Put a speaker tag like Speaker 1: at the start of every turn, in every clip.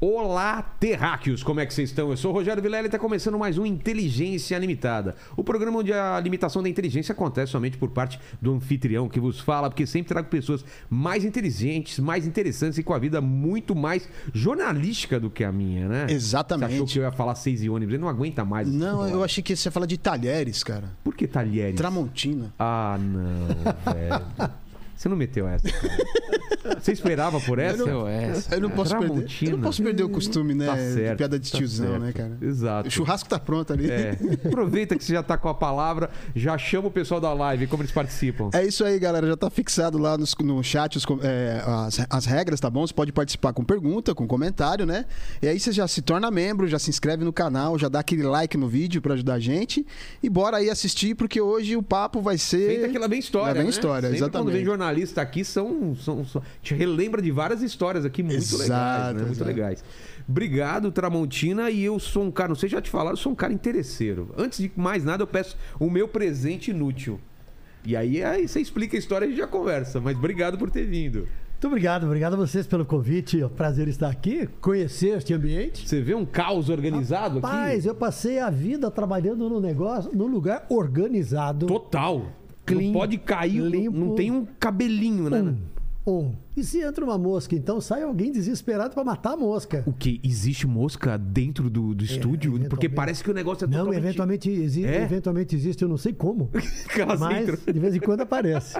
Speaker 1: Olá, terráqueos, como é que vocês estão? Eu sou o Rogério Vilela e está começando mais um Inteligência Limitada. O programa onde a limitação da inteligência acontece somente por parte do anfitrião que vos fala, porque sempre trago pessoas mais inteligentes, mais interessantes e com a vida muito mais jornalística do que a minha, né?
Speaker 2: Exatamente.
Speaker 1: Você achou que eu ia falar seis e ônibus, ele não aguenta mais. esse
Speaker 2: Não,
Speaker 1: tipo de-
Speaker 2: eu achei que você ia falar de talheres, cara.
Speaker 1: Por que Talheres?
Speaker 2: Tramontina.
Speaker 1: Ah, não, velho. Você não meteu essa, cara. Você esperava por essa?
Speaker 3: Meu, é.
Speaker 2: Eu não posso perder.
Speaker 1: Tramontina.
Speaker 2: Eu não posso perder o costume, né?
Speaker 1: Tá certo,
Speaker 2: de piada de
Speaker 1: tá
Speaker 2: tiozão,
Speaker 1: certo.
Speaker 2: né, cara?
Speaker 1: Exato.
Speaker 2: O churrasco tá pronto ali.
Speaker 1: É. Aproveita que você já tá com a palavra, já chama o pessoal da live, como eles participam.
Speaker 2: É isso aí, galera. Já tá fixado lá nos- no chat os com- é, as, as regras, tá bom? Você pode participar com pergunta, com comentário, né? E aí você já se torna membro, já se inscreve no canal, já dá aquele like no vídeo pra ajudar a gente. E bora aí assistir, porque hoje o papo vai ser.
Speaker 1: Feita aquela bem história.
Speaker 2: Lá vem
Speaker 1: né?
Speaker 2: É, história,
Speaker 1: Sempre
Speaker 2: exatamente.
Speaker 1: Quando vem jornalista aqui, são, são, são- Te relembra de várias histórias aqui muito
Speaker 2: Exato,
Speaker 1: legais. né? Muito
Speaker 2: exato.
Speaker 1: legais. Obrigado, Tramontina. E eu sou um cara, não sei se já te falaram, eu sou um cara interesseiro. Antes de mais nada, eu peço o meu presente inútil. E aí, aí você explica a história e a gente já conversa. Mas obrigado por ter vindo.
Speaker 4: Muito obrigado, obrigado a vocês pelo convite. É um prazer estar aqui, conhecer este ambiente.
Speaker 1: Você vê um caos organizado
Speaker 4: Paz,
Speaker 1: aqui?
Speaker 4: eu passei a vida trabalhando num negócio, num lugar organizado. Um,
Speaker 1: Total.
Speaker 4: Clean,
Speaker 1: não pode cair, não-
Speaker 4: limpo.
Speaker 1: não tem um cabelinho, né?
Speaker 4: Um, um. E se entra uma mosca, então sai alguém desesperado para matar a mosca.
Speaker 1: O que? Existe mosca dentro do,
Speaker 4: É,
Speaker 1: do estúdio? Porque
Speaker 4: eventualmente.
Speaker 1: parece que o negócio é
Speaker 4: Não,
Speaker 1: totalmente...
Speaker 4: eventualmente, exi
Speaker 1: É?
Speaker 4: eventualmente existe, eu não sei como.
Speaker 1: Calas
Speaker 4: mas
Speaker 1: dentro.
Speaker 4: de vez em quando aparece.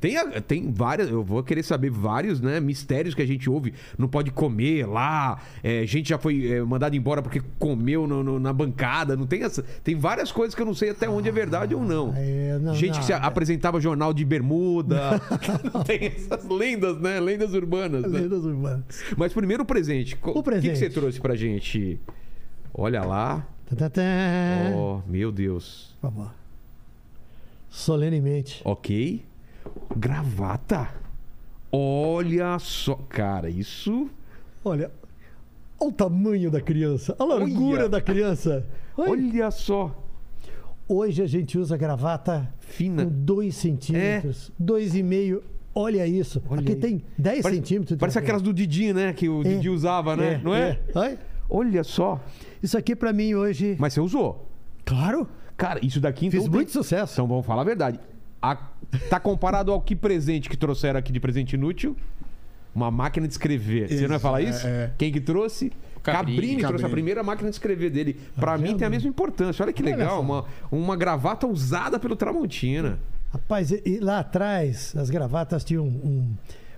Speaker 1: Tem, a- tem várias... Eu vou querer saber vários né, mistérios que a gente ouve. Não pode comer lá. é, gente já foi é, mandada embora porque comeu no- no- na bancada. Não tem essa... Tem várias coisas que eu não sei até onde é verdade ou não.
Speaker 4: é, não,
Speaker 1: gente
Speaker 4: não,
Speaker 1: que se
Speaker 4: é.
Speaker 1: apresentava jornal de bermuda. tem essas lendas, né? Lendas urbanas. né?
Speaker 4: Lendas urbanas.
Speaker 1: Mas primeiro o presente. Co-
Speaker 4: O
Speaker 1: O que
Speaker 4: presente.
Speaker 1: que você trouxe pra gente? Olha lá.
Speaker 4: Tá, tá, tá.
Speaker 1: Oh, meu Deus.
Speaker 4: Vamos lá. Solenemente.
Speaker 1: Ok. Gravata. Olha só. Cara, isso.
Speaker 4: Olha, olha o tamanho da criança, a largura
Speaker 1: Olha.
Speaker 4: da criança. Olha.
Speaker 1: Olha só.
Speaker 4: Hoje a gente usa gravata
Speaker 1: Fina. É.
Speaker 4: com 2 centímetros, 2,5. Olha isso.
Speaker 1: Olha
Speaker 4: Aqui
Speaker 1: aí.
Speaker 4: tem 10
Speaker 1: Parece-
Speaker 4: centímetros. de
Speaker 1: Parece aquelas
Speaker 4: gravata.
Speaker 1: do Didi, né? Que o
Speaker 4: É.
Speaker 1: Didi usava, né? Não é?
Speaker 4: Olha,
Speaker 1: Olha só.
Speaker 4: Isso aqui pra mim hoje.
Speaker 1: Mas você usou.
Speaker 4: Claro,
Speaker 1: Cara, isso daqui então.
Speaker 4: fiz muito
Speaker 1: tem-
Speaker 4: sucesso.
Speaker 1: Então vamos falar a verdade. A- Tá comparado ao que presente que trouxeram aqui de presente inútil? Uma máquina de escrever. Você não vai falar isso?
Speaker 2: É, é.
Speaker 1: Quem que trouxe? Cabrini,
Speaker 3: Cabrini.
Speaker 1: trouxe a
Speaker 2: Cabrini.
Speaker 1: primeira máquina de escrever dele. Pra mim
Speaker 4: vendo?
Speaker 1: tem a mesma importância. Olha que legal, uma, uma gravata usada pelo Tramontina.
Speaker 4: Rapaz, e, e lá atrás as gravatas tinham um-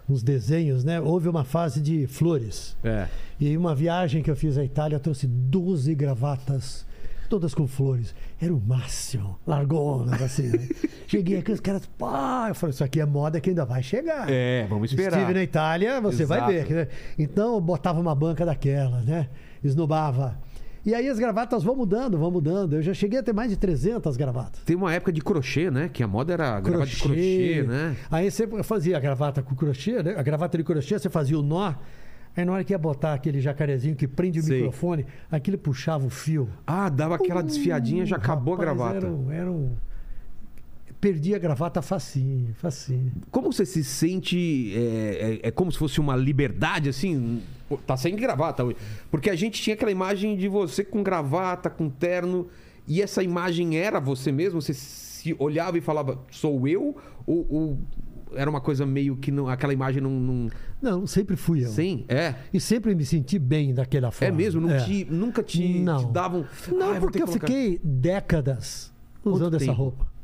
Speaker 4: uns desenhos, né? Houve uma fase de flores.
Speaker 1: É.
Speaker 4: E uma viagem que eu fiz à Itália, eu trouxe 12 gravatas, todas com flores. Era o máximo. Largonas, assim. né? Cheguei aqui, os caras, pá, eu falei, isso aqui é moda que ainda vai chegar.
Speaker 1: É, vamos esperar.
Speaker 4: Estive na Itália, você vai
Speaker 1: Exato.
Speaker 4: ver. né? Então, eu botava uma banca daquelas, né? Esnobava. E aí as gravatas vão mudando, vão mudando. Eu já cheguei a ter mais de 300 gravatas.
Speaker 1: Tem uma época de crochê, né? Que a moda era gravata de crochê, né?
Speaker 4: Aí você fazia a gravata com crochê, né? A gravata de crochê, você fazia o nó. Aí na hora que ia botar aquele jacarezinho que prende o
Speaker 1: Sei.
Speaker 4: microfone, aquilo puxava o fio.
Speaker 1: Ah, dava aquela desfiadinha, já acabou a
Speaker 4: Rapaz,
Speaker 1: gravata.
Speaker 4: Era um, era um- Perdi a gravata facinho, facinho.
Speaker 1: Como você se sente? É, é- é como se fosse uma liberdade, assim? Pô, Tá sem gravata hoje. Porque a gente tinha aquela imagem de você com gravata, com terno. E essa imagem era você mesmo? Você se olhava e falava, sou eu? Ou, ou era uma coisa meio que não, aquela imagem não. não...
Speaker 4: Não, sempre fui eu.
Speaker 1: Sim, é.
Speaker 4: E sempre me senti bem daquela
Speaker 1: É
Speaker 4: forma.
Speaker 1: mesmo? Não
Speaker 4: É.
Speaker 1: te- nunca te,
Speaker 4: Não.
Speaker 1: te davam.
Speaker 4: Não,
Speaker 1: "Ah, vou ter
Speaker 4: porque
Speaker 1: que
Speaker 4: eu
Speaker 1: colocar-"
Speaker 4: fiquei décadas
Speaker 1: Quanto
Speaker 4: usando essa
Speaker 1: tempo?
Speaker 4: roupa.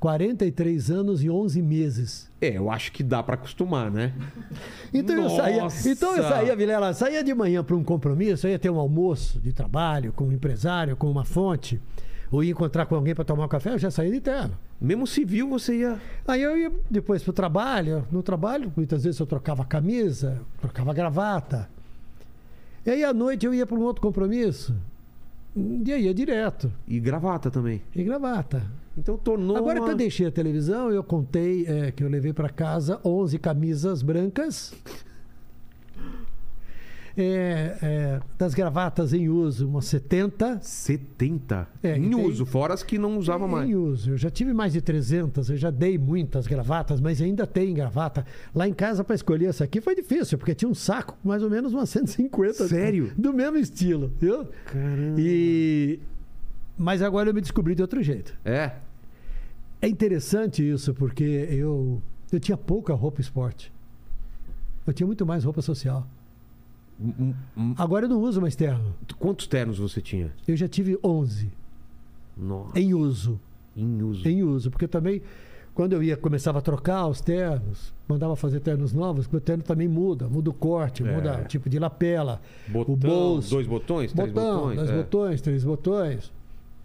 Speaker 4: 43 anos e 11 meses.
Speaker 1: É, eu acho que dá pra acostumar, né?
Speaker 4: Então eu
Speaker 1: Nossa!
Speaker 4: saía, então eu saía, Vilela, saía de manhã para um compromisso, eu ia ter um almoço de trabalho com um empresário, com uma fonte, ou ia encontrar com alguém para tomar um café, eu já saía de terno.
Speaker 1: Mesmo civil, você ia.
Speaker 4: Aí eu ia depois pro trabalho. No trabalho, muitas vezes eu trocava camisa, trocava gravata. E aí à noite eu ia para um outro compromisso. E aí ia direto.
Speaker 1: E gravata também.
Speaker 4: E gravata.
Speaker 1: Então tornou.
Speaker 4: Agora que
Speaker 1: uma...
Speaker 4: eu deixei a televisão, eu contei é, que eu levei para casa 11 camisas brancas. é, é, das gravatas em uso, umas 70
Speaker 1: 70
Speaker 4: É,
Speaker 1: em
Speaker 4: e tem-
Speaker 1: uso, fora as que não usava mais.
Speaker 4: em uso. Eu já tive mais de 300, eu já dei muitas gravatas, mas ainda tem gravata. Lá em casa, para escolher essa aqui, foi difícil, porque tinha um saco com mais ou menos umas 150.
Speaker 1: Sério?
Speaker 4: Do mesmo estilo, viu?
Speaker 1: Caramba.
Speaker 4: E... Mas agora eu me descobri de outro jeito.
Speaker 1: É.
Speaker 4: É interessante isso, porque eu, eu tinha pouca roupa esporte. Eu tinha muito mais roupa social.
Speaker 1: Um- um- um-
Speaker 4: Agora eu não uso mais terno.
Speaker 1: Quantos ternos você tinha?
Speaker 4: Eu já tive 11
Speaker 1: Nossa.
Speaker 4: em uso.
Speaker 1: Em uso.
Speaker 4: Em uso, porque eu também, quando eu ia, começava a trocar os ternos, mandava fazer ternos novos, porque o terno também muda. Muda o corte,
Speaker 1: É.
Speaker 4: muda o tipo de lapela,
Speaker 1: Botão,
Speaker 4: o bolso.
Speaker 1: dois botões, três
Speaker 4: botão,
Speaker 1: botões.
Speaker 4: dois
Speaker 1: é.
Speaker 4: botões, três botões.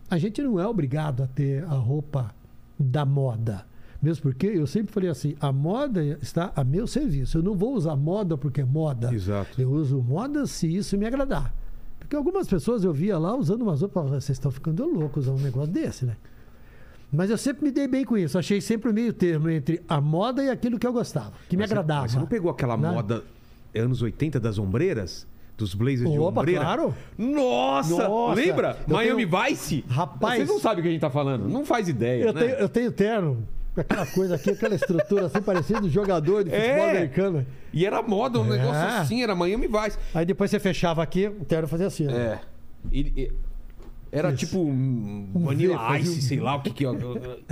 Speaker 4: A gente não é obrigado a ter a roupa da moda. Mesmo porque eu sempre falei assim, a moda está a meu serviço. Eu não vou usar moda porque é moda.
Speaker 1: Exato.
Speaker 4: Eu uso moda se isso me agradar. Porque algumas pessoas eu via lá usando umas roupas, eu falava, vocês estão ficando loucos usando um negócio desse, né? Mas eu sempre me dei bem com isso. Achei sempre o meio termo entre a moda e aquilo que eu gostava, que me
Speaker 1: Mas você-
Speaker 4: agradava.
Speaker 1: Mas você não pegou aquela
Speaker 4: né?
Speaker 1: moda anos 80 das ombreiras? Dos blazers de
Speaker 4: Opa,
Speaker 1: ombreira?
Speaker 4: claro.
Speaker 1: Nossa!
Speaker 4: Nossa,
Speaker 1: Lembra?
Speaker 4: eu
Speaker 1: Miami
Speaker 4: tenho-
Speaker 1: Vice?
Speaker 4: Rapaz-
Speaker 1: Vocês não sabem o que a gente tá falando. Não faz ideia,
Speaker 4: Eu,
Speaker 1: né?
Speaker 4: tenho, eu tenho terno, com aquela coisa aqui, aquela estrutura assim, parecendo jogador de futebol
Speaker 1: É.
Speaker 4: americano.
Speaker 1: E era moda, um
Speaker 4: É.
Speaker 1: negócio assim, era Miami Vice.
Speaker 4: Aí depois você fechava aqui, o terno fazia assim. né?
Speaker 1: É. E- e- era
Speaker 4: Isso.
Speaker 1: tipo um
Speaker 4: Um
Speaker 1: Vanilla
Speaker 4: V,
Speaker 1: Ice,
Speaker 4: fazia um-
Speaker 1: sei lá o que que... ó.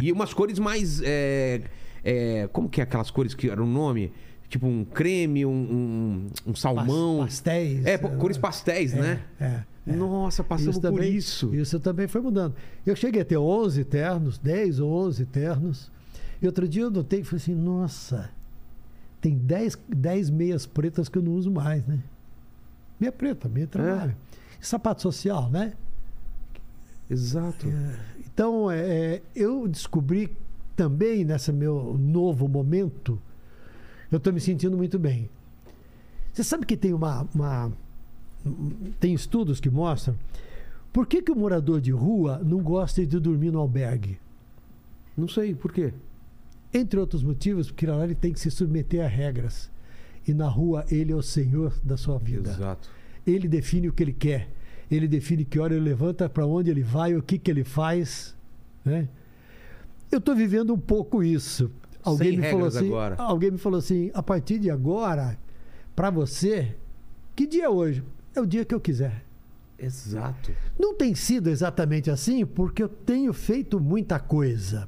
Speaker 1: e umas cores mais... é, é, como que é aquelas cores que era o nome? Tipo um creme, um, um- um
Speaker 4: Pas-
Speaker 1: salmão.
Speaker 4: Pastéis.
Speaker 1: É, pô, cores pastéis, né?
Speaker 4: É.
Speaker 1: Nossa, passamos por isso.
Speaker 4: Isso também foi mudando. Eu cheguei a ter 11 ternos, 10 ou 11 ternos. E outro dia eu notei e falei assim: nossa, tem 10, 10 meias pretas que eu não uso mais, né? Meia preta,
Speaker 1: É.
Speaker 4: meia trabalho. E sapato social, né?
Speaker 1: Exato.
Speaker 4: Então, é, é, eu descobri também nesse meu novo momento, eu estou me sentindo muito bem. Você sabe que tem uma, uma- tem estudos que mostram por que, que o morador de rua não gosta de dormir no albergue?
Speaker 1: Não sei, por quê?
Speaker 4: Entre outros motivos, porque lá ele tem que se submeter a regras. E na rua ele é o senhor da sua vida.
Speaker 1: Exato.
Speaker 4: Ele define o que ele quer. Ele define que hora ele levanta, para onde ele vai, o que, que ele faz. Né? Eu estou vivendo um pouco isso. Alguém
Speaker 1: Sem
Speaker 4: me falou
Speaker 1: regras
Speaker 4: assim.
Speaker 1: agora.
Speaker 4: Alguém me falou assim: a partir de agora, para você, que dia é hoje? É o dia que eu quiser.
Speaker 1: Exato.
Speaker 4: Não tem sido exatamente assim, porque eu tenho feito muita coisa.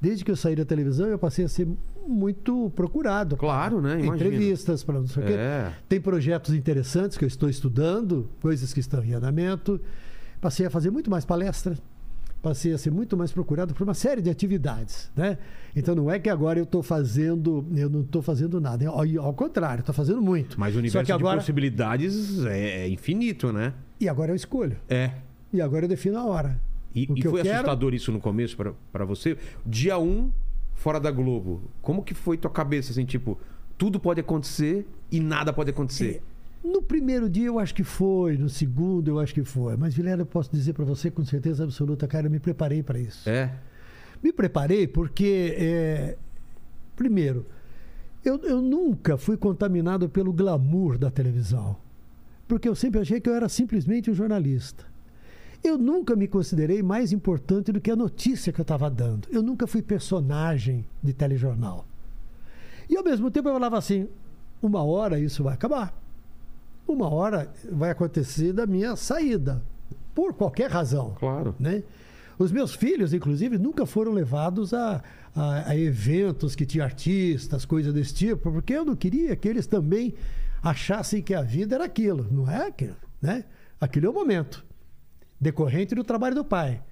Speaker 4: Desde que eu saí da televisão, eu passei a ser muito procurado.
Speaker 1: Claro, né?
Speaker 4: Pra
Speaker 1: Imagino.
Speaker 4: Entrevistas, para não sei o quê.
Speaker 1: É.
Speaker 4: Tem projetos interessantes que eu estou estudando, coisas que estão em andamento. Passei a fazer muito mais palestras, passei a ser muito mais procurado por uma série de atividades, né? Então não é que agora eu estou fazendo, eu não estou fazendo nada. Ao, ao contrário, estou fazendo muito.
Speaker 1: Mas o
Speaker 4: Só
Speaker 1: universo é
Speaker 4: que agora
Speaker 1: de possibilidades é é infinito, né?
Speaker 4: e agora eu escolho
Speaker 1: É.
Speaker 4: e agora eu defino a hora.
Speaker 1: E,
Speaker 4: o
Speaker 1: e
Speaker 4: que
Speaker 1: foi
Speaker 4: eu quero.
Speaker 1: assustador isso no começo pra- pra você? Dia 1, fora da Globo. Como que foi tua cabeça, assim, tipo, tudo pode acontecer e nada pode acontecer?
Speaker 4: No primeiro dia eu acho que foi, no segundo eu acho que foi. Mas Vilela, eu posso dizer para você com certeza absoluta, cara, eu me preparei para isso.
Speaker 1: É.
Speaker 4: Me preparei porque, é, primeiro, eu, eu nunca fui contaminado pelo glamour da televisão. Porque eu sempre achei que eu era simplesmente um jornalista. Eu nunca me considerei mais importante do que a notícia que eu estava dando. Eu nunca fui personagem de telejornal. E ao mesmo tempo eu falava assim: uma hora isso vai acabar. Uma hora vai acontecer da minha saída. Por qualquer razão
Speaker 1: Claro.
Speaker 4: né? Os meus filhos, inclusive, nunca foram levados a, a- a eventos que tinha artistas, coisas desse tipo, porque eu não queria que eles também achassem que a vida era aquilo, não é aquilo, né? Aquilo é o momento, decorrente do trabalho do pai.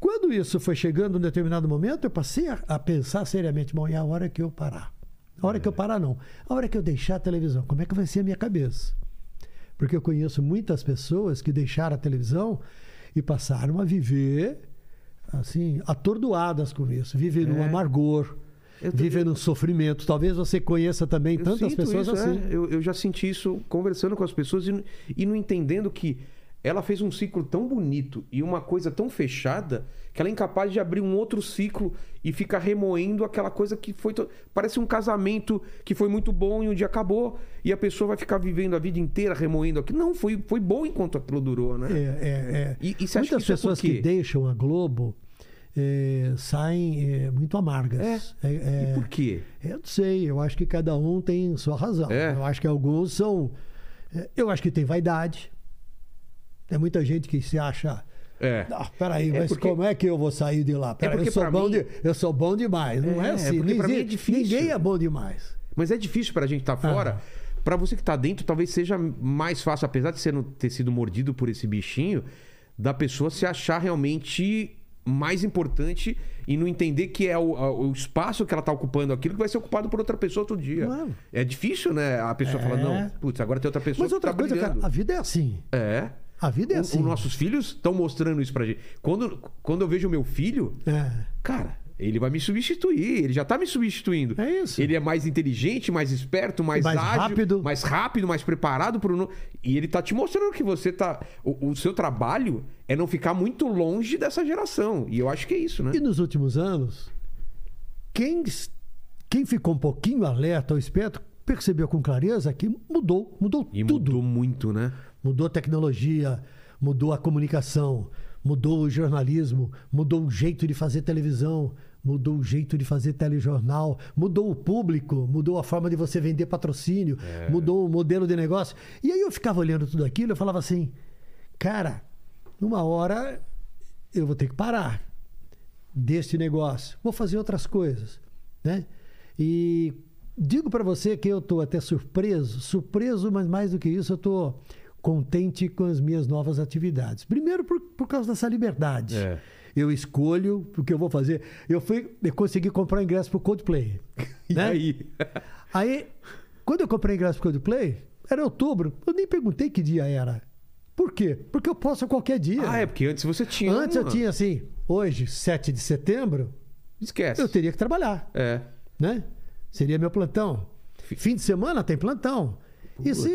Speaker 4: Quando isso foi chegando em um determinado momento, eu passei a, a pensar seriamente, bom, e a hora que eu parar? A hora que eu
Speaker 1: É.
Speaker 4: parar, não. A hora que eu deixar a televisão, como é que vai ser a minha cabeça? Porque eu conheço muitas pessoas que deixaram a televisão e passaram a viver assim, atordoadas com isso, vivem no
Speaker 1: É.
Speaker 4: amargor,
Speaker 1: Eu tô-
Speaker 4: vivem no sofrimento. Talvez você conheça também
Speaker 1: Eu
Speaker 4: tantas
Speaker 1: sinto
Speaker 4: pessoas
Speaker 1: isso, é.
Speaker 4: assim.
Speaker 1: Eu, eu já senti isso conversando com as pessoas e, e não entendendo que Ela fez um ciclo tão bonito e uma coisa tão fechada que ela é incapaz de abrir um outro ciclo e ficar remoendo aquela coisa que foi. to- Parece um casamento que foi muito bom e um dia acabou. E a pessoa vai ficar vivendo a vida inteira remoendo aquilo. Não, foi, foi bom enquanto aquilo durou, né?
Speaker 4: É, é, é.
Speaker 1: E- e você acha que isso
Speaker 4: Muitas
Speaker 1: é por
Speaker 4: pessoas
Speaker 1: quê?
Speaker 4: que deixam a Globo eh, saem eh, muito amargas. É, é,
Speaker 1: E por quê?
Speaker 4: Eu não sei, eu acho que cada um tem sua razão.
Speaker 1: É.
Speaker 4: Eu acho que alguns são. eh, Eu acho que tem vaidade. Tem muita gente que se acha.
Speaker 1: É.
Speaker 4: Ah, peraí,
Speaker 1: É
Speaker 4: mas
Speaker 1: porque-
Speaker 4: como é que eu vou sair de lá? Peraí,
Speaker 1: porque
Speaker 4: eu, sou
Speaker 1: pra
Speaker 4: bom
Speaker 1: mim-
Speaker 4: de- eu sou bom demais. Não
Speaker 1: É,
Speaker 4: é,
Speaker 1: é
Speaker 4: assim.
Speaker 1: porque
Speaker 4: não
Speaker 1: pra mim é
Speaker 4: existe-
Speaker 1: difícil.
Speaker 4: Ninguém é bom demais.
Speaker 1: Mas é difícil pra gente estar fora. Pra você que tá dentro, talvez seja mais fácil, apesar de você não ter sido mordido por esse bichinho, da pessoa se achar realmente mais importante e não entender que é o, a- o espaço que ela tá ocupando aquilo que vai ser ocupado por outra pessoa outro dia.
Speaker 4: Claro.
Speaker 1: É difícil, né? A pessoa
Speaker 4: É.
Speaker 1: fala, não, putz, agora tem outra pessoa
Speaker 4: Mas
Speaker 1: que
Speaker 4: outra
Speaker 1: tá
Speaker 4: coisa, cara,
Speaker 1: brilhando.
Speaker 4: a vida é assim.
Speaker 1: É.
Speaker 4: A vida é
Speaker 1: O-
Speaker 4: assim.
Speaker 1: Os nossos filhos estão mostrando isso pra gente. Quando, quando eu vejo o meu filho,
Speaker 4: É.
Speaker 1: cara, ele vai me substituir, ele já tá me substituindo.
Speaker 4: É isso.
Speaker 1: Ele é mais inteligente, mais esperto, mais,
Speaker 4: Mais
Speaker 1: ágil,
Speaker 4: rápido.
Speaker 1: mais rápido, mais preparado pro no... e ele tá te mostrando que você tá o, o seu trabalho é não ficar muito longe dessa geração. E eu acho que é isso, né?
Speaker 4: E nos últimos anos, quem, s- quem ficou um pouquinho alerta ou esperto percebeu com clareza que mudou, mudou
Speaker 1: E
Speaker 4: tudo.
Speaker 1: mudou muito, né?
Speaker 4: Mudou a tecnologia, mudou a comunicação, mudou o jornalismo, mudou o jeito de fazer televisão, mudou o jeito de fazer telejornal, mudou o público, mudou a forma de você vender patrocínio, mudou o modelo de negócio. E aí eu ficava olhando tudo aquilo eu falava assim, cara, numa hora eu vou ter que parar deste negócio, vou fazer outras coisas, né? E digo para você que eu estou até surpreso, surpreso, mas mais do que isso, eu estou contente com as minhas novas atividades. Primeiro por, por causa dessa liberdade.
Speaker 1: É.
Speaker 4: Eu escolho o que eu vou fazer. Eu fui, eu consegui comprar ingresso para o Coldplay.
Speaker 1: E
Speaker 4: né?
Speaker 1: aí?
Speaker 4: Aí, quando eu comprei ingresso pro Coldplay, era outubro. Eu nem perguntei que dia era. Por quê? Porque eu posso a qualquer dia.
Speaker 1: ah, é porque antes você tinha
Speaker 4: Antes eu
Speaker 1: uma-
Speaker 4: tinha assim, hoje, 7 de setembro,
Speaker 1: Esquece.
Speaker 4: eu teria que trabalhar,
Speaker 1: É.
Speaker 4: né? Seria meu plantão. Fim de semana tem plantão. E, se,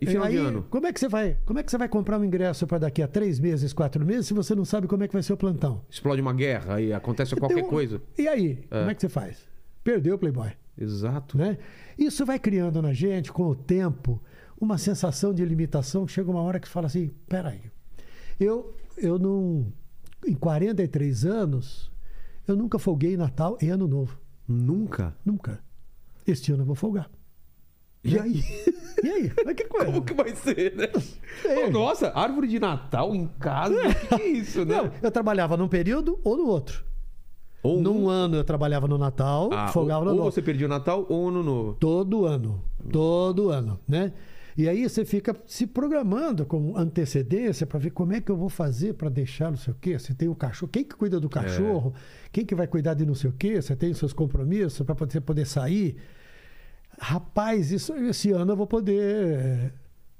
Speaker 1: E final de
Speaker 4: aí,
Speaker 1: ano?
Speaker 4: Como é que você vai? Como é que você vai comprar um ingresso para daqui a três meses, quatro meses, se você não sabe como é que vai ser o plantão?
Speaker 1: Explode uma guerra e acontece qualquer
Speaker 4: Então,
Speaker 1: coisa.
Speaker 4: E aí, como é que você faz? Perdeu o Playboy.
Speaker 1: Exato.
Speaker 4: né? Isso vai criando na gente, com o tempo, uma sensação de limitação. que Chega uma hora que fala assim: peraí, eu, eu não. Em 43 anos, eu nunca folguei Natal e Ano Novo.
Speaker 1: Nunca.
Speaker 4: Nunca. Este ano eu vou folgar.
Speaker 1: E aí?
Speaker 4: E aí? Mas que coisa?
Speaker 1: Como que vai ser, né?
Speaker 4: É.
Speaker 1: Ô, nossa, árvore de Natal em casa? O que, que é isso, né?
Speaker 4: Não, eu trabalhava num período ou no outro.
Speaker 1: Ou um
Speaker 4: Num ano eu trabalhava no Natal,
Speaker 1: Ah,
Speaker 4: folgava
Speaker 1: ou,
Speaker 4: no
Speaker 1: ou
Speaker 4: Ano Novo.
Speaker 1: você perdia o Natal ou o Ano Novo.
Speaker 4: Todo ano. Todo ano, né? E aí você fica se programando com antecedência para ver como é que eu vou fazer para deixar não sei o quê. Você tem o cachorro, quem que
Speaker 1: É.
Speaker 4: cuida do cachorro? Quem que vai cuidar de não sei o quê? Você tem os seus compromissos para você poder sair? Rapaz, isso esse ano eu vou poder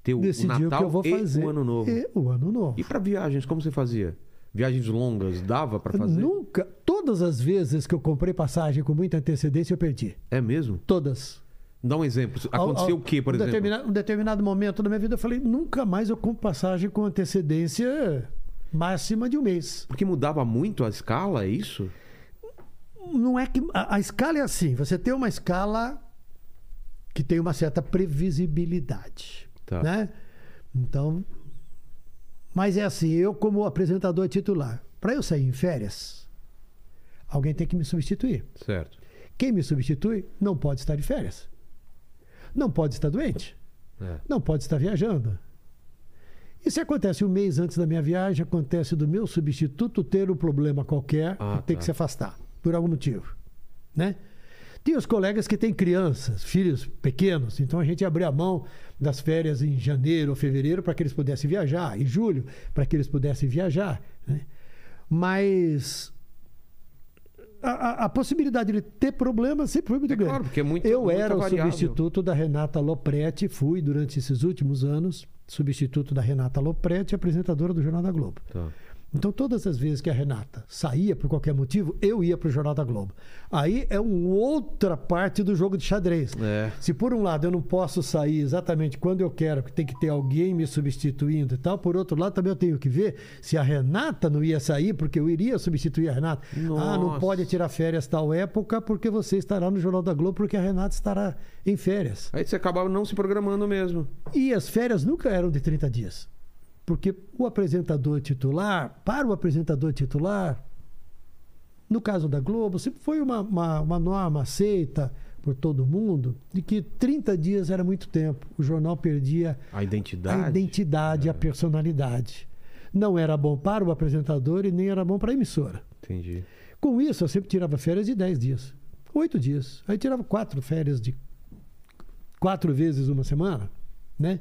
Speaker 1: Ter o, o
Speaker 4: decidir o,
Speaker 1: Natal
Speaker 4: que eu vou
Speaker 1: e
Speaker 4: fazer. É.
Speaker 1: o Ano Novo. E,
Speaker 4: E o ano novo.
Speaker 1: pra viagens, como você fazia? Viagens longas, dava pra fazer?
Speaker 4: Nunca, todas as vezes que eu comprei passagem com muita antecedência eu perdi.
Speaker 1: É mesmo?
Speaker 4: Todas.
Speaker 1: Dá um exemplo.
Speaker 4: Ao-
Speaker 1: Aconteceu
Speaker 4: ao-
Speaker 1: o quê, por
Speaker 4: um
Speaker 1: exemplo?
Speaker 4: Determinado, um determinado momento da minha vida, eu falei, nunca mais eu compro passagem com antecedência máxima de um mês.
Speaker 1: Porque mudava muito a escala, é isso?
Speaker 4: Não é que... A, a escala é assim, você tem uma escala que tem uma certa previsibilidade,
Speaker 1: Tá.
Speaker 4: né? Então... Mas é assim, eu como apresentador titular, para eu sair em férias, alguém tem que me substituir.
Speaker 1: Certo.
Speaker 4: Quem me substitui não pode estar de férias. Não pode estar doente.
Speaker 1: É.
Speaker 4: Não pode estar viajando. E se acontece um mês antes da minha viagem, acontece do meu substituto ter um problema qualquer
Speaker 1: Ah,
Speaker 4: e ter
Speaker 1: tá.
Speaker 4: que se afastar, por algum motivo. Né? Tem os colegas que têm crianças, filhos pequenos, então a gente abriu a mão das férias em janeiro ou fevereiro para que eles pudessem viajar, em julho, para que eles pudessem viajar. né? Mas a, a- a possibilidade de ter problema sempre foi muito
Speaker 1: É
Speaker 4: grande.
Speaker 1: claro, porque é muito-
Speaker 4: Eu
Speaker 1: muita
Speaker 4: era o
Speaker 1: variável.
Speaker 4: substituto da Renata Lopretti, fui durante esses últimos anos substituto da Renata Lopretti, apresentadora do Jornal da Globo.
Speaker 1: Tá.
Speaker 4: Então, todas as vezes que a Renata saía por qualquer motivo, eu ia para o Jornal da Globo. Aí é uma outra parte do jogo de xadrez.
Speaker 1: É.
Speaker 4: Se por um lado eu não posso sair exatamente quando eu quero, porque tem que ter alguém me substituindo e tal, por outro lado também eu tenho que ver se a Renata não ia sair, porque eu iria substituir a Renata. Ah, não
Speaker 1: Nossa.
Speaker 4: pode tirar férias tal época, porque você estará no Jornal da Globo, porque a Renata estará em férias.
Speaker 1: Aí você acabava não se programando mesmo.
Speaker 4: E as férias nunca eram de 30 dias. Porque o apresentador titular, para o apresentador titular, no caso da Globo, sempre foi uma, uma, uma norma aceita por todo mundo de que 30 dias era muito tempo. O jornal perdia
Speaker 1: A identidade.
Speaker 4: a identidade, a personalidade. Não era bom para o apresentador e nem era bom para a emissora.
Speaker 1: Entendi.
Speaker 4: Com isso, eu sempre tirava férias de 10 dias, 8 dias. Aí tirava quatro férias de quatro vezes uma semana, né?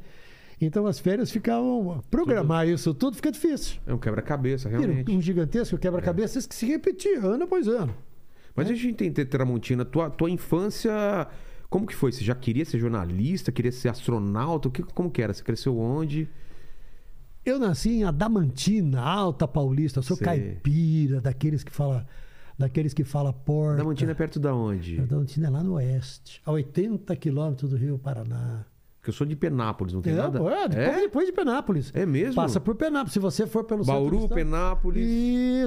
Speaker 4: Então as férias ficavam. Programar isso tudo fica difícil.
Speaker 1: É um quebra-cabeça,
Speaker 4: Era
Speaker 1: realmente.
Speaker 4: um gigantesco quebra-cabeça que se repetia ano após ano. É.
Speaker 1: Mas a gente tem Tramontina, tua, tua infância. Como que foi? Você já queria ser jornalista, queria ser astronauta? O que, como que era? Você cresceu onde?
Speaker 4: Eu nasci em Adamantina, Alta Paulista. Eu sou
Speaker 1: Sei.
Speaker 4: caipira, daqueles que fala, daqueles que fala porta.
Speaker 1: Tramontina é perto da onde?
Speaker 4: Adamantina é lá no oeste, a 80 quilômetros do Rio Paraná.
Speaker 1: Porque eu sou de Penápolis, não tem
Speaker 4: É,
Speaker 1: nada?
Speaker 4: pô, é, depois,
Speaker 1: é?
Speaker 4: depois de Penápolis.
Speaker 1: É mesmo?
Speaker 4: Passa por Penápolis. Se você for pelo centro do
Speaker 1: Bauru,
Speaker 4: estado-
Speaker 1: Penápolis.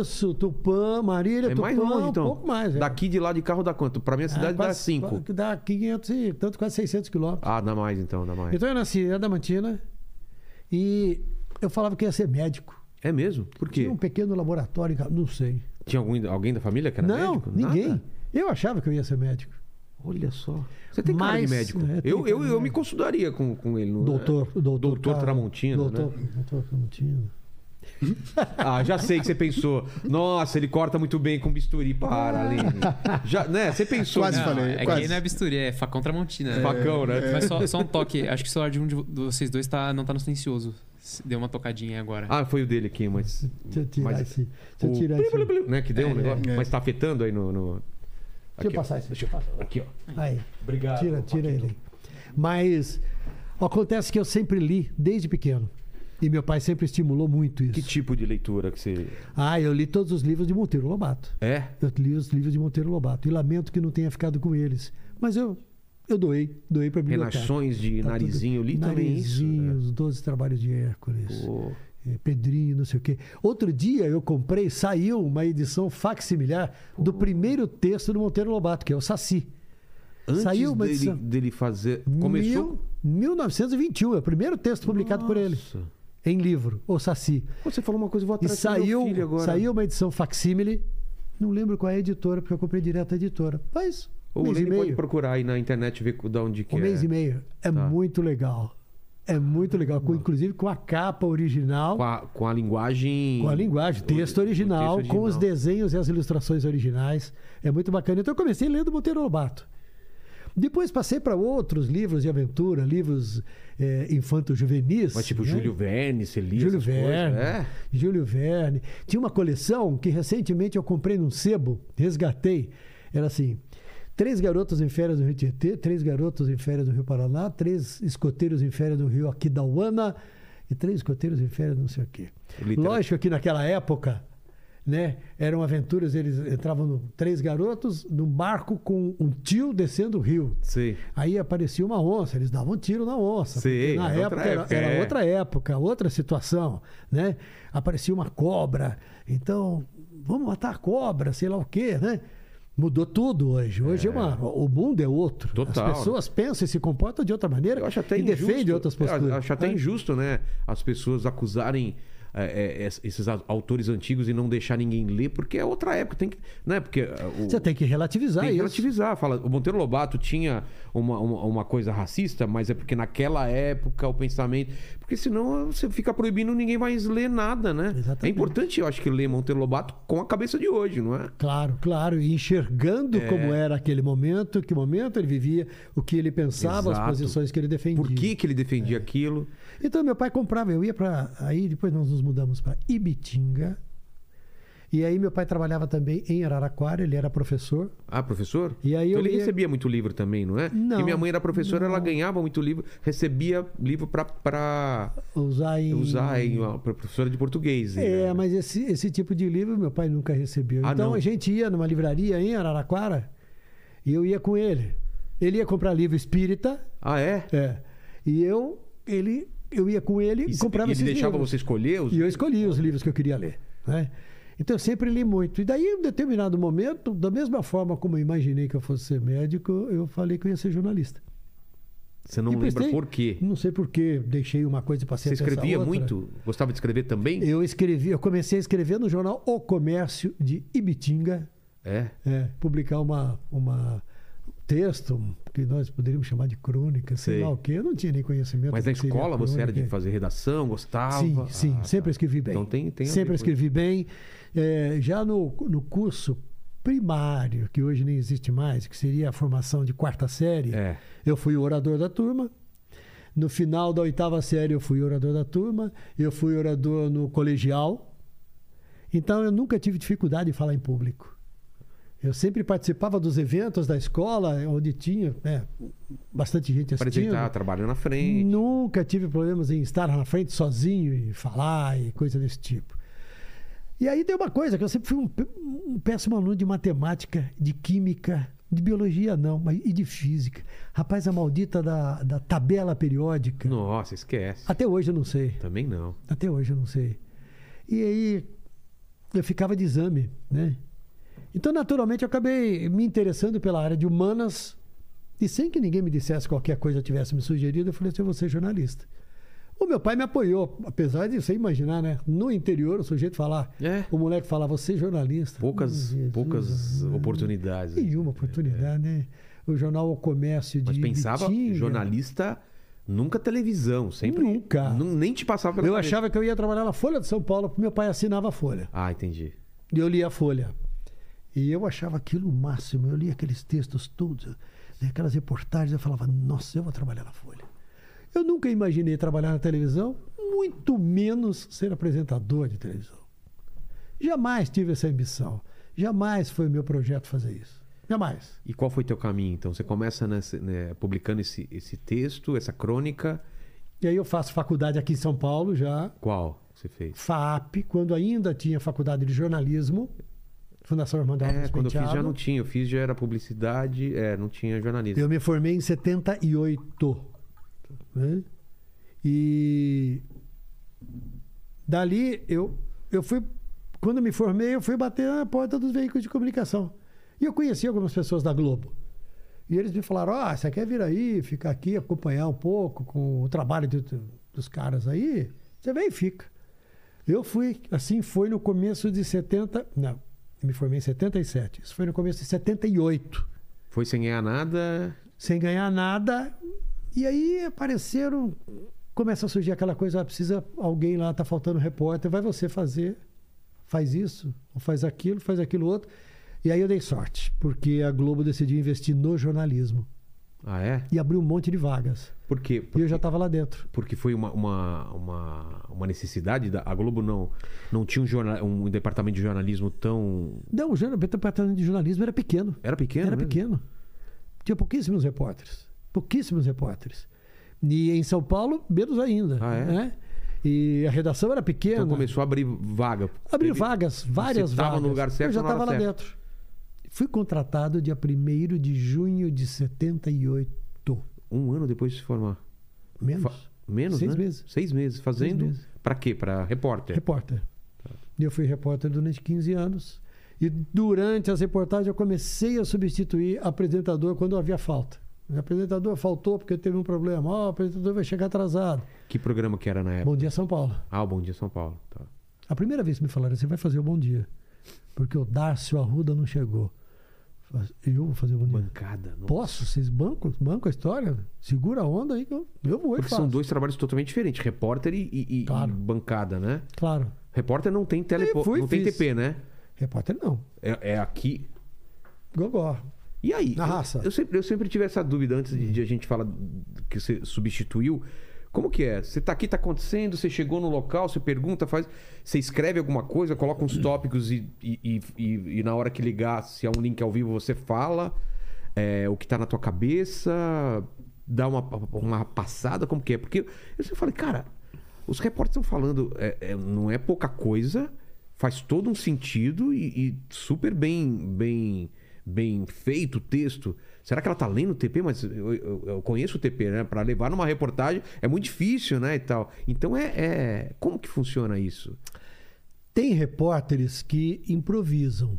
Speaker 4: Isso, Tupã, Marília,
Speaker 1: É
Speaker 4: Tupã.
Speaker 1: mais longe, então.
Speaker 4: Um pouco mais. é.
Speaker 1: Daqui de lá de carro dá quanto? Pra minha cidade dá
Speaker 4: quase-
Speaker 1: 5.
Speaker 4: que Dá 500 e tanto, quase 600 quilômetros.
Speaker 1: Ah, dá mais então, dá mais.
Speaker 4: Então eu nasci em Adamantina e eu falava que ia ser médico.
Speaker 1: É mesmo? Por quê?
Speaker 4: Tinha um pequeno laboratório, em casa, não sei.
Speaker 1: Tinha algum, alguém da família que era
Speaker 4: não,
Speaker 1: médico? Nada?
Speaker 4: ninguém. Eu achava que eu ia ser médico.
Speaker 1: Olha só. Você tem cara
Speaker 4: Mas,
Speaker 1: de médico.
Speaker 4: é, tem
Speaker 1: eu,
Speaker 4: cara
Speaker 1: eu,
Speaker 4: de
Speaker 1: eu me
Speaker 4: médico.
Speaker 1: consultaria com, com ele. não é?
Speaker 4: Doutor, doutor,
Speaker 1: Doutor
Speaker 4: Carlos-
Speaker 1: Tramontina,
Speaker 4: Doutor,
Speaker 1: né?
Speaker 4: doutor Tramontina.
Speaker 1: Ah, já sei que você pensou. Nossa, ele corta muito bem com bisturi. Para, Aline. Já, né? Você pensou.
Speaker 2: Quase
Speaker 1: né?
Speaker 2: falei.
Speaker 3: é que
Speaker 2: quase. é.
Speaker 3: aí não é bisturi, é facão tramontina. né?
Speaker 1: Facão, né?
Speaker 3: Mas só, só um toque. Acho que o celular de um de vo- de vocês dois tá, não tá no silencioso. Se- Deu uma tocadinha agora.
Speaker 1: Ah, foi o dele aqui, mas.
Speaker 4: Deixa eu tirar
Speaker 1: Mas-
Speaker 4: esse. Deixa eu
Speaker 1: o
Speaker 4: tirar
Speaker 1: blim,
Speaker 4: esse.
Speaker 1: blim, blim, né? Que deu um
Speaker 3: É,
Speaker 1: negócio.
Speaker 2: é.
Speaker 1: Mas tá afetando aí no. no...
Speaker 4: Deixa
Speaker 1: Aqui,
Speaker 4: eu
Speaker 1: ó.
Speaker 4: passar esse. Deixa eu passar.
Speaker 1: Aqui, ó.
Speaker 4: Aí.
Speaker 1: Obrigado.
Speaker 4: Tira, tira ele. Mas acontece que eu sempre li desde pequeno. E meu pai sempre estimulou muito isso.
Speaker 1: Que tipo de leitura que você.
Speaker 4: Ah, eu li todos os livros de Monteiro Lobato.
Speaker 1: É?
Speaker 4: Eu li os livros de Monteiro Lobato. E lamento que não tenha ficado com eles. Mas eu, eu doei. Doei para biblioteca.
Speaker 1: Relações de
Speaker 4: Tá tudo-
Speaker 1: narizinho. Eu li também isso.
Speaker 4: Narizinho,
Speaker 1: né?
Speaker 4: os Doze Trabalhos de Hércules.
Speaker 1: Pô.
Speaker 4: eh, Pedrinho, não sei o quê. Outro dia eu comprei, saiu uma edição facsimilar do primeiro texto do Monteiro Lobato, que é o Saci.
Speaker 1: Antes
Speaker 4: Saiu uma
Speaker 1: dele,
Speaker 4: edição.
Speaker 1: dele fazer.
Speaker 4: Mil-
Speaker 1: Começou.
Speaker 4: 1921, é o primeiro texto publicado por ele,
Speaker 1: Nossa.
Speaker 4: em livro, O Saci.
Speaker 1: Pô, Você falou uma coisa, eu vou
Speaker 4: E
Speaker 1: atrás do
Speaker 4: saiu,
Speaker 1: meu filho agora.
Speaker 4: saiu uma edição facsímile, não lembro qual é a editora, porque eu comprei direto a editora. Mas um
Speaker 1: Ou
Speaker 4: mês e
Speaker 1: ele pode
Speaker 4: meio.
Speaker 1: procurar aí na internet ver de onde que
Speaker 4: Um
Speaker 1: é.
Speaker 4: mês e meio. É
Speaker 1: Tá.
Speaker 4: muito legal. É muito legal, com- inclusive com a capa original,
Speaker 1: Com a, com a linguagem.
Speaker 4: com a linguagem, texto
Speaker 1: o- o
Speaker 4: original,
Speaker 1: texto
Speaker 4: com os
Speaker 1: original.
Speaker 4: desenhos e as ilustrações originais. É muito bacana. Então eu comecei lendo Monteiro Lobato. Depois passei para outros livros de aventura, livros eh, infanto-juvenis.
Speaker 1: Mas tipo
Speaker 4: né?
Speaker 1: Júlio Verne, você lia
Speaker 4: Júlio
Speaker 1: essas coisas,
Speaker 4: Verne.
Speaker 1: né?
Speaker 4: Júlio Verne. Tinha uma coleção que recentemente eu comprei num sebo, resgatei. Era assim: três garotos em férias no Rio Tietê, três garotos em férias no Rio Paraná, três escoteiros em férias no Rio Aquidauana e três escoteiros em férias não sei o quê.
Speaker 1: Literatura.
Speaker 4: Lógico que naquela época. Né? Eram aventuras, eles entravam no- três garotos num barco com um tio descendo o rio.
Speaker 1: Sei.
Speaker 4: Aí aparecia uma onça, eles davam um tiro na onça.
Speaker 1: Sim,
Speaker 4: porque na
Speaker 1: era
Speaker 4: época,
Speaker 1: outra
Speaker 4: era-
Speaker 1: época,
Speaker 4: era,
Speaker 1: é.
Speaker 4: outra época, outra situação, né? Aparecia uma cobra, então vamos matar a cobra, sei lá o quê, né? Mudou tudo hoje. Hoje é, uma, o mundo é outro.
Speaker 1: Total,
Speaker 4: As pessoas pensam e se comportam de outra maneira
Speaker 1: Eu acho até
Speaker 4: e
Speaker 1: injusto.
Speaker 4: defendem outras posturas.
Speaker 1: Eu acho até
Speaker 4: né?
Speaker 1: injusto, né? As pessoas acusarem é, é, es- esses a- autores antigos e não deixar ninguém ler, porque é outra época. Tem que, né? porque, é, o-
Speaker 4: Você tem que relativizar
Speaker 1: Tem que
Speaker 4: isso.
Speaker 1: relativizar. Fala, o Monteiro Lobato tinha uma, uma, uma coisa racista, mas é porque naquela época o pensamento. Porque senão você fica proibindo ninguém mais ler nada, né?
Speaker 4: Exatamente.
Speaker 1: É importante, eu acho, que ler Monteiro Lobato com a cabeça de hoje, não é?
Speaker 4: Claro, claro, e enxergando como era aquele momento, que momento ele vivia, o que ele pensava,
Speaker 1: Exato.
Speaker 4: as posições que ele defendia.
Speaker 1: Por que, que ele
Speaker 4: É.
Speaker 1: defendia aquilo?
Speaker 4: Então meu pai comprava, eu ia para aí depois nós nos mudamos para Ibitinga. E aí meu pai trabalhava também em Araraquara, ele era professor.
Speaker 1: Ah, professor?
Speaker 4: E aí
Speaker 1: então
Speaker 4: eu
Speaker 1: ele
Speaker 4: ia-
Speaker 1: recebia muito livro também, não é?
Speaker 4: Não,
Speaker 1: E minha mãe era professora, ela
Speaker 4: não.
Speaker 1: ganhava muito livro, recebia livro pra, pra
Speaker 4: Usar em.
Speaker 1: usar em uma pra professora de português.
Speaker 4: É,
Speaker 1: né?
Speaker 4: mas esse, esse tipo de livro meu pai nunca recebeu.
Speaker 1: Ah,
Speaker 4: então
Speaker 1: não.
Speaker 4: a gente ia numa livraria em Araraquara e eu ia com ele. Ele ia comprar livro espírita,
Speaker 1: Ah, é?
Speaker 4: é. E eu, ele, eu ia com ele e
Speaker 1: E,
Speaker 4: comprava
Speaker 1: e ele
Speaker 4: esses
Speaker 1: deixava
Speaker 4: livros.
Speaker 1: você escolher os.
Speaker 4: E eu escolhi os livros que eu queria ler. Né? Então eu sempre li muito. E daí, em um determinado momento, da mesma forma como eu imaginei que eu fosse ser médico, eu falei que eu ia ser jornalista.
Speaker 1: Você não
Speaker 4: E
Speaker 1: lembra
Speaker 4: prestei-
Speaker 1: por quê?
Speaker 4: Não sei por quê, deixei uma coisa para ser
Speaker 1: Você escrevia muito? Gostava de escrever também?
Speaker 4: Eu escrevi, eu comecei a escrever no jornal O Comércio de Ibitinga,
Speaker 1: É.
Speaker 4: é, publicar uma, uma um texto que nós poderíamos chamar de crônica, sei,
Speaker 1: Sei.
Speaker 4: lá o quê. Eu não tinha nem conhecimento.
Speaker 1: Mas
Speaker 4: do
Speaker 1: na
Speaker 4: que seria
Speaker 1: escola você era de
Speaker 4: crônica.
Speaker 1: fazer redação, gostava?
Speaker 4: Sim, sim,
Speaker 1: Ah,
Speaker 4: sempre
Speaker 1: tá.
Speaker 4: escrevi bem.
Speaker 1: Então tem, tem a ver
Speaker 4: sempre
Speaker 1: com
Speaker 4: escrevi bem. É, já no, no curso primário, que hoje nem existe mais, que seria a formação de quarta série,
Speaker 1: É.
Speaker 4: eu fui o orador da turma. No final da oitava série, eu fui orador da turma. Eu fui orador no colegial. Então, eu nunca tive dificuldade em falar em público. Eu sempre participava dos eventos da escola, onde tinha né, bastante gente assistindo.
Speaker 1: Apresentar, trabalho na frente.
Speaker 4: Nunca tive problemas em estar na frente sozinho e falar e coisa desse tipo. E aí tem uma coisa, que eu sempre fui um, p- um péssimo aluno de matemática, de química, de biologia não, mas e de física. Rapaz, a maldita da, da tabela periódica.
Speaker 1: Nossa, esquece.
Speaker 4: Até hoje eu não sei.
Speaker 1: Também não.
Speaker 4: Até hoje eu não sei. E aí eu ficava de exame, né? Então, naturalmente, eu acabei me interessando pela área de humanas e sem que ninguém me dissesse qualquer coisa, tivesse me sugerido, eu falei assim, eu vou ser jornalista. O meu pai me apoiou, apesar de você imaginar, né? No interior, o sujeito falar,
Speaker 1: É.
Speaker 4: o moleque falar, você é jornalista.
Speaker 1: Poucas,
Speaker 4: Jesus,
Speaker 1: poucas oportunidades. né?
Speaker 4: Nenhuma oportunidade, né? O jornal O Comércio de
Speaker 1: Mas pensava,
Speaker 4: Ibitinga.
Speaker 1: jornalista, nunca televisão, sempre.
Speaker 4: Nunca.
Speaker 1: Nun- nem te passava pela
Speaker 4: Eu
Speaker 1: cabeça.
Speaker 4: achava que eu ia trabalhar na Folha de São Paulo, porque meu pai assinava a Folha.
Speaker 1: Ah, entendi.
Speaker 4: E eu li a Folha. E eu achava aquilo o máximo. Eu li aqueles textos todos, né, aquelas reportagens. Eu falava, nossa, eu vou trabalhar na Folha. Eu nunca imaginei trabalhar na televisão, muito menos ser apresentador de televisão. Jamais tive essa ambição. Jamais foi meu projeto fazer isso. Jamais.
Speaker 1: E qual foi teu caminho, então? Você começa nesse- né, publicando esse, esse texto, essa crônica.
Speaker 4: E aí eu faço faculdade aqui em São Paulo já,
Speaker 1: Qual você fez?
Speaker 4: FAP, quando ainda tinha faculdade de jornalismo, Fundação Irmã da
Speaker 1: É, quando eu fiz já não tinha. Eu fiz já era publicidade, é, não tinha jornalismo.
Speaker 4: né? Eu me formei em 78. Né? E dali eu, eu fui. Quando eu me formei, eu fui bater na porta dos veículos de comunicação. E eu conheci algumas pessoas da Globo. E eles me falaram: Ah, você quer vir aí, ficar aqui, acompanhar um pouco com o trabalho do- do- dos caras aí? Você vem e fica. Eu fui, assim foi no começo de 70. Não, eu me formei em 77. Isso foi no começo de 78
Speaker 1: Foi sem ganhar nada.
Speaker 4: sem ganhar nada. E aí apareceram, começa a surgir aquela coisa, ah, precisa alguém lá, tá faltando repórter, vai você fazer, faz isso, ou faz aquilo, faz aquilo outro. E aí eu dei sorte, porque a Globo decidiu investir no jornalismo
Speaker 1: Ah, é?
Speaker 4: e abriu um monte de vagas.
Speaker 1: Por quê?
Speaker 4: E
Speaker 1: Por-
Speaker 4: eu já estava lá dentro.
Speaker 1: Porque foi uma, uma, uma, uma necessidade da. A Globo não, não tinha um, jornal, um departamento de jornalismo tão.
Speaker 4: Não, o jornal- o departamento de jornalismo era pequeno.
Speaker 1: Era pequeno? né? Então
Speaker 4: Era
Speaker 1: mesmo?
Speaker 4: pequeno. Tinha pouquíssimos repórteres. Pouquíssimos repórteres. E em São Paulo, menos ainda.
Speaker 1: Ah, é?
Speaker 4: né? E a redação era pequena.
Speaker 1: Então começou a abrir vaga.
Speaker 4: né? Abriu
Speaker 1: Teve-
Speaker 4: vagas, várias
Speaker 1: Você
Speaker 4: vagas.
Speaker 1: tava no lugar certo
Speaker 4: Eu já
Speaker 1: na hora
Speaker 4: estava lá
Speaker 1: certa.
Speaker 4: dentro. Fui contratado dia 1 de junho de 78.
Speaker 1: Um ano depois de se formar.
Speaker 4: Menos?
Speaker 1: Fa- Menos,
Speaker 4: Seis
Speaker 1: né?
Speaker 4: meses.
Speaker 1: Seis meses. Fazendo.
Speaker 4: meses.
Speaker 1: Pra quê? Pra repórter.
Speaker 4: Repórter.
Speaker 1: Tá.
Speaker 4: E eu fui repórter durante 15 anos. E durante as reportagens eu comecei a substituir apresentador quando havia falta. O apresentador faltou porque teve um problema. Ó, o apresentador vai chegar atrasado.
Speaker 1: Que programa que era na época?
Speaker 4: Bom dia, São Paulo.
Speaker 1: Ah, o Bom Dia São Paulo. Tá.
Speaker 4: A primeira vez que me falaram, você vai fazer o bom dia. Porque o Darcio Arruda não chegou. Eu vou fazer o bom dia.
Speaker 1: Bancada. não.
Speaker 4: Posso? Vocês bancam, bancam a história? Segura a onda aí que eu, eu vou e
Speaker 1: Porque
Speaker 4: faço.
Speaker 1: são dois trabalhos totalmente diferentes. Repórter e, e- e-
Speaker 4: Claro.
Speaker 1: e bancada, né?
Speaker 4: Claro.
Speaker 1: Repórter não tem telepo...
Speaker 4: Aí fui,
Speaker 1: não tem
Speaker 4: fiz.
Speaker 1: TP, né?
Speaker 4: Repórter não.
Speaker 1: É, é aqui.
Speaker 4: Gogó.
Speaker 1: E aí?
Speaker 4: Na raça.
Speaker 1: Eu, eu sempre, eu sempre tive essa dúvida antes de, de a gente falar que você substituiu. Como que é? Você tá aqui, tá acontecendo, você chegou no local, você pergunta, faz. Você escreve alguma coisa, coloca uns tópicos e, e, e- e- e na hora que ligar, se é um link ao vivo, você fala é, o que tá na tua cabeça, dá uma, uma passada, como que é? Porque eu sempre falei, cara, os repórteres estão falando, é- é, não é pouca coisa, faz todo um sentido e, e super bem, bem, bem feito o texto. Será que ela tá lendo o TP? Mas eu, eu- eu conheço o TP, né? Para levar numa reportagem é muito difícil, né? E tal. Então é, é- como que funciona isso?
Speaker 4: Tem repórteres que improvisam.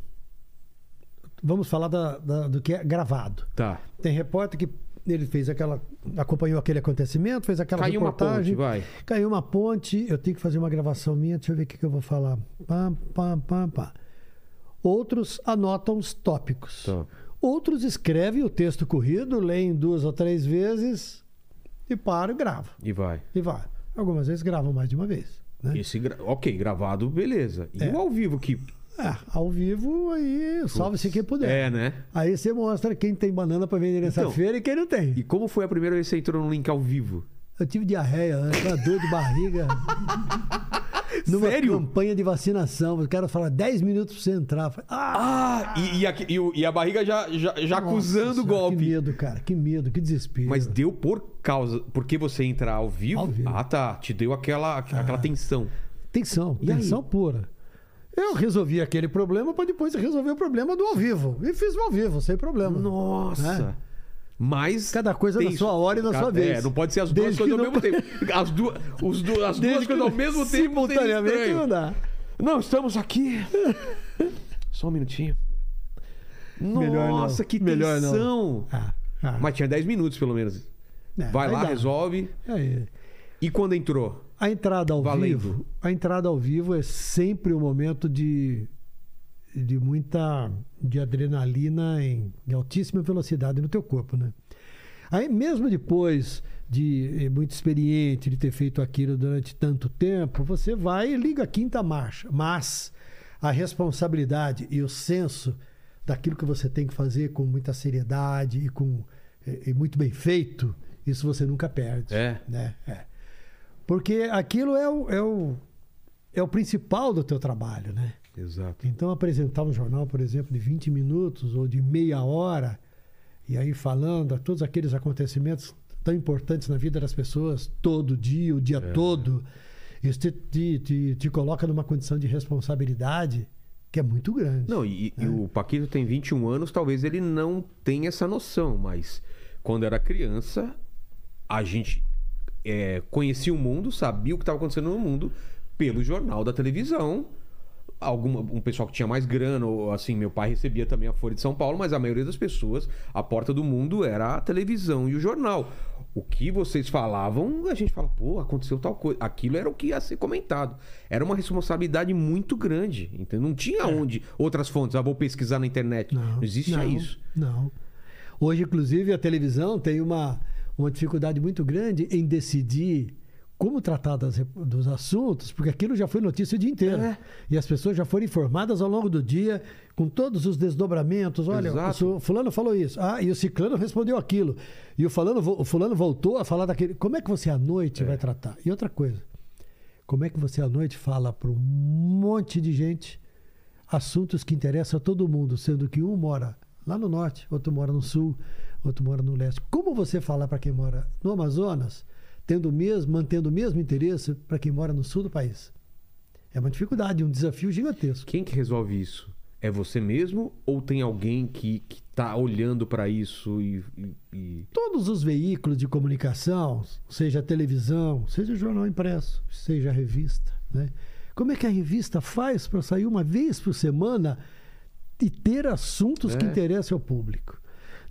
Speaker 4: Vamos falar da- da- do que é gravado.
Speaker 1: Tá.
Speaker 4: Tem repórter que ele fez aquela. acompanhou aquele acontecimento, fez aquela
Speaker 1: Caiu uma
Speaker 4: reportagem.
Speaker 1: ponte, vai.
Speaker 4: Caiu uma ponte, eu tenho que fazer uma gravação minha, deixa eu ver o que, que eu vou falar. Pá, pá, pá, pá. Outros anotam os tópicos.
Speaker 1: Tá.
Speaker 4: Outros escrevem o texto corrido, leem duas ou três vezes e param e gravam.
Speaker 1: E vai.
Speaker 4: E vai. Algumas vezes gravam mais de uma vez. Né?
Speaker 1: Esse gra- Ok, gravado, beleza. E
Speaker 4: É.
Speaker 1: o ao vivo que.
Speaker 4: É, ao vivo, aí salve-se quem puder.
Speaker 1: É, né?
Speaker 4: Aí você mostra quem tem banana para vender nessa
Speaker 1: Então,
Speaker 4: feira e quem não tem.
Speaker 1: E como foi a primeira vez que você entrou no link ao vivo?
Speaker 4: Eu tive diarreia, né? uma dor de barriga. Numa
Speaker 1: Sério?
Speaker 4: campanha de vacinação. O cara fala 10 minutos pra você entrar. Eu falei, ah,
Speaker 1: Ah, e, e a, e o- e a barriga já, já, já acusando o
Speaker 4: senhora, Que
Speaker 1: golpe.
Speaker 4: medo, cara. Que medo, que desespero.
Speaker 1: Mas deu por causa. Porque você entrar ao vivo?
Speaker 4: Ao vivo. Ah.
Speaker 1: Ah, tá. Te deu aquela, aquela tensão.
Speaker 4: Tensão,
Speaker 1: E
Speaker 4: tensão
Speaker 1: aí?
Speaker 4: pura. Eu resolvi aquele problema para depois resolver o problema do ao vivo. E fiz o ao vivo, sem problema.
Speaker 1: Nossa.
Speaker 4: É.
Speaker 1: Mas.
Speaker 4: Cada coisa na
Speaker 1: tenso.
Speaker 4: sua hora e na
Speaker 1: Ca-
Speaker 4: sua
Speaker 1: É,
Speaker 4: vez.
Speaker 1: não pode ser as duas
Speaker 4: Desde
Speaker 1: coisas
Speaker 4: que
Speaker 1: ao mesmo tempo. As duas, os du- as duas
Speaker 4: Desde que
Speaker 1: coisas ao mesmo tempo. seria
Speaker 4: Simultaneamente
Speaker 1: estranho.
Speaker 4: não dá.
Speaker 1: Não, estamos aqui. Só um minutinho.
Speaker 4: Melhor não.
Speaker 1: Nossa, que
Speaker 4: Melhor não.
Speaker 1: tensão.
Speaker 4: Ah, ah,
Speaker 1: Mas tinha 10 minutos, pelo menos.
Speaker 4: é,
Speaker 1: Vai
Speaker 4: aí
Speaker 1: lá,
Speaker 4: dá.
Speaker 1: resolve.
Speaker 4: Aí.
Speaker 1: E quando entrou?
Speaker 4: A entrada ao
Speaker 1: Valendo.
Speaker 4: vivo, a entrada ao vivo é sempre um momento de, de muita de adrenalina em, de altíssima velocidade no teu corpo, né? Aí mesmo depois de eh, muito experiente de ter feito aquilo durante tanto tempo, você vai e liga a quinta marcha, mas a responsabilidade e o senso daquilo que você tem que fazer com muita seriedade e com eh, e muito bem feito, isso você nunca perde,
Speaker 1: É.
Speaker 4: né? É. Porque aquilo é o, é o, é o principal do teu trabalho, né?
Speaker 1: Exato.
Speaker 4: Então, apresentar um jornal, por exemplo, de 20 minutos ou de meia hora, e aí falando a todos aqueles acontecimentos tão importantes na vida das pessoas, todo dia, o dia todo, isso te, te, te, te coloca numa condição de responsabilidade que é muito grande.
Speaker 1: Não, e, e o Paquito tem 21 anos, talvez ele não tenha essa noção, mas quando era criança, a gente é, conhecia o mundo, sabia o que estava acontecendo no mundo pelo jornal da televisão. Alguma, um pessoal que tinha mais grana, ou assim, meu pai recebia também a Folha de São Paulo, mas a maioria das pessoas, a porta do mundo era a televisão e o jornal. O que vocês falavam, a gente fala, pô, aconteceu tal coisa. Aquilo era o que ia ser comentado. Era uma responsabilidade muito grande. Então não tinha onde outras fontes, ah, vou pesquisar na internet. Não, existe
Speaker 4: É. não,
Speaker 1: isso.
Speaker 4: Não. Hoje, inclusive, a televisão tem uma, uma dificuldade muito grande em decidir como tratar das, rep- dos assuntos, porque aquilo já foi notícia o dia inteiro.
Speaker 1: É.
Speaker 4: E as pessoas já foram informadas ao longo do dia, com todos os desdobramentos. Olha,
Speaker 1: Exato.
Speaker 4: o su- fulano falou isso. Ah, e o ciclano respondeu aquilo. E o, fulano vo- o fulano voltou a falar daquele. Como é que você à noite vai tratar? E outra coisa, como é que você à noite fala para um monte de gente assuntos que interessam a todo mundo, sendo que um mora lá no norte, outro mora no sul, outro mora no leste. Como você falar para quem mora no Amazonas, tendo o mesmo, mantendo o mesmo interesse para quem mora no sul do país? É uma dificuldade, um desafio gigantesco.
Speaker 1: Quem que resolve isso? É você mesmo ou tem alguém que, que tá olhando para isso e, e- e-
Speaker 4: Todos os veículos de comunicação, seja televisão, seja jornal impresso, seja revista, né? Como é que a revista faz para sair uma vez por semana e ter assuntos que
Speaker 1: É.
Speaker 4: interessam ao público?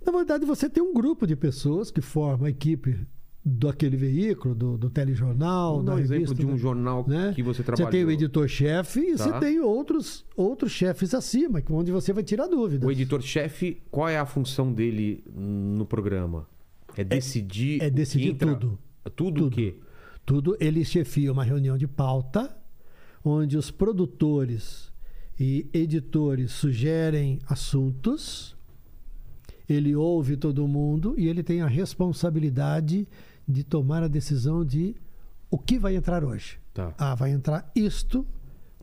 Speaker 4: Na verdade, você tem um grupo de pessoas que forma a equipe daquele veículo, do, do telejornal,
Speaker 1: Vamos dar um
Speaker 4: da revista,
Speaker 1: exemplo de um
Speaker 4: da-
Speaker 1: jornal
Speaker 4: né?
Speaker 1: que você
Speaker 4: Você tem o
Speaker 1: trabalhou.
Speaker 4: editor-chefe e você
Speaker 1: Tá.
Speaker 4: tem outros, outros chefes acima, que- onde você vai tirar dúvidas.
Speaker 1: O editor-chefe, qual é a função dele no programa? É decidir.
Speaker 4: é
Speaker 1: o que
Speaker 4: decidir
Speaker 1: entra-
Speaker 4: tudo.
Speaker 1: Tudo, o quê?
Speaker 4: Tudo, ele chefia uma reunião de pauta, onde os produtores e editores sugerem assuntos, ele ouve todo mundo e ele tem a responsabilidade de tomar a decisão de o que vai entrar hoje.
Speaker 1: Tá.
Speaker 4: Ah, vai entrar isto,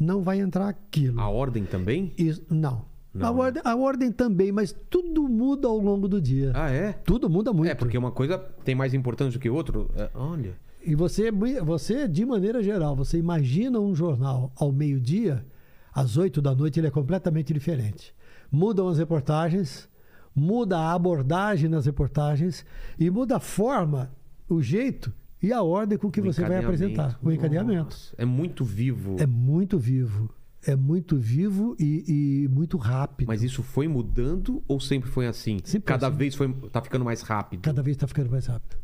Speaker 4: não vai entrar aquilo.
Speaker 1: A ordem também?
Speaker 4: Is- não.
Speaker 1: Não,
Speaker 4: a,
Speaker 1: né?
Speaker 4: ordem, a ordem também, mas tudo muda ao longo do dia.
Speaker 1: Ah, é?
Speaker 4: Tudo muda muito.
Speaker 1: É, porque uma coisa tem mais importância do que outra. É, Olha.
Speaker 4: E você, é você, de maneira geral, você imagina um jornal ao meio-dia, às oito da noite, ele é completamente diferente. Mudam as reportagens, muda a abordagem nas reportagens e muda a forma, o jeito e a ordem com que
Speaker 1: o
Speaker 4: você vai
Speaker 1: encadeamento.
Speaker 4: apresentar o encadeamento.
Speaker 1: Nossa, é muito vivo.
Speaker 4: É muito vivo. É muito vivo e, e muito rápido.
Speaker 1: Mas isso foi mudando ou sempre foi assim?
Speaker 4: Sempre
Speaker 1: Cada
Speaker 4: assim.
Speaker 1: vez foi, tá ficando mais rápido.
Speaker 4: cada vez está ficando mais rápido.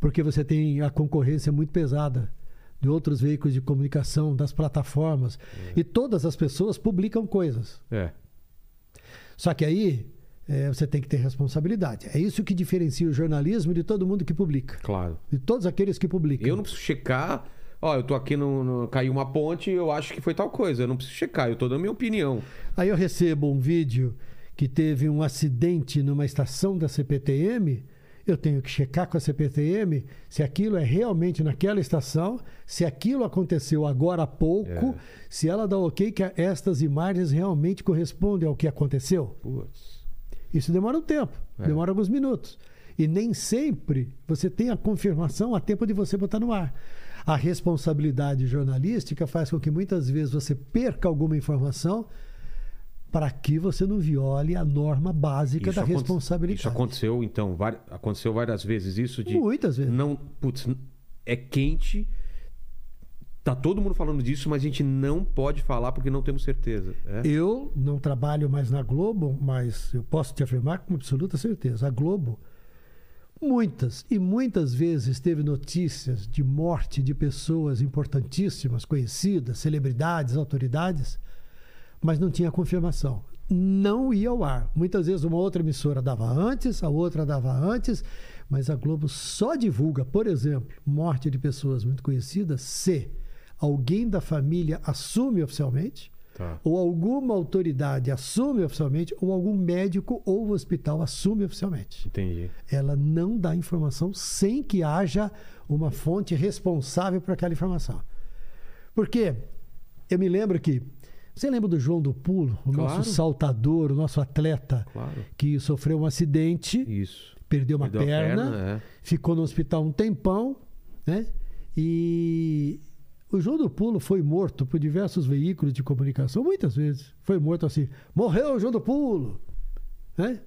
Speaker 4: Porque você tem a concorrência muito pesada de outros veículos de comunicação, das plataformas. E todas as pessoas publicam coisas.
Speaker 1: É.
Speaker 4: Só que aí eh, você tem que ter responsabilidade. É isso que diferencia o jornalismo de todo mundo que publica.
Speaker 1: Claro.
Speaker 4: De todos aqueles que publicam.
Speaker 1: Eu não preciso checar. Ó, eu tô aqui no, no- Caiu uma ponte eu acho que foi tal coisa. Eu não preciso checar, eu tô dando minha opinião.
Speaker 4: Aí eu recebo um vídeo que teve um acidente numa estação da CPTM. Eu tenho que checar com a CPTM se aquilo é realmente naquela estação, se aquilo aconteceu agora há pouco, se ela dá ok que a- estas imagens realmente correspondem ao que aconteceu.
Speaker 1: Putz.
Speaker 4: Isso demora um tempo,
Speaker 1: É.
Speaker 4: demora alguns minutos. E nem sempre você tem a confirmação a tempo de você botar no ar. A responsabilidade jornalística faz com que muitas vezes você perca alguma informação para que você não viole a norma básica da
Speaker 1: aconte-
Speaker 4: responsabilidade.
Speaker 1: Isso aconteceu, então, vari- aconteceu várias vezes isso de.
Speaker 4: Muitas vezes.
Speaker 1: Não, putz, é quente. Tá todo mundo falando disso, mas a gente não pode falar porque não temos certeza. É?
Speaker 4: Eu não trabalho mais na Globo, mas eu posso te afirmar com absoluta certeza. A Globo, muitas e muitas vezes teve notícias de morte de pessoas importantíssimas, conhecidas, celebridades, autoridades, mas não tinha confirmação. Não ia ao ar. Muitas vezes uma outra emissora dava antes, a outra dava antes, mas a Globo só divulga, por exemplo, morte de pessoas muito conhecidas se alguém da família assume oficialmente
Speaker 1: Tá.
Speaker 4: ou alguma autoridade assume oficialmente, ou algum médico ou hospital assume oficialmente.
Speaker 1: Entendi.
Speaker 4: Ela não dá informação sem que haja uma fonte responsável por aquela informação. Porque eu me lembro que. Você lembra do João do Pulo, o
Speaker 1: Claro.
Speaker 4: nosso saltador, o nosso atleta,
Speaker 1: Claro.
Speaker 4: que sofreu um acidente,
Speaker 1: Isso.
Speaker 4: perdeu uma
Speaker 1: Perdeu a
Speaker 4: perna,
Speaker 1: perna, é.
Speaker 4: ficou no hospital um tempão, né? E o João do Pulo foi morto por diversos veículos de comunicação, muitas vezes. Foi morto assim, morreu o João do Pulo, né?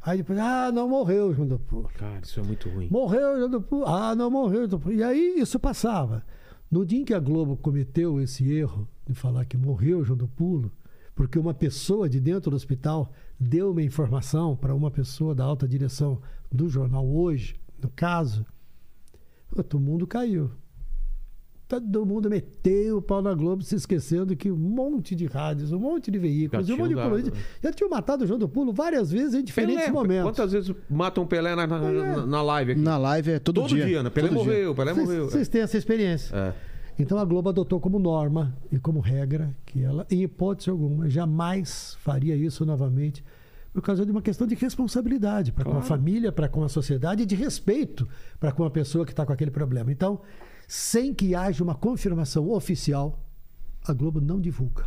Speaker 4: Aí depois, ah, não morreu o João do Pulo.
Speaker 1: Cara, isso é muito ruim.
Speaker 4: Morreu o João do Pulo, ah, não morreu o João do Pulo. E aí isso passava. No dia em que a Globo cometeu esse erro de falar que morreu o João do Pulo, porque uma pessoa de dentro do hospital deu uma informação para uma pessoa da alta direção do jornal hoje, no caso, todo mundo caiu. Todo mundo meteu o pau na Globo, se esquecendo que um monte de rádios, um monte de veículos,
Speaker 1: Já
Speaker 4: um monte de
Speaker 1: tinham dado,
Speaker 4: políticos. Já tinham matado o João do Pulo várias vezes em diferentes
Speaker 1: Pelé,
Speaker 4: momentos.
Speaker 1: Quantas vezes matam o Pelé na, na, na- na live aqui?
Speaker 2: Na live é todo,
Speaker 1: Todo dia, né? Pelé
Speaker 2: todo dia.
Speaker 1: morreu, Pelé
Speaker 4: Vocês-
Speaker 1: morreu. né?
Speaker 4: Vocês têm essa experiência.
Speaker 1: É.
Speaker 4: Então a Globo adotou como norma e como regra que ela, em hipótese alguma, jamais faria isso novamente por causa de uma questão de responsabilidade para com a
Speaker 1: Claro.
Speaker 4: família, para com a sociedade e de respeito para com a pessoa que está com aquele problema. Então, sem que haja uma confirmação oficial, a Globo não divulga.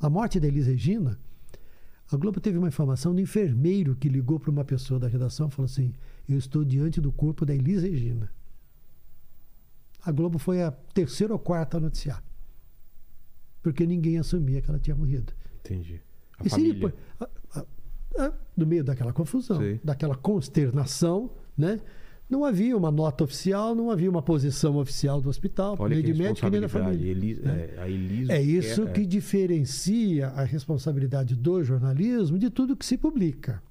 Speaker 4: A morte da Elis Regina, a Globo teve uma informação do enfermeiro que ligou para uma pessoa da redação e falou assim: Eu estou diante do corpo da Elis Regina. A Globo foi a terceira ou quarta a noticiar. Porque ninguém assumia que ela tinha morrido.
Speaker 1: Entendi. A
Speaker 4: E se
Speaker 1: família.
Speaker 4: depois- ah, ah, ah, no meio daquela confusão,
Speaker 1: Sei.
Speaker 4: daquela consternação, né? Não havia uma nota oficial, não havia uma posição oficial do hospital,
Speaker 1: Olha
Speaker 4: nem
Speaker 1: que
Speaker 4: de médico, nem da
Speaker 1: responsabilidade.
Speaker 4: família. né?
Speaker 1: Elis, é, a Elis
Speaker 4: É isso
Speaker 1: é-
Speaker 4: que diferencia a responsabilidade do jornalismo de tudo que se publica.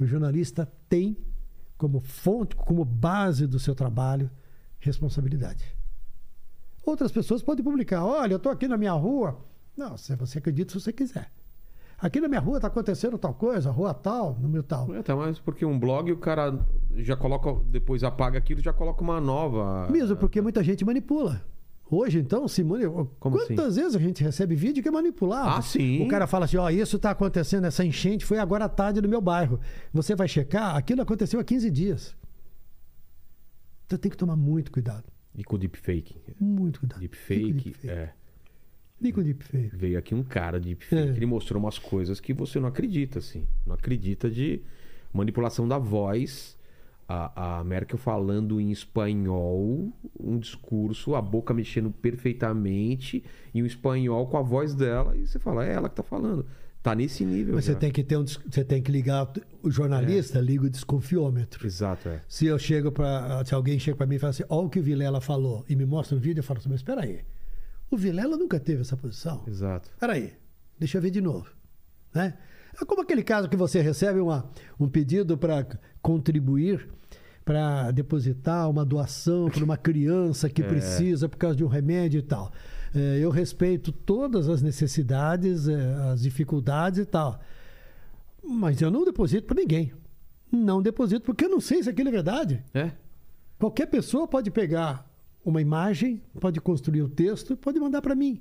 Speaker 4: O jornalista tem como fonte, como base do seu trabalho, responsabilidade. Outras pessoas podem publicar: olha, eu estou aqui na minha rua. Não, se você acredita se você quiser. Aqui na minha rua está acontecendo tal coisa, rua tal, número tal.
Speaker 1: É, tá mais porque um blog o cara já coloca, depois apaga aquilo e já coloca uma nova.
Speaker 4: Mesmo porque muita gente manipula. Hoje, então, se mani- Quantas vezes a gente recebe vídeo que é manipulado?
Speaker 1: assim? Ah, sim.
Speaker 4: O cara fala assim: ó, isso está acontecendo, essa enchente foi agora à tarde no meu bairro. Você vai checar, aquilo aconteceu há 15 dias. Então tem que tomar muito cuidado.
Speaker 1: E com o deepfake.
Speaker 4: Muito cuidado.
Speaker 1: Deepfake,
Speaker 4: Fica o deepfake.
Speaker 1: é.
Speaker 4: Fica o deepfake.
Speaker 1: Veio aqui um cara de deepfake,
Speaker 4: É.
Speaker 1: ele mostrou umas coisas que você não acredita, assim. Não acredita de manipulação da voz. A, a Merkel falando em espanhol, um discurso, a boca mexendo perfeitamente, e o espanhol com a voz dela, e você fala, é ela que tá falando. Tá nesse nível.
Speaker 4: Mas você
Speaker 1: já. É.
Speaker 4: tem que ter um, des- você tem que ligar o jornalista, liga o desconfiômetro.
Speaker 1: Exato, é.
Speaker 4: Se eu chego para, se alguém chega para mim e fala assim, olha o que o Vilela falou e me mostra um vídeo, eu falo assim, mas espera aí, o Vilela nunca teve essa posição.
Speaker 1: Exato.
Speaker 4: Espera aí, deixa eu ver de novo, né? É como aquele caso que você recebe uma, um pedido para contribuir para depositar uma doação para uma criança que precisa por causa de um remédio e tal. É, eu respeito todas as necessidades, é, as dificuldades e tal. Mas eu não deposito para ninguém. Não deposito, porque eu não sei se aquilo é verdade.
Speaker 1: É?
Speaker 4: Qualquer pessoa pode pegar uma imagem, pode construir o texto, pode mandar para mim.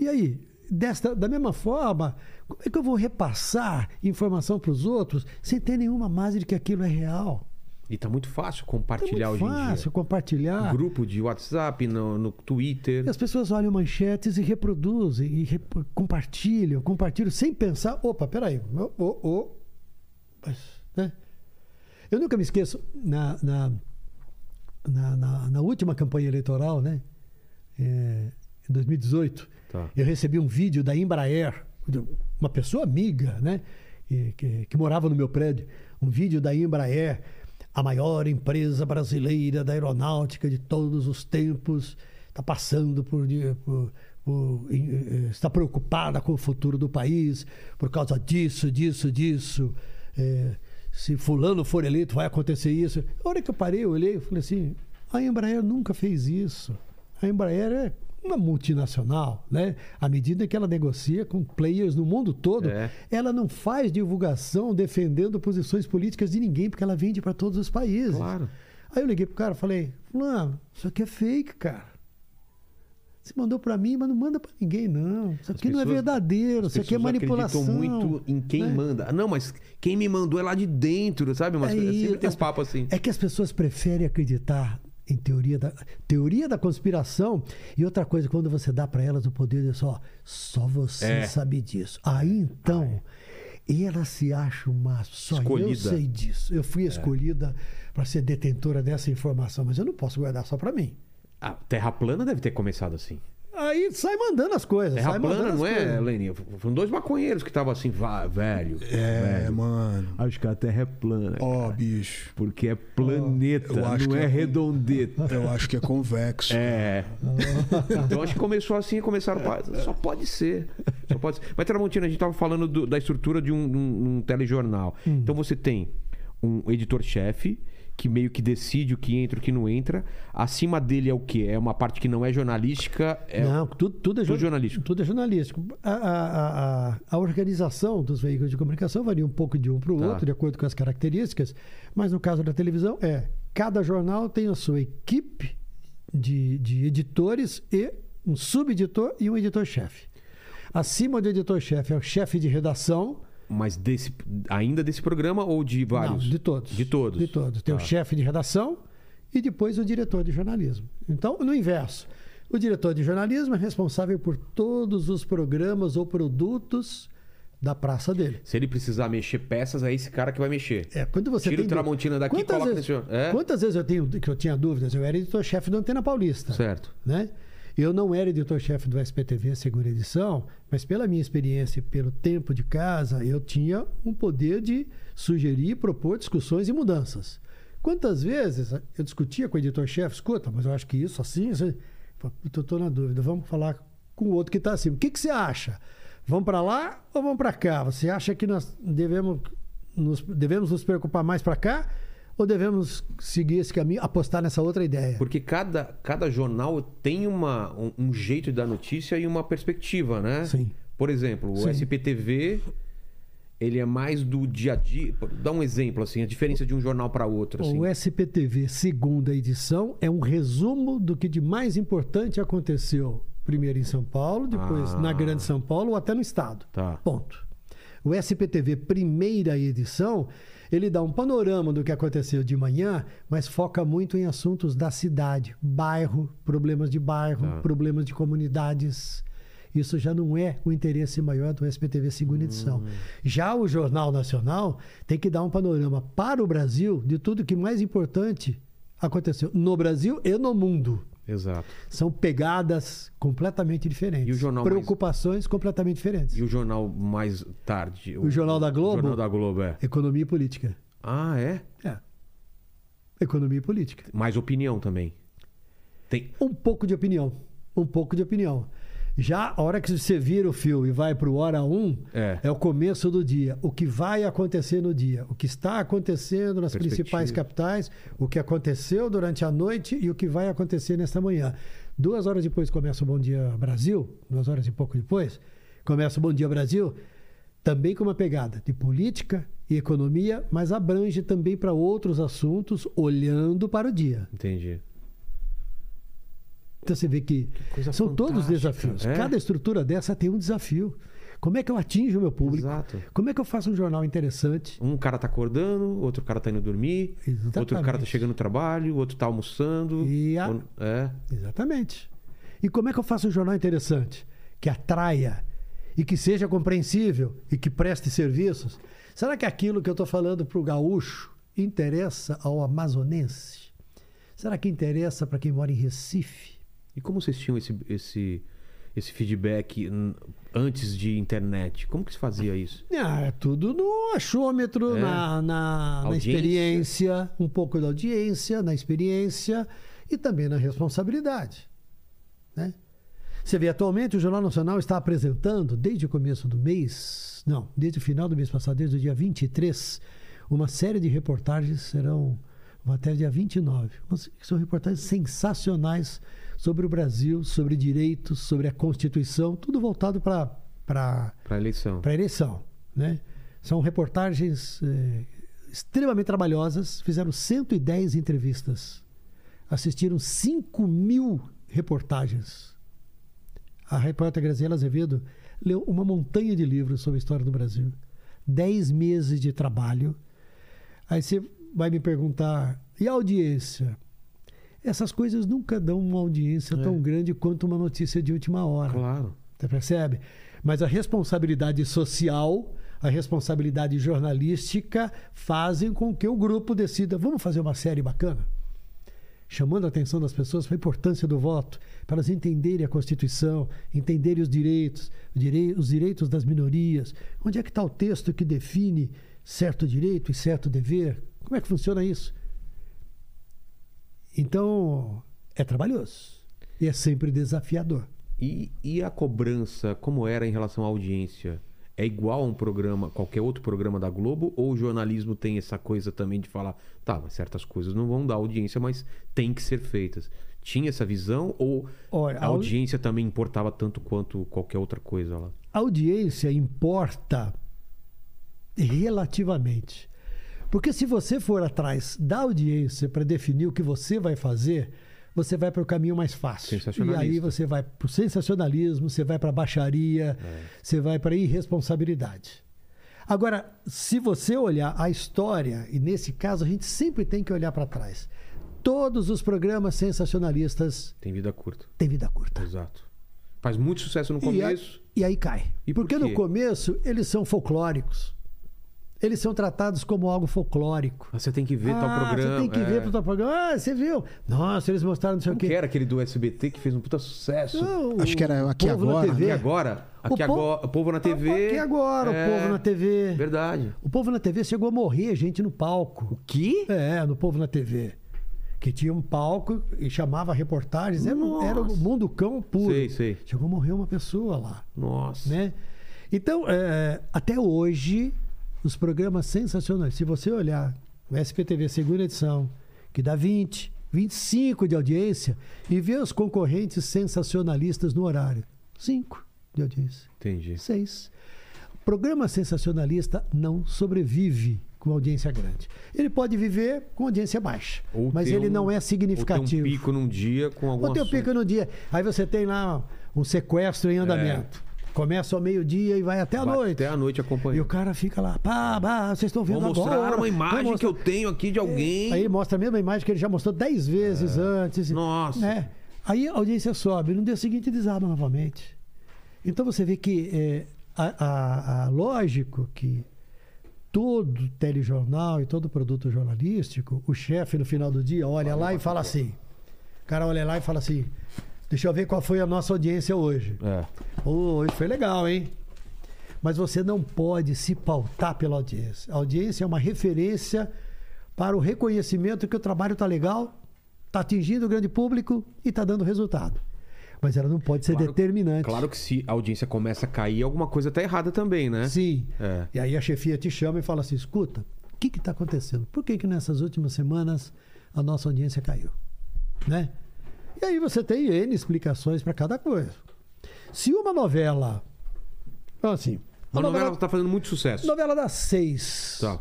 Speaker 4: E aí, desta, da mesma forma, como é que eu vou repassar informação para os outros sem ter nenhuma margem de que aquilo é real?
Speaker 1: E tá muito fácil
Speaker 4: Tá muito
Speaker 1: compartilhar hoje em
Speaker 4: fácil
Speaker 1: dia.
Speaker 4: compartilhar.
Speaker 1: Grupo de WhatsApp, no, no Twitter.
Speaker 4: E as pessoas olham manchetes e reproduzem, e rep- compartilham, compartilham, sem pensar, opa, peraí, ô, ô, ô. Mas, né? Eu nunca me esqueço, na, na, na, na- na última campanha eleitoral, né? É, em 2018,
Speaker 1: Tá.
Speaker 4: eu recebi um vídeo da Embraer, de uma pessoa amiga, né? e- Que, que morava no meu prédio. Um vídeo da Embraer, a maior empresa brasileira da aeronáutica de todos os tempos, está passando por. de- por- por- em- eh, está preocupada com o futuro do país por causa disso, disso, disso. eh, se Fulano for eleito, vai acontecer isso. A hora que eu parei, eu olhei e falei assim: a Embraer nunca fez isso. A Embraer é uma multinacional, né? À medida que ela negocia com players no mundo todo,
Speaker 1: É.
Speaker 4: ela não faz divulgação defendendo posições políticas de ninguém, porque ela vende para todos os países.
Speaker 1: Claro.
Speaker 4: Aí eu liguei pro cara e falei: Fulano, isso aqui é fake, cara. Você mandou para mim, mas não manda para ninguém, não. Isso aqui não é
Speaker 1: pessoas-
Speaker 4: verdadeiro, isso aqui é
Speaker 1: pessoas
Speaker 4: manipulação.
Speaker 1: acreditam muito em quem
Speaker 4: né?
Speaker 1: manda. Ah, Não, mas quem me mandou é lá de dentro, sabe? Mas
Speaker 4: É
Speaker 1: sempre
Speaker 4: isso.
Speaker 1: tem esse papo assim.
Speaker 4: É que as pessoas preferem acreditar em teoria da, teoria da conspiração e outra coisa, quando você dá para elas o poder de só, só você
Speaker 1: É.
Speaker 4: sabe disso. Aí então, ela se acha uma só eu
Speaker 1: Escolhida. É.
Speaker 4: sei disso. Eu fui escolhida para ser detentora dessa informação, mas eu não posso guardar só para mim.
Speaker 1: A Ah, Terra plana deve ter começado assim.
Speaker 4: Aí sai mandando as coisas.
Speaker 1: Terra
Speaker 4: sai mandando
Speaker 1: plana,
Speaker 4: as
Speaker 1: não é,
Speaker 4: coisas.
Speaker 1: Leninha? Foram dois maconheiros que estavam assim, vá, velho.
Speaker 2: É, mano.
Speaker 1: Acho que a Terra é plana.
Speaker 2: Ó, bicho.
Speaker 1: Porque é planeta,
Speaker 2: Eu acho
Speaker 1: não
Speaker 2: que
Speaker 1: é,
Speaker 2: é-
Speaker 1: redondeta.
Speaker 2: Eu acho que é convexo.
Speaker 1: É. então acho que começou assim, começaram. pá, Só pode ser. Só pode ser. Mas, Tramontina, a gente estava falando do- da estrutura de um, um- um telejornal.
Speaker 4: Hum.
Speaker 1: Então você tem um editor-chefe que meio que decide o que entra e o que não entra. Acima dele é o quê? É uma parte que não é jornalística. É...
Speaker 4: Não, tudo, tudo é
Speaker 1: Tudo
Speaker 4: jor-
Speaker 1: jornalístico.
Speaker 4: Tudo é jornalístico. A, a- a- a- a organização dos veículos de comunicação varia um pouco de um para o
Speaker 1: Tá.
Speaker 4: outro, de acordo com as características, mas no caso da televisão é cada jornal tem a sua equipe de, de editores e um subeditor e um editor-chefe. Acima do editor-chefe é o chefe de redação,
Speaker 1: Mas desse, ainda desse programa ou de vários?
Speaker 4: não, de todos.
Speaker 1: De todos.
Speaker 4: De todos. Tem
Speaker 1: Tá.
Speaker 4: o chefe de redação e depois o diretor de jornalismo. Então, no inverso, o diretor de jornalismo é responsável por todos os programas ou produtos da praça dele.
Speaker 1: Se ele precisar mexer peças, é esse cara que vai mexer.
Speaker 4: É, quando você
Speaker 1: Tira
Speaker 4: tem
Speaker 1: o
Speaker 4: du-
Speaker 1: Tramontina daqui e
Speaker 4: quantas
Speaker 1: coloca
Speaker 4: vezes,
Speaker 1: nesse- é?
Speaker 4: Quantas vezes eu tenho que eu tinha dúvidas? Eu era editor-chefe do Antena Paulista.
Speaker 1: Certo.
Speaker 4: né? Eu não era editor-chefe do SPTV segunda edição, mas pela minha experiência e pelo tempo de casa, eu tinha um poder de sugerir, propor discussões e mudanças. Quantas vezes eu discutia com o editor-chefe, escuta, mas eu acho que isso assim, isso... eu estou na dúvida, vamos falar com o outro que está acima. O que, que você acha? Vamos para lá ou vamos para cá? Você acha que nós devemos nos, devemos nos preocupar mais para cá ou devemos seguir esse caminho, apostar nessa outra ideia?
Speaker 1: Porque cada, cada jornal tem uma, um, um jeito de dar notícia e uma perspectiva, né?
Speaker 4: Sim.
Speaker 1: Por exemplo, o
Speaker 4: Sim.
Speaker 1: SPTV, ele é mais do dia a dia. Dá um exemplo, assim, a diferença de um jornal para outro. Assim.
Speaker 4: O SPTV, segunda edição, é um resumo do que de mais importante aconteceu. Primeiro em São Paulo, depois
Speaker 1: Ah.
Speaker 4: na Grande São Paulo ou até no Estado.
Speaker 1: Tá.
Speaker 4: Ponto. O SPTV, primeira edição, ele dá um panorama do que aconteceu de manhã, mas foca muito em assuntos da cidade, bairro, problemas de bairro, problemas de comunidades. Isso já não é o interesse maior do SPTV segunda edição. Já o Jornal Nacional tem que dar um panorama para o Brasil de tudo que mais importante aconteceu no Brasil e no mundo.
Speaker 1: Exato.
Speaker 4: São pegadas completamente diferentes.
Speaker 1: E o jornal mais-
Speaker 4: Preocupações completamente diferentes.
Speaker 1: E o jornal mais tarde?
Speaker 4: O Jornal da Globo?
Speaker 1: O Jornal da Globo, é.
Speaker 4: Economia e política.
Speaker 1: Ah, é?
Speaker 4: É. Economia e política.
Speaker 1: Mais opinião também. Tem...
Speaker 4: Um pouco de opinião. Um pouco de opinião. Já a hora que você vira o fio e vai para o hora 1,
Speaker 1: É.
Speaker 4: o começo do dia. O que vai acontecer no dia. O que está acontecendo nas
Speaker 1: Perspectiva.
Speaker 4: principais capitais. O que aconteceu durante a noite e o que vai acontecer nesta manhã. Duas horas depois começa o Bom Dia Brasil. Duas horas e pouco depois começa o Bom Dia Brasil. Também com uma pegada de política e economia, mas abrange também para outros assuntos, olhando para o dia.
Speaker 1: Entendi.
Speaker 4: Então você vê que,
Speaker 1: coisa
Speaker 4: são todos
Speaker 1: fantástica.
Speaker 4: desafios.
Speaker 1: É.
Speaker 4: Cada estrutura dessa tem um desafio. Como é que eu atinjo o meu público?
Speaker 1: Exato.
Speaker 4: Como é que eu faço um jornal interessante?
Speaker 1: Um cara tá acordando, outro cara tá indo dormir, outro cara tá
Speaker 4: Exatamente.
Speaker 1: chegando no trabalho, outro tá almoçando.
Speaker 4: E a-
Speaker 1: Ou- É.
Speaker 4: Exatamente. E como é que eu faço um jornal interessante? Que atraia e que seja compreensível e que preste serviços? Será que aquilo que eu estou falando para o gaúcho interessa ao amazonense? Será que interessa para quem mora em Recife?
Speaker 1: E como vocês tinham esse, esse, esse feedback hum, antes de internet? Como que se fazia isso?
Speaker 4: Ah, é tudo no achômetro,
Speaker 1: É.
Speaker 4: na, na- na
Speaker 1: Audiência.
Speaker 4: experiência, um pouco da audiência, na experiência e também na responsabilidade. Né? Você vê, atualmente o Jornal Nacional está apresentando, desde o começo do mês, não, desde o final do mês passado, desde o dia 23, uma série de reportagens serão vão até o dia 29. Mas São reportagens sensacionais sobre o Brasil, sobre direitos, sobre a Constituição, tudo voltado para
Speaker 1: Pra eleição.
Speaker 4: para a eleição. Né? São reportagens eh, extremamente trabalhosas, fizeram 110 entrevistas, assistiram 5 mil reportagens. A repórter Graziela Azevedo leu uma montanha de livros sobre a história do Brasil. 10 meses de trabalho. Aí você vai me perguntar, e a audiência? Essas coisas nunca dão uma audiência tão grande quanto uma notícia de última hora.
Speaker 1: Claro.
Speaker 4: Você percebe? Mas a responsabilidade social, a responsabilidade jornalística fazem com que o grupo decida: vamos fazer uma série bacana? Chamando a atenção das pessoas para a importância do voto, para elas entenderem a Constituição, entenderem os direitos, o direi- os direitos das minorias. Onde é que está o texto que define certo direito e certo dever? Como é que funciona isso? Então, é trabalhoso e é sempre desafiador.
Speaker 1: E, e a cobrança, como era em relação à audiência? É igual a um programa, qualquer outro programa da Globo? Ou o jornalismo tem essa coisa também de falar, tá, mas certas coisas não vão dar audiência, mas tem que ser feitas? Tinha essa visão ou
Speaker 4: Olha,
Speaker 1: a
Speaker 4: a au-
Speaker 1: audiência também importava tanto quanto qualquer outra coisa lá?
Speaker 4: A audiência importa relativamente. Porque se você for atrás da audiência para definir o que você vai fazer, você vai para o caminho mais fácil. E
Speaker 1: Sensacionalista.
Speaker 4: aí você vai para o sensacionalismo, você vai para a baixaria, você vai para a irresponsabilidade. Agora, se você olhar a história, e nesse caso a gente sempre tem que olhar para trás, todos os programas sensacionalistas
Speaker 1: Tem vida curta.
Speaker 4: têm vida curta.
Speaker 1: Exato. Faz muito sucesso no
Speaker 4: Tá. E a-
Speaker 1: começo.
Speaker 4: E, aí cai.
Speaker 1: E por
Speaker 4: Porque
Speaker 1: quê?
Speaker 4: no começo eles são folclóricos. Eles são tratados como algo folclórico.
Speaker 1: Ah, Você tem que ver tal
Speaker 4: ah,
Speaker 1: programa.
Speaker 4: você tem que
Speaker 1: é.
Speaker 4: ver pro tal programa. Ah, você viu? Nossa, eles mostraram não sei
Speaker 1: Como
Speaker 4: o quê.
Speaker 1: que era aquele do SBT que fez um puta sucesso?
Speaker 4: Não,
Speaker 2: Acho que era
Speaker 4: o
Speaker 2: Aqui
Speaker 4: povo na
Speaker 2: Agora. né?
Speaker 4: TV.
Speaker 1: Aqui agora?
Speaker 4: O
Speaker 1: Aqui
Speaker 4: povo-
Speaker 1: agora. O povo na TV.
Speaker 4: Aqui agora,
Speaker 1: É,
Speaker 4: o povo na TV.
Speaker 1: Verdade.
Speaker 4: O povo na TV chegou a morrer, gente, no palco.
Speaker 1: Que?
Speaker 4: É, no povo na TV. Que tinha um palco e chamava reportagens. Era, um- era o
Speaker 1: Nossa.
Speaker 4: mundo cão puro.
Speaker 1: Sei, sei.
Speaker 4: Chegou a morrer uma pessoa lá.
Speaker 1: Nossa.
Speaker 4: né? Então, é, até hoje, os programas sensacionais. Se você olhar o SPTV segunda edição, que dá 20, 25 de audiência, e ver os concorrentes sensacionalistas no horário. 5 de audiência.
Speaker 1: Entendi.
Speaker 4: 6. Programa sensacionalista não sobrevive com audiência grande. Ele pode viver com audiência baixa,
Speaker 1: Ou
Speaker 4: mas
Speaker 1: ter
Speaker 4: ele
Speaker 1: um-
Speaker 4: não é
Speaker 1: Ou tem um
Speaker 4: significativo.
Speaker 1: pico num dia com algum
Speaker 4: Ou tem o
Speaker 1: assunto.
Speaker 4: pico no dia. Aí você tem lá um sequestro um em andamento. Começa ao meio-dia e vai até a
Speaker 1: É. Vai
Speaker 4: noite.
Speaker 1: Até a noite
Speaker 4: E o
Speaker 1: acompanhando.
Speaker 4: cara fica lá, pá, pá, vocês estão vendo
Speaker 1: Vou mostrar
Speaker 4: agora.
Speaker 1: uma imagem
Speaker 4: Vou
Speaker 1: que eu
Speaker 4: mostrar. É,
Speaker 1: tenho aqui de alguém.
Speaker 4: Aí ele mostra a mesma imagem que ele já mostrou dez vezes antes.
Speaker 1: Nossa.
Speaker 4: né? Aí a audiência sobe, no dia seguinte desaba novamente. Então você vê que é a, a- a- lógico que todo telejornal e todo produto jornalístico, o chefe no final do dia olha lá e fala assim. O cara olha lá e fala assim: deixa eu ver qual foi a nossa audiência hoje.
Speaker 1: É.
Speaker 4: Ô, hoje foi legal, hein? Mas você não pode se pautar pela audiência. A audiência é uma referência para o reconhecimento que o trabalho está legal, está atingindo o grande público e está dando resultado. Mas ela não pode ser
Speaker 1: Claro-
Speaker 4: determinante.
Speaker 1: Claro que se a audiência começa a cair, alguma coisa tá errada também, né?
Speaker 4: Sim.
Speaker 1: É.
Speaker 4: E aí a chefia te chama e fala assim: escuta, o que está acontecendo? Por que, que nessas últimas semanas a nossa audiência caiu? Né? E aí você tem N explicações para cada coisa. Se uma novela. Então, assim.
Speaker 1: A novela tá fazendo muito sucesso.
Speaker 4: Novela das seis.
Speaker 1: Tá.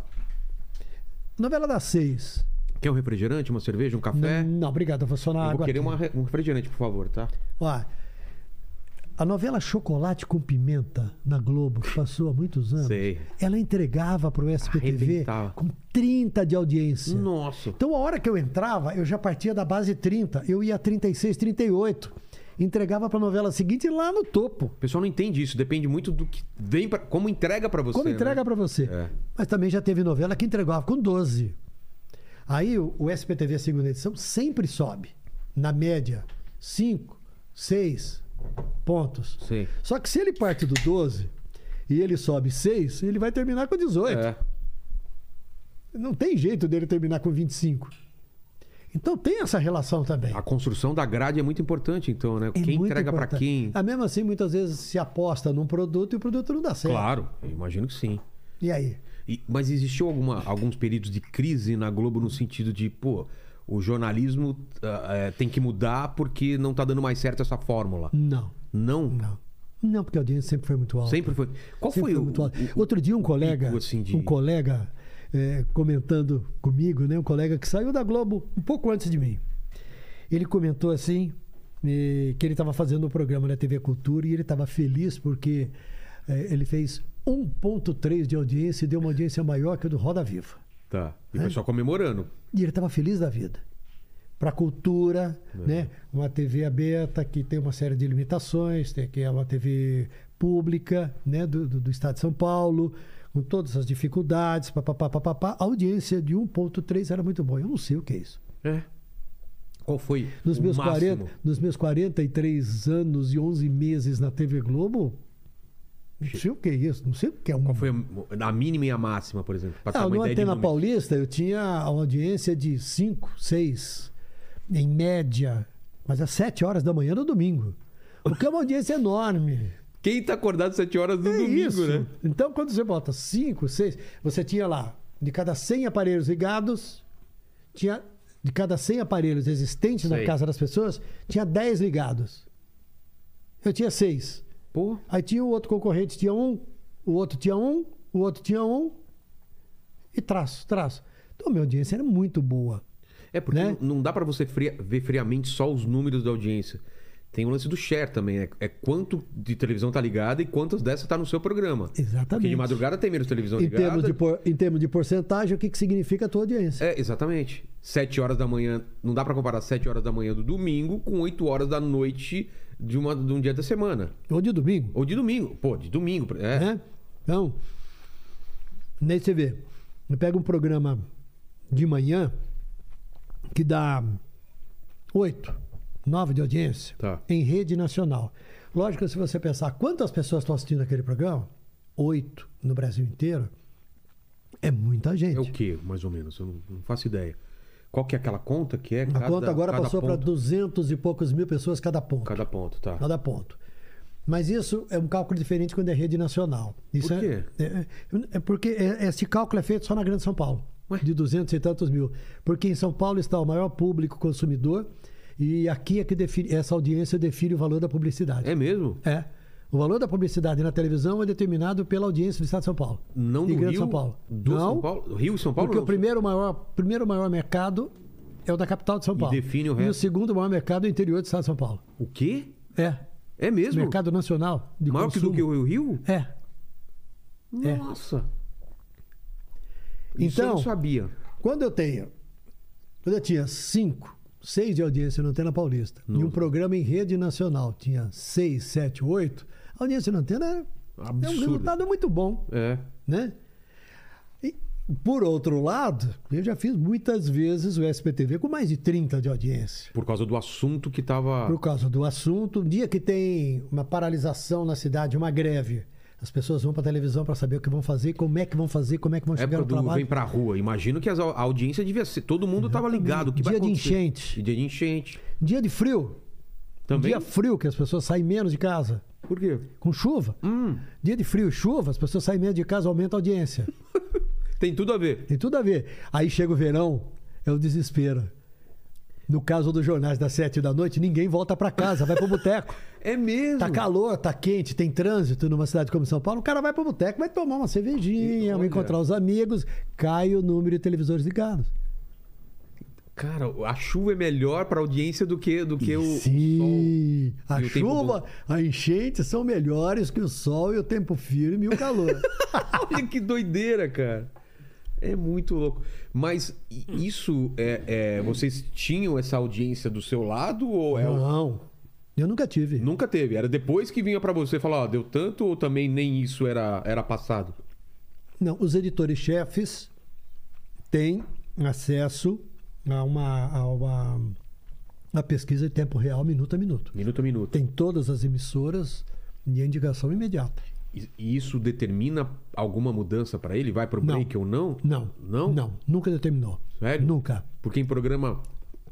Speaker 4: Novela das seis.
Speaker 1: Quer um refrigerante, uma cerveja, um café?
Speaker 4: N- Não, obrigado, eu vou só na
Speaker 1: Eu
Speaker 4: água.
Speaker 1: vou querer
Speaker 4: aqui.
Speaker 1: uma re- um refrigerante, por favor, tá?
Speaker 4: Ó, a novela Chocolate com Pimenta na Globo, que passou há muitos anos,
Speaker 1: Sei.
Speaker 4: ela entregava para o SPTV
Speaker 1: Arrebentava.
Speaker 4: com 30 de audiência.
Speaker 1: Nossa.
Speaker 4: Então, a hora que eu entrava, eu já partia da base 30. Eu ia 36, 38. Entregava para a novela seguinte lá no topo.
Speaker 1: O pessoal não entende isso. Depende muito do que vem pra, como entrega pra você.
Speaker 4: Como entrega
Speaker 1: né?
Speaker 4: pra você.
Speaker 1: É.
Speaker 4: Mas também já teve novela que entregava com 12. Aí o, o SPTV segunda edição sempre sobe. Na média, 5, 6 pontos.
Speaker 1: Sim.
Speaker 4: Só que se ele parte do 12 e ele sobe 6, ele vai terminar com 18.
Speaker 1: É.
Speaker 4: Não tem jeito dele terminar com 25. Então tem essa relação também.
Speaker 1: A construção da grade é muito importante, então, né?
Speaker 4: É
Speaker 1: quem
Speaker 4: muito
Speaker 1: entrega pra
Speaker 4: importante.
Speaker 1: quem?
Speaker 4: Ah, mesmo assim, muitas vezes se aposta num produto e o produto não dá certo.
Speaker 1: Claro, eu imagino que sim.
Speaker 4: E aí?
Speaker 1: E- mas existiu alguma, alguns períodos de crise na Globo no sentido de, pô, o jornalismo ah, eh, tem que mudar porque não tá dando mais certo essa fórmula?
Speaker 4: Não,
Speaker 1: Não?
Speaker 4: não. Não, porque a audiência sempre foi muito alta.
Speaker 1: Sempre foi. Qual
Speaker 4: Sempre
Speaker 1: foi, o,
Speaker 4: muito alto.
Speaker 1: o-
Speaker 4: Outro dia um colega,
Speaker 1: pico, assim, de-
Speaker 4: um colega é, comentando comigo, né? Um colega que saiu da Globo um pouco antes de mim. Ele comentou assim eh, que ele estava fazendo um programa na TV Cultura e ele estava feliz porque eh, ele fez 1.3 de audiência e deu uma audiência maior que a do Roda Viva.
Speaker 1: Tá. E
Speaker 4: É?
Speaker 1: o pessoal comemorando.
Speaker 4: E ele estava feliz da vida. Para a cultura,
Speaker 1: É.
Speaker 4: né? uma TV aberta que tem uma série de limitações, tem que é uma TV pública né? do, do, do Estado de São Paulo, com todas as dificuldades, papapá, papapá. A audiência de 1.3 era muito boa. Eu não sei o que é isso.
Speaker 1: É. Qual foi
Speaker 4: Nos
Speaker 1: o
Speaker 4: meus,
Speaker 1: máximo?
Speaker 4: 40, nos meus 43 anos e 11 meses na TV Globo, não sei o que é isso. Não sei o que é um...
Speaker 1: Qual foi a, a mínima e a máxima, por exemplo? Pra ter
Speaker 4: Ah,
Speaker 1: uma
Speaker 4: no
Speaker 1: ideia de
Speaker 4: Antena
Speaker 1: número.
Speaker 4: Paulista eu tinha a audiência de 5, 6, em média, mas às 7 horas da manhã no domingo. O que é uma audiência enorme.
Speaker 1: Quem tá acordado às 7 horas do
Speaker 4: É
Speaker 1: domingo,
Speaker 4: isso.
Speaker 1: né?
Speaker 4: Então, quando você bota 5, 6, você tinha lá, de cada 100 aparelhos ligados, tinha de cada 100 aparelhos existentes na
Speaker 1: Sei.
Speaker 4: casa das pessoas, tinha 10 ligados. Eu tinha 6.
Speaker 1: Pô,
Speaker 4: Aí tinha o outro concorrente, tinha um, o outro tinha um, o outro tinha um, e traço, traço. Então, minha audiência era muito boa.
Speaker 1: é porque
Speaker 4: Né?
Speaker 1: não não dá pra você fria- ver friamente só os números da audiência. Tem o lance do share também, né? É quanto de televisão tá ligada e quantas dessa tá no seu programa. Porque
Speaker 4: Exatamente.
Speaker 1: de madrugada tem menos televisão
Speaker 4: Em
Speaker 1: ligada.
Speaker 4: termos, de por- em termos de porcentagem, o que, que significa a tua audiência?
Speaker 1: É, exatamente. 7 horas da manhã, não dá pra comparar 7 horas da manhã do domingo com 8 horas da noite de, uma, de um dia da semana.
Speaker 4: Ou de é domingo.
Speaker 1: Ou de domingo. Pô, de domingo. É.
Speaker 4: né? Então, nem você vê. Eu pego um programa de manhã que dá 8, 9 de audiência
Speaker 1: Tá.
Speaker 4: em rede nacional. Lógico, se você pensar quantas pessoas estão assistindo aquele programa, 8 no Brasil inteiro, é muita gente.
Speaker 1: É o que, mais ou menos? Eu não, não faço ideia. Qual que é aquela conta que é?
Speaker 4: A conta agora
Speaker 1: cada
Speaker 4: passou para
Speaker 1: ponto?
Speaker 4: 200 e poucos mil pessoas cada ponto.
Speaker 1: Cada ponto, tá.
Speaker 4: cada ponto. Mas isso é um cálculo diferente quando é rede nacional. Isso
Speaker 1: Por
Speaker 4: é-
Speaker 1: quê?
Speaker 4: É, é, é porque é- esse cálculo é feito só na Grande São Paulo,
Speaker 1: Ué?
Speaker 4: de 200 e tantos mil. Porque em São Paulo está o maior público consumidor e aqui é que define, essa audiência define o valor da publicidade.
Speaker 1: É mesmo?
Speaker 4: É. O valor da publicidade na televisão é determinado pela audiência do Estado de São Paulo.
Speaker 1: Não
Speaker 4: e
Speaker 1: do
Speaker 4: Grande
Speaker 1: Rio?
Speaker 4: São Paulo.
Speaker 1: Do
Speaker 4: Não,
Speaker 1: São Paulo? Rio e São Paulo?
Speaker 4: porque
Speaker 1: não.
Speaker 4: o primeiro maior, primeiro maior mercado é o da capital de São Paulo.
Speaker 1: define o
Speaker 4: E o
Speaker 1: resto.
Speaker 4: segundo maior mercado é o interior do Estado de São Paulo.
Speaker 1: O quê?
Speaker 4: É.
Speaker 1: É mesmo?
Speaker 4: Mercado nacional de
Speaker 1: Maior que
Speaker 4: consumo.
Speaker 1: do que o Rio?
Speaker 4: É. É.
Speaker 1: Nossa. Isso eu
Speaker 4: Então,
Speaker 1: não sabia.
Speaker 4: Quando eu tenho. Quando eu tinha cinco, seis de audiência na Antena Paulista, e um programa em rede nacional tinha seis, sete, oito, a audiência na Antena era é um
Speaker 1: Absurdo.
Speaker 4: resultado muito bom,
Speaker 1: É.
Speaker 4: né? E, por outro lado, eu já fiz muitas vezes o SPTV com mais de 30 de audiência.
Speaker 1: Por causa do assunto que tava.
Speaker 4: Por causa do assunto, um dia que tem uma paralisação na cidade, uma greve, as pessoas vão para a televisão para saber o que vão fazer, como é que vão fazer, como é que vão chegar
Speaker 1: Época
Speaker 4: no
Speaker 1: do Vem
Speaker 4: trabalho.
Speaker 1: Pra Rua. Imagino que as au- a audiência devia ser. Todo mundo tava ligado. o Que vai
Speaker 4: Dia de
Speaker 1: acontecer.
Speaker 4: enchente.
Speaker 1: E Dia de enchente.
Speaker 4: Dia de frio,
Speaker 1: Também.
Speaker 4: dia frio que as pessoas saem menos de casa.
Speaker 1: Por quê?
Speaker 4: Com chuva.
Speaker 1: Hum,
Speaker 4: Dia de frio e chuva, as pessoas saem menos de casa, aumenta a audiência.
Speaker 1: tem tudo a ver.
Speaker 4: Tem tudo a ver. Aí chega o verão, é o desespero. No caso dos jornais das sete da noite, ninguém volta pra casa, vai pro boteco.
Speaker 1: É mesmo.
Speaker 4: Tá calor, tá quente, tem trânsito numa cidade como São Paulo, o cara vai pro boteco, vai tomar uma cervejinha, vai
Speaker 1: Olha.
Speaker 4: encontrar os amigos, cai o número de televisores ligados.
Speaker 1: Cara, a chuva é melhor pra audiência do que, do que o. sol.
Speaker 4: Sim, a
Speaker 1: e o tempo
Speaker 4: chuva, a enchente são melhores que o sol e o tempo firme e o calor.
Speaker 1: Olha que doideira, cara. É muito louco. Mas i- isso é, é- Vocês tinham essa audiência do seu lado ou é. o-
Speaker 4: Não, eu nunca tive.
Speaker 1: Nunca teve. Era depois que vinha pra você falar, ó, deu tanto ou também nem isso era, era passado?
Speaker 4: Não, os editores-chefes têm acesso a uma, a uma a pesquisa de tempo real, minuto a minuto.
Speaker 1: Minuto a minuto.
Speaker 4: Tem todas as emissoras e a indicação imediata.
Speaker 1: E e isso determina alguma mudança pra ele? Vai pro
Speaker 4: Não.
Speaker 1: break ou não?
Speaker 4: Não.
Speaker 1: Não?
Speaker 4: Não. Nunca determinou.
Speaker 1: Sério?
Speaker 4: Nunca.
Speaker 1: Porque em programa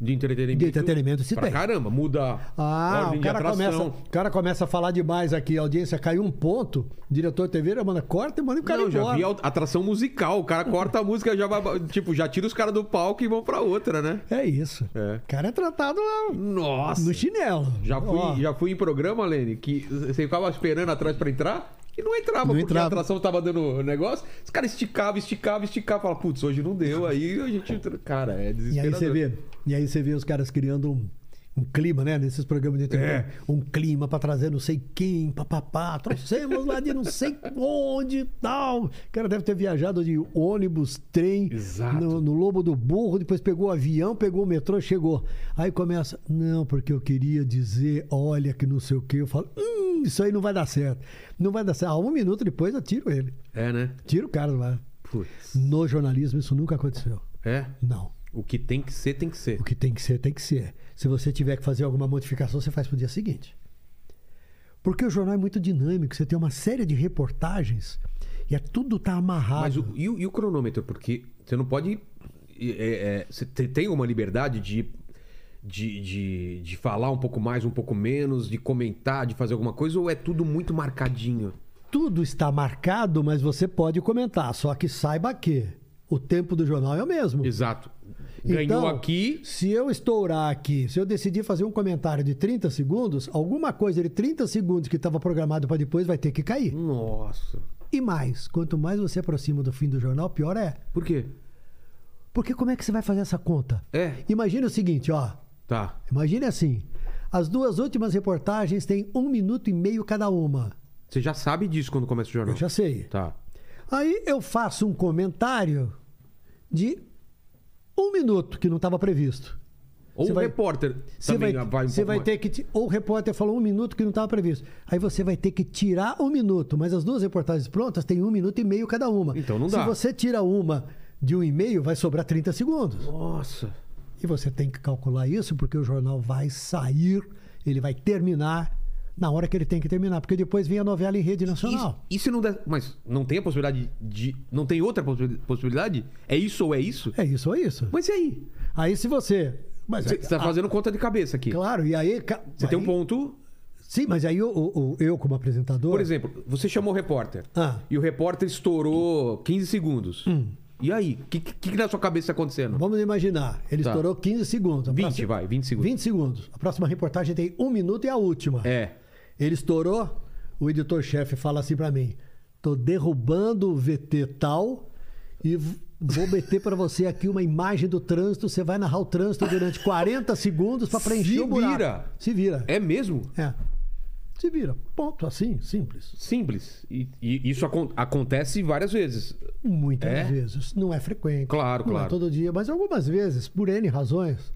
Speaker 1: de entretenimento.
Speaker 4: De entretenimento se
Speaker 1: pra
Speaker 4: tem.
Speaker 1: caramba, muda a
Speaker 4: Ah,
Speaker 1: ordem
Speaker 4: o
Speaker 1: de
Speaker 4: cara, começa,
Speaker 1: atração.
Speaker 4: o cara começa a falar demais aqui, a audiência caiu um ponto, o diretor de TV já manda corta e manda o cara
Speaker 1: não, já
Speaker 4: embora.
Speaker 1: vi a atração musical. O cara corta a música, já vai. Tipo, já tira os caras do palco e vão pra outra, né?
Speaker 4: É isso.
Speaker 1: É.
Speaker 4: O cara é tratado ah,
Speaker 1: Nossa!
Speaker 4: no chinelo.
Speaker 1: Já fui,
Speaker 4: Ó,
Speaker 1: já fui em programa, Lene, que você ficava esperando atrás pra entrar e não entrava,
Speaker 2: Não
Speaker 1: porque a
Speaker 2: entrava.
Speaker 1: atração tava dando o negócio. Os caras esticavam, esticavam, esticavam. Falavam, putz, hoje não deu. Aí a gente. entra- Cara, é
Speaker 4: E aí
Speaker 1: desesperador.
Speaker 4: você vê, e aí você vê os caras criando um, um clima, né? Nesses programas de entretenimento.
Speaker 1: É.
Speaker 4: Um clima pra trazer não sei quem, papapá. Trouxemos lá de não sei onde e tal. O cara deve ter viajado de ônibus, trem,
Speaker 1: Exato.
Speaker 4: No, no lobo do burro, depois pegou o avião, pegou o metrô, chegou. Aí começa, não, porque eu queria dizer, olha que não sei o quê. Eu falo, hum, isso aí não vai dar certo. Não vai dar certo. Ah, um minuto depois eu tiro ele.
Speaker 1: É, né?
Speaker 4: Tiro o cara lá.
Speaker 1: Putz.
Speaker 4: No jornalismo isso nunca aconteceu.
Speaker 1: É.
Speaker 4: Não.
Speaker 1: O que tem que ser, tem que ser.
Speaker 4: O que tem que ser, tem que ser. Se você tiver que fazer alguma modificação, você faz pro dia seguinte. Porque o jornal é muito dinâmico, você tem uma série de reportagens e é, tudo tá amarrado.
Speaker 1: Mas o, e, o, e o cronômetro? Porque você não pode. é, é, você te- tem uma liberdade de, de, de, de falar um pouco mais, um pouco menos, de comentar, de fazer alguma coisa, ou é tudo muito marcadinho?
Speaker 4: Tudo está marcado, mas você pode comentar. Só que saiba que o tempo do jornal é o mesmo.
Speaker 1: Exato. Ganhou
Speaker 4: Então,
Speaker 1: aqui.
Speaker 4: Se eu estourar aqui, se eu decidir fazer um comentário de 30 segundos, alguma coisa de 30 segundos que estava programado para depois vai ter que cair.
Speaker 1: Nossa.
Speaker 4: E mais, quanto mais você aproxima do fim do jornal, pior é.
Speaker 1: Por quê?
Speaker 4: Porque como é que você vai fazer essa conta?
Speaker 1: É.
Speaker 4: Imagine o seguinte, ó.
Speaker 1: Tá.
Speaker 4: Imagine assim. As duas últimas reportagens têm um minuto e meio cada uma.
Speaker 1: Você já sabe disso quando começa o jornal.
Speaker 4: Eu já sei.
Speaker 1: Tá.
Speaker 4: Aí eu faço um comentário de um minuto que não estava previsto.
Speaker 1: Ou
Speaker 4: Você
Speaker 1: o
Speaker 4: vai-
Speaker 1: repórter
Speaker 4: Você vai,
Speaker 1: também vai um
Speaker 4: você
Speaker 1: pouco
Speaker 4: vai
Speaker 1: mais.
Speaker 4: ter que. ti- Ou o repórter falou um minuto que não estava previsto. Aí você vai ter que tirar um minuto, mas as duas reportagens prontas têm um minuto e meio cada uma.
Speaker 1: Então não
Speaker 4: Se
Speaker 1: dá.
Speaker 4: você tira uma de um e meio, vai sobrar 30 segundos.
Speaker 1: Nossa.
Speaker 4: E você tem que calcular isso porque o jornal vai sair, ele vai terminar na hora que ele tem que terminar, porque depois vem a novela em rede nacional.
Speaker 1: E, e se não der. Mas não tem a possibilidade de. Não tem outra possi- possibilidade? É isso ou é isso?
Speaker 4: É isso ou é isso?
Speaker 1: Mas e aí?
Speaker 4: Aí se você. Mas,
Speaker 1: Você está
Speaker 4: ah,
Speaker 1: fazendo conta de cabeça aqui.
Speaker 4: Claro, e aí. ca-
Speaker 1: Você tem um
Speaker 4: aí-
Speaker 1: ponto.
Speaker 4: Sim, mas aí o- o- o- eu, como apresentador.
Speaker 1: Por exemplo, você chamou o repórter.
Speaker 4: Ah. Hum.
Speaker 1: E o repórter estourou 15 segundos. E aí? O que, que, que na sua cabeça está acontecendo?
Speaker 4: Vamos imaginar, ele
Speaker 1: Tá.
Speaker 4: estourou 15 segundos. A
Speaker 1: 20,
Speaker 4: próxima-
Speaker 1: vai, 20 segundos.
Speaker 4: 20 segundos. A próxima reportagem tem um minuto e a última.
Speaker 1: É.
Speaker 4: Ele estourou, o editor-chefe fala assim pra mim: tô derrubando o VT tal e v- vou meter pra você aqui uma imagem do trânsito. Você vai narrar o trânsito durante 40 segundos pra preencher
Speaker 1: Se
Speaker 4: o buraco.
Speaker 1: vira.
Speaker 4: Se vira.
Speaker 1: É mesmo?
Speaker 4: É. Se vira. Ponto. Assim, simples.
Speaker 1: Simples. E, e isso acon- acontece várias vezes.
Speaker 4: Muitas
Speaker 1: É?
Speaker 4: vezes. Não é frequente.
Speaker 1: Claro,
Speaker 4: não
Speaker 1: claro.
Speaker 4: é todo dia, mas algumas vezes, por N razões,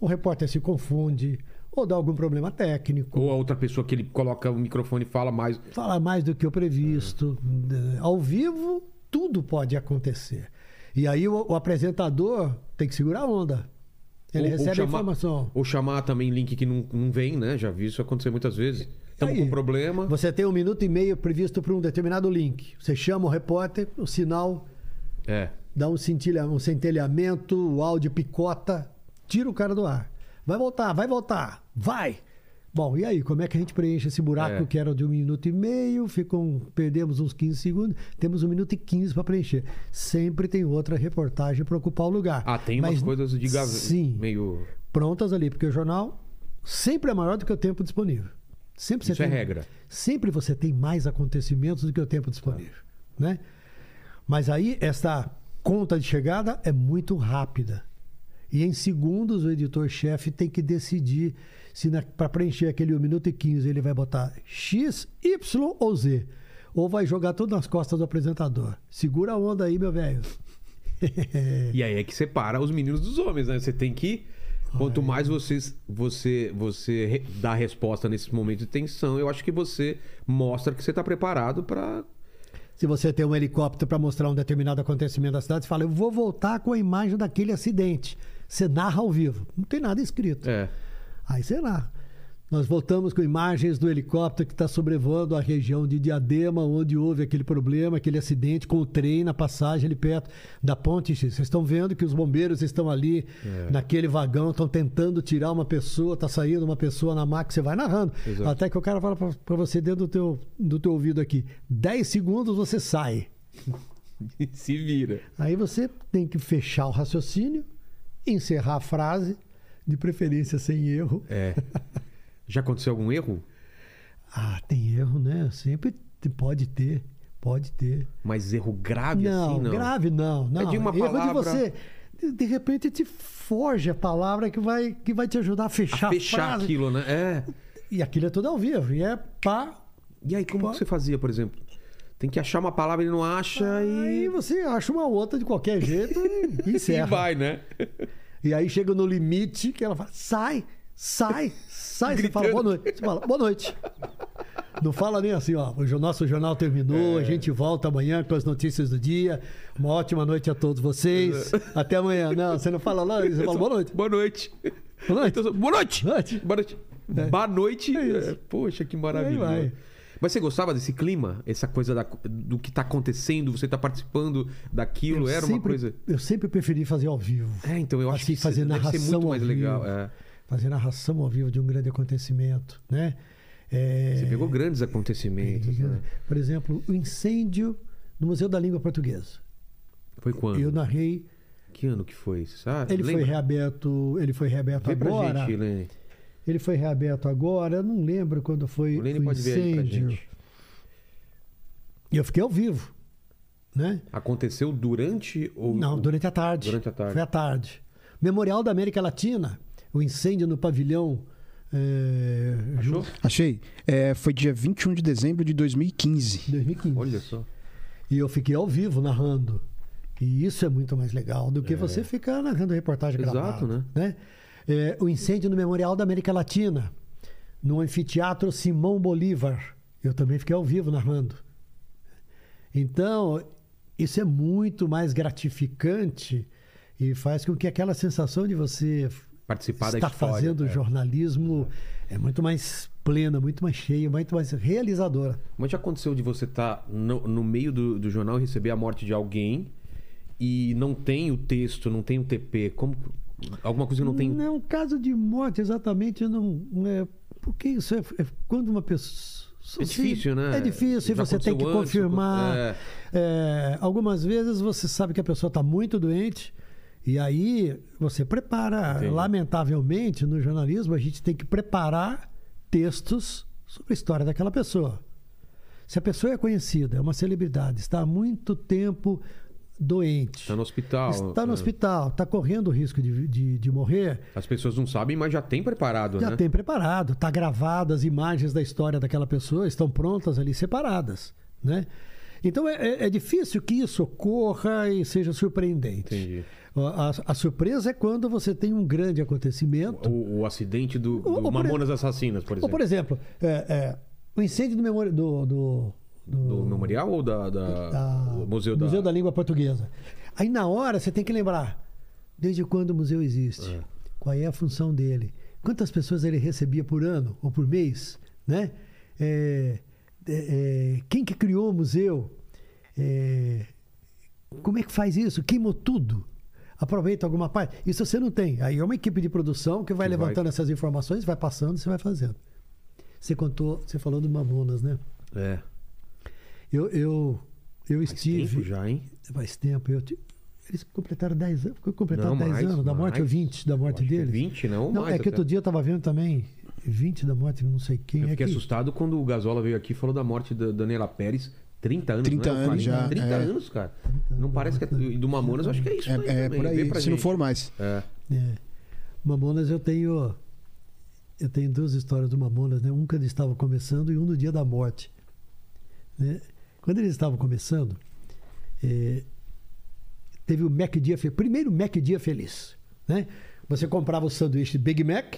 Speaker 4: o repórter se confunde ou dá algum problema técnico.
Speaker 1: Ou a outra pessoa que ele coloca o microfone e fala mais.
Speaker 4: falar mais do que o previsto.
Speaker 1: Uhum.
Speaker 4: Eh, Ao vivo, tudo pode acontecer. E aí o, o apresentador tem que segurar a onda. Ele
Speaker 1: ou, ou
Speaker 4: recebe a
Speaker 1: chamar-
Speaker 4: informação.
Speaker 1: Ou chamar também link que não, não vem, né? Já vi isso acontecer muitas vezes. Estamos
Speaker 4: Aí,
Speaker 1: com problema.
Speaker 4: Você tem um minuto e meio previsto para um determinado link. Você chama o repórter, o sinal
Speaker 1: É.
Speaker 4: dá um, cintilha, um centelhamento, o áudio picota, tira o cara do ar. Vai voltar, vai voltar, vai! Bom, e aí, como é que a gente preenche esse buraco
Speaker 1: É.
Speaker 4: que era de um minuto e meio? Ficam, perdemos uns 15 segundos, temos um minuto e 15 para preencher. Sempre tem outra reportagem para ocupar o lugar.
Speaker 1: Ah, tem
Speaker 4: Mas
Speaker 1: umas coisas de gaveta.
Speaker 4: Sim,
Speaker 1: Meio.
Speaker 4: prontas ali, porque o jornal sempre é maior do que o tempo disponível. Sempre você
Speaker 1: Isso é
Speaker 4: tem-
Speaker 1: regra.
Speaker 4: Sempre você tem mais acontecimentos do que o tempo disponível, né? Mas aí esta conta de chegada é muito rápida. E em segundos o editor-chefe tem que decidir se para preencher aquele 1 minuto e 15 ele vai botar X, Y ou Z. Ou vai jogar tudo nas costas do apresentador. Segura a onda aí, meu velho.
Speaker 1: E aí é que separa os meninos dos homens, né? Você tem que. Quanto mais vocês, você, você re- dá resposta nesse momento de tensão, eu acho que você mostra que você está preparado para.
Speaker 4: Se você tem um helicóptero para mostrar um determinado acontecimento da cidade, você fala, eu vou voltar com a imagem daquele acidente. Você narra ao vivo. Não tem nada escrito.
Speaker 1: É.
Speaker 4: Aí será. Nós voltamos com imagens do helicóptero que está sobrevoando a região de Diadema, onde houve aquele problema, aquele acidente com o trem na passagem ali perto da ponte X. Vocês estão vendo que os bombeiros estão ali naquele vagão, estão tentando tirar uma pessoa, está saindo uma pessoa na maca, você vai narrando.
Speaker 1: Exato.
Speaker 4: Até que o cara fala para você dentro do teu, do teu ouvido aqui, 10 segundos você sai.
Speaker 1: Se vira.
Speaker 4: Aí você tem que fechar o raciocínio, encerrar a frase, de preferência sem erro.
Speaker 1: É. Já aconteceu algum erro?
Speaker 4: Ah, tem erro, né? Sempre te- pode ter, pode ter.
Speaker 1: Mas erro grave
Speaker 4: não,
Speaker 1: assim, não.
Speaker 4: grave não, não.
Speaker 1: de uma
Speaker 4: erro
Speaker 1: palavra-
Speaker 4: de você. De, de repente te forja a palavra que vai, que vai te ajudar a fechar
Speaker 1: A
Speaker 4: a
Speaker 1: fechar
Speaker 4: frase.
Speaker 1: aquilo, né? É.
Speaker 4: E aquilo é tudo ao vivo. E é pá.
Speaker 1: E aí, como
Speaker 4: Pô.
Speaker 1: que você fazia, por exemplo? Tem que achar uma palavra e não acha
Speaker 4: Aí
Speaker 1: e.
Speaker 4: você acha uma outra de qualquer jeito e
Speaker 1: E
Speaker 4: encerra.
Speaker 1: vai, né?
Speaker 4: E aí chega no limite que ela fala: sai, sai, sai. Você fala, boa
Speaker 1: Gritando.
Speaker 4: noite. Você fala, boa noite. Não fala nem assim, ó. O jo- nosso jornal terminou,
Speaker 1: É.
Speaker 4: a gente volta amanhã com as notícias do dia. Uma ótima noite a todos vocês.
Speaker 1: É.
Speaker 4: Até amanhã. Não, você não fala lá, você fala boa noite.
Speaker 1: Boa noite.
Speaker 4: Boa noite.
Speaker 1: Então, boa noite.
Speaker 4: Boa noite.
Speaker 1: Boa noite. Boa noite.
Speaker 4: É isso.
Speaker 1: É, Poxa, que maravilha.
Speaker 4: Aí vai.
Speaker 1: Mas você gostava desse clima? Essa coisa da- do que tá acontecendo, você tá participando daquilo?
Speaker 4: Eu
Speaker 1: Era uma
Speaker 4: sempre-
Speaker 1: coisa.
Speaker 4: Eu sempre preferi fazer ao vivo.
Speaker 1: É, então eu acho
Speaker 4: Assim,
Speaker 1: que
Speaker 4: fazer
Speaker 1: isso deve ser
Speaker 4: narração
Speaker 1: muito
Speaker 4: ao
Speaker 1: mais
Speaker 4: vivo.
Speaker 1: legal. é.
Speaker 4: Fazer narração ao vivo de um grande acontecimento, né? É,
Speaker 1: Você pegou grandes acontecimentos. né?
Speaker 4: Por exemplo, o incêndio no Museu da Língua Portuguesa.
Speaker 1: Foi quando?
Speaker 4: Eu narrei
Speaker 1: Que ano que foi? Você sabe?
Speaker 4: Ele foi
Speaker 1: Lembra?
Speaker 4: reaberto, ele foi reaberto
Speaker 1: Vê
Speaker 4: agora.
Speaker 1: pra gente, Helene.
Speaker 4: Ele foi reaberto agora, eu não lembro quando foi
Speaker 1: O Lene
Speaker 4: o
Speaker 1: pode ver aí pra
Speaker 4: incêndio.
Speaker 1: gente.
Speaker 4: E eu fiquei ao vivo, né?
Speaker 1: Aconteceu durante ou.
Speaker 4: Não, durante a tarde.
Speaker 1: Durante a tarde.
Speaker 4: Foi à tarde. Memorial da América Latina, o incêndio no pavilhão. É,
Speaker 1: Achou?
Speaker 4: Ju-
Speaker 2: Achei. É, foi dia 21 de dezembro de 2015.
Speaker 4: 2015.
Speaker 1: Olha só.
Speaker 4: E eu fiquei ao vivo narrando. E isso é muito mais legal do que você ficar narrando reportagem
Speaker 1: É. Exato,
Speaker 4: gravada.
Speaker 1: né?
Speaker 4: É, o incêndio no Memorial da América Latina, no anfiteatro Simão Bolívar. Eu também fiquei ao vivo narrando. Então, isso é muito mais gratificante e faz com que aquela sensação de você
Speaker 1: Participar da
Speaker 4: estar
Speaker 1: história.
Speaker 4: fazendo
Speaker 1: é.
Speaker 4: jornalismo é muito mais plena, muito mais cheia, muito mais realizadora.
Speaker 1: Mas já aconteceu de você estar no, no meio do, do jornal e receber a morte de alguém e não tem o texto, não tem o TP? Como, alguma coisa que não tem.
Speaker 4: Não, caso de morte, exatamente, não. É, porque isso é, é quando uma pessoa.
Speaker 1: É difícil, né?
Speaker 4: É difícil, e
Speaker 1: Já
Speaker 4: você tem que
Speaker 1: aconteceu antes,
Speaker 4: confirmar.
Speaker 1: é.
Speaker 4: É, algumas vezes você sabe que a pessoa está muito doente, e aí você prepara.
Speaker 1: Entendi.
Speaker 4: Lamentavelmente, no jornalismo, a gente tem que preparar textos sobre a história daquela pessoa. Se a pessoa é conhecida, é uma celebridade, está há muito tempo doente.
Speaker 1: Está Tá no hospital.
Speaker 4: Está no
Speaker 1: É.
Speaker 4: hospital, está correndo o risco de, de, de morrer,
Speaker 1: As pessoas não sabem, mas já tem preparado,
Speaker 4: já
Speaker 1: né?
Speaker 4: tem preparado, está gravado, as imagens da história daquela pessoa estão prontas ali, separadas, né? Então é, é- é difícil que isso ocorra e seja surpreendente.
Speaker 1: Entendi.
Speaker 4: Ó, A, a surpresa é quando você tem um grande acontecimento.
Speaker 1: O, o acidente do, do
Speaker 4: Ou- ou por
Speaker 1: Mamonas Assassinas, por
Speaker 4: Ou,
Speaker 1: exemplo.
Speaker 4: por exemplo, é, é, o incêndio do, memori- do- do- do-
Speaker 1: Do memorial ou da, da- do museu, da...
Speaker 4: Língua Portuguesa. Aí na hora você tem que lembrar desde quando o museu existe, qual é a função dele, quantas pessoas ele recebia por ano ou por mês, né? É, é, é, quem que criou o museu? É, como é que faz isso? Queimou tudo. Aproveita alguma parte. Isso você não tem. Aí é uma equipe de produção que vai
Speaker 1: Que vai-
Speaker 4: levantando essas informações, vai passando e você vai fazendo. Você contou, você falou do Mamonas, né?
Speaker 1: É.
Speaker 4: Eu, eu, eu
Speaker 1: Faz
Speaker 4: estive.
Speaker 1: tempo já, hein?
Speaker 4: Faz tempo. Eu te- Eles completaram 10 anos. Ficou completado
Speaker 1: Não,
Speaker 4: 10
Speaker 1: mais,
Speaker 4: anos da morte ou
Speaker 1: mais.
Speaker 4: 20 da morte
Speaker 1: Acho que
Speaker 4: deles?
Speaker 1: 20, não,
Speaker 4: Não,
Speaker 1: mais
Speaker 4: é
Speaker 1: até.
Speaker 4: que outro dia eu tava vendo também 20 da morte, não sei quem.
Speaker 1: Eu
Speaker 4: é
Speaker 1: fiquei
Speaker 4: que...
Speaker 1: assustado quando o Gasola veio aqui e falou da morte da Daniela Pérez. 30 anos,
Speaker 2: 30
Speaker 1: né? Eu
Speaker 2: anos
Speaker 1: falei,
Speaker 2: já,
Speaker 1: 30
Speaker 2: é.
Speaker 1: anos, cara.
Speaker 4: tá
Speaker 1: Não parece que é...
Speaker 4: né?
Speaker 1: E do Mamonas, eu acho que é isso aí
Speaker 2: É, é
Speaker 1: também,
Speaker 2: por
Speaker 1: vem
Speaker 2: aí,
Speaker 1: pra
Speaker 2: se não
Speaker 1: gente.
Speaker 2: for mais.
Speaker 1: É.
Speaker 4: É. Mamonas eu tenho. Eu tenho duas histórias do Mamonas, né? Um que eles estavam começando e um no dia da morte. né? Quando eles estavam começando, eh, teve o Mac Dia Feliz. Primeiro Mac Dia Feliz. Né? Você comprava o sanduíche Big Mac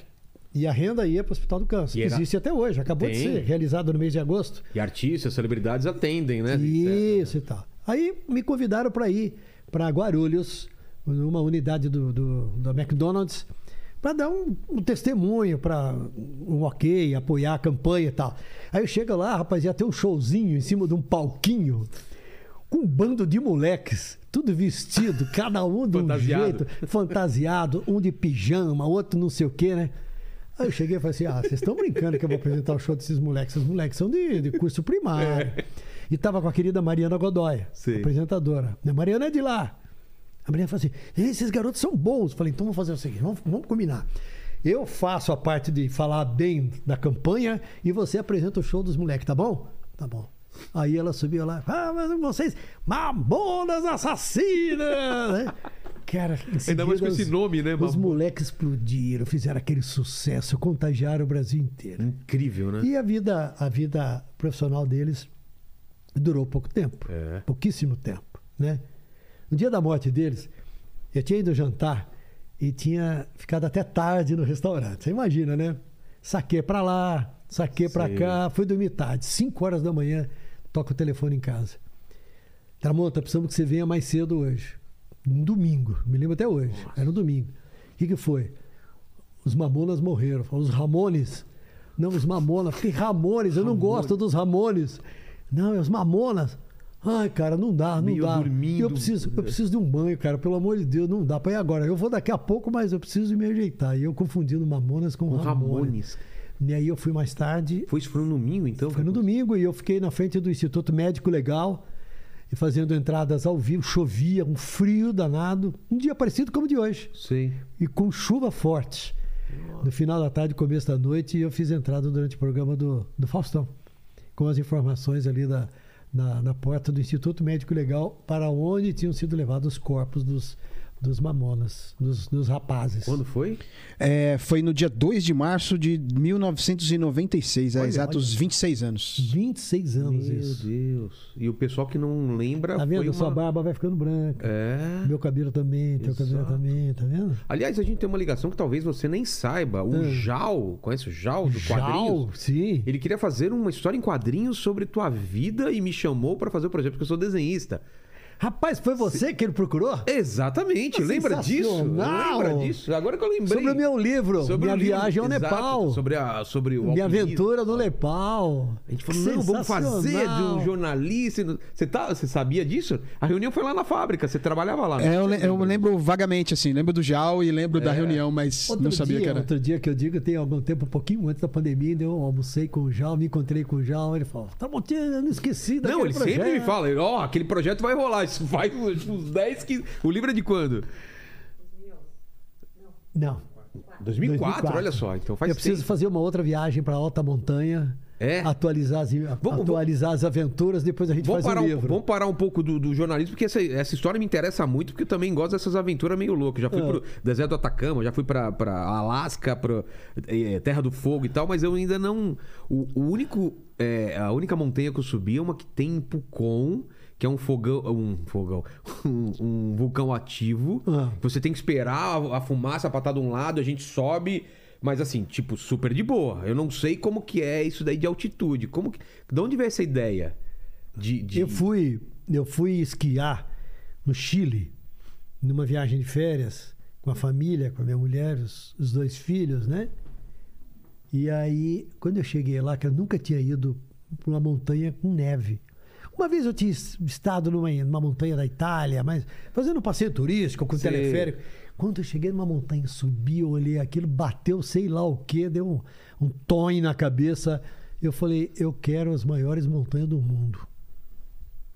Speaker 4: e a renda ia para o Hospital do Câncer.
Speaker 1: E
Speaker 4: que
Speaker 1: era-
Speaker 4: Existe até hoje, acabou de
Speaker 1: Tem.
Speaker 4: ser realizado no mês de agosto.
Speaker 1: E artistas, celebridades atendem, né?
Speaker 4: Isso e tal. Aí me convidaram para ir para Guarulhos, numa unidade do, do, da McDonald's, para dar um, um testemunho, para um ok, apoiar a campanha e tal. Aí eu chego lá, rapaz, ia ter um showzinho em cima de um palquinho com um bando de moleques, tudo vestido, cada um de um
Speaker 1: Fantasiado.
Speaker 4: jeito, fantasiado, um de pijama, outro não sei o quê, né? Aí eu cheguei e falei assim: ah, vocês estão brincando que eu vou apresentar o show desses moleques. Esses moleques são de, de curso primário. E tava com a querida Mariana Godoy,
Speaker 1: Sim.
Speaker 4: apresentadora. A Mariana é de lá. A Mariana falou assim: "Ei, esses garotos são bons. Eu falei, então vamos fazer o seguinte: vamos, vamos combinar. Eu faço a parte de falar bem da campanha e você apresenta o show dos moleques, tá bom? Tá bom. Aí ela subiu lá, ah, mas vocês, mamonas assassinas! né? Cara, em
Speaker 1: Ainda mais
Speaker 4: seguida,
Speaker 1: com esse
Speaker 4: os-
Speaker 1: nome, né?
Speaker 4: Os
Speaker 1: Mamonas?
Speaker 4: moleques explodiram, fizeram aquele sucesso, contagiaram o Brasil inteiro.
Speaker 1: Incrível, né?
Speaker 4: E a vida, a vida profissional deles durou pouco tempo,
Speaker 1: É.
Speaker 4: pouquíssimo tempo, né? No dia da morte deles, eu tinha ido jantar e tinha ficado até tarde no restaurante. Você imagina, né? Saquei pra lá, saquei pra
Speaker 1: Sim.
Speaker 4: cá, fui dormir tarde, 5 horas da manhã, toca o telefone em casa. Tramonta, precisamos tá que você venha mais cedo hoje. Um domingo, me lembro até hoje. Era um domingo. O que, que foi? Os Mamonas morreram. Falou, Os Ramones. Não, os Mamonas. Que Ramones? Eu não gosto dos Ramones. Não, é os Mamonas. Ai, cara, não dá, não
Speaker 1: Meio
Speaker 4: dá.
Speaker 1: dormindo.
Speaker 4: Eu preciso, eu preciso de um banho, cara. Pelo amor de Deus, não dá pra ir agora. Eu vou daqui a pouco, mas eu preciso me ajeitar. E eu confundindo Mamonas com,
Speaker 1: Com
Speaker 4: Ramones.
Speaker 1: Ramones.
Speaker 4: E aí eu fui mais tarde
Speaker 1: Foi isso, foi no domingo, então?
Speaker 4: foi no domingo e eu fiquei na frente do Instituto Médico Legal, e fazendo entradas ao vivo. Chovia, um frio danado. Um dia parecido como o de hoje.
Speaker 1: Sei.
Speaker 4: E com chuva forte. No final da tarde, começo da noite, eu fiz entrada durante o programa do, do Faustão. Com as informações ali da, na, na porta do Instituto Médico Legal, para onde tinham sido levados os corpos dos, dos mamonas, dos, dos rapazes.
Speaker 1: Quando foi?
Speaker 2: É, foi no dia 2 de março de 1996, há
Speaker 4: Olha,
Speaker 2: exatos 26 anos.
Speaker 4: 26 anos
Speaker 1: Meu
Speaker 4: isso.
Speaker 1: Deus. E o pessoal que não lembra
Speaker 4: Tá vendo?
Speaker 1: foi
Speaker 4: Sua
Speaker 1: uma...
Speaker 4: barba vai ficando branca.
Speaker 1: É.
Speaker 4: Meu cabelo também, teu cabelo
Speaker 1: Exato.
Speaker 4: também, tá vendo?
Speaker 1: Aliás, a gente tem uma ligação que talvez você nem saiba. O
Speaker 4: É.
Speaker 1: Jal, conhece o Jal do quadrinhos?
Speaker 4: sim.
Speaker 1: Ele queria fazer uma história em quadrinhos sobre tua vida e me chamou pra fazer o projeto, porque eu sou desenhista.
Speaker 4: Rapaz, foi você que ele procurou?
Speaker 1: Exatamente,
Speaker 4: Ah,
Speaker 1: lembra disso?
Speaker 4: sensacional!
Speaker 1: Lembra disso? Agora que eu lembrei.
Speaker 4: Sobre o meu livro,
Speaker 1: Sobre
Speaker 4: Minha
Speaker 1: o livro,
Speaker 4: Viagem ao
Speaker 1: exato,
Speaker 4: Nepal.
Speaker 1: Sobre, a, sobre o
Speaker 4: Minha
Speaker 1: alpinismo.
Speaker 4: aventura no Nepal.
Speaker 1: A gente falou, não, vamos fazer de um jornalista. e não- Você, tá, você sabia disso? A reunião foi lá na fábrica, você trabalhava lá.
Speaker 2: É, eu, le- eu lembro vagamente, assim, lembro do Jal e lembro da reunião, mas
Speaker 4: Outro
Speaker 2: não sabia
Speaker 4: dia,
Speaker 2: que era.
Speaker 4: Outro dia que eu digo, tem algum tempo, um pouquinho antes da pandemia, ainda eu almocei com o Jal, me encontrei com o Jal, ele falou, tá bom, eu não esqueci daquele
Speaker 1: Não, ele sempre
Speaker 4: projeto."
Speaker 1: me fala, ele, ó, aquele projeto vai rolar, isso vai uns uns 10, 15... O livro é de quando?
Speaker 4: Não,
Speaker 1: 2004, olha só, então faz
Speaker 4: eu preciso
Speaker 1: tempo. Então
Speaker 4: fazer uma outra viagem pra alta montanha.
Speaker 1: É.
Speaker 4: Atualizar as,
Speaker 1: vamos-
Speaker 4: atualizar as aventuras, depois a gente
Speaker 1: Vamos
Speaker 4: faz
Speaker 1: parar,
Speaker 4: o
Speaker 1: um,
Speaker 4: livro.
Speaker 1: vamos parar um pouco do, do jornalismo, porque essa, essa história me interessa muito, porque eu também gosto dessas aventuras meio loucas. Já fui
Speaker 4: É.
Speaker 1: pro deserto do Atacama, já fui pra, pra Alasca, pra eh, Terra do Fogo e tal, mas eu ainda não. O, o único. eh, a única montanha que eu subi é uma que tem em Pucon, que é um fogão. Um fogão. Um, um vulcão ativo.
Speaker 4: Ah.
Speaker 1: Você tem que esperar a, a fumaça pra estar de um lado, a gente sobe. Mas assim, tipo, super de boa. Eu não sei como que é isso daí de altitude. Como que, de onde veio essa ideia? De, de-
Speaker 4: Eu fui, eu fui esquiar no Chile, numa viagem de férias, com a família, com a minha mulher, os, os dois filhos, né? E aí, quando eu cheguei lá, que eu nunca tinha ido para uma montanha com neve. Uma vez eu tinha es- estado numa, numa montanha da Itália, mas fazendo um passeio turístico com
Speaker 1: Sim.
Speaker 4: teleférico. Quando eu cheguei numa montanha, subi, eu olhei aquilo, bateu sei lá o quê, deu um, um tonho na cabeça. Eu falei, eu quero as maiores montanhas do mundo.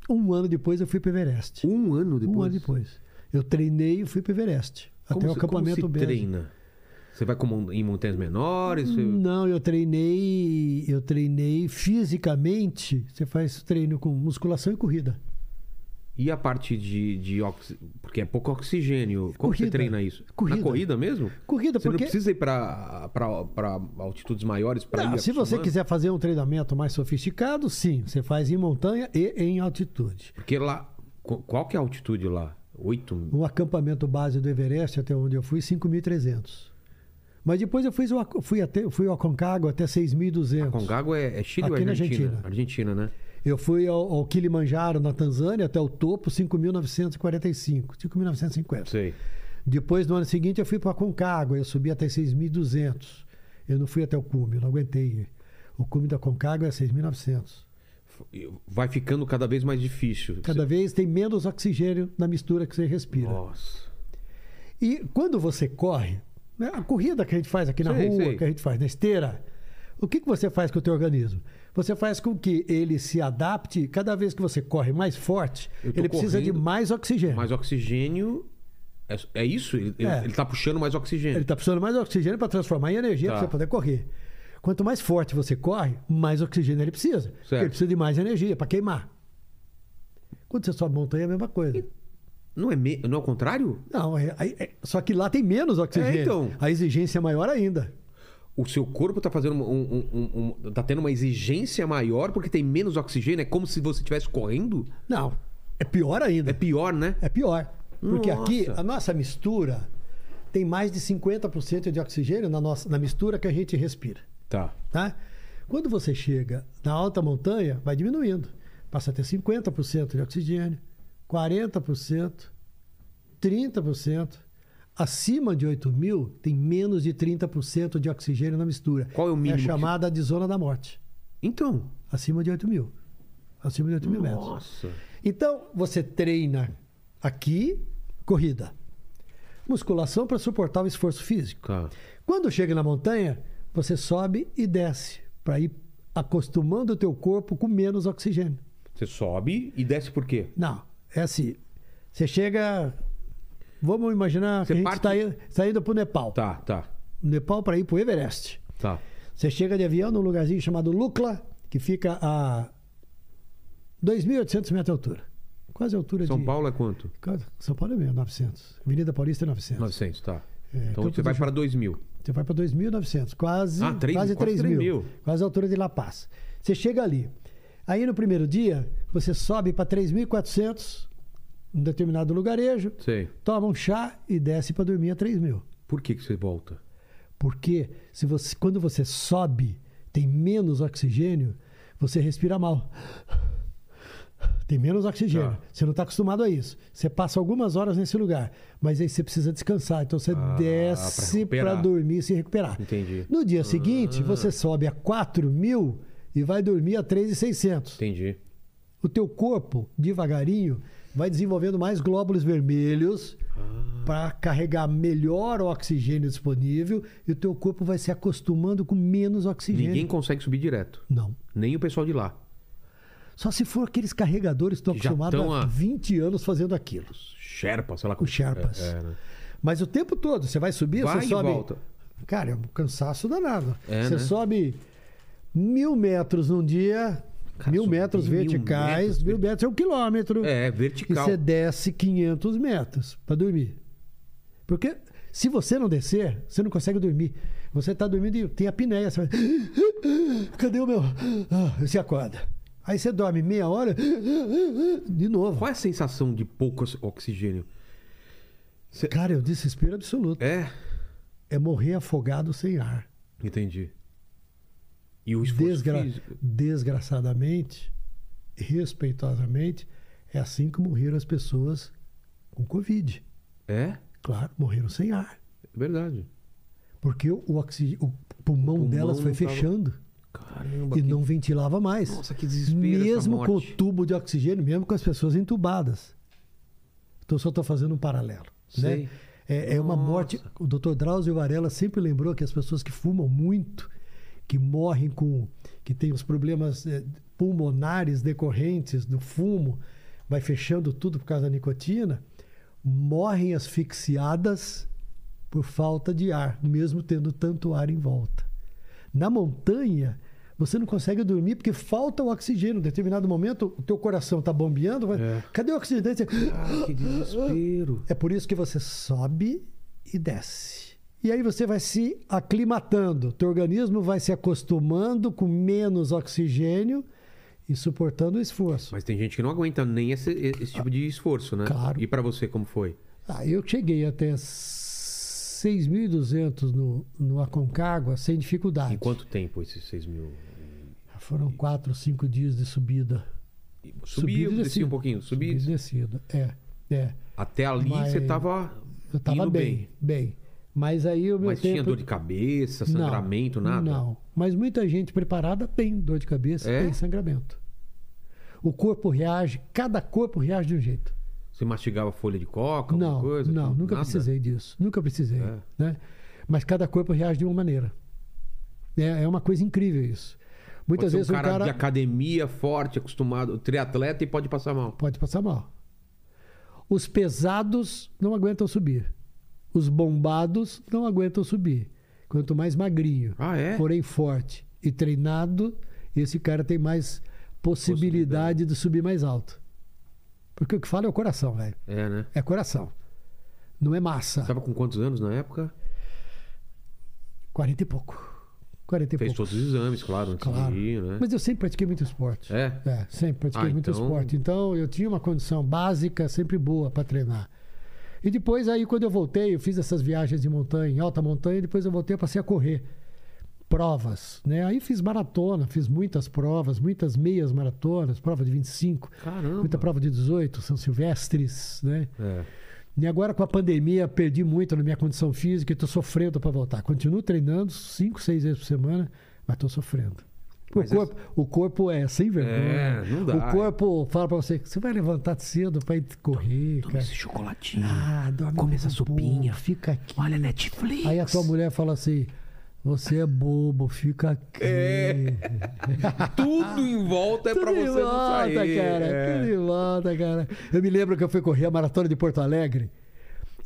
Speaker 4: Um ano depois eu fui para Everest.
Speaker 1: Um ano depois.
Speaker 4: Um ano depois. Eu treinei e fui para Everest.
Speaker 1: Como
Speaker 4: até o
Speaker 1: se-
Speaker 4: acampamento
Speaker 1: como se
Speaker 4: base.
Speaker 1: treina? é- Você vai com mon- em montanhas menores? Você-
Speaker 4: Não, eu treinei, eu treinei fisicamente. Você faz treino com musculação e corrida.
Speaker 1: E a parte de, de oxi- porque é pouco oxigênio. Como você
Speaker 4: Corrida.
Speaker 1: treina isso?
Speaker 4: Corrida.
Speaker 1: Na corrida mesmo?
Speaker 4: Corrida,
Speaker 1: Você não
Speaker 4: porque
Speaker 1: precisa ir para altitudes maiores para
Speaker 4: Não,
Speaker 1: ir
Speaker 4: se você
Speaker 1: acostumando?
Speaker 4: quiser fazer um treinamento mais sofisticado, sim, você faz em montanha e em altitude.
Speaker 1: Porque lá qu- qual que é a altitude lá? 8
Speaker 4: O Um acampamento base do Everest, até onde eu fui, 5.300. Mas depois eu fiz o, Ac- fui até fui ao Aconcagua até 6.200.
Speaker 1: Congago é, é Chile
Speaker 4: Aqui
Speaker 1: ou
Speaker 4: na
Speaker 1: Argentina?
Speaker 4: Argentina.
Speaker 1: né?
Speaker 4: Eu fui ao, ao Kilimanjaro, na Tanzânia, até o topo, 5.945, 5.950.
Speaker 1: Sei.
Speaker 4: Depois, no ano seguinte, eu fui para Concagua, eu subi até 6.200. Eu não fui até o cume, eu não aguentei. O cume da Concagua é 6.900.
Speaker 1: Vai ficando cada vez mais difícil.
Speaker 4: Cada vez tem menos oxigênio na mistura que você respira.
Speaker 1: Nossa.
Speaker 4: E quando você corre, né, a corrida que a gente faz aqui na
Speaker 1: Sei,
Speaker 4: rua,
Speaker 1: sei.
Speaker 4: que a gente faz na esteira, o que, que você faz com o teu organismo? Você faz com que ele se adapte, cada vez que você corre mais forte,
Speaker 1: Eu tô
Speaker 4: ele precisa de
Speaker 1: correndo,
Speaker 4: mais oxigênio.
Speaker 1: Mais oxigênio é, é isso? Ele, ele-
Speaker 4: É.
Speaker 1: ele tá puxando mais oxigênio.
Speaker 4: Ele está precisando mais oxigênio para transformar em energia
Speaker 1: Tá.
Speaker 4: para você poder correr. Quanto mais forte você corre, mais oxigênio ele precisa. Porque Ele precisa de mais energia para queimar. Quando você sobe montanha é a mesma coisa.
Speaker 1: Não é, me... não é o contrário?
Speaker 4: Não, é- aí- é- só que lá tem menos oxigênio.
Speaker 1: É, então.
Speaker 4: A exigência é maior ainda.
Speaker 1: O seu corpo tá fazendo um, um- um- um- tá tendo uma exigência maior porque tem menos oxigênio. É como se você estivesse correndo.
Speaker 4: Não, é pior ainda.
Speaker 1: É pior, né?
Speaker 4: É pior. Porque
Speaker 1: Nossa.
Speaker 4: aqui a nossa mistura tem mais de 50% de oxigênio na, nossa, na mistura que a gente respira.
Speaker 1: Tá.
Speaker 4: tá? Quando você chega na alta montanha, vai diminuindo. Passa a ter 50% de oxigênio, 40%, 30%. Acima de 8 mil, tem menos de 30% de oxigênio na mistura.
Speaker 1: Qual é o mínimo
Speaker 4: É
Speaker 1: que-
Speaker 4: chamada de zona da morte.
Speaker 1: Então.
Speaker 4: Acima de 8 mil. Acima de 8 mil metros.
Speaker 1: Nossa.
Speaker 4: Então, você treina aqui, corrida. Musculação para suportar o esforço físico.
Speaker 1: Tá.
Speaker 4: Quando chega na montanha, você sobe e desce para ir acostumando o teu corpo com menos oxigênio.
Speaker 1: Você sobe e desce por quê?
Speaker 4: Não, é assim. Você chega. Vamos imaginar
Speaker 1: Você
Speaker 4: que
Speaker 1: parte-
Speaker 4: a gente está indo para o Nepal.
Speaker 1: Tá, tá.
Speaker 4: Nepal para ir para o Everest.
Speaker 1: Tá.
Speaker 4: Você chega de avião num lugarzinho chamado Lukla, que fica a 2.800 metros de altura. Quase a altura
Speaker 1: São
Speaker 4: de...
Speaker 1: Paulo é quanto?
Speaker 4: Quase- São Paulo é mesmo, 900. Avenida Paulista é 900.
Speaker 1: 900, tá.
Speaker 4: É,
Speaker 1: então
Speaker 4: Campo
Speaker 1: você vai
Speaker 4: do
Speaker 1: para 2 mil.
Speaker 4: Você vai para 2.900, quase,
Speaker 1: Ah, três-
Speaker 4: quase
Speaker 1: quase
Speaker 4: 3
Speaker 1: três
Speaker 4: mil,
Speaker 1: mil.
Speaker 4: Quase a altura de La Paz. Você chega ali. Aí no primeiro dia, você sobe para 3.400, um determinado lugarejo,
Speaker 1: Sei.
Speaker 4: toma um chá e desce para dormir a 3 mil.
Speaker 1: Por que, que você volta?
Speaker 4: Porque se você, quando você sobe, tem menos oxigênio, você respira mal. Tem menos oxigênio.
Speaker 1: Tá.
Speaker 4: Você não está acostumado a isso. Você passa algumas horas nesse lugar, mas aí você precisa descansar. Então você
Speaker 1: Ah, pra
Speaker 4: desce
Speaker 1: recuperar.
Speaker 4: para dormir e se recuperar.
Speaker 1: Entendi. Ah.
Speaker 4: No dia seguinte, você sobe a 4 mil e vai dormir a 3,600.
Speaker 1: Entendi.
Speaker 4: O teu corpo, devagarinho, vai desenvolvendo mais glóbulos vermelhos
Speaker 1: Ah.
Speaker 4: para carregar melhor o oxigênio disponível e o teu corpo vai se acostumando com menos oxigênio.
Speaker 1: Ninguém consegue subir direto.
Speaker 4: Não.
Speaker 1: Nem o pessoal de lá.
Speaker 4: Só se for aqueles carregadores que estão
Speaker 1: Que já
Speaker 4: acostumados
Speaker 1: tão
Speaker 4: há
Speaker 1: há-
Speaker 4: 20 anos fazendo aquilo.
Speaker 1: Sherpa, sei lá
Speaker 4: Os Sherpas.
Speaker 1: É, é, né?
Speaker 4: Mas o tempo todo, você vai subir,
Speaker 1: Vai
Speaker 4: você
Speaker 1: e
Speaker 4: sobe.
Speaker 1: volta.
Speaker 4: Cara, é um cansaço danado.
Speaker 1: É,
Speaker 4: você
Speaker 1: né?
Speaker 4: sobe mil metros num dia,
Speaker 1: Cara,
Speaker 4: mil
Speaker 1: são
Speaker 4: metros
Speaker 1: mil
Speaker 4: verticais,
Speaker 1: metros,
Speaker 4: mil metros é um quilômetro.
Speaker 1: É,
Speaker 4: E
Speaker 1: vertical.
Speaker 4: você desce 500 metros para dormir. Porque se você não descer, você não consegue dormir. Você está dormindo e tem apneia. Você vai... Cadê o meu? Ah, Você acorda. Aí você dorme meia hora, de novo.
Speaker 1: Qual é a sensação de pouco ox- oxigênio?
Speaker 4: Cara, eu desespero absoluto.
Speaker 1: É,
Speaker 4: É morrer afogado sem ar.
Speaker 1: entendi. E o esforço
Speaker 4: Desgra...
Speaker 1: físico?
Speaker 4: Desgraçadamente, respeitosamente, é assim que morreram as pessoas com Covid.
Speaker 1: É,
Speaker 4: Claro, morreram sem ar.
Speaker 1: verdade.
Speaker 4: Porque o, oxi- o pulmão,
Speaker 1: pulmão
Speaker 4: delas foi
Speaker 1: não tava-
Speaker 4: fechando
Speaker 1: Caramba.
Speaker 4: e
Speaker 1: que-
Speaker 4: não ventilava mais.
Speaker 1: Nossa, que desespero essa
Speaker 4: mesmo
Speaker 1: morte.
Speaker 4: com o tubo de oxigênio, mesmo com as pessoas entubadas. Então, só estou fazendo um paralelo.
Speaker 1: Sei.
Speaker 4: Né? É, é uma
Speaker 1: Nossa.
Speaker 4: morte. O Dr. Drauzio Varela sempre lembrou que as pessoas que fumam muito, que morrem com. que têm os problemas eh, pulmonares decorrentes do fumo, vai fechando tudo por causa da nicotina, morrem asfixiadas por falta de ar, mesmo tendo tanto ar em volta. Na montanha, você não consegue dormir porque falta o oxigênio. Em determinado momento, o teu coração está bombeando. vai-
Speaker 1: É.
Speaker 4: Cadê o oxigênio? Daí você-
Speaker 1: Ah, que desespero.
Speaker 4: É por isso que você sobe e desce. E aí você vai se aclimatando. Teu organismo vai se acostumando com menos oxigênio e suportando o esforço.
Speaker 1: Mas tem gente que não aguenta nem esse, esse tipo de esforço, né?
Speaker 4: Claro.
Speaker 1: E pra você, como foi?
Speaker 4: Ah, eu cheguei até 6.200 no, no Aconcagua sem dificuldade.
Speaker 1: Em quanto tempo esses 6 mil?
Speaker 4: Foram quatro, cinco dias de subida.
Speaker 1: Subiu,
Speaker 4: e
Speaker 1: desci
Speaker 4: descida.
Speaker 1: um pouquinho, subi.
Speaker 4: Subida e descida, é. é.
Speaker 1: Até ali
Speaker 4: Mas-
Speaker 1: você tava.
Speaker 4: Eu tava
Speaker 1: indo
Speaker 4: bem, bem, Mas aí o meu
Speaker 1: Mas
Speaker 4: tempo...
Speaker 1: tinha dor de cabeça,
Speaker 4: Não,
Speaker 1: sangramento, nada?
Speaker 4: Não. Mas muita gente preparada tem dor de cabeça,
Speaker 1: É?
Speaker 4: tem sangramento. O corpo reage, cada corpo reage de um jeito.
Speaker 1: Você mastigava folha de coca, alguma
Speaker 4: não,
Speaker 1: coisa?
Speaker 4: não, nunca
Speaker 1: Nada?
Speaker 4: precisei disso. Nunca precisei,
Speaker 1: É.
Speaker 4: né? Mas cada corpo reage de uma maneira. É, é uma coisa incrível isso.
Speaker 1: Pode
Speaker 4: Muitas
Speaker 1: ser
Speaker 4: vezes
Speaker 1: um
Speaker 4: o
Speaker 1: cara, de academia forte, acostumado, triatleta e pode passar mal.
Speaker 4: Pode passar mal. Os pesados não aguentam subir. Os bombados não aguentam subir. Quanto mais magrinho,
Speaker 1: Ah, é?
Speaker 4: porém forte e treinado, esse cara tem mais possibilidade de subir mais alto. Porque o que fala é o coração, velho.
Speaker 1: É, né?
Speaker 4: É coração. Não é massa.
Speaker 1: Tava com quantos anos na época?
Speaker 4: 40 e pouco. 40 e
Speaker 1: Fez
Speaker 4: pouco.
Speaker 1: todos os exames, claro, antes
Speaker 4: Claro.
Speaker 1: de ir, né?
Speaker 4: Mas eu sempre pratiquei muito esporte.
Speaker 1: É?
Speaker 4: É, sempre pratiquei
Speaker 1: Ah,
Speaker 4: muito
Speaker 1: então-
Speaker 4: esporte. Então eu tinha uma condição básica sempre boa para treinar. E depois aí quando eu voltei, eu fiz essas viagens de montanha, em alta montanha, e depois eu voltei eu passei a correr provas, né? Aí fiz maratona, fiz muitas provas, muitas meias maratonas, prova de 25,
Speaker 1: Caramba.
Speaker 4: muita prova de 18, São Silvestres, né?
Speaker 1: É.
Speaker 4: E agora com a pandemia perdi muito na minha condição física e estou sofrendo para voltar. Continuo treinando cinco, seis vezes por semana, mas estou sofrendo. O
Speaker 1: Mas essa-
Speaker 4: corpo, o corpo é sem vergonha.
Speaker 1: É, não dá.
Speaker 4: O corpo fala para você, você vai levantar cedo para ir correr, cara.
Speaker 5: chocolatinho.
Speaker 4: Ah, dorme
Speaker 5: Come
Speaker 4: muito
Speaker 5: essa sopinha.
Speaker 4: pouco, fica aqui.
Speaker 5: Olha a Netflix.
Speaker 4: Aí a tua mulher fala assim, você é bobo, fica aqui.
Speaker 1: Tudo em volta é pra
Speaker 4: Tudo em
Speaker 1: você não sair.
Speaker 4: cara.
Speaker 1: é.
Speaker 4: Tudo em volta, cara. Eu me lembro que eu fui correr a maratona de Porto Alegre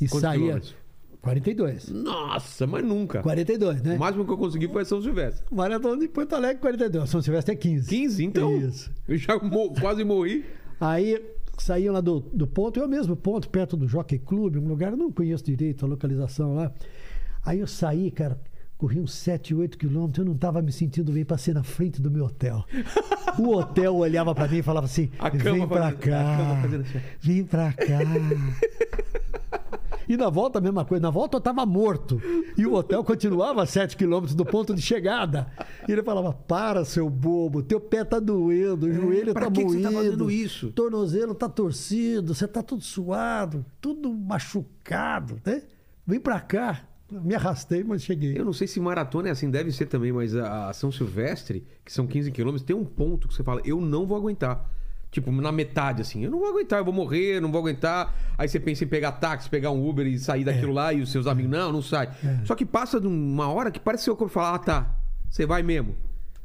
Speaker 4: e
Speaker 1: Quantos
Speaker 4: saía
Speaker 1: quilômetros?
Speaker 4: 42.
Speaker 1: Nossa, mas nunca.
Speaker 4: 42, né?
Speaker 1: O máximo que eu consegui foi São Silvestre.
Speaker 4: Maratona de Porto Alegre, 42. São Silvestre é 15.
Speaker 1: 15, então.
Speaker 4: Isso.
Speaker 1: Eu já mo- quase morri.
Speaker 4: Aí saíam lá do, do ponto, eu mesmo ponto, perto do Jockey Club, um lugar, eu não conheço direito a localização lá. Aí eu saí, cara, corri uns 7, 8 quilômetros, eu não tava me sentindo bem, passei na frente do meu hotel. O hotel olhava pra mim e falava assim:
Speaker 1: A cama
Speaker 4: vem pra
Speaker 1: fazendo- a
Speaker 4: cá,
Speaker 1: cama fazendo assim.
Speaker 4: vem pra cá. E na volta a mesma coisa. Na volta eu tava morto. E o hotel continuava a 7 quilômetros do ponto de chegada. E ele falava: Para, seu bobo, teu pé tá doendo, o joelho
Speaker 1: É, pra
Speaker 4: tá
Speaker 1: que que
Speaker 4: moído.
Speaker 1: você tá fazendo isso?
Speaker 4: Tornozelo tá torcido, você tá tudo suado, tudo machucado, né? Vem pra cá. Me arrastei, mas cheguei.
Speaker 1: Eu não sei se maratona é assim, deve ser também, mas a a São Silvestre, que são 15 quilômetros, tem um ponto que você fala, eu não vou aguentar. Tipo, na metade, assim, eu não vou aguentar, eu vou morrer, eu não vou aguentar. Aí você pensa em pegar táxi, pegar um Uber e sair daquilo
Speaker 4: É.
Speaker 1: lá, e os seus amigos, não, não sai. Só que passa de uma hora que parece que seu corpo fala, ah, tá, você vai mesmo.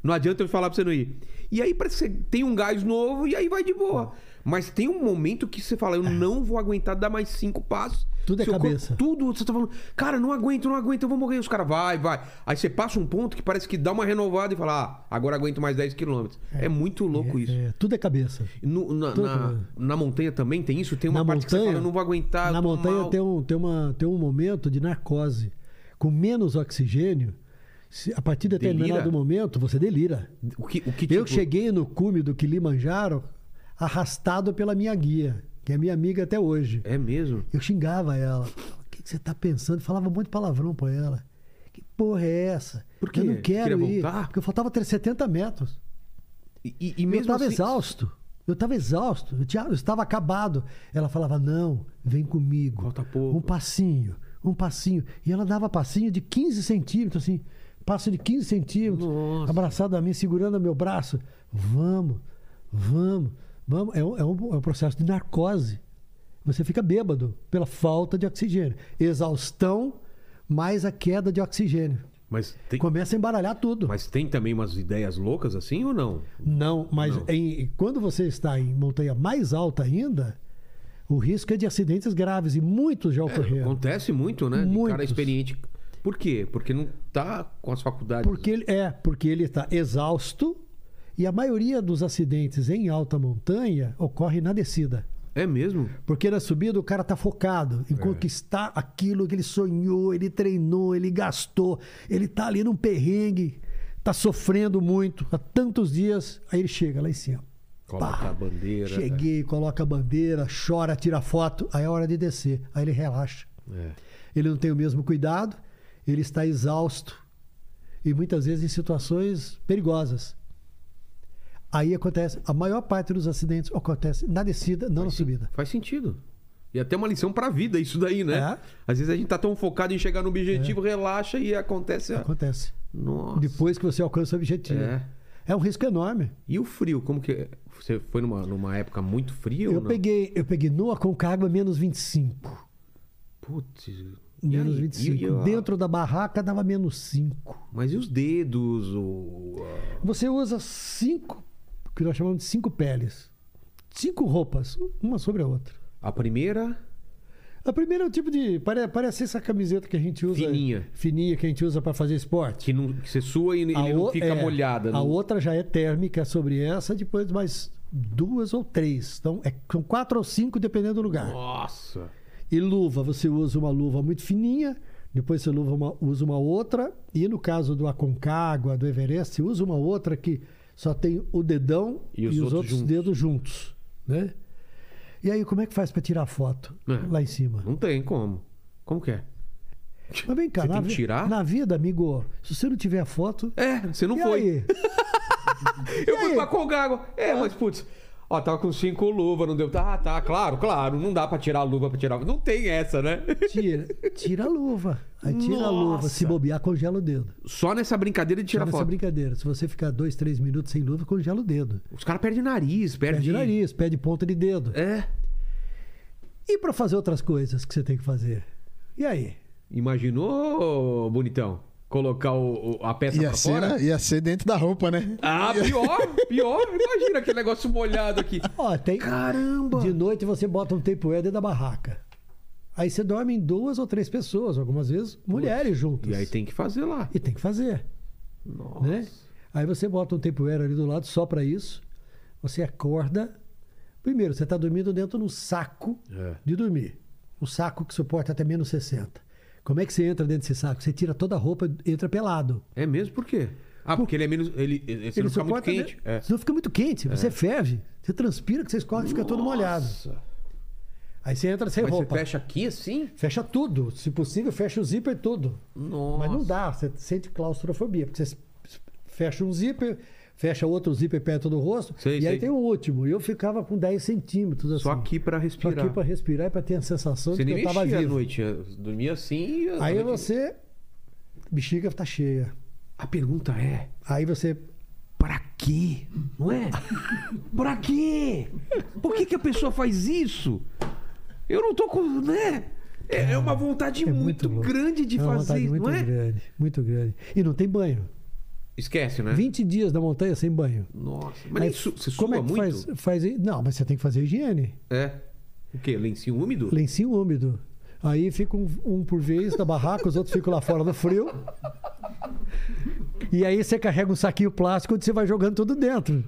Speaker 1: Não adianta eu falar pra você não ir. E aí parece que você tem um gás novo e aí vai de boa.
Speaker 4: É.
Speaker 1: Mas tem um momento que você fala, eu não vou aguentar dar mais cinco passos.
Speaker 4: Tudo é
Speaker 1: Seu corpo-
Speaker 4: cabeça.
Speaker 1: tudo, você tá falando, cara, não aguento, não aguento, eu vou morrer. Os caras, vai, vai. Aí você passa um ponto que parece que dá uma renovada e fala, ah, agora aguento mais 10 quilômetros. É, muito louco isso.
Speaker 4: É, tudo é cabeça.
Speaker 1: No- na,
Speaker 4: Tudo.
Speaker 1: na, na montanha também tem isso? Tem uma
Speaker 4: Na
Speaker 1: parte que você
Speaker 4: montanha-
Speaker 1: fala, eu não vou aguentar.
Speaker 4: Na
Speaker 1: eu tô
Speaker 4: montanha
Speaker 1: mal.
Speaker 4: tem um, tem, uma, tem um momento de narcose. Com menos oxigênio, se- a partir de
Speaker 1: Delira?
Speaker 4: determinado momento, você delira.
Speaker 1: O que, o que
Speaker 4: Eu
Speaker 1: tipo-
Speaker 4: cheguei no cume do Kilimanjaro arrastado pela minha guia, que é minha amiga até hoje.
Speaker 1: É mesmo?
Speaker 4: Eu xingava ela. O que que você tá pensando? Falava muito palavrão pra ela. Que porra é essa?
Speaker 1: Por quê?
Speaker 4: Eu não quero
Speaker 1: Queria
Speaker 4: ir.
Speaker 1: voltar?
Speaker 4: Porque faltava ter 70 metros.
Speaker 1: E, e- e
Speaker 4: eu
Speaker 1: mesmo
Speaker 4: estava
Speaker 1: assim-
Speaker 4: exausto. Eu estava exausto. Eu, tinha- eu estava acabado. Ela falava: Não, vem comigo.
Speaker 1: Falta pouco.
Speaker 4: Um passinho, um passinho. E ela dava passinho de 15 centímetros, assim. Passo de 15 centímetros.
Speaker 1: Nossa.
Speaker 4: Abraçado a mim, segurando meu braço. Vamos, vamos, vamos. É um, é um- é um processo de narcose. Você fica bêbado pela falta de oxigênio. Exaustão mais a queda de oxigênio.
Speaker 1: Mas tem,
Speaker 4: Começa a embaralhar tudo.
Speaker 1: mas tem também umas ideias loucas assim ou não?
Speaker 4: Não, mas
Speaker 1: Não.
Speaker 4: em- quando você está em montanha mais alta ainda, o risco é de acidentes graves e muitos já ocorreram.
Speaker 1: Acontece muito, né? De cara
Speaker 4: É. Muitos.
Speaker 1: experiente. Por quê? Porque não tá com as faculdades.
Speaker 4: porque ele é, porque ele está exausto e a maioria dos acidentes em alta montanha ocorre na descida.
Speaker 1: É mesmo?
Speaker 4: Porque na subida o cara tá focado
Speaker 1: É.
Speaker 4: em conquistar aquilo que ele sonhou, ele treinou, ele gastou, ele tá ali num perrengue, tá sofrendo muito há tantos dias, aí ele chega lá em cima.
Speaker 1: Coloca
Speaker 4: Pá.
Speaker 1: a bandeira. né?
Speaker 4: Cheguei, coloca a bandeira, chora, tira foto, aí é hora de descer. Aí ele relaxa.
Speaker 1: É.
Speaker 4: Ele não tem o mesmo cuidado, ele está exausto e muitas vezes em situações perigosas. Aí acontece, a maior parte dos acidentes acontece na descida, não na subida.
Speaker 1: Faz sentido. E é até uma lição pra vida isso daí, né?
Speaker 4: É.
Speaker 1: Às vezes a gente tá tão focado em chegar no objetivo, relaxa e acontece. a-
Speaker 4: Acontece.
Speaker 1: Nossa.
Speaker 4: Depois que você alcança o objetivo.
Speaker 1: É.
Speaker 4: É um risco enorme.
Speaker 1: E o frio, como que é? você foi numa, numa época muito fria
Speaker 4: Eu,
Speaker 1: ou não?
Speaker 4: peguei, eu peguei no Aconcagua menos 25.
Speaker 1: Putz. e
Speaker 4: Menos
Speaker 1: aí? E-
Speaker 4: 25.
Speaker 1: e a-
Speaker 4: Dentro da barraca dava menos 5.
Speaker 1: Mas e os dedos? O... a-
Speaker 4: Você usa cinco, que nós chamamos de cinco peles. Cinco roupas, uma sobre a outra.
Speaker 1: A primeira?
Speaker 4: A primeira é o tipo de. pare- Parece essa camiseta que a gente usa.
Speaker 1: Fininha.
Speaker 4: Fininha que a gente usa para fazer esporte.
Speaker 1: Que, não, que você sua e ele
Speaker 4: o-
Speaker 1: não fica
Speaker 4: é,
Speaker 1: molhada. né?
Speaker 4: A
Speaker 1: não-
Speaker 4: outra já é térmica sobre essa, depois mais duas ou três. Então, é- são quatro ou cinco, dependendo do lugar.
Speaker 1: Nossa.
Speaker 4: E luva, você usa uma luva muito fininha, depois você luva uma- usa uma outra, e no caso do Aconcagua, do Everest, você usa uma outra que só tem o dedão
Speaker 1: E
Speaker 4: e,
Speaker 1: os
Speaker 4: os,
Speaker 1: outros
Speaker 4: outros
Speaker 1: juntos.
Speaker 4: dedos juntos, né? E aí, como é que faz para tirar foto
Speaker 1: É.
Speaker 4: lá em cima?
Speaker 1: Não tem como. Como que é?
Speaker 4: Mas vem cá,
Speaker 1: Você
Speaker 4: na,
Speaker 1: tem que
Speaker 4: vi-
Speaker 1: tirar?
Speaker 4: na vida, amigo, se você não tiver a foto,
Speaker 1: É, você não
Speaker 4: e
Speaker 1: foi.
Speaker 4: aí?
Speaker 1: Eu
Speaker 4: E
Speaker 1: fui
Speaker 4: aí?
Speaker 1: pra Colgago. É, mas putz. Ó, tava com cinco luvas, não deu. Ah, tá, claro, claro. Não dá pra tirar a luva pra tirar. Não tem essa, né?
Speaker 4: Tira, tira a luva. Aí tira a
Speaker 1: Nossa!
Speaker 4: luva. Se bobear, congela o dedo.
Speaker 1: Só nessa brincadeira de tirar
Speaker 4: Tira essa
Speaker 1: foto.
Speaker 4: brincadeira. Se você ficar dois, três minutos sem luva, congela o dedo.
Speaker 1: Os caras perdem nariz, perdem.
Speaker 4: Perde nariz, perde ponta de dedo.
Speaker 1: É.
Speaker 4: E para fazer outras coisas que você tem que fazer? E aí?
Speaker 1: Imaginou, bonitão? Colocar o, o- a peça
Speaker 2: Ia
Speaker 1: pra
Speaker 2: ser,
Speaker 1: fora?
Speaker 2: né? ia ser dentro da roupa, né?
Speaker 1: Ah, pior, pior. Imagina aquele negócio molhado aqui.
Speaker 4: Ó, tem.
Speaker 1: Caramba!
Speaker 4: De noite você bota um tempo dentro da barraca. Aí você dorme em duas ou três pessoas, algumas vezes mulheres juntas.
Speaker 1: E aí tem que fazer lá.
Speaker 4: E tem que fazer,
Speaker 1: Nossa.
Speaker 4: né? Aí você bota um tempo ali do lado só para isso. Você acorda. Primeiro, você está dormindo dentro de um saco
Speaker 1: É.
Speaker 4: de dormir. Um saco que suporta até menos 60. Como é que você entra dentro desse saco? Você tira toda a roupa, entra pelado.
Speaker 1: É mesmo? Por quê? Ah, porque ele é menos. Ele, ele, ele
Speaker 4: Ele
Speaker 1: não fica muito
Speaker 4: suporta, né?
Speaker 1: quente. É.
Speaker 4: Senão fica muito quente, você ferve, você transpira, que você escorre, fica todo molhado.
Speaker 1: Nossa.
Speaker 4: Aí você entra sem
Speaker 1: Mas
Speaker 4: roupa.
Speaker 1: você
Speaker 4: Fecha...
Speaker 1: fecha aqui assim?
Speaker 4: tudo, se possível, fecha o zíper tudo.
Speaker 1: Nossa.
Speaker 4: Mas não dá, você sente claustrofobia, porque você fecha um zíper, fecha outro zíper perto do rosto,
Speaker 1: Sei,
Speaker 4: e aí
Speaker 1: sei.
Speaker 4: tem o último. E eu ficava com 10 centímetros assim.
Speaker 1: Só aqui pra
Speaker 4: Só
Speaker 1: respirar.
Speaker 4: aqui para respirar e para ter a sensação
Speaker 1: Você
Speaker 4: de
Speaker 1: nem
Speaker 4: que eu estava
Speaker 1: mexia à
Speaker 4: vivo.
Speaker 1: noite. eu Dormia assim e. à
Speaker 4: Aí
Speaker 1: noite-
Speaker 4: você. Bexiga tá cheia.
Speaker 1: A pergunta é:
Speaker 4: Aí você
Speaker 1: pra quê? Não é? pra quê? Por que, que a pessoa faz isso? Eu não tô com. né? É, é uma vontade
Speaker 4: É
Speaker 1: muito,
Speaker 4: louco.
Speaker 1: grande de
Speaker 4: É uma
Speaker 1: fazer,
Speaker 4: vontade muito
Speaker 1: não é?
Speaker 4: grande, muito grande. E não tem banho.
Speaker 1: Esquece, né?
Speaker 4: 20 dias na montanha sem banho.
Speaker 1: Nossa. Mas nem su- você sua
Speaker 4: como é que
Speaker 1: muito?
Speaker 4: faz, faz? i- Não, mas você tem que fazer higiene.
Speaker 1: É. O quê? Lencinho úmido?
Speaker 4: Lencinho úmido. Aí fica um, um por vez na barraca, os outros ficam lá fora no frio. E aí você carrega um saquinho plástico onde você vai jogando tudo dentro.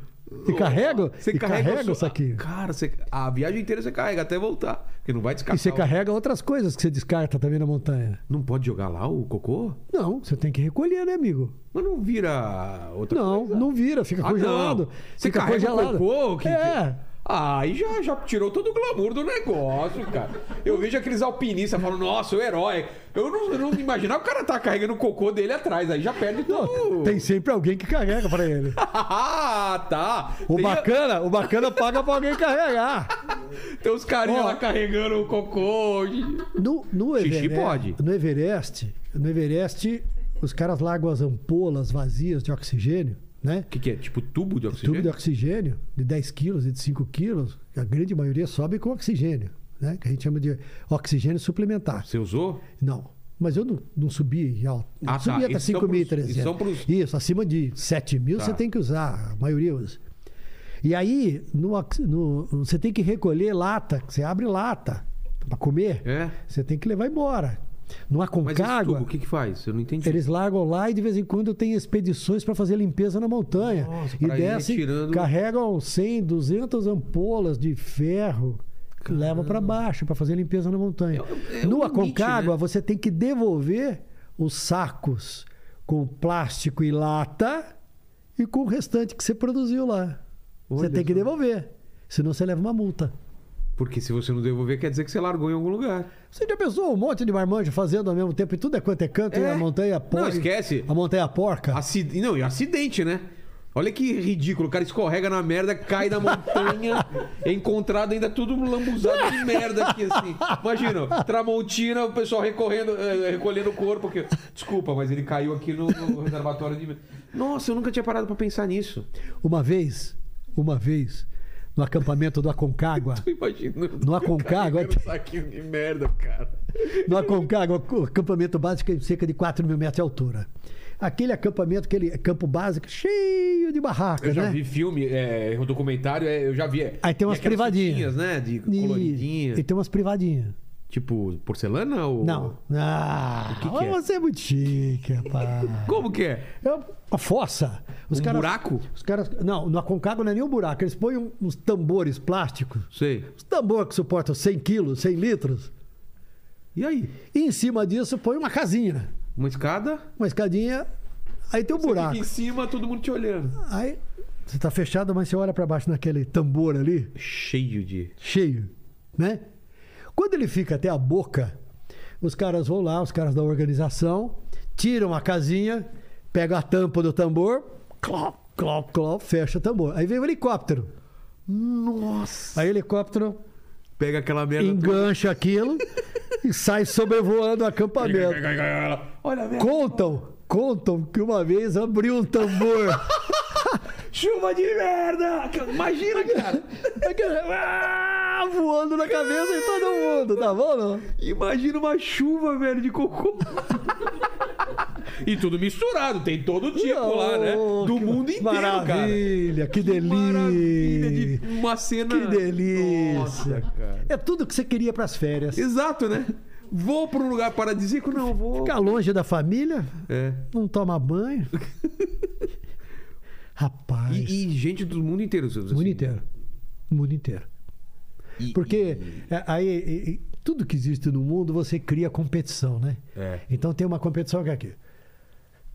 Speaker 4: E carrega, e carrega
Speaker 1: sua-
Speaker 4: o saquinho.
Speaker 1: Cara, você... a viagem inteira você carrega até voltar. Porque não vai descartar.
Speaker 4: E você
Speaker 1: o-
Speaker 4: carrega outras coisas que você descarta também na montanha.
Speaker 1: Não pode jogar lá o cocô?
Speaker 4: Não, você tem que recolher, né, amigo?
Speaker 1: Mas não vira outra
Speaker 4: Não,
Speaker 1: coisa?
Speaker 4: não vira, fica
Speaker 1: Ah, não.
Speaker 4: congelado.
Speaker 1: Você
Speaker 4: fica
Speaker 1: carrega o
Speaker 4: congelado.
Speaker 1: cocô, que-
Speaker 4: É.
Speaker 1: Ah, aí já, já tirou todo o glamour do negócio, cara. Eu vejo aqueles alpinistas falando, nossa, o herói. Eu não, eu não imaginava o cara tá carregando o cocô dele atrás, aí já perde
Speaker 4: Não,
Speaker 1: todo.
Speaker 4: tem sempre alguém que carrega pra ele.
Speaker 1: ah, tá.
Speaker 4: O
Speaker 1: tem,
Speaker 4: bacana, o bacana paga pra alguém carregar.
Speaker 1: tem os carinhas
Speaker 4: Ó.
Speaker 1: lá carregando o cocô.
Speaker 4: No, no
Speaker 1: Xixi
Speaker 4: Everest,
Speaker 1: pode.
Speaker 4: No Everest, no Everest, os caras largam as ampolas vazias de oxigênio, né?
Speaker 1: O que, que é? Tipo tubo de
Speaker 4: Tubo
Speaker 1: oxigênio?
Speaker 4: de oxigênio, de 10 quilos e de 5 quilos, a grande maioria sobe com oxigênio, né? Que a gente chama de oxigênio suplementar.
Speaker 1: Você usou?
Speaker 4: Não. Mas eu não, não subi em alto.
Speaker 1: Ah, tá.
Speaker 4: subi até
Speaker 1: Esses são
Speaker 4: 5.300.
Speaker 1: pros- esses são pros-
Speaker 4: Isso, acima de 7 mil
Speaker 1: Tá.
Speaker 4: você tem que usar, a maioria usa. E aí, no ox- no- você tem que recolher lata, você abre lata para comer,
Speaker 1: É.
Speaker 4: você tem que levar embora. Não há
Speaker 1: Mas esse tubo,
Speaker 4: concagua.
Speaker 1: o que que faz? Eu não entendi.
Speaker 4: Eles largam lá e de vez em quando tem expedições para fazer limpeza na montanha.
Speaker 1: Nossa,
Speaker 4: e
Speaker 1: pra ir
Speaker 4: descem,
Speaker 1: retirando-
Speaker 4: carregam 100, 200 ampolas de ferro, que levam para baixo para fazer limpeza na
Speaker 1: É-
Speaker 4: montanha.
Speaker 1: é um
Speaker 4: no
Speaker 1: limite,
Speaker 4: Aconcagua,
Speaker 1: né?
Speaker 4: você tem que devolver os sacos com plástico e lata e com o restante que você produziu lá. você
Speaker 1: Olha
Speaker 4: tem que
Speaker 1: só.
Speaker 4: devolver, senão você leva uma multa.
Speaker 1: Porque se você não devolver, quer dizer que você largou em algum lugar.
Speaker 4: Você já pensou um monte de marmanjo fazendo ao mesmo tempo e tudo é quanto é canto e
Speaker 1: É.
Speaker 4: a montanha
Speaker 1: Não,
Speaker 4: porca?
Speaker 1: esquece.
Speaker 4: A montanha porca.
Speaker 1: Acid... Não, e acidente, né? Olha que ridículo. O cara escorrega na merda, cai da montanha, é encontrado ainda tudo lambuzado de merda aqui, assim. Imagina, Tramontina, o pessoal recorrendo, eh, recolhendo o corpo. Porque... Desculpa, mas ele caiu aqui no, no reservatório de. Nossa, eu nunca tinha parado pra pensar nisso.
Speaker 4: Uma vez, uma vez, no acampamento do Aconcagua,
Speaker 1: Tô imaginando.
Speaker 4: No Aconcagua-
Speaker 1: Carregando saquinho de merda, cara.
Speaker 4: no Aconcagua, o acampamento básico é de cerca de 4 mil metros de altura. Aquele acampamento, aquele campo básico, cheio de barracas,
Speaker 1: Eu já
Speaker 4: né?
Speaker 1: vi filme, é, o documentário, é, eu já vi.
Speaker 4: Aí tem umas
Speaker 1: E aquelas
Speaker 4: privadinhas.
Speaker 1: fitinhas, né? De
Speaker 4: E-
Speaker 1: coloridinha.
Speaker 4: E tem umas privadinhas.
Speaker 1: Tipo, porcelana ou.
Speaker 4: Não. Ah,
Speaker 1: O que que é?
Speaker 4: você é muito chique, rapaz.
Speaker 1: Como que é?
Speaker 4: É uma fossa. Os
Speaker 1: Um buraco?
Speaker 4: Os caras, não, no Aconcagua não é nem um buraco. Eles põem um- uns tambores plásticos.
Speaker 1: Sei.
Speaker 4: Os tambores tá que suportam 100 quilos, 100 litros.
Speaker 1: E aí?
Speaker 4: E em cima disso põe uma casinha.
Speaker 1: Uma escada?
Speaker 4: uma escadinha, aí tem um
Speaker 1: Fica
Speaker 4: buraco.
Speaker 1: em cima, todo mundo te olhando.
Speaker 4: Aí você tá fechado, mas você olha para baixo naquele tambor ali,
Speaker 1: Cheio de.
Speaker 4: cheio, né? Quando ele fica até a boca, os caras vão lá, os caras da organização, tiram a casinha, pegam a tampa do tambor, clop, clop, clop, fecha o tambor. Aí vem o helicóptero.
Speaker 1: Nossa!
Speaker 4: Aí o helicóptero
Speaker 1: Pega aquela merda.
Speaker 4: engancha aquilo e sai sobrevoando o acampamento.
Speaker 1: toda. Olha a merda.
Speaker 4: Contam, contam que uma vez abriu um tambor.
Speaker 1: Chuva de merda! Imagina, cara!
Speaker 4: Ah, voando na cabeça de todo mundo, tá bom não?
Speaker 1: Imagina uma chuva, velho, de cocô. e tudo misturado, tem todo tipo lá, né?
Speaker 4: Oh,
Speaker 1: Do
Speaker 4: que
Speaker 1: mundo inteiro, cara.
Speaker 4: Maravilha, que
Speaker 1: Maravilha
Speaker 4: delícia.
Speaker 1: de uma cena.
Speaker 4: Que delícia.
Speaker 1: Nossa, cara.
Speaker 4: É tudo que você queria pras férias.
Speaker 1: Exato, né? Vou pra um lugar paradisíaco? Não, vou.
Speaker 4: Ficar longe da família,
Speaker 1: É.
Speaker 4: não toma banho. Rapaz,
Speaker 1: E, e gente do mundo inteiro. assim.
Speaker 4: o mundo inteiro. O mundo inteiro.
Speaker 1: E-
Speaker 4: Porque é, aí e- e tudo que existe no mundo você cria competição, né?
Speaker 1: É.
Speaker 4: Então tem uma competição que é aqui.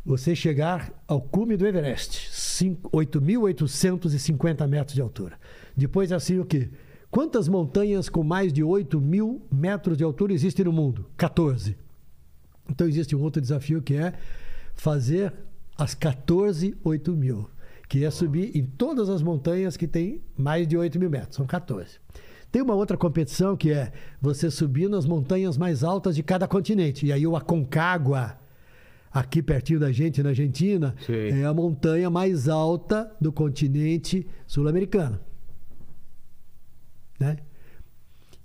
Speaker 4: Você chegar ao cume do Everest, cinco- 8.850 metros de altura. Depois assim o quê? Quantas montanhas com mais de 8 mil metros de altura existem no mundo? 14. Então existe um outro desafio que é fazer as 14 8 mil, que é subir em todas as montanhas que tem mais de 8 mil metros, são 14. Tem uma outra competição que é você subir nas montanhas mais altas de cada continente. E aí o Aconcagua, aqui pertinho da gente, na Argentina,
Speaker 1: Sim.
Speaker 4: é a montanha mais alta do continente sul-americano. Né?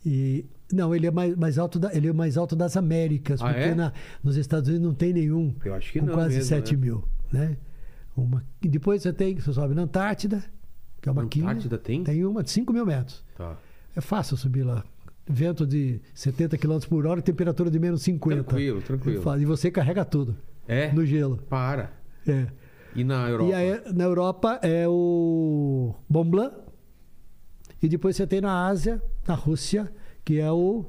Speaker 4: E não, ele é mais, mais alto da- ele é o mais alto das Américas,
Speaker 1: Ah,
Speaker 4: porque
Speaker 1: é?
Speaker 4: na- nos Estados Unidos não tem nenhum
Speaker 1: Eu acho que
Speaker 4: com
Speaker 1: não
Speaker 4: quase
Speaker 1: mesmo,
Speaker 4: 7
Speaker 1: né?
Speaker 4: mil, né? Uma... E depois você tem, você sobe na Antártida, que é uma quina.
Speaker 1: Antártida tem?
Speaker 4: Tem uma de 5 mil metros.
Speaker 1: Tá.
Speaker 4: É fácil subir lá. Vento de 70 km por hora e temperatura de menos 50.
Speaker 1: Tranquilo, tranquilo.
Speaker 4: E fa- E você carrega tudo
Speaker 1: É?
Speaker 4: no gelo.
Speaker 1: Para.
Speaker 4: É.
Speaker 1: E na Europa?
Speaker 4: E aí, na Europa é o Mont Blanc. E depois você tem na Ásia, na Rússia, que é o.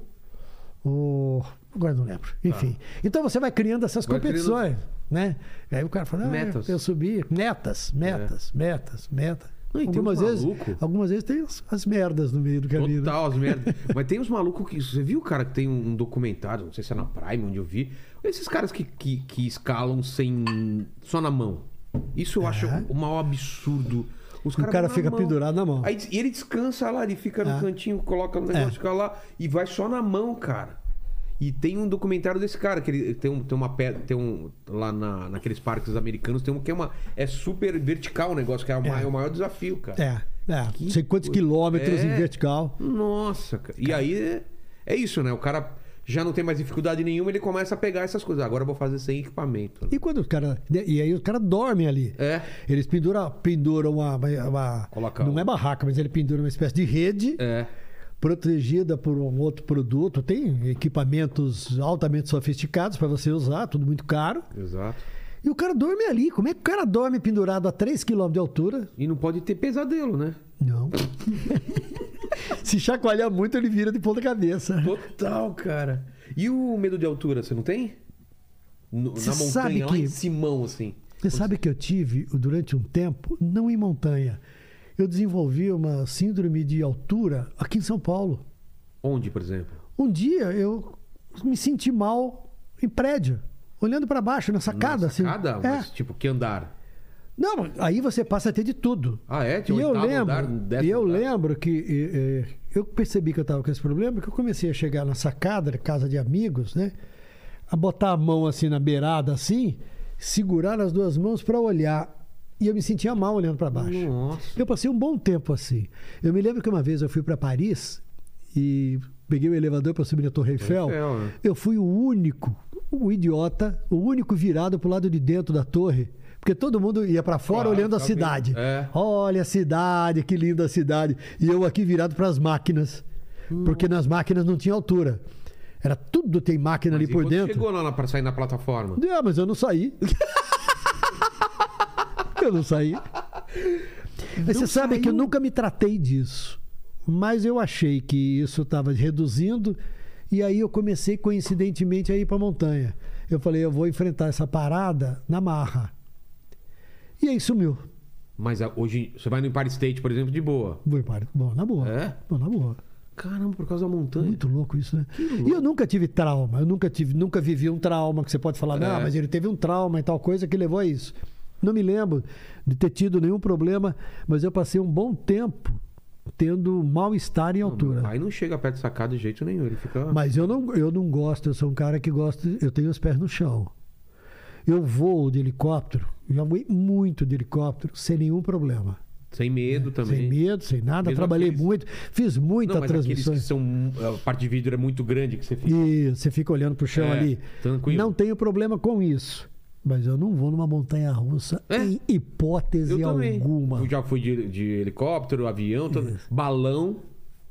Speaker 4: o- agora não lembro. Enfim. Então você vai criando essas
Speaker 1: Tá. Vai criando-
Speaker 4: competições. Né? E aí o cara fala, ah,
Speaker 1: Metas. É.
Speaker 4: eu subi. Metas, metas, metas, metas.
Speaker 1: Não, e tem
Speaker 4: algumas,
Speaker 1: uns
Speaker 4: vezes,
Speaker 1: maluco.
Speaker 4: algumas vezes tem as, as merdas no meio do caminho. né?
Speaker 1: Total, as merda. Mas tem uns malucos que. Você viu, cara, que tem um documentário, não sei se é na Prime, onde eu vi. Esses caras que, que, que escalam sem. só na mão. Isso eu acho o maior absurdo. Os
Speaker 4: É? O cara
Speaker 1: vão na
Speaker 4: fica
Speaker 1: mão.
Speaker 4: pendurado na mão.
Speaker 1: Aí, e ele descansa lá, ele fica no
Speaker 4: É.
Speaker 1: cantinho, coloca um negócio,
Speaker 4: É.
Speaker 1: fica lá e vai só na mão, cara. E tem um documentário desse cara, que ele tem, um, tem uma pedra, tem um. Lá na, naqueles parques americanos, tem um que é uma. É super vertical o negócio, que é o, maior, o maior desafio, cara.
Speaker 4: É, é.
Speaker 1: Que
Speaker 4: Não sei quantos
Speaker 1: coisa.
Speaker 4: quilômetros em
Speaker 1: É.
Speaker 4: vertical.
Speaker 1: Nossa, cara. E aí é, é isso, né? O cara já não tem mais dificuldade nenhuma, ele começa a pegar essas coisas. Agora eu vou fazer sem equipamento. né?
Speaker 4: E quando o cara. E aí os caras dormem ali.
Speaker 1: É.
Speaker 4: Eles penduram, penduram uma. uma-
Speaker 1: Coloca
Speaker 4: não
Speaker 1: um-
Speaker 4: é barraca, mas ele pendura uma espécie de rede
Speaker 1: É.
Speaker 4: protegida por um outro produto. Tem equipamentos altamente sofisticados para você usar, tudo muito caro.
Speaker 1: Exato.
Speaker 4: E o cara dorme ali. Como é que o cara dorme pendurado a 3 km de altura?
Speaker 1: E não pode ter pesadelo, né?
Speaker 4: Não. Se chacoalhar muito, ele vira de ponta cabeça.
Speaker 1: Total, cara. E o medo de altura, você não tem? No-
Speaker 4: Você
Speaker 1: na montanha,
Speaker 4: sabe
Speaker 1: lá
Speaker 4: que-
Speaker 1: em Simão, assim.
Speaker 4: Você sabe que eu tive, durante um tempo, não em montanha, eu desenvolvi uma síndrome de altura aqui em São Paulo.
Speaker 1: Onde, por exemplo?
Speaker 4: Um dia eu me senti mal em prédio, olhando para baixo, na sacada. assim.
Speaker 1: Cada,
Speaker 4: É.
Speaker 1: mas tipo, que andar?
Speaker 4: Não, mas aí você passa a ter de tudo.
Speaker 1: Ah, é? Tinha
Speaker 4: E eu
Speaker 1: oitavo
Speaker 4: lembro,
Speaker 1: andar, décimo
Speaker 4: e eu
Speaker 1: andar.
Speaker 4: lembro que eh, eh, eu percebi que eu estava com esse problema, que eu comecei a chegar na sacada, de casa de amigos, né? A botar a mão assim na beirada, assim, segurar as duas mãos para olhar. E eu me sentia mal olhando para baixo.
Speaker 1: Nossa.
Speaker 4: Eu passei um bom tempo assim. Eu me lembro que uma vez eu fui para Paris e peguei o elevador para subir na Torre Eiffel.
Speaker 1: Eiffel, né?
Speaker 4: Eu fui o único, o idiota, o único virado pro lado de dentro da torre. Porque todo mundo ia para fora
Speaker 1: Claro,
Speaker 4: olhando a
Speaker 1: tá
Speaker 4: cidade.
Speaker 1: vendo? É.
Speaker 4: Olha a cidade, que linda a cidade. E eu aqui virado para as máquinas.
Speaker 1: Hum.
Speaker 4: Porque nas máquinas não tinha altura. Era tudo tem máquina
Speaker 1: Mas
Speaker 4: ali
Speaker 1: e
Speaker 4: por
Speaker 1: quando
Speaker 4: dentro.
Speaker 1: Chegou lá na, pra sair na plataforma.
Speaker 4: Ah, mas eu não saí. eu não saí. Mas você sabe que eu nunca me tratei disso. Mas eu achei que isso estava reduzindo. E aí eu comecei, coincidentemente, a ir para montanha. Eu falei, eu vou enfrentar essa parada na marra. E aí sumiu.
Speaker 1: Mas ah, hoje, você vai no Empire State, por exemplo, de boa.
Speaker 4: Vou embora. Bom, na boa.
Speaker 1: É?
Speaker 4: Bom, na boa.
Speaker 1: Caramba, por causa da montanha.
Speaker 4: Muito louco isso, né? E eu nunca tive trauma, eu nunca tive, nunca vivi um trauma que você pode falar, não,
Speaker 1: É.
Speaker 4: mas ele teve um trauma e tal coisa que levou a isso. Não me lembro de ter tido nenhum problema, mas eu passei um bom tempo tendo mal-estar em altura.
Speaker 1: Aí não chega perto de sacada de jeito nenhum. Ele fica.
Speaker 4: Mas eu não, eu não gosto, eu sou um cara que gosta, eu tenho os pés no chão. Eu voo de helicóptero, já voei muito de helicóptero, sem nenhum problema.
Speaker 1: Sem medo também.
Speaker 4: é, Sem medo, sem nada,
Speaker 1: Mesmo
Speaker 4: trabalhei
Speaker 1: aqueles-
Speaker 4: muito, fiz muita
Speaker 1: Não, mas aqueles
Speaker 4: transmissão.
Speaker 1: que são. A parte de vidro é muito grande que você fica.
Speaker 4: E você fica olhando pro chão
Speaker 1: É,
Speaker 4: ali.
Speaker 1: tranquilo.
Speaker 4: Não tenho problema com isso. Mas eu não vou numa montanha russa
Speaker 1: É?
Speaker 4: em hipótese
Speaker 1: Eu também.
Speaker 4: alguma.
Speaker 1: Eu já fui de, de helicóptero, avião, tudo.
Speaker 4: Isso.
Speaker 1: balão.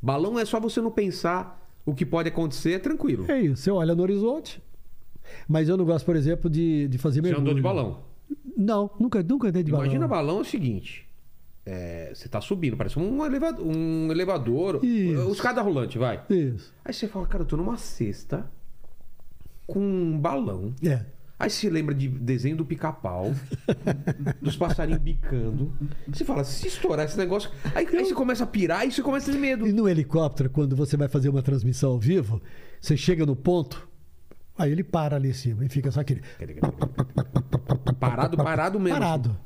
Speaker 1: Balão é só você não pensar o que pode acontecer, é tranquilo.
Speaker 4: É isso, você olha no horizonte. Mas eu não gosto, por exemplo, de, de fazer
Speaker 1: Você
Speaker 4: mergulho.
Speaker 1: andou de balão.
Speaker 4: Não, nunca, nunca andei de
Speaker 1: Imagina
Speaker 4: balão.
Speaker 1: balão é o seguinte. é, você tá subindo, parece um elevador, um elevador
Speaker 4: Isso.
Speaker 1: os cada rolante, vai.
Speaker 4: Isso.
Speaker 1: Aí você fala, cara, eu tô numa cesta com um balão.
Speaker 4: É.
Speaker 1: Aí você lembra de desenho do pica-pau, dos passarinhos bicando. Você fala, se estourar esse negócio. Aí, aí você começa a pirar e você começa a ter medo.
Speaker 4: E no helicóptero, quando você vai fazer uma transmissão ao vivo, você chega no ponto, aí ele para ali em cima e fica só aquele.
Speaker 1: Parado, parado mesmo.
Speaker 4: Parado.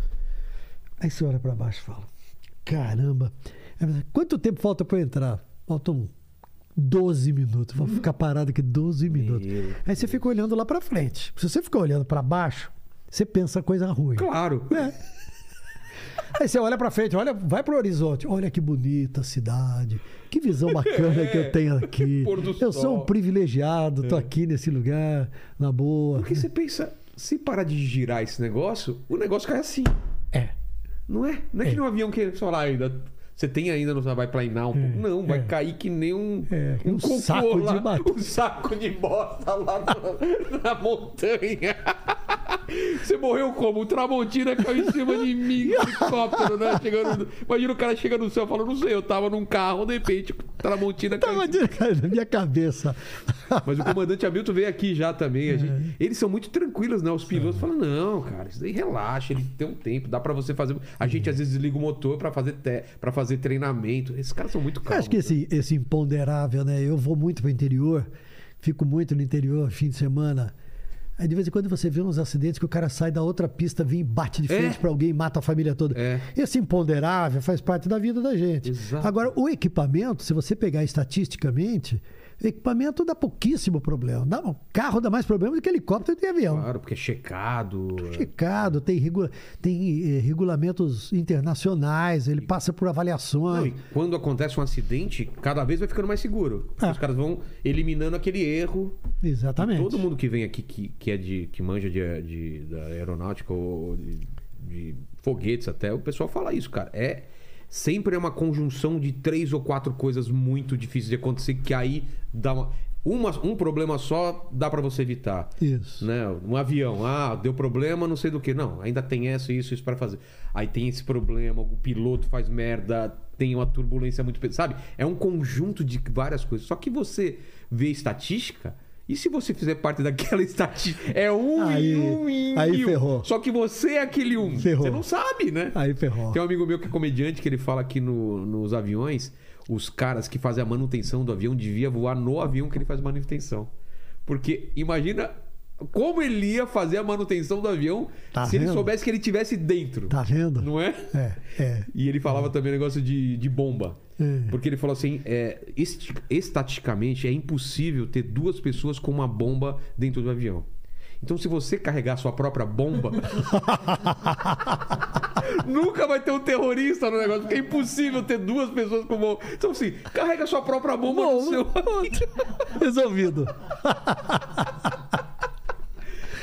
Speaker 4: Aí você olha pra baixo e fala: Caramba, Aí você, quanto tempo falta pra eu entrar? Faltam 12 minutos. Vou ficar parado aqui 12 minutos. Aí você fica olhando lá pra frente. Se você ficar olhando pra baixo, você pensa coisa ruim.
Speaker 1: Claro.
Speaker 4: Aí você olha pra frente, olha, vai pro horizonte. Olha que bonita a cidade. Que visão bacana que eu tenho aqui.
Speaker 1: É, Pôr do
Speaker 4: eu sou um
Speaker 1: sol. É.
Speaker 4: privilegiado, tô aqui nesse lugar, na boa.
Speaker 1: Porque você pensa, se parar de girar esse negócio, o negócio cai assim.
Speaker 4: É.
Speaker 1: Não é? Não é, que nem um avião que sei lá, ainda. Você tem ainda, não vai planear um pouco. Não, vai
Speaker 4: é.
Speaker 1: cair que nem um,
Speaker 4: É,
Speaker 1: um,
Speaker 4: um
Speaker 1: cocô
Speaker 4: saco de
Speaker 1: lá,
Speaker 4: bat-
Speaker 1: um saco de bosta lá na, na montanha. Você morreu como? O Tramontina caiu em cima de mim, um helicóptero, né? Chegando, imagina o cara chegando no céu e falando, não sei, eu tava num carro, de repente, o Tramontina caiu. em
Speaker 4: Tava
Speaker 1: cima.
Speaker 4: de- cara, na minha cabeça.
Speaker 1: Mas o comandante Hamilton veio aqui já também. a gente-
Speaker 4: É.
Speaker 1: Eles são muito tranquilos, né? Os pilotos falam: não, cara, isso daí relaxa, ele tem um tempo, dá pra você fazer. A
Speaker 4: Uhum.
Speaker 1: gente às vezes desliga o motor pra fazer, te... pra fazer treinamento. Esses caras são muito
Speaker 4: Eu
Speaker 1: calmos. né?
Speaker 4: acho que esse, esse imponderável, né? Eu vou muito pro interior, fico muito no interior, fim de semana. Aí de vez em quando você vê uns acidentes que o cara sai da outra pista, vem e bate de frente
Speaker 1: É.
Speaker 4: pra alguém, mata a família toda.
Speaker 1: É.
Speaker 4: Esse imponderável faz parte da vida da gente.
Speaker 1: Exato.
Speaker 4: Agora, o equipamento, se você pegar estatisticamente, equipamento dá pouquíssimo problema. Dá, o carro dá mais problema do que helicóptero e avião.
Speaker 1: Claro, porque é checado.
Speaker 4: Checado, tem, regula- tem eh, regulamentos internacionais, ele passa por
Speaker 1: Não,
Speaker 4: avaliações.
Speaker 1: e quando acontece um acidente, cada vez vai ficando mais seguro.
Speaker 4: Ah.
Speaker 1: Os caras vão eliminando aquele erro.
Speaker 4: Exatamente.
Speaker 1: Todo mundo que vem aqui que, que é de que manja de, de- da aeronáutica ou de, de foguetes até, o pessoal fala isso, cara. É sempre é uma conjunção de três ou quatro coisas muito difíceis de acontecer que aí dá uma, uma- um problema só dá pra você evitar.
Speaker 4: Isso.
Speaker 1: Né? Um avião, ah, deu problema, não sei do que. Não, ainda tem essa, isso, isso pra fazer. Aí tem esse problema, o piloto faz merda, tem uma turbulência muito pesada. Sabe? É um conjunto de várias coisas. Só que você vê estatística, e se você fizer parte daquela estatística? É um
Speaker 4: Aí-
Speaker 1: e um e um.
Speaker 4: aí
Speaker 1: e um.
Speaker 4: ferrou.
Speaker 1: Só que você é aquele um.
Speaker 4: Ferrou.
Speaker 1: Você não sabe, né?
Speaker 4: Aí ferrou.
Speaker 1: Tem um amigo meu que é comediante que ele fala que no- nos aviões, os caras que fazem a manutenção do avião devia voar no avião que ele faz manutenção. Porque imagina como ele ia fazer a manutenção do avião
Speaker 4: Tá
Speaker 1: se ele
Speaker 4: vendo?
Speaker 1: soubesse que ele tivesse dentro.
Speaker 4: Tá vendo?
Speaker 1: Não é?
Speaker 4: É, é.
Speaker 1: E ele falava também um negócio de, de bomba.
Speaker 4: É.
Speaker 1: Porque ele falou assim: é, esti- estaticamente é impossível ter duas pessoas com uma bomba dentro do avião. Então, se você carregar sua própria bomba, nunca vai ter um terrorista no negócio, porque é impossível ter duas pessoas com bomba. Então, assim, carrega sua própria bomba no seu.
Speaker 4: Resolvido.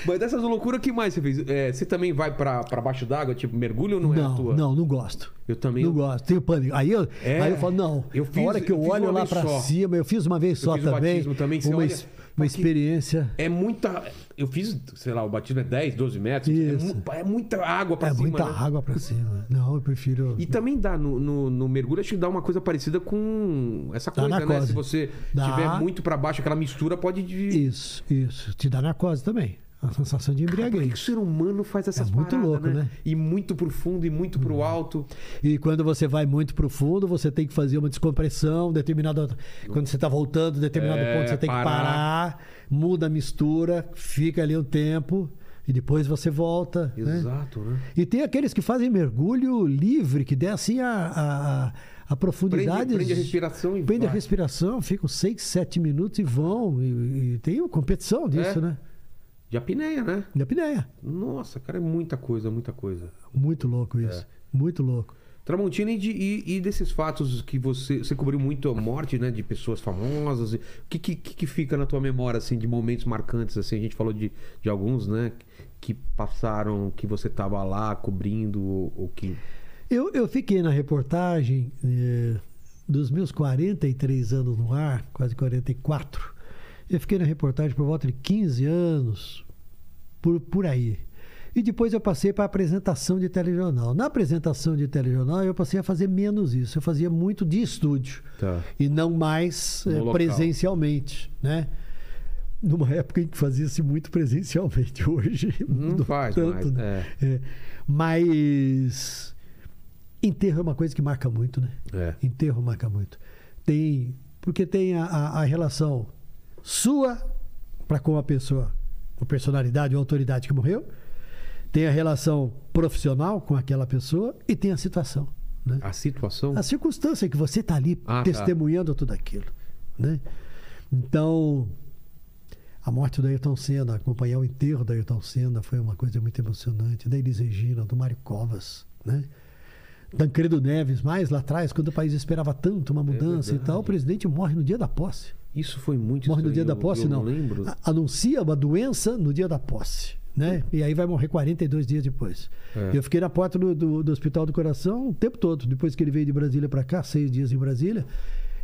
Speaker 1: Mas dessas loucuras, o que mais você fez? É, você também vai pra pra baixo d'água, tipo, mergulho ou não, é a
Speaker 4: Não,
Speaker 1: tua?
Speaker 4: não, não gosto.
Speaker 1: Eu também.
Speaker 4: Não gosto, tenho pânico. Aí eu,
Speaker 1: É,
Speaker 4: aí eu falo, não.
Speaker 1: eu fiz-
Speaker 4: a hora que eu,
Speaker 1: eu fiz
Speaker 4: olho
Speaker 1: uma
Speaker 4: lá
Speaker 1: vez
Speaker 4: pra
Speaker 1: só.
Speaker 4: cima, eu fiz uma vez só
Speaker 1: fiz o
Speaker 4: também.
Speaker 1: batismo também, você
Speaker 4: uma
Speaker 1: olha,
Speaker 4: es-
Speaker 1: fala
Speaker 4: uma
Speaker 1: que-
Speaker 4: experiência.
Speaker 1: É muita. Eu fiz, sei lá, o batismo é 10, 12 metros. É,
Speaker 4: Isso.
Speaker 1: mu- é muita água pra
Speaker 4: É
Speaker 1: cima.
Speaker 4: muita
Speaker 1: né?
Speaker 4: água pra cima. Não, eu prefiro.
Speaker 1: E também dá, no, no, no mergulho, acho que dá uma coisa parecida com essa
Speaker 4: Dá
Speaker 1: coisa, né?
Speaker 4: narcose.
Speaker 1: Se você
Speaker 4: Dá.
Speaker 1: tiver muito pra baixo, aquela mistura pode. De...
Speaker 4: Isso, isso. Te dá narcose também. A sensação de
Speaker 1: Por é que que o
Speaker 4: embriaguez.
Speaker 1: ser humano faz essas
Speaker 4: É muito
Speaker 1: paradas,
Speaker 4: louco, né? Uhum.
Speaker 1: E muito pro fundo, e muito pro alto.
Speaker 4: E quando você vai muito pro fundo, você tem que fazer uma descompressão, determinado. Quando você tá voltando, determinado
Speaker 1: É,
Speaker 4: ponto, você tem que
Speaker 1: parar.
Speaker 4: parar, muda a mistura, fica ali um tempo, e depois você volta. né?
Speaker 1: Exato, né?
Speaker 4: E tem aqueles que fazem mergulho livre, que descem a, a, a- a profundidade.
Speaker 1: Prende- prende a respiração e
Speaker 4: Prende a
Speaker 1: vai.
Speaker 4: respiração, ficam 6, 7 minutos e vão. E, e tem uma competição disso,
Speaker 1: É.
Speaker 4: né?
Speaker 1: De apneia, né?
Speaker 4: Na apneia.
Speaker 1: Nossa, cara, é muita coisa, muita coisa.
Speaker 4: Muito louco
Speaker 1: É.
Speaker 4: isso. Muito louco.
Speaker 1: Tramontina, e, de- e- e desses fatos que você, você cobriu muito a morte, né, de pessoas famosas, e- o que, que, que fica na tua memória, assim, de momentos marcantes, assim, a gente falou de, de alguns, né, que passaram, que você tava lá cobrindo, ou, ou que...
Speaker 4: Eu, eu fiquei na reportagem eh, dos meus 43 anos no ar, quase 44. Eu fiquei na reportagem por volta de 15 anos, por, por aí. E depois eu passei para apresentação de telejornal. Na apresentação de telejornal, eu passei a fazer menos isso. Eu fazia muito de estúdio
Speaker 1: Tá.
Speaker 4: e não mais
Speaker 1: No
Speaker 4: eh,
Speaker 1: local.
Speaker 4: presencialmente, né? Numa época em que fazia-se muito presencialmente. Hoje
Speaker 1: Não
Speaker 4: mudou
Speaker 1: faz
Speaker 4: tanto,
Speaker 1: mais,
Speaker 4: né?
Speaker 1: é.
Speaker 4: É, mas enterro é uma coisa que marca muito, né?
Speaker 1: É.
Speaker 4: Enterro marca muito. Tem, porque tem a, a- a relação sua para com a pessoa, com a personalidade ou autoridade que morreu, tem a relação profissional com aquela pessoa e tem a situação, né?
Speaker 1: A situação...
Speaker 4: a circunstância que você está ali
Speaker 1: Ah, tá.
Speaker 4: testemunhando tudo aquilo, né? Então, a morte do Ayrton Senna, acompanhar o enterro do Ayrton Senna foi uma coisa muito emocionante. Da Elis Regina, do Mário Covas, né? Tancredo Neves, mais lá atrás, quando o país esperava
Speaker 1: É
Speaker 4: tanto uma mudança e tal, o presidente morre no dia da posse.
Speaker 1: Isso foi muito
Speaker 4: Morre no
Speaker 1: estranho,
Speaker 4: dia da
Speaker 1: eu-
Speaker 4: posse,
Speaker 1: eu
Speaker 4: não. Ah.
Speaker 1: lembro.
Speaker 4: A- Anuncia uma doença no dia da posse. né? E aí vai morrer 42 dias depois.
Speaker 1: É.
Speaker 4: Eu fiquei na porta do, do- do Hospital do Coração o tempo todo. Depois que ele veio de Brasília para cá, seis dias em Brasília,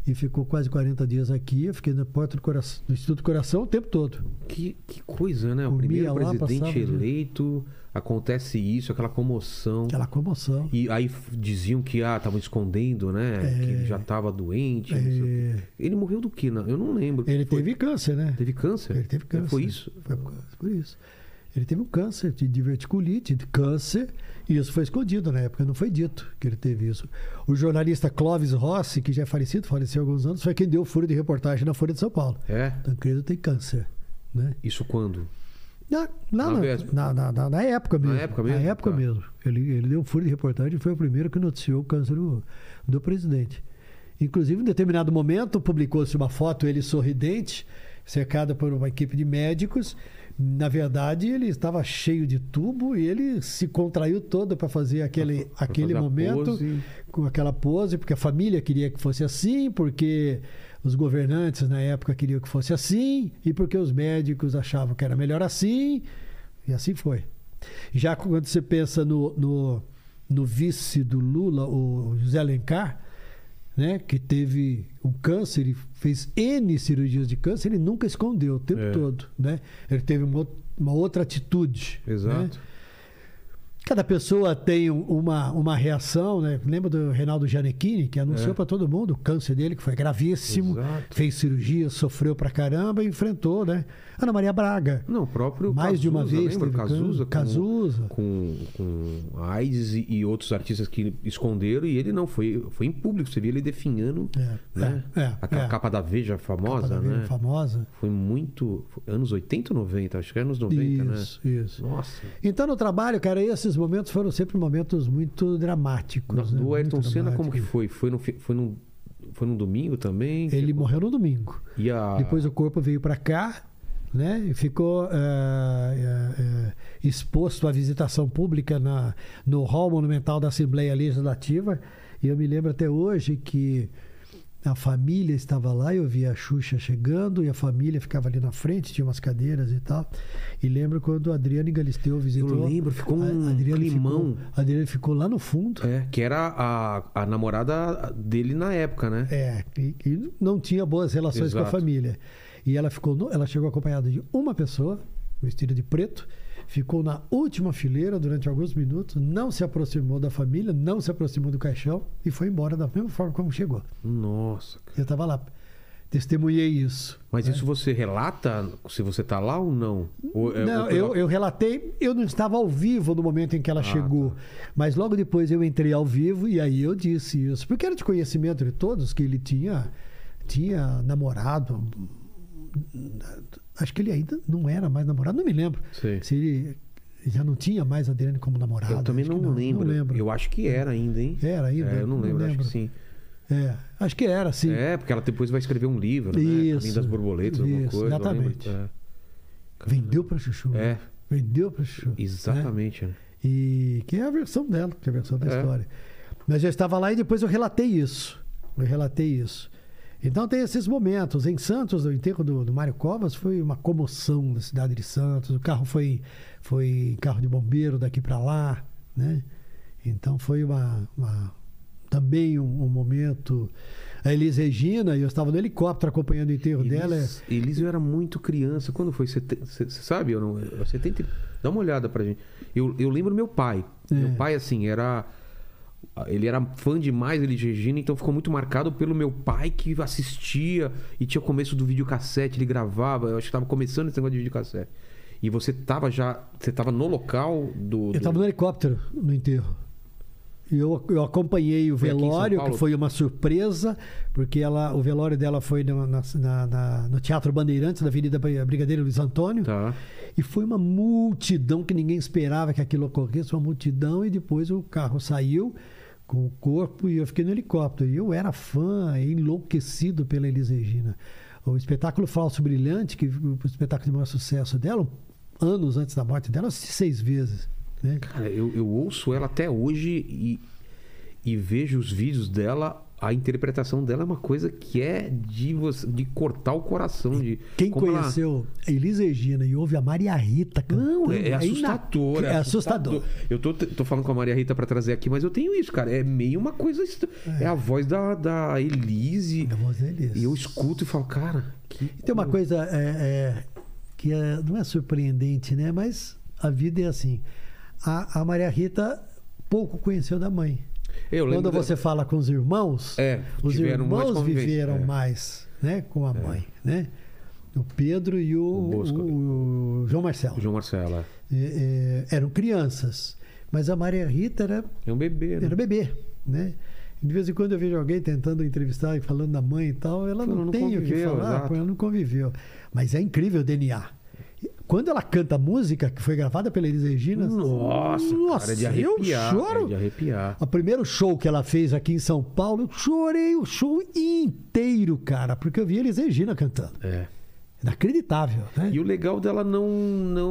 Speaker 4: e ficou quase 40 dias aqui. Eu fiquei na porta do, coração, do Instituto do Coração o tempo todo.
Speaker 1: Que, que coisa, né? O
Speaker 4: Comia
Speaker 1: primeiro
Speaker 4: lá,
Speaker 1: presidente
Speaker 4: passava né? de-
Speaker 1: eleito, acontece isso, aquela comoção.
Speaker 4: Aquela comoção.
Speaker 1: E aí f- diziam que ah, estavam escondendo, né?
Speaker 4: É.
Speaker 1: Que ele já estava doente. não sei o quê.
Speaker 4: É,
Speaker 1: Ele morreu do que? Eu não lembro.
Speaker 4: ele
Speaker 1: Foi-
Speaker 4: teve câncer, né?
Speaker 1: teve câncer?
Speaker 4: Ele teve câncer.
Speaker 1: Foi isso?
Speaker 4: Foi por, causa- por isso. Ele teve um câncer de diverticulite, de câncer, e isso foi escondido na época, não foi dito que ele teve isso. O jornalista Clóvis Rossi, que já é falecido, faleceu há alguns anos, foi quem deu o furo de reportagem na Folha de São Paulo.
Speaker 1: É?
Speaker 4: Tancredo tem câncer. Né?
Speaker 1: Isso quando?
Speaker 4: Na, lá
Speaker 1: Na
Speaker 4: na,
Speaker 1: véspera.
Speaker 4: na, na, na- na época mesmo.
Speaker 1: época mesmo?
Speaker 4: época
Speaker 1: Tá.
Speaker 4: mesmo. Ele, ele deu um furo de reportagem e foi o primeiro que noticiou o câncer do, do presidente. Inclusive, em determinado momento, publicou-se uma foto, ele sorridente, cercado por uma equipe de médicos. Na verdade, ele estava cheio de tubo e ele se contraiu todo para fazer aquele,
Speaker 1: Pra
Speaker 4: aquele
Speaker 1: fazer a
Speaker 4: momento né?
Speaker 1: pose.
Speaker 4: com aquela pose, porque a família queria que fosse assim, porque os governantes na época queriam que fosse assim, e porque os médicos achavam que era melhor assim, e assim foi. Já quando você pensa no, no, no vice do Lula, o José Alencar, né, que teve um câncer e fez N cirurgias de câncer, ele nunca escondeu o tempo
Speaker 1: É.
Speaker 4: todo. Né? Ele teve uma, ou- uma outra atitude. né?
Speaker 1: Exato.
Speaker 4: Cada pessoa tem um- uma, uma reação, né? Lembra do Reinaldo Gianecchini, que anunciou
Speaker 1: É.
Speaker 4: para todo mundo o câncer dele, que foi gravíssimo,
Speaker 1: Exato.
Speaker 4: fez cirurgia, sofreu pra caramba e enfrentou, né? Ana Maria Braga.
Speaker 1: Não, o próprio
Speaker 4: Mais de uma
Speaker 1: Cazuza,
Speaker 4: vez
Speaker 1: lembra?
Speaker 4: teve
Speaker 1: Cazuza,
Speaker 4: câncer. Cazuza.
Speaker 1: Com, com, com AIDS e, e outros artistas que esconderam e ele não foi foi em público, você via ele definhando,
Speaker 4: É,
Speaker 1: né?
Speaker 4: é, é,
Speaker 1: Aquela
Speaker 4: é.
Speaker 1: capa da Veja famosa,
Speaker 4: Cada vez
Speaker 1: né?
Speaker 4: famosa.
Speaker 1: Foi muito foi anos 80 ou 90, acho que era anos 90,
Speaker 4: isso, isso.
Speaker 1: né? Nossa.
Speaker 4: Então, no trabalho, cara, esses momentos foram sempre momentos muito dramáticos.
Speaker 1: Do,
Speaker 4: né?
Speaker 1: do
Speaker 4: Muito
Speaker 1: Ayrton Senna como que
Speaker 4: dramáticos.
Speaker 1: foi? Foi no fi- foi num, foi num domingo também?
Speaker 4: Ele
Speaker 1: Chegou-
Speaker 4: morreu no domingo.
Speaker 1: E a
Speaker 4: Depois o corpo veio para cá, né? E ficou eh, eh, eh, exposto à visitação pública na, no Hall Monumental da Assembleia Legislativa. E eu me lembro até hoje que a família estava lá, eu via a Xuxa chegando e a família ficava ali na frente, tinha umas cadeiras e tal. E lembro quando o Adriano Galisteu visitou.
Speaker 1: Eu lembro, ficou um climão.
Speaker 4: Ficou, a Adriana ficou lá no fundo.
Speaker 1: É, que era a, a namorada dele na época, né?
Speaker 4: É, e, e não tinha boas relações com a
Speaker 1: Exato.
Speaker 4: família. E ela ficou, no- ela chegou acompanhada de uma pessoa, vestida de preto, ficou na última fileira durante alguns minutos, não se aproximou da família, não se aproximou do caixão e foi embora da mesma forma como chegou.
Speaker 1: Nossa. cara.
Speaker 4: Eu estava lá, testemunhei isso.
Speaker 1: Mas isso você relata se você tá lá ou não? Ou é-
Speaker 4: não,
Speaker 1: ou
Speaker 4: eu, eu relatei, eu não estava ao vivo no momento em que
Speaker 1: Ah,
Speaker 4: ela chegou,
Speaker 1: tá.
Speaker 4: mas logo depois eu entrei ao vivo e aí eu disse isso, porque era de conhecimento de todos que ele tinha tinha namorado. Acho que ele ainda não era mais namorado, não me lembro.
Speaker 1: Sei.
Speaker 4: Se ele já não tinha mais a Adriane como namorada.
Speaker 1: Eu também
Speaker 4: Ah, acho
Speaker 1: não,
Speaker 4: que
Speaker 1: lembro.
Speaker 4: Não lembro.
Speaker 1: Eu acho que era ainda, hein?
Speaker 4: Era ainda?
Speaker 1: É, eu não
Speaker 4: Não
Speaker 1: lembro, acho que
Speaker 4: lembro.
Speaker 1: sim.
Speaker 4: É, acho que era, sim.
Speaker 1: É, porque ela depois vai escrever um livro, né?
Speaker 4: Isso.
Speaker 1: Caminho das borboletas, alguma
Speaker 4: Isso,
Speaker 1: coisa. eu lembro.
Speaker 4: exatamente. Vendeu para Chuchu.
Speaker 1: É,
Speaker 4: né?
Speaker 1: é,
Speaker 4: Vendeu para Chuchu. né?
Speaker 1: exatamente. né?
Speaker 4: E que é a versão dela, que é a versão da
Speaker 1: É.
Speaker 4: história. Mas eu estava lá e depois eu relatei isso. Eu relatei isso. Então tem esses momentos. Em Santos, o enterro do, do Mário Covas foi uma comoção da cidade de Santos. O carro foi, foi carro de bombeiro daqui para lá, né? Então foi uma, uma- também um, um momento. A Elis Regina, eu estava no helicóptero acompanhando o enterro dela. é-
Speaker 1: Elis- Elis, eu era muito criança. Quando foi? Você sabe? Eu não, eu- 70, e- dá uma olhada pra gente. Eu, eu lembro meu pai.
Speaker 4: É.
Speaker 1: Meu pai, assim, era. Ele era fã demais de Elis Regina, então ficou muito marcado pelo meu pai que assistia e tinha o começo do videocassete, ele gravava. Eu acho que tava começando esse negócio de videocassete. E você tava já. Você tava no local do. do-
Speaker 4: Eu estava no helicóptero no enterro. E eu, eu acompanhei o
Speaker 1: Foi aqui em São
Speaker 4: velório, que
Speaker 1: Paulo?
Speaker 4: foi uma surpresa, porque ela, o velório dela foi na- na- na- na- no Teatro Bandeirantes, da Avenida Bri- Brigadeiro Luiz Antônio.
Speaker 1: Tá.
Speaker 4: E foi uma multidão que ninguém esperava que aquilo ocorresse uma multidão. E depois o carro saiu com o corpo e eu fiquei no helicóptero. E eu era fã, enlouquecido pela Elis Regina. O espetáculo Falso Brilhante, que foi o espetáculo de maior sucesso dela, um, anos antes da morte dela, eu assisti seis vezes. Né?
Speaker 1: Cara, eu, eu ouço ela até hoje e, e vejo os vídeos dela. A a interpretação dela é uma coisa que é de, você, de cortar o coração. De,
Speaker 4: Quem
Speaker 1: como ela-
Speaker 4: conheceu a Elis Regina e ouve a Maria Rita cantando...
Speaker 1: Não, é, é
Speaker 4: ina-
Speaker 1: assustador.
Speaker 4: É assustador.
Speaker 1: Eu tô, tô falando com a Maria Rita pra trazer aqui, mas eu tenho isso, cara. É meio uma coisa. est- É, a voz da, da Elise.
Speaker 4: É a voz da Elis.
Speaker 1: E eu escuto e falo, cara, que.
Speaker 4: E Tem uma coisa é, é, que é- não é surpreendente, né? Mas a vida é assim. A, a Maria Rita pouco conheceu da mãe.
Speaker 1: Eu
Speaker 4: Quando
Speaker 1: lembro da-
Speaker 4: você fala com os irmãos,
Speaker 1: É,
Speaker 4: os
Speaker 1: tiveram mais
Speaker 4: irmãos
Speaker 1: convivência,
Speaker 4: viveram
Speaker 1: é.
Speaker 4: mais né, com a mãe, né? O Pedro e o,
Speaker 1: O Bosco.
Speaker 4: o- o João Marcelo.
Speaker 1: João Marcelo. é.
Speaker 4: É, é, eram crianças, mas a Maria Rita era
Speaker 1: É um bebê. né?
Speaker 4: era bebê, né? De vez em quando eu vejo alguém tentando entrevistar e falando da mãe e tal, ela
Speaker 1: Ela
Speaker 4: não,
Speaker 1: não
Speaker 4: tem
Speaker 1: conviveu,
Speaker 4: o que falar,
Speaker 1: exato.
Speaker 4: porque ela não conviveu. Mas é incrível o DNA. Quando ela canta música que foi gravada pela Elis Regina,
Speaker 1: Nossa, cara, é de arrepiar.
Speaker 4: né? eu choro.
Speaker 1: É de arrepiar.
Speaker 4: O primeiro show que ela fez aqui em São Paulo, eu chorei o show inteiro, cara, porque eu vi a Elis Regina cantando.
Speaker 1: É.
Speaker 4: Inacreditável, né?
Speaker 1: E o legal dela não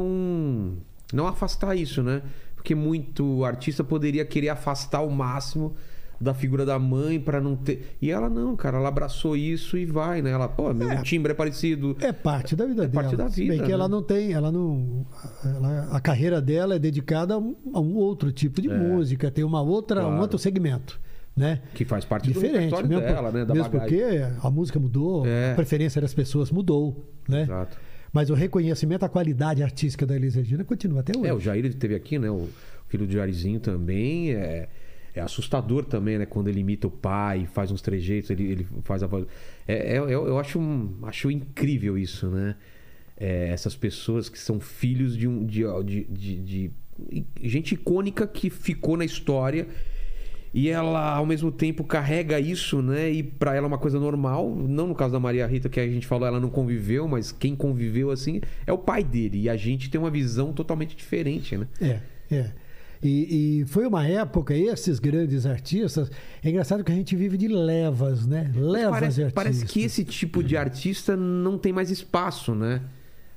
Speaker 1: não não afastar isso, né? Porque muito artista poderia querer afastar o máximo da figura da mãe pra não ter. E ela não, cara, ela abraçou isso e vai, né? Ela, pô, meu timbre é parecido.
Speaker 4: É parte da vida dela.
Speaker 1: parte da
Speaker 4: Se Bem
Speaker 1: vida,
Speaker 4: que ela
Speaker 1: né?
Speaker 4: não tem, ela não. ela- a carreira dela é dedicada a um, a um outro tipo de música, tem uma outra, um
Speaker 1: É. Claro.
Speaker 4: outro segmento, né?
Speaker 1: Que faz parte do
Speaker 4: Diferente,
Speaker 1: repertório
Speaker 4: mesmo, por-
Speaker 1: dela, né? Da
Speaker 4: mesmo
Speaker 1: bagagem.
Speaker 4: porque a música mudou,
Speaker 1: É.
Speaker 4: a preferência das pessoas mudou, né?
Speaker 1: Exato.
Speaker 4: Mas o reconhecimento, a qualidade artística da Elis Regina continua até hoje.
Speaker 1: É, o Jair ele teve aqui, né? O filho do Jairzinho também é, é assustador também, né? Quando ele imita o pai, faz uns trejeitos, ele, ele faz a voz. É, é- eu, eu acho, um- acho incrível isso, né? É, essas pessoas que são filhos de um de, de- de- de- gente icônica que ficou na história e ela ao mesmo tempo carrega isso, né? E pra ela é uma coisa normal, não no caso da Maria Rita que a gente falou, ela não conviveu, mas quem conviveu assim é o pai dele e a gente tem uma visão totalmente diferente, né?
Speaker 4: É, é. E, e foi uma época, esses grandes artistas. É engraçado que a gente vive de levas, né?
Speaker 1: Mas
Speaker 4: Levas de
Speaker 1: parece,
Speaker 4: artistas.
Speaker 1: parece que esse tipo de artista não tem mais espaço, né?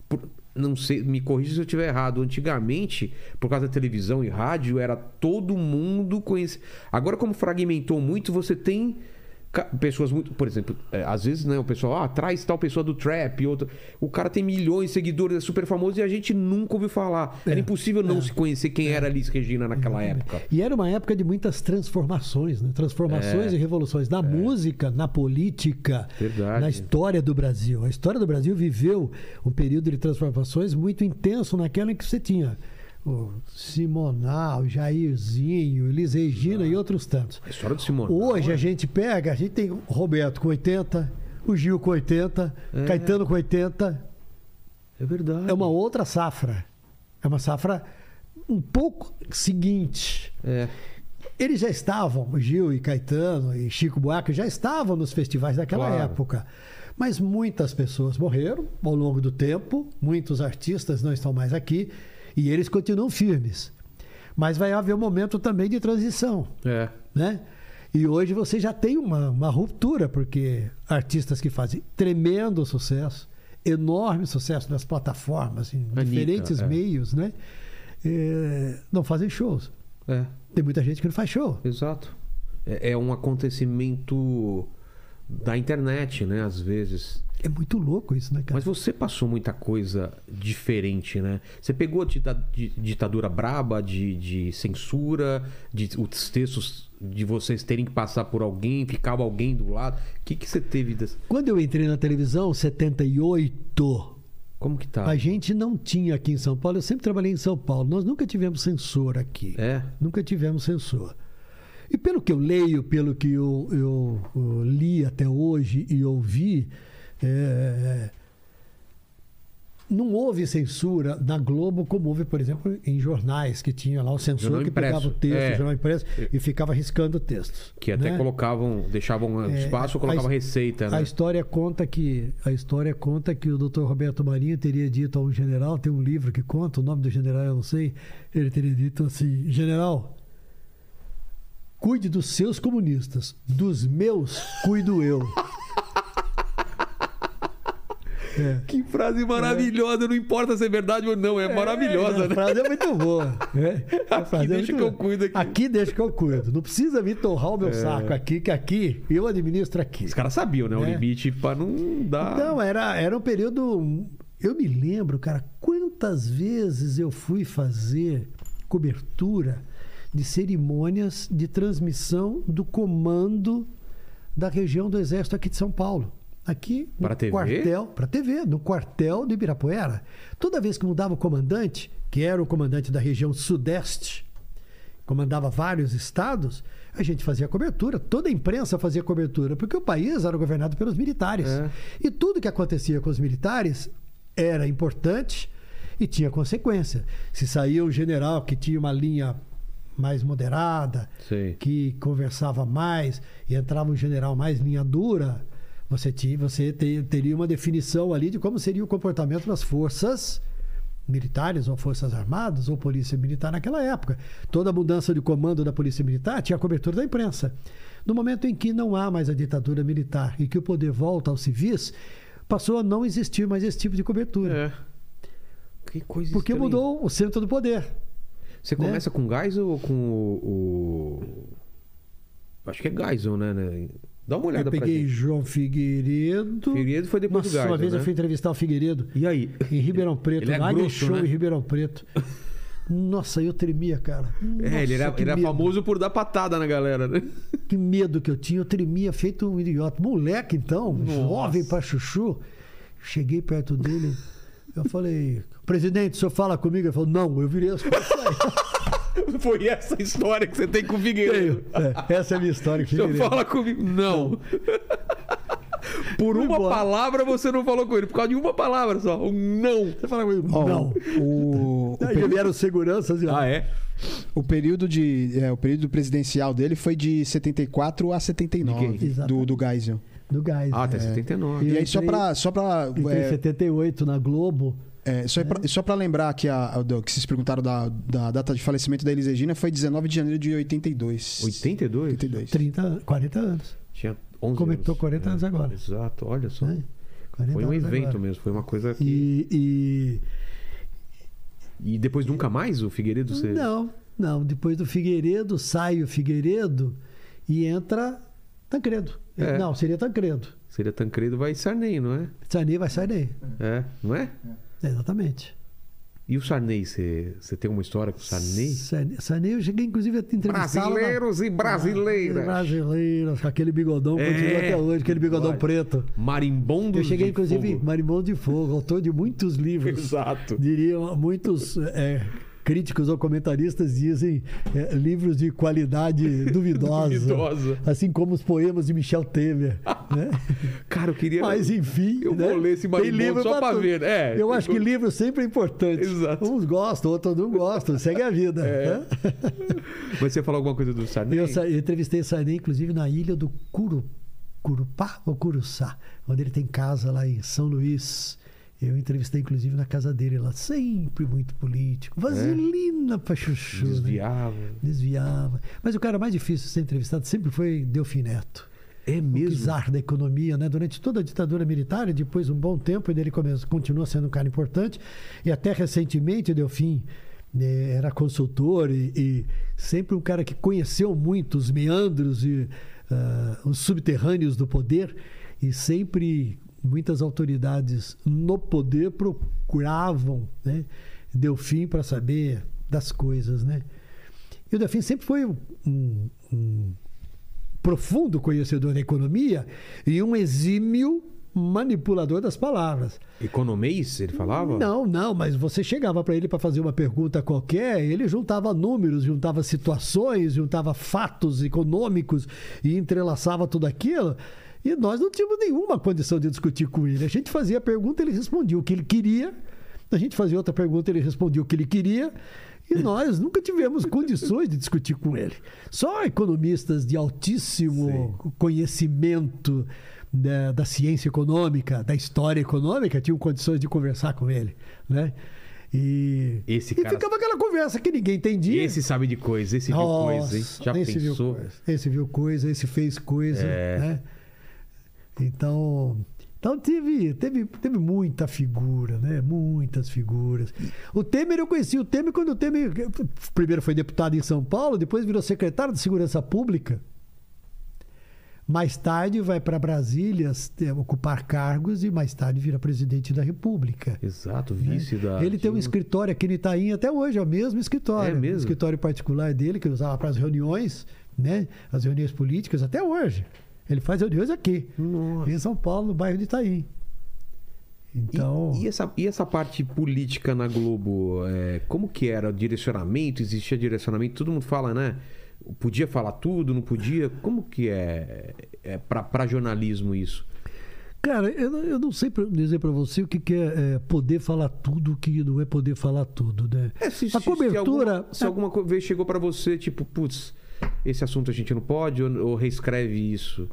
Speaker 1: Por- não sei, me corrija se eu estiver errado. Antigamente, por causa da televisão e rádio, era todo mundo conhecido. Agora, como fragmentou muito, você tem ca- pessoas muito. Por exemplo, é, às vezes, né, o pessoal, ah, traz tal pessoa do trap, outro. O cara tem milhões de seguidores, é super famoso e a gente nunca ouviu falar.
Speaker 4: É.
Speaker 1: Era impossível não se conhecer quem era Alice Regina naquela época.
Speaker 4: E era uma época de muitas transformações, né? Transformações e revoluções na música, na política,
Speaker 1: Verdade.
Speaker 4: na história do Brasil. A história do Brasil viveu um período de transformações muito intenso naquela em que você tinha o Simonal, Jairzinho, Elis Regina e outros tantos.
Speaker 1: A É história do Simone.
Speaker 4: Hoje a gente pega, a gente tem o Roberto com 80, o Gil com 80, Caetano com 80,
Speaker 1: É verdade.
Speaker 4: é uma outra safra. É uma safra um pouco seguinte.
Speaker 1: É.
Speaker 4: Eles já estavam, Gil e Caetano e Chico Buarque já estavam nos festivais daquela
Speaker 1: Claro.
Speaker 4: época. Mas muitas pessoas morreram ao longo do tempo, muitos artistas não estão mais aqui e eles continuam firmes. Mas vai haver um momento também de transição,
Speaker 1: É.
Speaker 4: né? E hoje você já tem uma, uma ruptura, porque artistas que fazem tremendo sucesso, enorme sucesso nas plataformas, em
Speaker 1: Anitta,
Speaker 4: diferentes
Speaker 1: é.
Speaker 4: meios, né? Eh, não fazem shows.
Speaker 1: É.
Speaker 4: Tem muita gente que não faz show.
Speaker 1: Exato. É, é um acontecimento da internet, né? Às vezes.
Speaker 4: É muito louco isso, né, cara?
Speaker 1: Mas você passou muita coisa diferente, né? Você pegou a dita- di- ditadura braba, de, de censura, de os textos de vocês terem que passar por alguém, ficava alguém do lado. O que, que você teve dessa.
Speaker 4: Quando eu entrei na televisão, 78,
Speaker 1: Como que tá?
Speaker 4: a gente não tinha aqui em São Paulo, eu sempre trabalhei em São Paulo, nós nunca tivemos censura aqui.
Speaker 1: É.
Speaker 4: Nunca tivemos censura. E pelo que eu leio, pelo que eu, eu, eu li até hoje e ouvi, é, não houve censura na Globo como houve, por exemplo, em jornais, que tinha lá o censor
Speaker 1: Jornal
Speaker 4: que pegava o
Speaker 1: impresso,
Speaker 4: texto,
Speaker 1: é.
Speaker 4: jornal impresso, e ficava riscando textos.
Speaker 1: Que até
Speaker 4: né?
Speaker 1: colocavam, deixavam um
Speaker 4: É,
Speaker 1: espaço ou
Speaker 4: a
Speaker 1: colocavam
Speaker 4: his-
Speaker 1: receita, né?
Speaker 4: A história conta que a história conta que o Dr. Roberto Marinho teria dito a um general, tem um livro que conta, o nome do general eu não sei, ele teria dito assim: "General, cuide dos seus comunistas, dos meus cuido eu".
Speaker 1: Que frase maravilhosa. Não importa se é verdade ou não, é, maravilhosa,
Speaker 4: A
Speaker 1: né?
Speaker 4: frase é muito boa. né? A frase
Speaker 1: Aqui deixa
Speaker 4: muito
Speaker 1: que eu
Speaker 4: boa.
Speaker 1: cuido aqui. É.
Speaker 4: deixa que eu cuido. Não precisa vir torrar o meu saco aqui, que aqui eu administro aqui.
Speaker 1: Os caras sabiam, né? O
Speaker 4: É.
Speaker 1: limite pra não dar.
Speaker 4: Então, era, era um período. Eu me lembro, cara, quantas vezes eu fui fazer cobertura de cerimônias de transmissão do comando da região do Exército aqui de São Paulo. Aqui no
Speaker 1: Pra TV?
Speaker 4: quartel, para TV, no quartel do Ibirapuera. Toda vez que mudava o comandante, que era o comandante da região sudeste, comandava vários estados, a gente fazia cobertura, toda a imprensa fazia cobertura, porque o país era governado pelos militares.
Speaker 1: É.
Speaker 4: E tudo que acontecia com os militares era importante e tinha consequência. Se saía um general que tinha uma linha mais moderada,
Speaker 1: Sei.
Speaker 4: que conversava mais e entrava um general mais linha dura, você, tinha, você te- teria uma definição ali de como seria o comportamento das forças militares ou forças armadas ou polícia militar naquela época. Toda a mudança de comando da polícia militar tinha cobertura da imprensa. No momento em que não há mais a ditadura militar e que o poder volta aos civis, passou a não existir mais esse tipo de
Speaker 1: É,
Speaker 4: cobertura.
Speaker 1: Que coisa
Speaker 4: Porque
Speaker 1: estranha.
Speaker 4: mudou né? o centro do poder.
Speaker 1: Você
Speaker 4: né?
Speaker 1: começa com Geisel ou com o. o- Acho que é Geisel, né? né? Dá uma olhada
Speaker 4: Eu peguei
Speaker 1: pra gente.
Speaker 4: João Figueiredo.
Speaker 1: Figueiredo foi depois
Speaker 4: Nossa,
Speaker 1: do Geisel.
Speaker 4: uma vez
Speaker 1: né?
Speaker 4: eu fui entrevistar o Figueiredo
Speaker 1: E aí?
Speaker 4: em Ribeirão Preto,
Speaker 1: Ele é
Speaker 4: no Águia
Speaker 1: grosso,
Speaker 4: Show
Speaker 1: né?
Speaker 4: em Ribeirão Preto. Nossa, eu tremia, cara. Nossa,
Speaker 1: é, ele era,
Speaker 4: que
Speaker 1: ele era
Speaker 4: medo.
Speaker 1: famoso por dar patada na galera, né?
Speaker 4: Que medo que eu tinha, eu tremia feito um idiota. Moleque, então, jovem pra chuchu. Cheguei perto dele, eu falei, presidente, o senhor fala comigo? Ele falou, não, eu virei as costas.
Speaker 1: Foi essa a história que você tem com o Figueiredo.
Speaker 4: É, essa é a minha história.
Speaker 1: Você
Speaker 4: Figueiredo.
Speaker 1: fala comigo. Não. Por uma
Speaker 4: embora.
Speaker 1: palavra você não falou com ele. Por causa de uma palavra só. Um não.
Speaker 4: Você fala comigo,
Speaker 2: Ó,
Speaker 4: não.
Speaker 2: O, o
Speaker 4: Aí
Speaker 2: peri-
Speaker 4: vieram seguranças e assim, ó,
Speaker 1: é?
Speaker 2: o período de é, o período presidencial dele foi de 74 a 79
Speaker 1: De
Speaker 4: quem?
Speaker 2: do, do Geisel.
Speaker 4: do gás.
Speaker 1: Ah, É. até
Speaker 4: né?
Speaker 1: 79.
Speaker 2: E
Speaker 4: Eu
Speaker 2: aí só
Speaker 4: entrei-
Speaker 2: para só é, para
Speaker 4: Entrei em 78 na Globo.
Speaker 2: É, só, Pra, só pra lembrar que, a, a- do- que vocês perguntaram da, da data de falecimento da Elis Regina foi 19 de janeiro de 82.
Speaker 1: 82?
Speaker 2: 82.
Speaker 4: 30, anos, 40 anos.
Speaker 1: Tinha 11
Speaker 4: Completou
Speaker 1: anos. É.
Speaker 4: 40 anos agora.
Speaker 1: Exato, olha só.
Speaker 4: né? 40
Speaker 1: Foi um
Speaker 4: anos
Speaker 1: evento
Speaker 4: agora.
Speaker 1: mesmo, foi uma coisa que.
Speaker 4: E.
Speaker 1: E, depois nunca mais o Figueiredo
Speaker 4: e-
Speaker 1: você.
Speaker 4: Não, não. Depois do Figueiredo, sai o Figueiredo e entra Tancredo.
Speaker 1: É.
Speaker 4: Não, seria Tancredo.
Speaker 1: Seria Tancredo vai Sarney, não é?
Speaker 4: Sarney vai Sarney.
Speaker 1: É, não é?
Speaker 4: Exatamente.
Speaker 1: E o Sarney, você, você tem uma história com o Sarney?
Speaker 4: Sarney, Sarney eu cheguei inclusive a entrevistá-lo. Ah,
Speaker 1: Brasileiros e
Speaker 4: na-
Speaker 1: brasileiras.
Speaker 4: Brasileiros, com aquele bigodão
Speaker 1: É.
Speaker 4: continua até hoje, aquele bigodão
Speaker 1: Olha.
Speaker 4: preto.
Speaker 1: Marimbondo
Speaker 4: Eu cheguei,
Speaker 1: de
Speaker 4: inclusive,
Speaker 1: fogo.
Speaker 4: Marimbondo de Fogo, autor de muitos livros.
Speaker 1: Exato.
Speaker 4: diriam muitos é, críticos ou comentaristas dizem é, livros de qualidade duvidosa,
Speaker 1: Duvidosa.
Speaker 4: assim como os poemas de Michel Temer, né?
Speaker 1: Cara, eu queria.
Speaker 4: Mas enfim,
Speaker 1: Eu
Speaker 4: né?
Speaker 1: vou ler esse
Speaker 4: Tem
Speaker 1: Marimbondo
Speaker 4: livro
Speaker 1: só pra
Speaker 4: tudo.
Speaker 1: ver, né? É,
Speaker 4: Eu
Speaker 1: tem
Speaker 4: acho que
Speaker 1: coisa-
Speaker 4: livro sempre é importante.
Speaker 1: Exato. É.
Speaker 4: Uns gostam, outros não gostam. Segue a vida. né?
Speaker 1: Mas você falou alguma coisa do Sarney?
Speaker 4: Eu, sa- eu entrevistei Sarney, inclusive, na ilha do Curu, Curupá ou Curuçá, onde ele tem casa lá em São Luís. Eu entrevistei, inclusive, na casa dele lá, sempre muito político. Vaselina pra chuchu. né?
Speaker 1: É. Desviava.
Speaker 4: Desviava. Mas o cara mais difícil de ser entrevistado sempre foi Delfim Neto.
Speaker 1: É
Speaker 4: O
Speaker 1: mesmo.
Speaker 4: czar da economia, né? Durante toda a ditadura militar e depois um bom tempo, ele começou, continua sendo um cara importante. E até recentemente, Delfim né, era consultor e, e sempre um cara que conheceu muito os meandros e ah, os subterrâneos do poder e sempre muitas autoridades no poder procuravam né, Delfim para saber das coisas, né? E o Delfim sempre foi um- um- um profundo conhecedor da economia e um exímio manipulador das palavras.
Speaker 1: Economês, ele falava?
Speaker 4: Não, não, mas você chegava para ele para fazer uma pergunta qualquer, ele juntava números, juntava situações, juntava fatos econômicos e entrelaçava tudo aquilo. E nós não tínhamos nenhuma condição de discutir com ele. A gente fazia a pergunta, ele respondia o que ele queria. A gente fazia outra pergunta, ele respondia o que ele queria. E nós nunca tivemos condições de discutir com ele. Só economistas de altíssimo conhecimento da, da ciência econômica, da história econômica, tinham condições de conversar com ele, né? E,
Speaker 1: Esse
Speaker 4: e
Speaker 1: cara-
Speaker 4: ficava aquela conversa que ninguém
Speaker 1: E
Speaker 4: entendia.
Speaker 1: esse sabe de coisa, esse viu
Speaker 4: Nossa,
Speaker 1: coisa, hein? Já
Speaker 4: esse viu
Speaker 1: pensou?
Speaker 4: coisa, esse viu coisa, esse fez coisa,
Speaker 1: É.
Speaker 4: né? Então, Então teve, teve, teve muita figura, né? Muitas figuras. O Temer eu conheci o Temer quando o Temer primeiro foi deputado em São Paulo, depois virou secretário de Segurança Pública. Mais tarde vai para Brasília eh, ocupar cargos e mais tarde vira presidente da República.
Speaker 1: Exato, vice da.
Speaker 4: Ele tem um escritório aqui no Itaim até hoje, é o mesmo escritório.
Speaker 1: É mesmo?
Speaker 4: O escritório particular dele, que ele usava para as reuniões, né? As reuniões políticas, até hoje. Ele faz reuniões aqui,
Speaker 1: Nossa.
Speaker 4: em São Paulo, no bairro de Itaim.
Speaker 1: E-
Speaker 4: Então.
Speaker 1: E, essa, e essa parte política na Globo, é, como que era? Direcionamento? Existia direcionamento? Todo mundo fala, né? Podia falar tudo, não podia? Como que é, é para jornalismo isso?
Speaker 4: Cara, eu não, eu não sei pra- dizer para você o que, que é, é, poder falar tudo, o que não é poder falar tudo, né?
Speaker 1: É, se,
Speaker 4: a
Speaker 1: se- Se
Speaker 4: cobertura.
Speaker 1: alguma, se alguma co- vez chegou pra você, tipo, putz, esse assunto a gente não pode, ou, ou reescreve isso?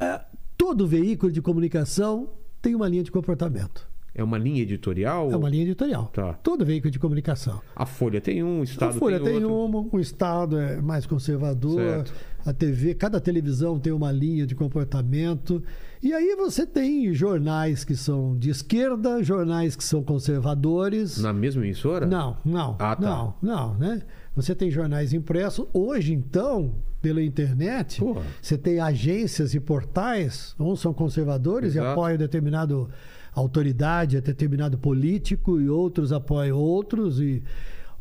Speaker 4: é, todo veículo de comunicação tem uma linha de comportamento.
Speaker 1: É uma linha editorial?
Speaker 4: É uma linha editorial.
Speaker 1: Tá.
Speaker 4: Todo veículo de comunicação.
Speaker 1: A Folha tem um, o Estado
Speaker 4: A Folha tem,
Speaker 1: outro.
Speaker 4: uma, o Estado é mais conservador,
Speaker 1: Certo.
Speaker 4: a TV, cada televisão tem uma linha de comportamento. E aí você tem jornais que são de esquerda, jornais que são conservadores.
Speaker 1: Na mesma emissora?
Speaker 4: Não, não,
Speaker 1: Ah, tá.
Speaker 4: não, não, né? Você tem jornais impressos. Hoje, então, pela internet,
Speaker 1: Porra.
Speaker 4: você tem agências e portais, uns são conservadores e
Speaker 1: Exato.
Speaker 4: apoiam determinado autoridade, determinado político, e outros apoiam outros, e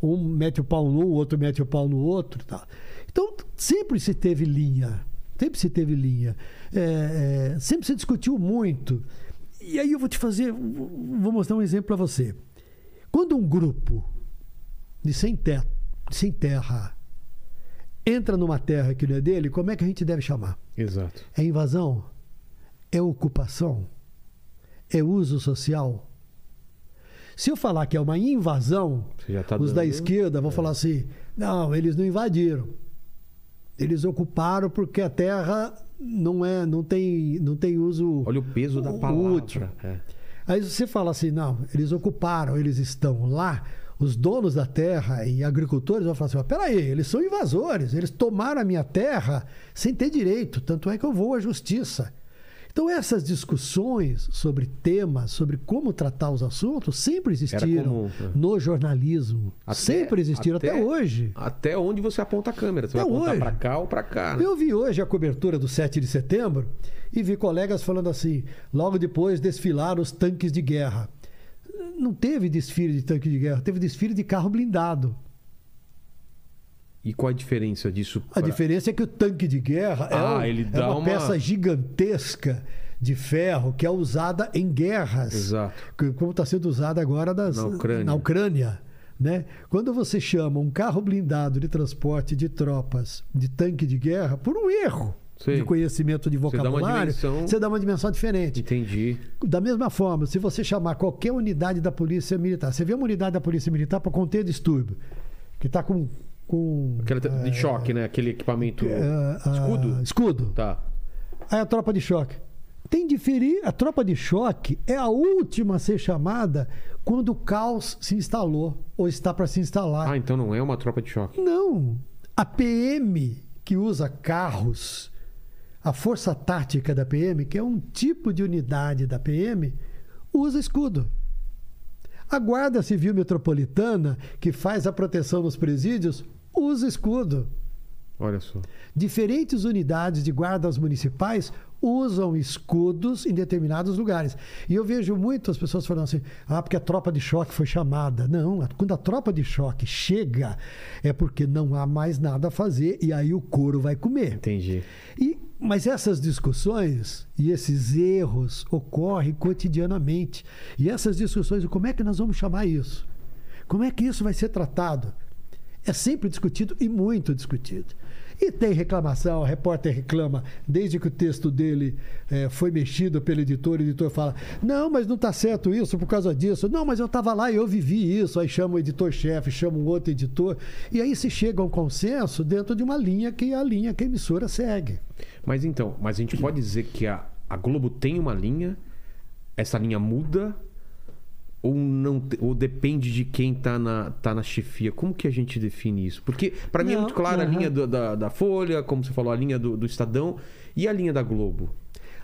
Speaker 4: um mete o pau num, o outro mete o pau no outro. e tal. Então, sempre se teve linha. Sempre se teve linha. É, é, sempre se discutiu muito. E aí eu vou te fazer, vou mostrar um exemplo para você. Quando um grupo de sem, te- sem terra entra numa terra que não é dele, como é que a gente deve chamar?
Speaker 1: Exato.
Speaker 4: É invasão? É ocupação? É uso social? Se eu falar que é uma invasão,
Speaker 1: Você já tá
Speaker 4: os
Speaker 1: dando-
Speaker 4: da esquerda vão falar assim: não, eles não invadiram. Eles ocuparam porque a terra não é, não tem, não tem uso.
Speaker 1: Olha o peso da
Speaker 4: Útil.
Speaker 1: palavra. É.
Speaker 4: Aí você fala assim, não, eles ocuparam, eles estão lá. Os donos da terra e agricultores vão falar assim: "Mas peraí, eles são invasores, eles tomaram a minha terra sem ter direito, tanto é que eu vou à justiça. Então, essas discussões sobre temas, sobre como tratar os assuntos, sempre existiram
Speaker 1: comum, né?
Speaker 4: no jornalismo.
Speaker 1: Até-
Speaker 4: sempre existiram, até,
Speaker 1: até-
Speaker 4: hoje.
Speaker 1: Até onde você aponta a câmera? Você
Speaker 4: Até
Speaker 1: vai apontar
Speaker 4: hoje.
Speaker 1: pra cá ou pra cá? né?
Speaker 4: Eu vi hoje a cobertura do 7 de setembro e vi colegas falando assim: logo depois desfilaram os tanques de guerra. Não teve desfile de tanque de guerra, teve desfile de carro blindado.
Speaker 1: E qual a diferença disso? pra-
Speaker 4: A diferença é que o tanque de guerra
Speaker 1: Ah,
Speaker 4: é, um-
Speaker 1: ele
Speaker 4: é
Speaker 1: dá
Speaker 4: uma,
Speaker 1: uma-
Speaker 4: peça gigantesca de ferro que é usada em guerras.
Speaker 1: Exato.
Speaker 4: que- Como está sendo usada agora nas-
Speaker 1: Na Ucrânia.
Speaker 4: na Ucrânia, né? Quando você chama um carro blindado de transporte de tropas de tanque de guerra, por um erro
Speaker 1: Sim.
Speaker 4: de conhecimento de
Speaker 1: dá uma
Speaker 4: vocabulário,
Speaker 1: dimensão-
Speaker 4: você dá uma dimensão diferente.
Speaker 1: Entendi.
Speaker 4: Da mesma forma, se você chamar qualquer unidade da Polícia Militar, você vê uma unidade da Polícia Militar para conter distúrbio, que está com. com
Speaker 1: Aquela t- de choque, né? Aquele equipamento.
Speaker 4: ah, ah,
Speaker 1: Escudo?
Speaker 4: Escudo.
Speaker 1: Tá.
Speaker 4: Aí a tropa de choque. Tem diferir. A tropa de choque é a última a ser chamada quando o caos se instalou ou está para se instalar.
Speaker 1: Ah, então não é uma tropa de choque.
Speaker 4: Não. A PM que usa carros, a força tática da PM, que é um tipo de unidade da PM, usa escudo. A Guarda Civil Metropolitana, que faz a proteção nos presídios, usa escudo.
Speaker 1: Olha só.
Speaker 4: Diferentes unidades de guardas municipais usam escudos em determinados lugares. E eu vejo muito as pessoas falando assim: ah, porque a tropa de choque foi chamada. Não, a- quando a tropa de choque chega, é porque não há mais nada a fazer e aí o couro vai comer.
Speaker 1: Entendi.
Speaker 4: E- mas essas discussões e esses erros ocorrem cotidianamente. E essas discussões, como é que nós vamos chamar isso? Como é que isso vai ser tratado? É sempre discutido e muito discutido. E tem reclamação, o repórter reclama, desde que o texto dele eh, foi mexido pelo editor, o editor fala: não, mas não está certo isso por causa disso, não, mas eu estava lá e eu vivi isso. Aí chama o editor-chefe, chama um outro editor, e aí se chega a um consenso dentro de uma linha que é a linha que a emissora segue.
Speaker 1: Mas então, mas a gente pode dizer que a, a Globo tem uma linha, essa linha muda ou não te- ou depende de quem tá na, tá na chefia? Como que a gente define isso? Porque pra mim é
Speaker 4: Não,
Speaker 1: muito clara a
Speaker 4: aham.
Speaker 1: linha do- da, da Folha, como você falou, a linha do, do Estadão e a linha da Globo.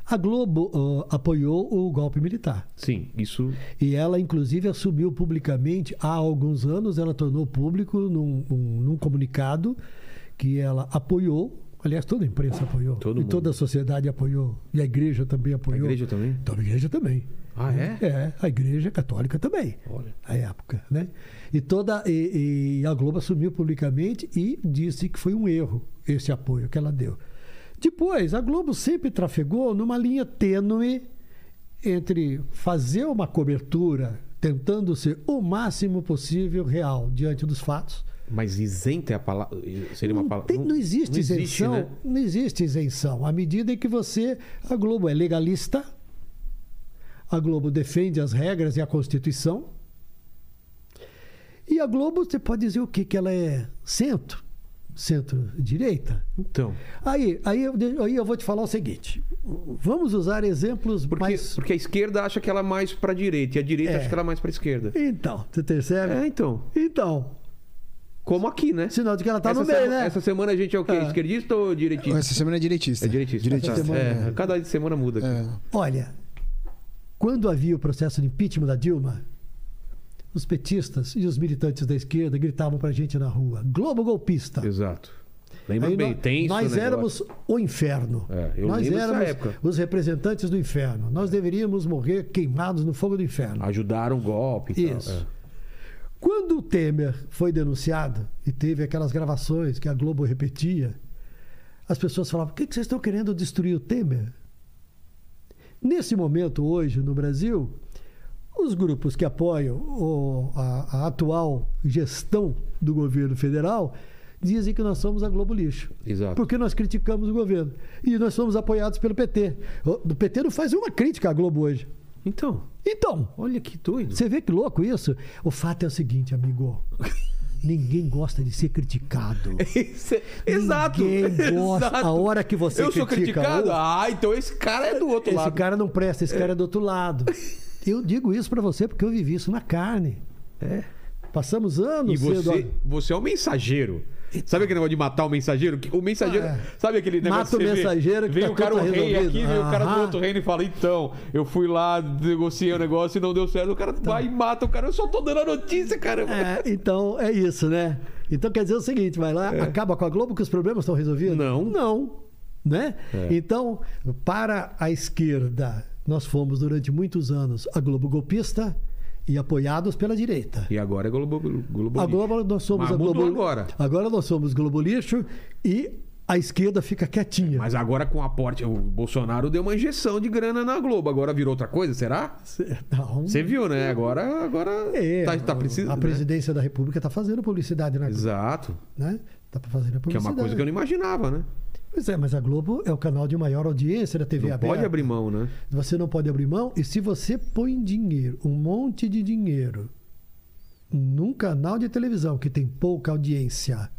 Speaker 4: A Globo ah, apoiou o golpe militar.
Speaker 1: Sim, isso.
Speaker 4: E ela, inclusive, assumiu publicamente, há alguns anos, ela tornou público num, um- num comunicado que ela apoiou. Aliás, toda a imprensa apoiou.
Speaker 1: Todo
Speaker 4: e
Speaker 1: mundo.
Speaker 4: toda a sociedade apoiou. E a igreja também
Speaker 1: A
Speaker 4: apoiou.
Speaker 1: igreja também?
Speaker 4: Então, a igreja também.
Speaker 1: Ah, é?
Speaker 4: É, a igreja católica também.
Speaker 1: Olha.
Speaker 4: A época, né? E toda e, e a Globo assumiu publicamente e disse que foi um erro esse apoio que ela deu. Depois, a Globo sempre trafegou numa linha tênue entre fazer uma cobertura tentando ser o máximo possível real diante dos fatos.
Speaker 1: Mas isenta é a palavra. Seria uma
Speaker 4: Não
Speaker 1: palavra.
Speaker 4: tem- não, existe isenção.
Speaker 1: né?
Speaker 4: Não existe isenção. À medida em que você. A Globo é legalista, a Globo defende as regras e a Constituição. E a Globo, você pode dizer o quê? Que ela é centro, centro-direita.
Speaker 1: Então.
Speaker 4: Aí, aí, eu, aí eu vou te falar o seguinte: vamos usar exemplos
Speaker 1: Porque,
Speaker 4: mais.
Speaker 1: porque a esquerda acha que ela é mais pra direita e a direita
Speaker 4: É.
Speaker 1: acha que ela é mais pra esquerda.
Speaker 4: Então, você percebe?
Speaker 1: É, então.
Speaker 4: Então,
Speaker 1: Como aqui, né?
Speaker 4: sinal de que ela está
Speaker 1: essa,
Speaker 4: no meio,
Speaker 1: sema-
Speaker 4: né?
Speaker 1: essa semana a gente é o quê?
Speaker 4: É.
Speaker 1: Esquerdista ou direitista?
Speaker 2: Essa semana é direitista.
Speaker 1: É direitista.
Speaker 2: Direitista.
Speaker 1: Tá. É, Cada semana muda. aqui.
Speaker 2: É.
Speaker 4: Olha, quando havia o processo de impeachment da Dilma, os petistas e os militantes da esquerda gritavam pra gente na rua: Globo golpista.
Speaker 1: Exato. Lembra
Speaker 4: Aí
Speaker 1: bem,
Speaker 4: nó-
Speaker 1: tem isso.
Speaker 4: nós
Speaker 1: né,
Speaker 4: éramos o inferno.
Speaker 1: É, eu
Speaker 4: nós
Speaker 1: lembro dessa
Speaker 4: éramos
Speaker 1: época.
Speaker 4: os representantes do inferno. Nós deveríamos morrer queimados no fogo do inferno.
Speaker 1: Ajudaram o golpe e tal. É.
Speaker 4: Isso. Quando o Temer foi denunciado e teve aquelas gravações que a Globo repetia, as pessoas falavam: por que que vocês estão querendo destruir o Temer? Nesse momento, hoje, no Brasil, os grupos que apoiam o- a, a atual gestão do governo federal dizem que nós somos a Globo Lixo.
Speaker 1: É, Exato.
Speaker 4: Porque nós criticamos o governo. E nós somos apoiados pelo PT. O o PT não faz uma crítica à Globo hoje.
Speaker 1: Então,
Speaker 4: Então,
Speaker 1: olha que doido.
Speaker 4: você vê que louco isso? O fato é o seguinte, amigo. Ninguém gosta de ser criticado.
Speaker 1: Isso é- Exato.
Speaker 4: Ninguém gosta.
Speaker 1: Exato.
Speaker 4: A hora que você
Speaker 1: Eu sou
Speaker 4: critica
Speaker 1: criticado?
Speaker 4: um-
Speaker 1: Ah, então esse cara é do outro
Speaker 4: Esse
Speaker 1: lado.
Speaker 4: cara não presta, esse cara é do outro lado. Eu digo isso pra você porque eu vivi isso na carne. Passamos anos
Speaker 1: É. E você,
Speaker 4: sendo.
Speaker 1: você é o mensageiro. Sabe aquele negócio de matar o mensageiro? Que O mensageiro.
Speaker 4: Ah,
Speaker 1: Sabe aquele negócio
Speaker 4: Mata
Speaker 1: que
Speaker 4: o
Speaker 1: você vê?
Speaker 4: mensageiro que
Speaker 1: Vem
Speaker 4: tá
Speaker 1: o cara, o
Speaker 4: tudo
Speaker 1: rei
Speaker 4: resolvido.
Speaker 1: aqui, vem o cara do
Speaker 4: Aham.
Speaker 1: outro reino e fala: então, eu fui lá, negociei o negócio e não deu certo. O cara vai e mata o cara. Eu só tô dando a notícia, caramba.
Speaker 4: Então. É, então é isso, né? Então quer dizer o seguinte, vai lá, acaba com a Globo que os problemas estão resolvidos?
Speaker 1: É. Não. É.
Speaker 4: Não. Né? Então, para a esquerda, nós fomos durante muitos anos a Globo golpista e apoiados pela direita.
Speaker 1: E agora é Globo. Globo
Speaker 4: Agora nós somos
Speaker 1: Mas
Speaker 4: a Globo.
Speaker 1: mudou agora.
Speaker 4: Agora nós somos Globo Lixo e a esquerda fica quietinha.
Speaker 1: Mas agora com o aporte. O Bolsonaro deu uma injeção de grana na Globo. Agora virou outra coisa, será?
Speaker 4: Não.
Speaker 1: Você viu, né? Agora. agora
Speaker 4: então, É,
Speaker 1: tá, tá precisando.
Speaker 4: a
Speaker 1: né?
Speaker 4: presidência da República está fazendo publicidade na Globo,
Speaker 1: Exato.
Speaker 4: né? Tá fazendo publicidade.
Speaker 1: Que é uma coisa que eu não imaginava, né?
Speaker 4: Pois é, mas a Globo é o canal de maior audiência da TV
Speaker 1: Não
Speaker 4: aberta.
Speaker 1: pode abrir mão, né?
Speaker 4: Você não pode abrir mão. E se você põe dinheiro, um monte de dinheiro, num canal de televisão que tem pouca audiência,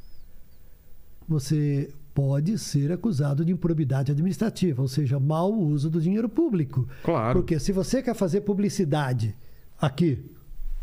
Speaker 4: você pode ser acusado de improbidade administrativa, ou seja, mau uso do dinheiro público.
Speaker 1: Claro.
Speaker 4: Porque se você quer fazer publicidade aqui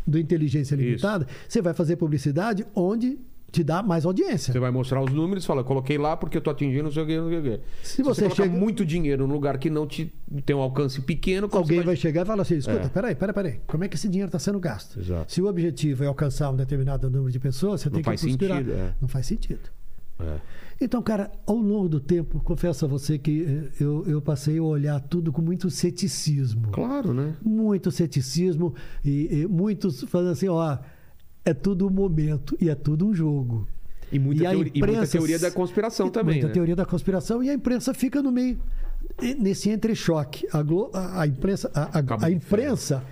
Speaker 4: do Inteligência Limitada, você vai fazer publicidade onde te dá mais audiência.
Speaker 1: Você vai mostrar os números e fala, coloquei lá porque eu tô atingindo não sei o que, não sei o que. você
Speaker 4: Se você
Speaker 1: colocar
Speaker 4: chega-
Speaker 1: muito dinheiro num lugar que não te tem um alcance pequeno, como
Speaker 4: Alguém
Speaker 1: você
Speaker 4: vai chegar e falar assim: escuta,
Speaker 1: É.
Speaker 4: peraí, peraí, peraí, como é que esse dinheiro está sendo gasto?
Speaker 1: Exato.
Speaker 4: Se o objetivo é alcançar um determinado número de pessoas, você
Speaker 1: Não
Speaker 4: tem que
Speaker 1: faz
Speaker 4: conspirar.
Speaker 1: sentido, é.
Speaker 4: Não faz sentido.
Speaker 1: É.
Speaker 4: Então, cara, ao longo do tempo, confesso a você que eh, eu, eu passei a olhar tudo com muito ceticismo.
Speaker 1: Claro, né?
Speaker 4: Muito ceticismo e, e muitos falando assim: ó, é tudo um momento e é tudo um jogo.
Speaker 1: E muita,
Speaker 4: E a
Speaker 1: teori- e muita
Speaker 4: imprensa-
Speaker 1: teoria da conspiração também,
Speaker 4: Muita
Speaker 1: né?
Speaker 4: teoria da conspiração e a imprensa fica no meio e- nesse entrechoque. A, Glo- a- a imprensa a, a-
Speaker 1: Cabo
Speaker 4: a
Speaker 1: de
Speaker 4: imprensa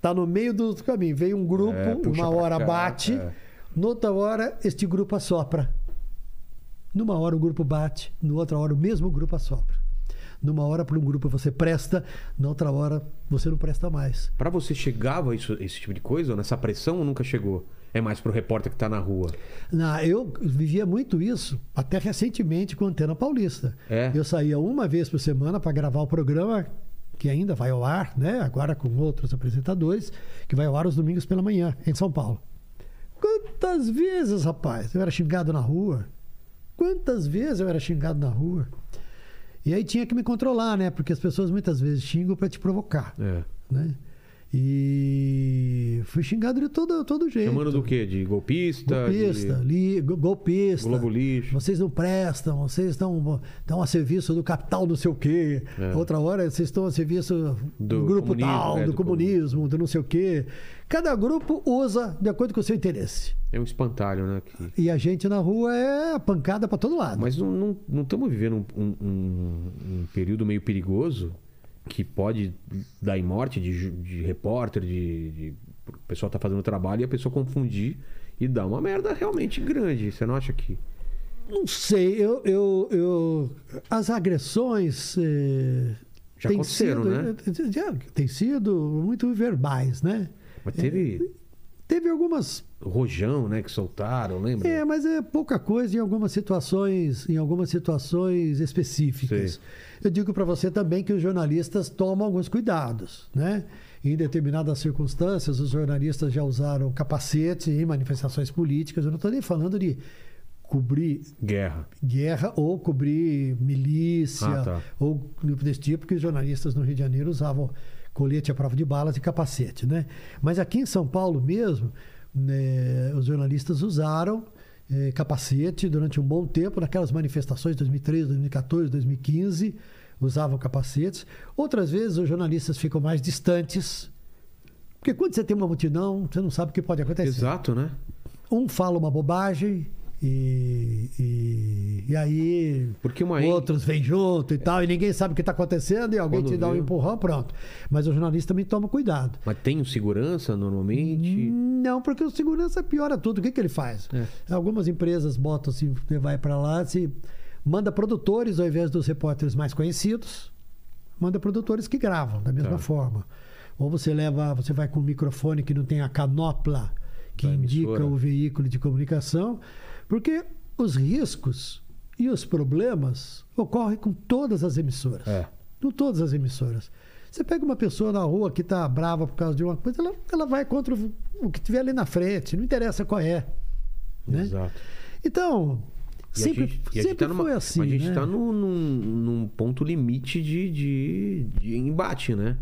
Speaker 4: tá no meio do caminho. Vem um grupo,
Speaker 1: É, puxa
Speaker 4: uma
Speaker 1: pra
Speaker 4: hora
Speaker 1: cá,
Speaker 4: bate,
Speaker 1: é.
Speaker 4: noutra hora este grupo assopra. Numa hora o grupo bate, noutra hora o mesmo grupo assopra. Numa hora para um grupo você presta, noutra hora você não presta mais.
Speaker 1: Pra você chegava isso, esse tipo de coisa, ou nessa pressão ou nunca chegou? É mais pro repórter que tá na rua.
Speaker 4: Na, eu vivia muito isso, até recentemente com a Antena Paulista.
Speaker 1: É.
Speaker 4: Eu saía uma vez por semana para gravar o programa que ainda vai ao ar, né? Agora com outros apresentadores, que vai ao ar os domingos pela manhã, em São Paulo. Quantas vezes, rapaz, eu era xingado na rua? Quantas vezes eu era xingado na rua? E aí tinha que me controlar, né? Porque as pessoas muitas vezes xingam pra te provocar,
Speaker 1: É.
Speaker 4: né? E fui xingado de todo, todo jeito.
Speaker 1: Chamando do quê? De golpista?
Speaker 4: Golpista, li- go- golpista.
Speaker 1: Globo lixo.
Speaker 4: Vocês não prestam, vocês estão, estão a serviço do capital não sei o quê.
Speaker 1: É.
Speaker 4: Outra hora vocês estão a serviço do,
Speaker 1: Do
Speaker 4: grupo
Speaker 1: comunismo,
Speaker 4: tal,
Speaker 1: é,
Speaker 4: do,
Speaker 1: do
Speaker 4: comunismo, do não sei o quê. Cada grupo usa de acordo com o seu interesse.
Speaker 1: De... É um espantalho, né? que-
Speaker 4: E a gente na rua é pancada pra todo lado.
Speaker 1: Ah, Mas não estamos não, estamos vivendo um, um- um- um período meio perigoso que pode dar em morte de, ju- de repórter, de, de- O pessoal tá fazendo trabalho e a pessoa confundir e dar uma merda realmente grande. Você não acha que.
Speaker 4: Não sei, eu, eu, eu- as agressões eh,
Speaker 1: Já
Speaker 4: têm
Speaker 1: aconteceram,
Speaker 4: sido,
Speaker 1: né?
Speaker 4: eh, já tem sido muito verbais, né?
Speaker 1: Mas teve
Speaker 4: Teve algumas,
Speaker 1: rojão, né? Que soltaram, lembra?
Speaker 4: é, mas é pouca coisa em algumas situações, em algumas situações específicas.
Speaker 1: Sei.
Speaker 4: Eu digo para você também que os jornalistas tomam alguns cuidados, né? Em determinadas circunstâncias, os jornalistas já usaram capacete em manifestações políticas. Eu não estou nem falando de cobrir
Speaker 1: Guerra.
Speaker 4: guerra ou cobrir milícia
Speaker 1: Ah, tá.
Speaker 4: ou grupo desse tipo que os jornalistas no Rio de Janeiro usavam colete à prova de balas e capacete, né? Mas aqui em São Paulo mesmo, né, os jornalistas usaram eh, capacete durante um bom tempo naquelas manifestações de 2013, 2014, 2015 usavam capacetes. Outras vezes os jornalistas ficam mais distantes porque quando você tem uma multidão, você não sabe o que pode acontecer
Speaker 1: Exato, né?
Speaker 4: um fala uma bobagem e, e, e aí
Speaker 1: Porque uma en-
Speaker 4: outros vêm junto e tal, e ninguém sabe o que está acontecendo, e alguém
Speaker 1: Quando
Speaker 4: te dá um
Speaker 1: viu.
Speaker 4: empurrão, pronto. Mas o jornalista também toma cuidado.
Speaker 1: Mas tem um segurança normalmente.
Speaker 4: Não, porque o segurança piora tudo. O que, que ele faz?
Speaker 1: É.
Speaker 4: Algumas empresas botam, se você vai para lá, se manda produtores ao invés dos repórteres mais conhecidos, manda produtores que gravam da mesma
Speaker 1: Tá.
Speaker 4: forma. Ou você leva, você vai com um microfone que não tem a canopla que
Speaker 1: Da
Speaker 4: indica
Speaker 1: emissora.
Speaker 4: o veículo de comunicação, porque os riscos e os problemas ocorrem com todas as emissoras.
Speaker 1: É.
Speaker 4: Com todas as emissoras. Você pega uma pessoa na rua que está brava por causa de uma coisa, ela, ela vai contra o, o que tiver ali na frente, não interessa qual é. Né?
Speaker 1: Exato.
Speaker 4: Então,
Speaker 1: E a
Speaker 4: sempre,
Speaker 1: gente- e a gente
Speaker 4: sempre
Speaker 1: tá numa-
Speaker 4: foi assim.
Speaker 1: A gente
Speaker 4: né?
Speaker 1: está num, num- num ponto limite de, de- de embate, né?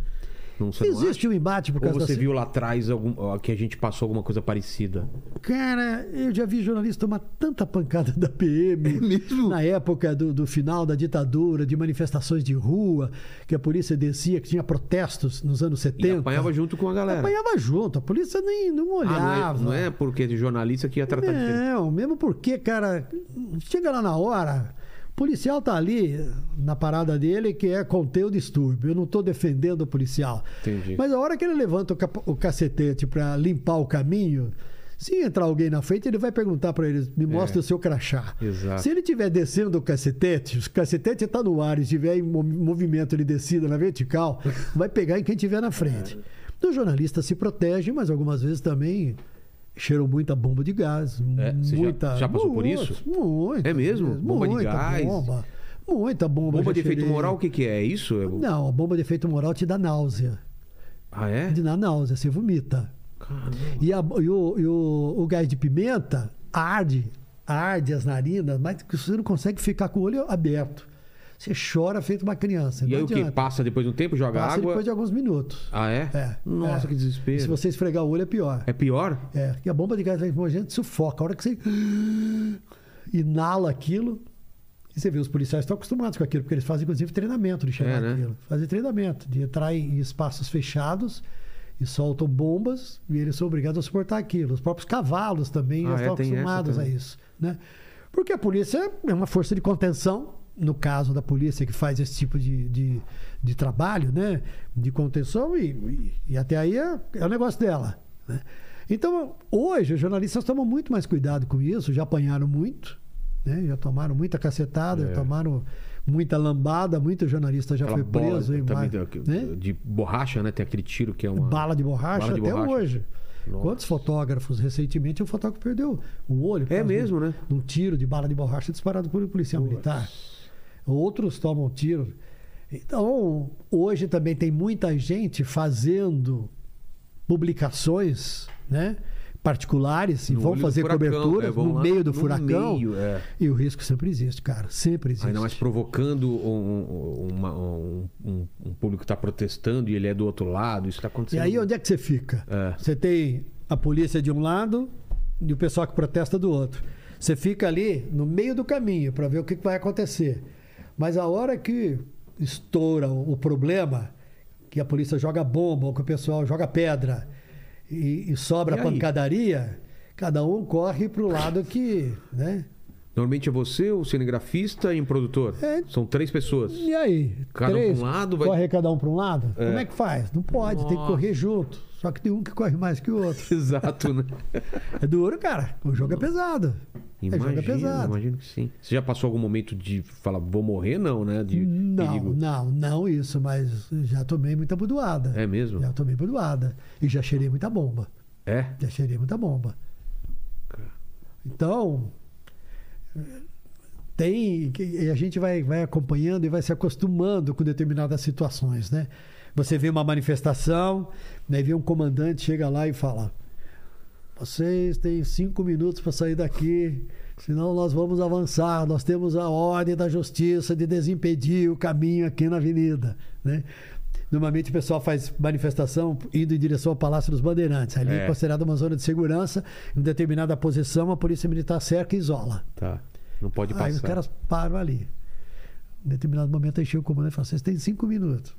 Speaker 1: Não, você não
Speaker 4: Existe um embate por
Speaker 1: acha? Ou
Speaker 4: causa da
Speaker 1: você viu lá atrás algum, ó, que a gente passou alguma coisa parecida?
Speaker 4: Cara, eu já vi jornalista tomar tanta pancada da PM.
Speaker 1: É
Speaker 4: Na época do, do final da ditadura, de manifestações de rua, que a polícia descia, que tinha protestos nos anos
Speaker 1: E
Speaker 4: 70.
Speaker 1: apanhava junto com a galera.
Speaker 4: Apanhava junto, a polícia nem não
Speaker 1: Ah, não é-
Speaker 4: olhava. É,
Speaker 1: não, é, porque de jornalista que ia tratar de...
Speaker 4: Não, mesmo porque, cara, chega lá na hora, o policial tá ali na parada dele que é conter o distúrbio. Eu não tô defendendo o policial.
Speaker 1: Entendi.
Speaker 4: Mas a hora que ele levanta o, cap- o cacetete pra limpar o caminho, se entrar alguém na frente, ele vai perguntar pra ele: me mostra
Speaker 1: É.
Speaker 4: o seu crachá.
Speaker 1: Exato.
Speaker 4: Se ele estiver descendo o cacetete, o cacetete está no ar e estiver em mo- movimento de descida na vertical, vai pegar em quem estiver na frente. Então, O jornalista se protege, mas algumas vezes também cheiram muita bomba de gás.
Speaker 1: É, você já-
Speaker 4: muita...
Speaker 1: já passou por
Speaker 4: Muito,
Speaker 1: isso?
Speaker 4: Muito.
Speaker 1: É mesmo? Bomba de
Speaker 4: muita
Speaker 1: gás?
Speaker 4: Bomba, muita bomba.
Speaker 1: Bomba
Speaker 4: já
Speaker 1: de efeito
Speaker 4: cheirei.
Speaker 1: moral, o que, que é? É isso? É o-
Speaker 4: Não, a bomba de efeito moral te dá náusea.
Speaker 1: Ah, é?
Speaker 4: Te dá náusea, você vomita. E, a- e o, e o- o gás de pimenta arde, arde as narinas, mas que você não consegue ficar com o olho aberto. Você chora feito uma criança.
Speaker 1: E
Speaker 4: não
Speaker 1: aí o que?
Speaker 4: adianta.
Speaker 1: Passa depois de um tempo, joga
Speaker 4: Passa
Speaker 1: água?
Speaker 4: depois de alguns minutos.
Speaker 1: Ah, é?
Speaker 4: É,
Speaker 1: Nossa,
Speaker 4: é.
Speaker 1: que
Speaker 4: E se
Speaker 1: desespero.
Speaker 4: você esfregar o olho é pior.
Speaker 1: É pior?
Speaker 4: É, e a bomba de gás lacrimogêneo sufoca. A hora que você inala aquilo, e você vê, os policiais estão acostumados com aquilo, porque eles fazem, inclusive, treinamento de chegar
Speaker 1: É, né?
Speaker 4: aquilo. Fazem treinamento, de entrar em espaços fechados e soltam bombas, e eles são obrigados a suportar aquilo. Os próprios cavalos também
Speaker 1: Ah,
Speaker 4: já
Speaker 1: é,
Speaker 4: estão
Speaker 1: tem essa
Speaker 4: acostumados a
Speaker 1: também.
Speaker 4: isso. Né? Porque a polícia é uma força de contenção, no caso da polícia que faz esse tipo de, de, de trabalho, né? de contenção, e, e- e até aí é, é o negócio dela. né? Então, hoje, os jornalistas tomam muito mais cuidado com isso, já apanharam muito, né? já tomaram muita cacetada, já
Speaker 1: É.
Speaker 4: tomaram muita lambada, muito jornalista já
Speaker 1: Aquela
Speaker 4: foi
Speaker 1: bola
Speaker 4: preso. e
Speaker 1: também
Speaker 4: mais,
Speaker 1: da- que-
Speaker 4: né?
Speaker 1: de borracha, né? Tem aquele tiro que é uma...
Speaker 4: Bala de borracha
Speaker 1: Bala de
Speaker 4: até
Speaker 1: borracha.
Speaker 4: hoje.
Speaker 1: Nossa.
Speaker 4: Quantos fotógrafos recentemente um fotógrafo perdeu o olho? por
Speaker 1: É
Speaker 4: causa de um-
Speaker 1: mesmo, né?
Speaker 4: de Um tiro de bala de borracha disparado por um policial militar. Outros tomam tiro. Então, hoje também tem muita gente fazendo publicações, né? particulares e
Speaker 1: No
Speaker 4: vão
Speaker 1: olho do
Speaker 4: fazer
Speaker 1: furacão,
Speaker 4: cobertura
Speaker 1: é, vão
Speaker 4: no
Speaker 1: lá
Speaker 4: meio
Speaker 1: no
Speaker 4: do furacão.
Speaker 1: meio, é.
Speaker 4: E o risco sempre existe, cara. Sempre existe.
Speaker 1: Ainda mais provocando um, um- uma- um- um- um público que está protestando e ele é do outro lado. Isso está
Speaker 4: E
Speaker 1: acontecendo.
Speaker 4: aí, onde é que você fica?
Speaker 1: É.
Speaker 4: Você tem a polícia de um lado e o pessoal que protesta do outro. Você fica ali no meio do caminho para ver o que que vai acontecer. Mas a hora que estoura o o problema, que a polícia joga bomba ou que o pessoal joga pedra e, e sobra
Speaker 1: E aí?
Speaker 4: pancadaria, cada um corre para o lado que. Né?
Speaker 1: Normalmente é você, o cinegrafista e um produtor.
Speaker 4: É.
Speaker 1: São três pessoas.
Speaker 4: E aí?
Speaker 1: Cada um
Speaker 4: Três,
Speaker 1: pra um lado, vai-
Speaker 4: Corre cada um para um lado?
Speaker 1: É.
Speaker 4: Como é que faz? Não pode, tem que
Speaker 1: Nossa.
Speaker 4: correr junto. Só que tem um que corre mais que o outro.
Speaker 1: Exato, né?
Speaker 4: É duro, cara. O jogo é pesado. é jogo é
Speaker 1: Imagina,
Speaker 4: pesado.
Speaker 1: imagino que sim. Você já passou algum momento de falar, vou morrer? Não, né? De
Speaker 4: Não,
Speaker 1: perigo.
Speaker 4: não, não isso, mas já tomei muita budoada.
Speaker 1: É mesmo?
Speaker 4: Já tomei budoada. E já cheirei muita bomba.
Speaker 1: É?
Speaker 4: Já cheirei muita bomba. Então, tem. E a gente vai, vai acompanhando e vai se acostumando com determinadas situações, né? Você vê uma manifestação, né, vê um comandante, chega lá e fala: Vocês têm cinco minutos para sair daqui, senão nós vamos avançar. Nós temos a ordem da justiça de desimpedir o caminho aqui na avenida, né? Normalmente o pessoal faz manifestação indo em direção ao Palácio dos Bandeirantes. Ali
Speaker 1: É.
Speaker 4: é considerada uma zona de segurança. Em determinada posição, a polícia militar cerca e isola.
Speaker 1: Tá. Não pode
Speaker 4: Aí os
Speaker 1: passar.
Speaker 4: caras param ali. Em determinado momento, aí chega o comandante e fala: Vocês têm cinco minutos.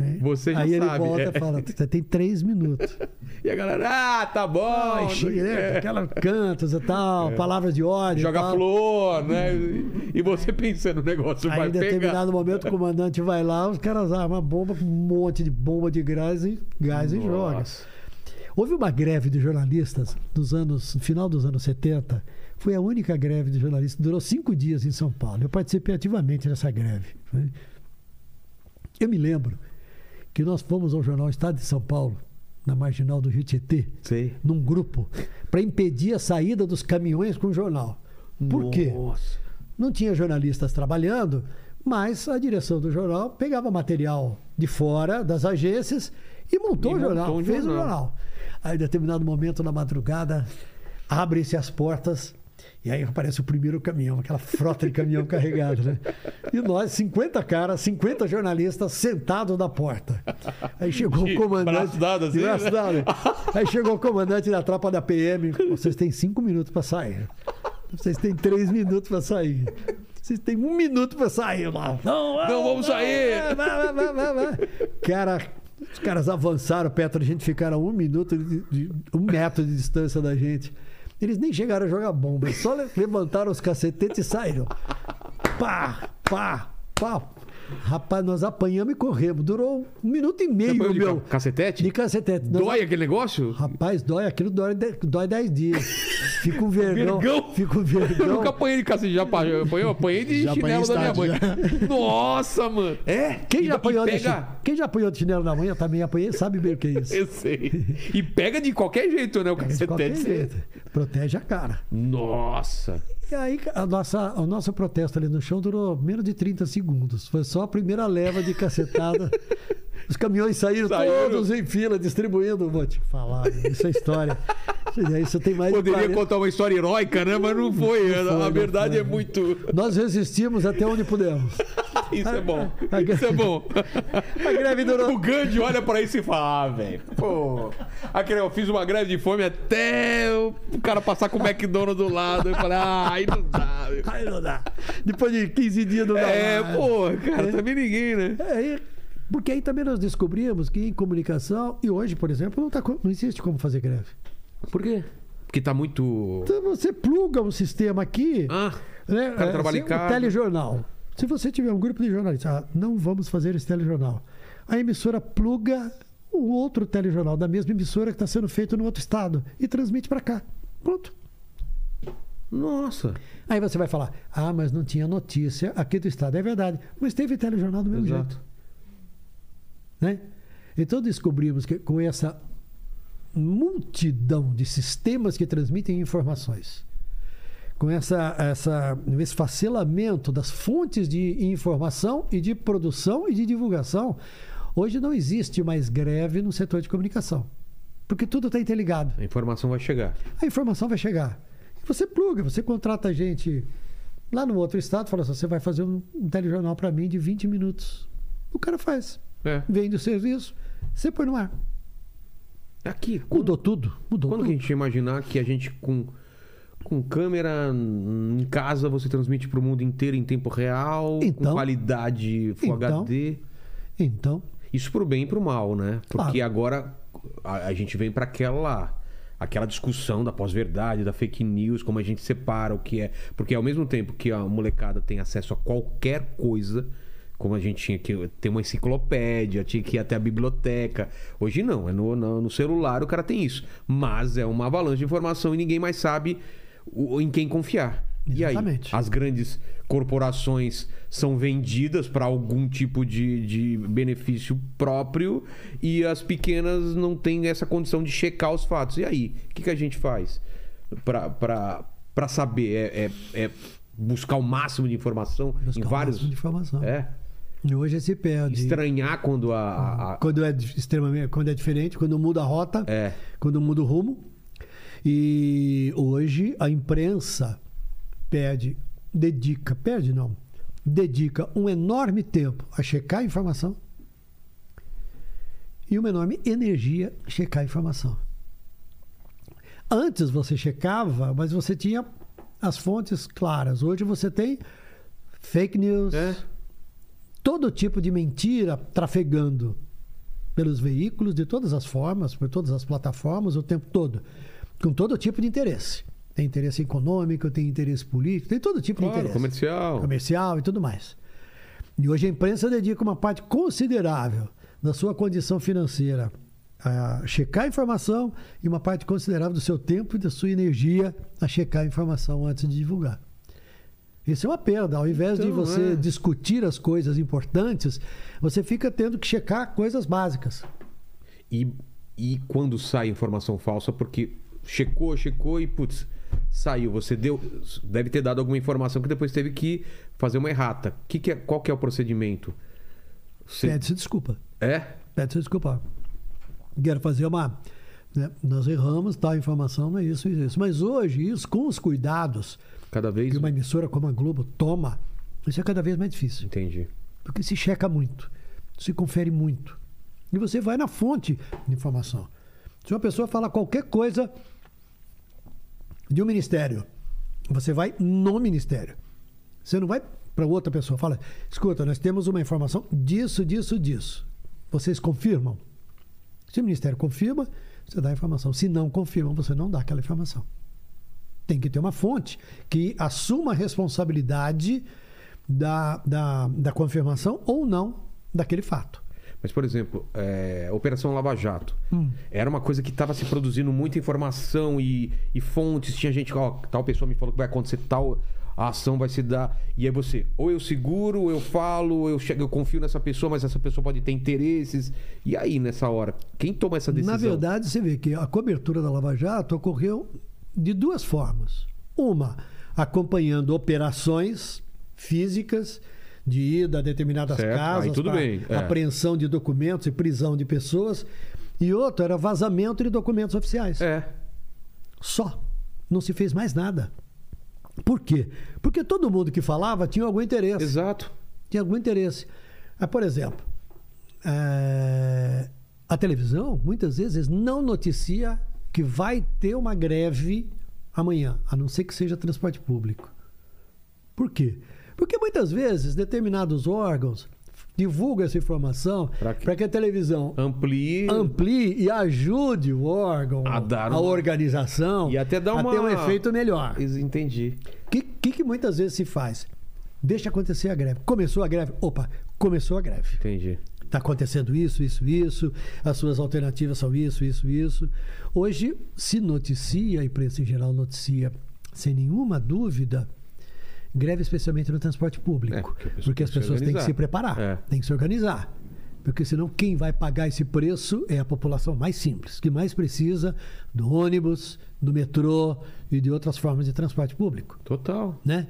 Speaker 4: É.
Speaker 1: Você já
Speaker 4: aí ele
Speaker 1: sabe,
Speaker 4: volta
Speaker 1: é.
Speaker 4: e fala: Você tem três minutos.
Speaker 1: E a galera, ah, tá bom.
Speaker 4: Aí chega, né?
Speaker 1: É.
Speaker 4: Aquela cantos e tal, palavras de ódio. e
Speaker 1: Joga
Speaker 4: tal.
Speaker 1: flor, né? E você pensando, o negócio
Speaker 4: Aí
Speaker 1: vai
Speaker 4: em
Speaker 1: pegar.
Speaker 4: determinado momento o comandante vai lá, os caras armam a bomba com um monte de bomba de gás e gás e joga.
Speaker 1: Nossa.
Speaker 4: Houve uma greve de jornalistas nos anos, no final dos anos 70. Foi a única greve de jornalistas. Durou cinco dias em São Paulo. Eu participei ativamente dessa greve. né? Eu me lembro que nós fomos ao jornal Estado de São Paulo, na marginal do Rio Tietê,
Speaker 1: Sei.
Speaker 4: num grupo, para impedir a saída dos caminhões com o jornal. Por quê?
Speaker 1: Nossa.
Speaker 4: Não tinha jornalistas trabalhando, mas a direção do jornal pegava material de fora das agências e montou
Speaker 1: E
Speaker 4: o jornal,
Speaker 1: montou um
Speaker 4: fez o
Speaker 1: jornal.
Speaker 4: jornal. Aí, em determinado momento, na madrugada, abrem-se as portas e aí aparece o primeiro caminhão, aquela frota de caminhão carregado, né? E nós, 50 caras, 50 jornalistas sentados na porta. Aí chegou
Speaker 1: De
Speaker 4: o comandante.
Speaker 1: braço dado, assim,
Speaker 4: de braço
Speaker 1: né?
Speaker 4: dado. Aí chegou o comandante da tropa da PM. Vocês têm cinco minutos para sair. Vocês têm três minutos para sair. Vocês têm um minuto para sair lá. Não, ah,
Speaker 1: Não vamos
Speaker 4: ah,
Speaker 1: sair.
Speaker 4: ah, Vai, vai, vai, vai, vai. Cara, os caras avançaram perto da gente, ficaram um minuto, de, de- um metro de distância da gente. Eles nem chegaram a jogar bomba, eles só le- levantaram os cacetetes e saíram. Pá, pá, pá. Rapaz, nós apanhamos e corremos. Durou um minuto e meio,
Speaker 1: apanhou de
Speaker 4: meu.
Speaker 1: ca- cacetete?
Speaker 4: De cacetete. Nós
Speaker 1: Dói aquele negócio?
Speaker 4: Rapaz, dói aquilo, dói, de- dói 10 dias. Fica um vergão.
Speaker 1: Vergão?
Speaker 4: Fica um
Speaker 1: Eu
Speaker 4: vergão.
Speaker 1: nunca apanhei de cacete, já apa- eu apanhei, eu apanhei de
Speaker 2: Já apanhei
Speaker 1: chinelo da minha mãe.
Speaker 2: estádio,
Speaker 1: Nossa, mano.
Speaker 4: É? Quem
Speaker 1: E-
Speaker 4: já,
Speaker 1: e
Speaker 4: apanhou de,
Speaker 1: pega-
Speaker 4: chi- quem já apanhou de chinelo na manhã também apanhei, sabe bem o que é isso.
Speaker 1: Eu sei. E pega de qualquer jeito, né? O
Speaker 4: De qualquer
Speaker 1: cacetete.
Speaker 4: jeito. Protege a cara.
Speaker 1: Nossa.
Speaker 4: E aí, a nossa, o nosso protesto ali no chão durou menos de 30 segundos. Foi só a primeira leva de cacetada. Os caminhões saíram,
Speaker 1: Saíram.
Speaker 4: todos em fila, distribuindo. Vou te falar, isso é história. Isso, isso tem mais de
Speaker 1: Poderia
Speaker 4: 40.
Speaker 1: contar uma história heróica, né? Mas não foi.
Speaker 4: foi,
Speaker 1: A
Speaker 4: não
Speaker 1: verdade é
Speaker 4: foi.
Speaker 1: muito.
Speaker 4: Nós resistimos até onde pudemos.
Speaker 1: Isso é bom.
Speaker 4: a-
Speaker 1: Isso é bom.
Speaker 4: A greve durou
Speaker 1: O Gandhi olha pra isso e fala: Ah, velho, pô. Aquele, eu fiz uma greve de fome até o cara passar com o McDonald's do lado. Eu falei: Ah, aí não dá. meu."
Speaker 4: Tá Aí não dá. Depois de 15 dias não dá.
Speaker 1: É,
Speaker 4: mais.
Speaker 1: pô, cara, também ninguém, né?
Speaker 4: É, aí- porque aí também nós descobrimos que em comunicação, e hoje, por exemplo, não, tá co- não existe como fazer greve.
Speaker 1: Por quê? Porque tá muito.
Speaker 4: Então você pluga um sistema aqui,
Speaker 1: Ah,
Speaker 4: né?
Speaker 1: cara trabalha em
Speaker 4: assim,
Speaker 1: casa.
Speaker 4: um telejornal. Se você tiver um grupo de jornalistas, ah, não vamos fazer esse telejornal. A emissora pluga um outro telejornal da mesma emissora que está sendo feito no outro estado e transmite para cá. Pronto.
Speaker 1: nossa.
Speaker 4: Aí você vai falar, ah, mas não tinha notícia aqui do estado. É verdade, mas teve telejornal do mesmo
Speaker 1: Exato.
Speaker 4: jeito. né? Então descobrimos que com essa multidão de sistemas que transmitem informações, com essa, essa, esse facelamento das fontes de informação e de produção e de divulgação, hoje não existe mais greve no setor de comunicação. Porque tudo está interligado.
Speaker 1: A informação vai chegar.
Speaker 4: A informação vai chegar. E Você pluga, você contrata a gente lá no outro estado, fala assim, você vai fazer um, um telejornal para mim de 20 minutos. O cara faz.
Speaker 1: É.
Speaker 4: Vende o serviço, você põe no ar.
Speaker 1: Aqui.
Speaker 4: Mudou tudo. Mudou
Speaker 1: Quando que a
Speaker 4: tudo.
Speaker 1: gente ia imaginar que a gente com, com câmera n- em casa você transmite para o mundo inteiro em tempo real, com
Speaker 4: Então.
Speaker 1: qualidade Full
Speaker 4: Então.
Speaker 1: HD?
Speaker 4: Então,
Speaker 1: Isso pro bem e pro mal, né? Porque
Speaker 4: Claro.
Speaker 1: agora a, a gente vem para aquela aquela discussão da pós-verdade, da fake news, como a gente separa o que é, porque ao mesmo tempo que a molecada tem acesso a qualquer coisa, como a gente tinha que ter uma enciclopédia, tinha que ir até a biblioteca. Hoje não, é no, no, no celular o cara tem isso. Mas é uma avalanche de informação e ninguém mais sabe o- em quem confiar. E
Speaker 4: Exatamente.
Speaker 1: aí? as grandes corporações são vendidas para algum tipo de, de benefício próprio e as pequenas não têm essa condição de checar os fatos. E aí, o que, que a gente faz para saber? É, é- é buscar o máximo de informação
Speaker 4: buscar
Speaker 1: em
Speaker 4: o
Speaker 1: vários.
Speaker 4: máximo de informação.
Speaker 1: É.
Speaker 4: E hoje se perde.
Speaker 1: Estranhar quando a. a- a-
Speaker 4: Quando é extremamente, quando é diferente, quando muda a rota,
Speaker 1: É.
Speaker 4: quando muda o rumo. E hoje a imprensa pede, dedica, pede não, dedica um enorme tempo a checar a informação e uma enorme energia a checar a informação. Antes você checava, mas você tinha as fontes claras. Hoje você tem fake news,
Speaker 1: É.
Speaker 4: todo tipo de mentira trafegando pelos veículos de todas as formas, por todas as plataformas, o tempo todo, com todo tipo de interesse. Tem interesse econômico, tem interesse político, tem todo tipo de
Speaker 1: Claro,
Speaker 4: interesse.
Speaker 1: comercial.
Speaker 4: Comercial e tudo mais. E hoje a imprensa dedica uma parte considerável da sua condição financeira a checar a informação e uma parte considerável do seu tempo e da sua energia a checar a informação antes de divulgar. Isso é uma perda. Ao invés de
Speaker 1: Então,
Speaker 4: você
Speaker 1: é.
Speaker 4: discutir as coisas importantes, você fica tendo que checar coisas básicas.
Speaker 1: E, e quando sai informação falsa, porque checou, checou e putz, saiu. Você deu, deve ter dado alguma informação que depois teve que fazer uma errata. Que que é, qual que é o procedimento? Você-
Speaker 4: Pede-se desculpa.
Speaker 1: É?
Speaker 4: Pede-se desculpa. Quero fazer uma. né, Nós erramos, tal informação, não é isso, isso, isso. Mas hoje, isso com os cuidados
Speaker 1: Cada vez.
Speaker 4: que uma emissora como a Globo toma, isso é cada vez mais difícil.
Speaker 1: Entendi.
Speaker 4: Porque se checa muito, se confere muito. E você vai na fonte de informação. Se uma pessoa falar qualquer coisa de um ministério, você vai no ministério. Você não vai para outra pessoa. Fala, escuta, nós temos uma informação disso, disso, disso. Vocês confirmam? Se o ministério confirma, você dá a informação. Se não confirma, você não dá aquela informação. Tem que ter uma fonte que assuma a responsabilidade da, da, da confirmação ou não daquele fato.
Speaker 1: Mas, por exemplo, é, Operação Lava Jato.
Speaker 4: Hum.
Speaker 1: Era uma coisa que estava se produzindo muita informação e, e fontes. Tinha gente, ó, tal pessoa me falou que vai acontecer tal. A ação vai se dar. E aí você, ou eu seguro, ou eu falo, ou eu, chego, eu confio nessa pessoa, mas essa pessoa pode ter interesses. E aí, nessa hora, quem toma essa decisão?
Speaker 4: Na verdade, você vê que a cobertura da Lava Jato ocorreu de duas formas. Uma, acompanhando operações físicas de ida a determinadas
Speaker 1: Certo.
Speaker 4: casas,
Speaker 1: Aí tudo
Speaker 4: pra
Speaker 1: bem, é.
Speaker 4: apreensão de documentos e prisão de pessoas. E outra era vazamento de documentos oficiais.
Speaker 1: É.
Speaker 4: Só. Não se fez mais nada. Por quê? Porque todo mundo que falava tinha algum interesse.
Speaker 1: Exato.
Speaker 4: tinha algum interesse. Ah, por exemplo, eh, a televisão muitas vezes não noticia que vai ter uma greve amanhã, a não ser que seja transporte público. Por quê? Porque muitas vezes determinados órgãos divulgam essa informação
Speaker 1: Pra que-
Speaker 4: para que a televisão
Speaker 1: Amplie.
Speaker 4: amplie e ajude o órgão,
Speaker 1: A
Speaker 4: a,
Speaker 1: dar uma-
Speaker 4: organização,
Speaker 1: E até dar
Speaker 4: a
Speaker 1: uma-
Speaker 4: ter um efeito melhor.
Speaker 1: Ex- Entendi.
Speaker 4: O que, que, que muitas vezes se faz? Deixa acontecer a greve. Começou a greve? Opa, começou a greve.
Speaker 1: Entendi.
Speaker 4: Está Tá acontecendo isso, isso, isso. As suas alternativas são isso, isso, isso. Hoje se noticia, a imprensa em geral noticia, sem nenhuma dúvida, greve especialmente no transporte público.
Speaker 1: É, porque
Speaker 4: porque,
Speaker 1: a pessoa
Speaker 4: as
Speaker 1: tem que se
Speaker 4: pessoas têm que
Speaker 1: organizar.
Speaker 4: se preparar,
Speaker 1: É.
Speaker 4: têm que se organizar. Porque senão quem vai pagar esse preço é a população mais simples, que mais precisa do ônibus, do metrô e de outras formas de transporte público
Speaker 1: Total.
Speaker 4: né?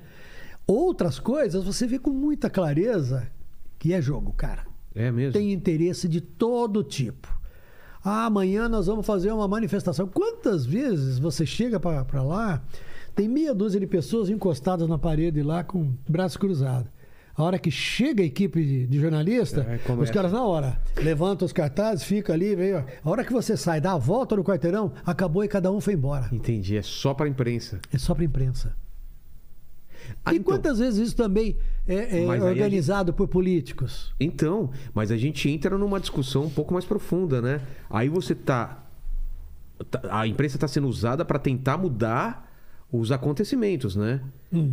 Speaker 4: Outras coisas você vê com muita clareza que é jogo, cara.
Speaker 1: É mesmo.
Speaker 4: Tem interesse de todo tipo. Ah, amanhã nós vamos fazer uma manifestação. Quantas vezes você chega para lá, tem meia dúzia de pessoas encostadas na parede lá com o braço cruzado. A hora que chega a equipe de, de jornalista,
Speaker 1: É, começa.
Speaker 4: os caras na hora levantam os cartazes, fica ali, veio. A hora que você sai, dá a volta no quarteirão, acabou e cada um foi embora.
Speaker 1: Entendi, é só pra imprensa.
Speaker 4: É só para imprensa.
Speaker 1: Ah,
Speaker 4: e
Speaker 1: então.
Speaker 4: quantas vezes isso também é, é
Speaker 1: Mas aí a
Speaker 4: organizado por políticos?
Speaker 1: Então, mas a gente entra numa discussão um pouco mais profunda, né? Aí você tá. tá- A imprensa está sendo usada para tentar mudar os acontecimentos, né?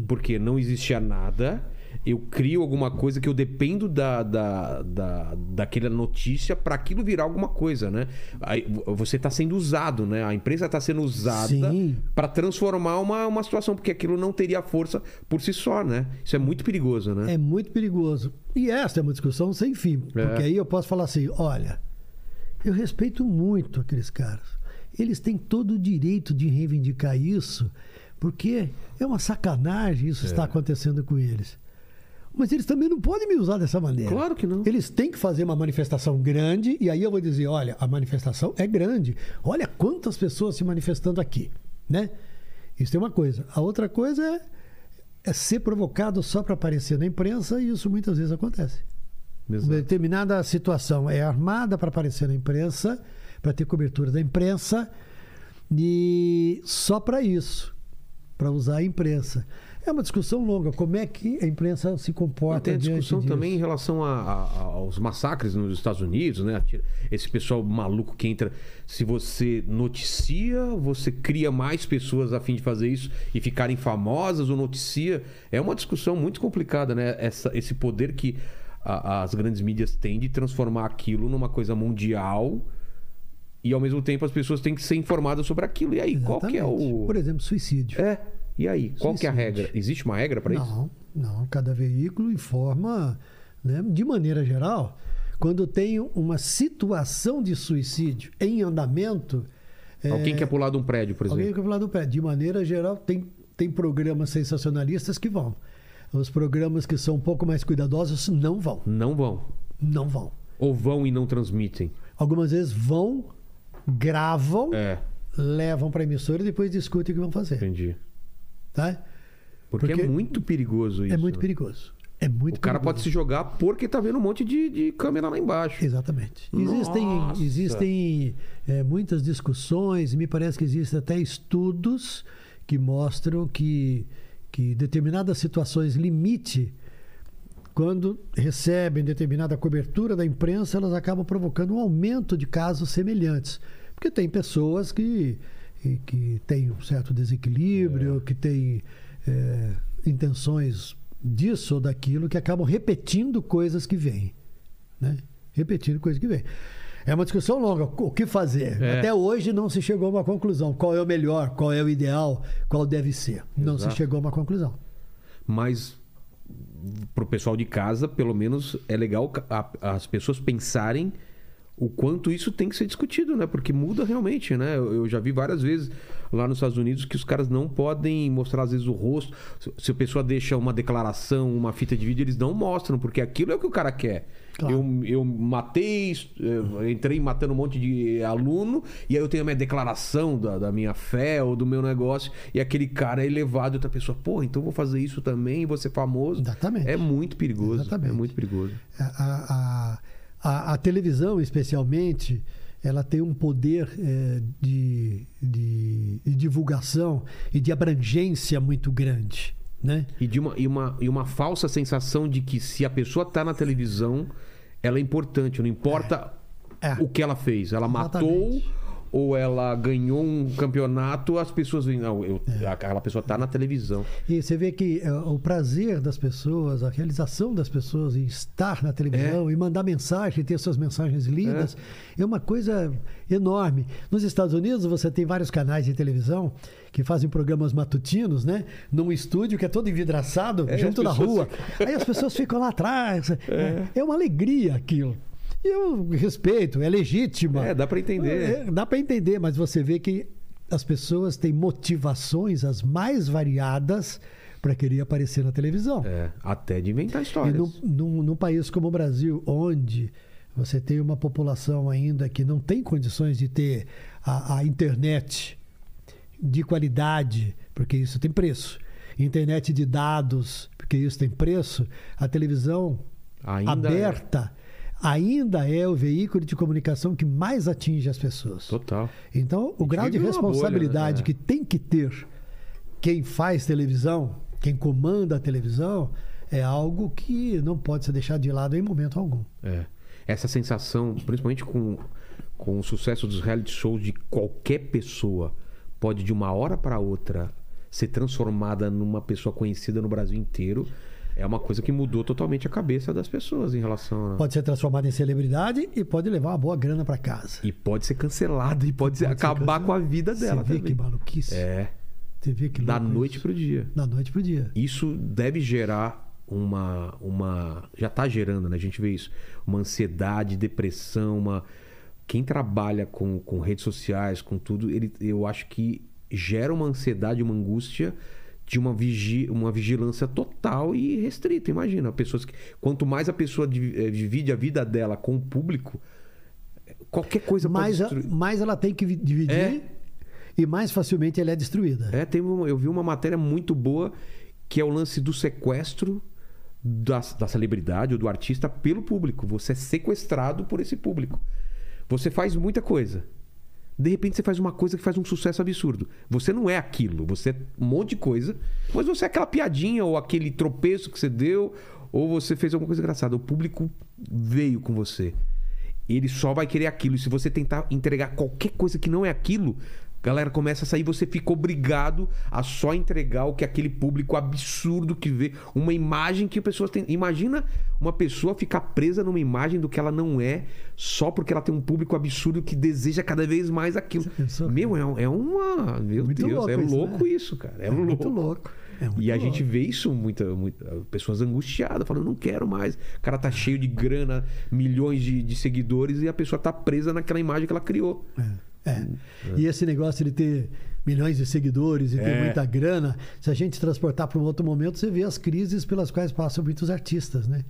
Speaker 1: Porque não existia nada. Eu crio alguma coisa que eu dependo da, da, da, daquela notícia para aquilo virar alguma coisa, né? Aí, vo- você está sendo usado, né? A imprensa está sendo usada
Speaker 4: Sim.
Speaker 1: para transformar uma, uma situação, porque aquilo não teria força por si só, né? Isso é muito perigoso, né?
Speaker 4: É muito perigoso. E esta é uma discussão sem fim.
Speaker 1: É.
Speaker 4: Porque aí eu posso falar assim: olha, eu respeito muito aqueles caras. Eles têm todo o direito de reivindicar isso, porque é uma sacanagem
Speaker 1: É.
Speaker 4: isso está acontecendo com eles. Mas eles também não podem me usar dessa maneira.
Speaker 1: Claro que não.
Speaker 4: Eles têm que fazer uma manifestação grande, e aí eu vou dizer: olha, a manifestação é grande. Olha quantas pessoas se manifestando aqui. Né? Isso é uma coisa. A outra coisa é, é ser provocado só para aparecer na imprensa, e isso muitas vezes acontece.
Speaker 1: Exato.
Speaker 4: Uma determinada situação é armada para aparecer na imprensa, para ter cobertura da imprensa, e só para isso, para usar a imprensa. É uma discussão longa, como é que a imprensa se
Speaker 1: E
Speaker 4: comporta
Speaker 1: Tem a
Speaker 4: diante
Speaker 1: discussão
Speaker 4: disso.
Speaker 1: também em relação a- a- a- aos massacres nos Estados Unidos, né? Esse pessoal maluco que entra. Se você noticia, você cria mais pessoas a fim de fazer isso e ficarem famosas ou noticia. É uma discussão muito complicada, né? Essa- esse poder que a- as grandes mídias têm de transformar aquilo numa coisa mundial e ao mesmo tempo as pessoas têm que ser informadas sobre aquilo. E aí, qual que é
Speaker 4: Exatamente.
Speaker 1: o.
Speaker 4: Por exemplo, suicídio.
Speaker 1: É. E aí, qual que é a
Speaker 4: Suicídio.
Speaker 1: regra? Existe uma regra para isso?
Speaker 4: Não, não. Cada veículo informa, né, de maneira geral, quando tem uma situação de suicídio em andamento. é,
Speaker 1: Alguém quer pular de um prédio, por exemplo.
Speaker 4: Alguém que eu falar do pé. De maneira geral, tem, tem programas sensacionalistas que vão. Os programas que são um pouco mais cuidadosos não vão.
Speaker 1: Não vão.
Speaker 4: Não vão.
Speaker 1: Ou vão e não transmitem.
Speaker 4: Algumas vezes vão, gravam,
Speaker 1: É,
Speaker 4: levam para a emissora e depois discutem o que vão fazer.
Speaker 1: entendi.
Speaker 4: Tá?
Speaker 1: Porque,
Speaker 4: Porque
Speaker 1: é muito perigoso isso. né?
Speaker 4: É muito perigoso. É muito
Speaker 1: O cara
Speaker 4: perigoso.
Speaker 1: pode se jogar porque tá vendo um monte de, de câmera lá embaixo.
Speaker 4: Exatamente. Existem,
Speaker 1: Nossa!
Speaker 4: existem é, muitas discussões, me parece que existem até estudos que mostram que, que determinadas situações limite, quando recebem determinada cobertura da imprensa, elas acabam provocando um aumento de casos semelhantes. Porque tem pessoas que, e que têm um certo desequilíbrio, que têm é, intenções disso ou daquilo, que acabam repetindo coisas que vêm né? Repetindo coisa que vem. É uma discussão longa. O que fazer?
Speaker 1: É.
Speaker 4: Até hoje não se chegou a uma conclusão. Qual é o melhor? Qual é o ideal? Qual deve ser? Não se
Speaker 1: Exato.
Speaker 4: chegou a uma conclusão.
Speaker 1: Mas pro pessoal de casa, pelo menos é legal a- as pessoas pensarem o quanto isso tem que ser discutido, né? Porque muda realmente, né? Eu eu já vi várias vezes lá nos Estados Unidos que os caras não podem mostrar às vezes o rosto. Se- Se a pessoa deixa uma declaração, uma fita de vídeo, eles não mostram, porque aquilo é o que o cara quer.
Speaker 4: Claro.
Speaker 1: Eu, eu matei, est- eh, entrei matando um monte de aluno, e aí eu tenho a minha declaração da, da minha fé ou do meu negócio, e aquele cara é elevado, e outra pessoa, pô, então eu vou fazer isso também, vou ser famoso.
Speaker 4: Exatamente.
Speaker 1: É muito perigoso.
Speaker 4: Exatamente.
Speaker 1: É muito perigoso.
Speaker 4: A, a- a- a televisão, especialmente, ela tem um poder eh, de, de- de divulgação e de abrangência muito grande. Né?
Speaker 1: E, de uma, e, uma, e uma falsa sensação de que se a pessoa tá na televisão, ela é importante. Não importa
Speaker 4: É. É.
Speaker 1: o que ela fez. Ela matou
Speaker 4: Exatamente.
Speaker 1: ou ela ganhou um campeonato, as pessoas veem. Não, eu,
Speaker 4: É.
Speaker 1: aquela pessoa tá na televisão.
Speaker 4: E você vê que eh, o prazer das pessoas, a realização das pessoas em estar na
Speaker 1: É.
Speaker 4: televisão e mandar mensagem, ter suas mensagens lidas, é. uma coisa enorme. Nos Estados Unidos, você tem vários canais de televisão que fazem programas matutinos, né? Num estúdio que é todo envidraçado,
Speaker 1: É,
Speaker 4: junto
Speaker 1: as
Speaker 4: da
Speaker 1: pessoas
Speaker 4: rua. Aí as pessoas ficam lá atrás. né? É, uma alegria aquilo. E eu respeito, é legítima.
Speaker 1: É, dá pra entender.
Speaker 4: É, dá para entender, mas você vê que as pessoas têm motivações as mais variadas para querer aparecer na televisão.
Speaker 1: É, até de inventar
Speaker 4: E
Speaker 1: histórias.
Speaker 4: num, num- num país como o Brasil, onde Você tem uma população ainda que não tem condições de ter a, a internet de qualidade, porque isso tem preço. Internet de dados, porque isso tem preço. A televisão
Speaker 1: Ainda é.
Speaker 4: aberta ainda é o veículo de comunicação que mais atinge as pessoas.
Speaker 1: Total.
Speaker 4: Então, o
Speaker 1: gente
Speaker 4: grau de
Speaker 1: vive numa é bolha,
Speaker 4: responsabilidade
Speaker 1: né?
Speaker 4: que tem que ter quem faz televisão, quem comanda a televisão, é algo que não pode ser deixado de lado em momento algum.
Speaker 1: É. Essa sensação, principalmente com, com o sucesso dos reality shows, de qualquer pessoa pode de uma hora para outra ser transformada numa pessoa conhecida no Brasil inteiro, é uma coisa que mudou totalmente a cabeça das pessoas em relação a.
Speaker 4: Pode ser transformado em celebridade e pode levar uma boa grana para casa.
Speaker 1: E pode ser cancelada e pode,
Speaker 4: Pode ser
Speaker 1: acabar
Speaker 4: cancelada.
Speaker 1: com a vida dela
Speaker 4: Você vê que
Speaker 1: também.
Speaker 4: maluquice.
Speaker 1: É,
Speaker 4: Você vê que
Speaker 1: da
Speaker 4: louco
Speaker 1: noite
Speaker 4: isso.
Speaker 1: pro dia.
Speaker 4: Da noite pro dia.
Speaker 1: Isso deve gerar uma, uma. Já está gerando, né? A gente vê isso. Uma ansiedade, depressão, uma. Quem trabalha com, com redes sociais, com tudo, ele, eu acho que gera uma ansiedade, uma angústia de uma, vigi, uma vigilância total e restrita. Imagina, pessoas que. Quanto mais a pessoa div- eh, divide a vida dela com o público, qualquer coisa
Speaker 4: mais,
Speaker 1: pode destruir.
Speaker 4: a- mais ela tem que vi- dividir
Speaker 1: É.
Speaker 4: e mais facilmente ela é destruída.
Speaker 1: É, tem uma- eu vi uma matéria muito boa que é o lance do sequestro da, da celebridade ou do artista pelo público. Você é sequestrado por esse público. Você faz muita coisa. De repente você faz uma coisa que faz um sucesso absurdo. Você não é aquilo, você é um monte de coisa, mas você é aquela piadinha ou aquele tropeço que você deu, ou você fez alguma coisa engraçada. O público veio com você. Ele só vai querer aquilo. E se você tentar entregar qualquer coisa que não é aquilo, a galera começa a sair, você fica obrigado a só entregar o que aquele público absurdo que vê. Uma imagem que pessoas têm. Imagina uma pessoa ficar presa numa imagem do que ela não é, só porque ela tem um público absurdo que deseja cada vez mais aquilo.
Speaker 4: Já pensou?
Speaker 1: Meu, é, um- é uma. Meu
Speaker 4: Muito
Speaker 1: Deus,
Speaker 4: louco
Speaker 1: é
Speaker 4: isso,
Speaker 1: louco
Speaker 4: né?
Speaker 1: isso, cara. É,
Speaker 4: É
Speaker 1: louco.
Speaker 4: muito louco. É muito
Speaker 1: E a
Speaker 4: louco.
Speaker 1: gente vê isso, muita, muita- pessoas angustiadas, falando, não quero mais. O cara tá cheio de grana, milhões de, de seguidores, e a pessoa tá presa naquela imagem que ela criou.
Speaker 4: É. E esse negócio de ter milhões de seguidores e ter
Speaker 1: É.
Speaker 4: muita grana, se a gente transportar para um outro momento, você vê as crises pelas quais passam muitos artistas, né?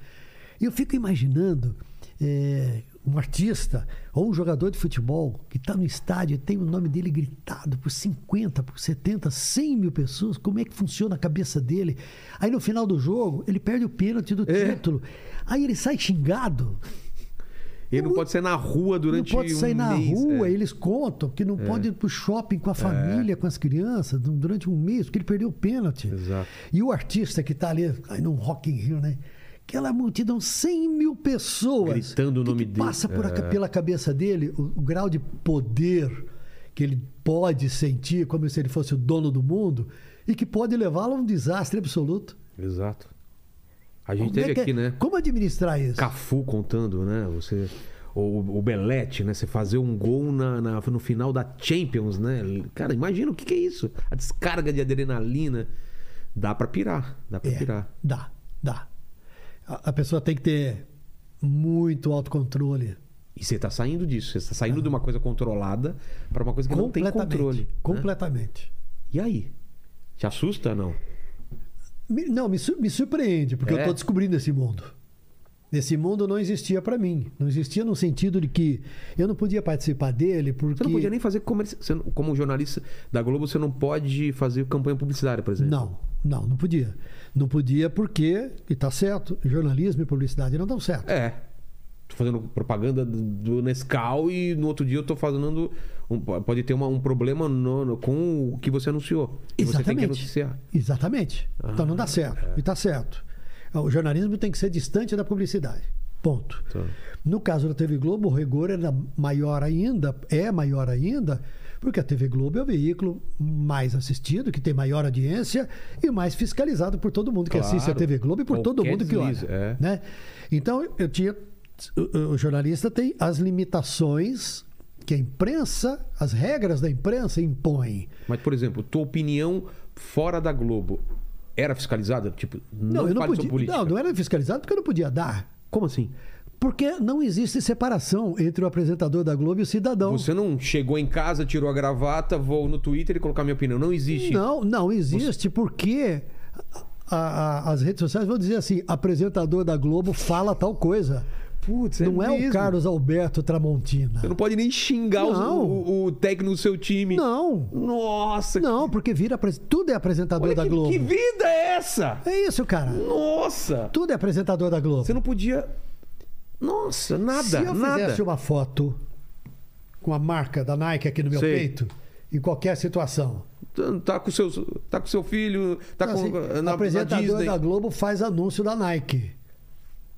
Speaker 4: E eu fico imaginando é, um artista ou um jogador de futebol que está no estádio e tem o nome dele gritado por 50, por 70, 100 mil pessoas, como é que funciona a cabeça dele? Aí no final do jogo, ele perde o pênalti do
Speaker 1: É.
Speaker 4: título, aí ele sai xingado.
Speaker 1: Ele não pode sair na rua durante
Speaker 4: Não pode sair
Speaker 1: um
Speaker 4: na
Speaker 1: mês,
Speaker 4: rua,
Speaker 1: é.
Speaker 4: eles contam que não pode ir pro shopping com a família, com as crianças, du- durante um mês, porque ele perdeu o pênalti.
Speaker 1: Exato.
Speaker 4: E o artista que tá ali, aí num Rock in Rio, né? Aquela multidão, 100 mil pessoas.
Speaker 1: Gritando o
Speaker 4: que
Speaker 1: nome
Speaker 4: que
Speaker 1: dele.
Speaker 4: Passa por a-
Speaker 1: É.
Speaker 4: pela cabeça dele o, o grau de poder que ele pode sentir, como se ele fosse o dono do mundo, e que pode levá-lo a um desastre absoluto.
Speaker 1: Exato. A gente
Speaker 4: Como é
Speaker 1: teve
Speaker 4: que é-
Speaker 1: aqui, né?
Speaker 4: Como administrar isso?
Speaker 1: Cafu contando, né? Você. O, o Belete, né? Você fazer um gol na, na- no final da Champions, né? Cara, imagina o que, que é isso? A descarga de adrenalina. Dá pra pirar. Dá pra
Speaker 4: É,
Speaker 1: pirar.
Speaker 4: Dá, dá. A, a pessoa tem que ter muito autocontrole.
Speaker 1: E você tá saindo disso. Você tá saindo de uma coisa controlada pra uma coisa que não tem
Speaker 4: completamente.
Speaker 1: controle. né?
Speaker 4: completamente.
Speaker 1: E aí? Te assusta não?
Speaker 4: Me- não, me, su- me surpreende, porque
Speaker 1: É?
Speaker 4: eu tô descobrindo esse mundo. Esse mundo não existia pra mim. Não existia no sentido de que eu não podia participar dele porque.
Speaker 1: Você não podia nem fazer comerci... você não- como jornalista da Globo, você não pode fazer campanha publicitária, por exemplo.
Speaker 4: Não, não, não podia. Não podia porque, e tá certo, jornalismo e publicidade não dão certo.
Speaker 1: É. Tô fazendo propaganda do- do Nescau e no outro dia eu tô fazendo. um- pode ter uma- um problema no- no- com o que você anunciou. E você tem que Ah, é. anunciar.
Speaker 4: Exatamente. então não dá certo. E tá certo. O jornalismo tem que ser distante da publicidade. Ponto.
Speaker 1: Tá.
Speaker 4: No caso da TV Globo, o rigor era maior ainda, é maior ainda, porque a TV Globo é o veículo mais assistido, que tem maior audiência e mais fiscalizado por todo mundo que
Speaker 1: Claro.
Speaker 4: assiste a TV Globo e por todo
Speaker 1: Qualquer
Speaker 4: mundo que olha.
Speaker 1: deslize, é.
Speaker 4: Né? Então, eu tinha. O, o jornalista tem as limitações que a imprensa, as regras da imprensa impõem.
Speaker 1: Mas, por exemplo, tua opinião fora da Globo era fiscalizada? Tipo, não,
Speaker 4: Não, eu não
Speaker 1: fale sobre
Speaker 4: podia.
Speaker 1: política.
Speaker 4: Não, é- não era fiscalizado porque eu não podia dar.
Speaker 1: Como assim?
Speaker 4: Porque não existe separação entre o apresentador da Globo e o cidadão.
Speaker 1: Você não chegou em casa, tirou a gravata, vou no Twitter e colocar minha opinião. Não existe.
Speaker 4: Não, não existe porque a- a- as redes sociais vão dizer assim: apresentador da Globo fala tal coisa.
Speaker 1: Putz,
Speaker 4: não é o
Speaker 1: mesmo.
Speaker 4: Carlos Alberto Tramontina.
Speaker 1: Você não pode nem xingar os-
Speaker 4: Não.
Speaker 1: O, o técnico do seu time.
Speaker 4: Não,
Speaker 1: Nossa,
Speaker 4: não, porque vira apres- tudo é apresentador
Speaker 1: olha
Speaker 4: da
Speaker 1: que,
Speaker 4: Globo.
Speaker 1: que vida é essa?
Speaker 4: É isso, cara.
Speaker 1: Nossa!
Speaker 4: Tudo é apresentador da Globo.
Speaker 1: Você não podia. Nossa, nada,
Speaker 4: Se eu
Speaker 1: nada.
Speaker 4: fizesse uma foto com a marca da Nike aqui no meu
Speaker 1: Sei.
Speaker 4: peito, em qualquer situação,
Speaker 1: Tá- Tá com seus, tá com seu filho, tá
Speaker 4: Então,
Speaker 1: com
Speaker 4: assim,
Speaker 1: na-
Speaker 4: o
Speaker 1: na,
Speaker 4: apresentador
Speaker 1: Disney.
Speaker 4: da Globo faz anúncio da Nike.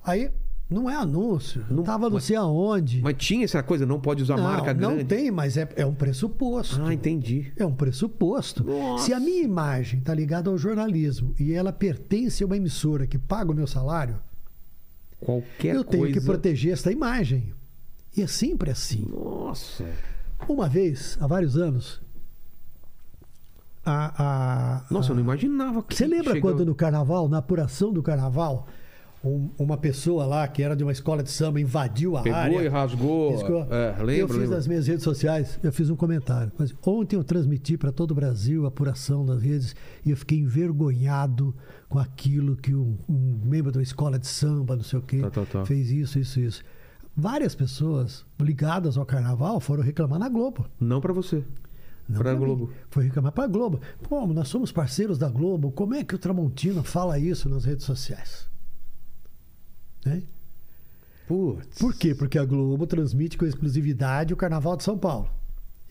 Speaker 4: Aí não é anúncio, não tava não sei aonde.
Speaker 1: Mas tinha essa coisa, não pode usar
Speaker 4: não,
Speaker 1: marca
Speaker 4: não
Speaker 1: grande.
Speaker 4: tem, mas é, é um pressuposto.
Speaker 1: Ah, entendi.
Speaker 4: É um pressuposto.
Speaker 1: Nossa.
Speaker 4: Se a minha imagem está ligada ao jornalismo e ela pertence a uma emissora que paga o meu salário,
Speaker 1: Qualquer
Speaker 4: eu tenho
Speaker 1: É coisa.
Speaker 4: que proteger essa imagem. E é sempre assim.
Speaker 1: Nossa.
Speaker 4: Uma vez, há vários anos, a, a,
Speaker 1: Nossa, eu não imaginava que
Speaker 4: Ah. Você lembra
Speaker 1: chegou-
Speaker 4: quando no carnaval, na apuração do carnaval, um- uma pessoa lá que era de uma escola de samba invadiu a
Speaker 1: pegou
Speaker 4: área?
Speaker 1: e rasgou?
Speaker 4: Piscou.
Speaker 1: É,
Speaker 4: eu
Speaker 1: lembro,
Speaker 4: fiz
Speaker 1: lembro.
Speaker 4: nas minhas redes sociais, eu fiz um comentário. Mas ontem eu transmiti para todo o Brasil a apuração das redes e eu fiquei envergonhado com aquilo que um, um membro da escola de samba, não sei o quê,
Speaker 1: Tá, tá, tá.
Speaker 4: fez isso, isso, isso. Várias pessoas ligadas ao carnaval foram reclamar na Globo.
Speaker 1: Não pra você.
Speaker 4: Não
Speaker 1: Pra
Speaker 4: pra mim.
Speaker 1: Globo.
Speaker 4: Foi reclamar para a Globo. Pô, nós somos parceiros da Globo. Como é que o Tramontina fala isso nas redes sociais? Né?
Speaker 1: Putz.
Speaker 4: Por quê? Porque a Globo transmite com exclusividade o Carnaval de São Paulo.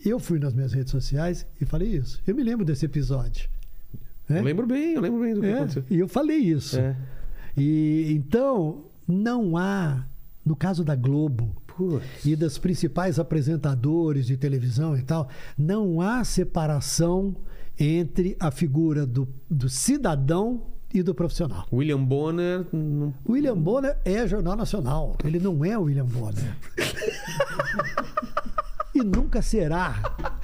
Speaker 4: Eu fui nas minhas redes sociais e falei isso. Eu me lembro desse episódio. né?
Speaker 1: Eu lembro bem, eu lembro bem do que
Speaker 4: É,
Speaker 1: aconteceu.
Speaker 4: e eu falei isso.
Speaker 1: É.
Speaker 4: E então não há, no caso da Globo
Speaker 1: Putz.
Speaker 4: e das principais apresentadores de televisão e tal, não há separação entre a figura do, do cidadão e do profissional.
Speaker 1: William Bonner. não-
Speaker 4: William Bonner é Jornal Nacional. Ele não é William Bonner. e nunca será.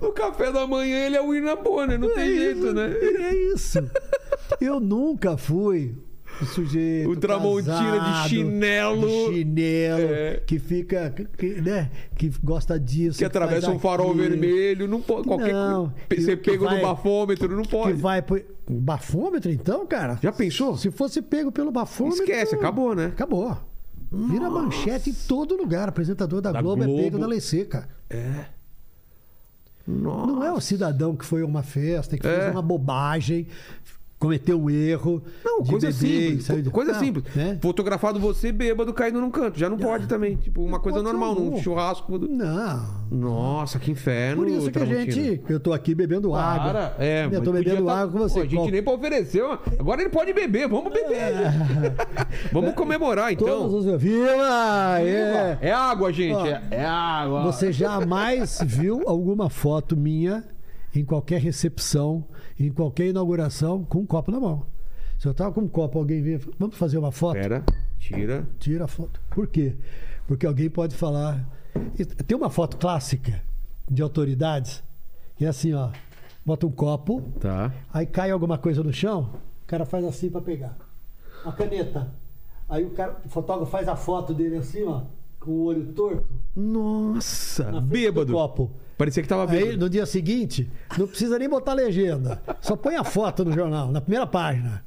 Speaker 1: No café da manhã ele é o William Bonner, não tem jeito, né?
Speaker 4: É isso. Eu nunca fui o sujeito.
Speaker 1: O Tramontina de
Speaker 4: casado,
Speaker 1: chinelo.
Speaker 4: de chinelo.
Speaker 1: É.
Speaker 4: Que fica. Que, né, que gosta disso.
Speaker 1: Que atravessa
Speaker 4: faz
Speaker 1: um farol
Speaker 4: aquilo,
Speaker 1: vermelho, não pode. Qualquer
Speaker 4: Não,
Speaker 1: coisa.
Speaker 4: que-
Speaker 1: Você
Speaker 4: que
Speaker 1: pega no
Speaker 4: vai-
Speaker 1: bafômetro, não
Speaker 4: Que
Speaker 1: pode.
Speaker 4: vai pro. Bafômetro, então, cara?
Speaker 1: Já pensou?
Speaker 4: Se fosse pego pelo bafômetro.
Speaker 1: Esquece, acabou, né?
Speaker 4: Acabou. Vira manchete em todo lugar. Apresentador da,
Speaker 1: Da
Speaker 4: Globo, é
Speaker 1: Globo.
Speaker 4: pego da lei seca.
Speaker 1: Nossa.
Speaker 4: Não é o cidadão que foi a uma festa, que
Speaker 1: É.
Speaker 4: fez uma bobagem, cometeu um erro.
Speaker 1: Não,
Speaker 4: de
Speaker 1: coisa é
Speaker 4: beber,
Speaker 1: simples.
Speaker 4: saiu de-
Speaker 1: Coisa é
Speaker 4: Não,
Speaker 1: simples.
Speaker 4: né?
Speaker 1: Fotografado você bêbado caindo num canto. Já não pode também. Tipo, uma coisa
Speaker 4: pode ser um
Speaker 1: normal, num
Speaker 4: algum.
Speaker 1: churrasco. do-
Speaker 4: Não.
Speaker 1: Nossa, que inferno.
Speaker 4: Por isso que a
Speaker 1: Tramontina.
Speaker 4: gente. Eu tô aqui bebendo água.
Speaker 1: Para. É,
Speaker 4: eu
Speaker 1: mas
Speaker 4: tô
Speaker 1: podia
Speaker 4: bebendo
Speaker 1: tá-
Speaker 4: água com
Speaker 1: Pô,
Speaker 4: você.
Speaker 1: a gente
Speaker 4: Qual-
Speaker 1: nem pra oferecer. ó. Agora ele pode beber. Vamos beber. Vamos comemorar,
Speaker 4: É. Todos
Speaker 1: então.
Speaker 4: os. Viva! É.
Speaker 1: É água, gente.
Speaker 4: Ó,
Speaker 1: é- É água.
Speaker 4: Você jamais viu alguma foto minha em qualquer recepção, em qualquer inauguração, com um copo na mão. Se eu tava com um copo, alguém vem, vamos fazer uma foto?
Speaker 1: Pera, tira.
Speaker 4: Tira a foto. Por quê? Porque alguém pode falar. E Tem uma foto clássica de autoridades que é assim, ó. Bota um copo,
Speaker 1: Tá.
Speaker 4: aí cai alguma coisa no chão, o cara faz assim pra pegar. A caneta. Aí o cara, o fotógrafo faz a foto dele assim, ó, com o olho torto.
Speaker 1: Nossa,
Speaker 4: na frente do
Speaker 1: bêbado.
Speaker 4: copo.
Speaker 1: Parecia que tava
Speaker 4: Aí,
Speaker 1: bêbado.
Speaker 4: no dia seguinte, não precisa nem botar legenda. Só põe a foto no jornal, na primeira página.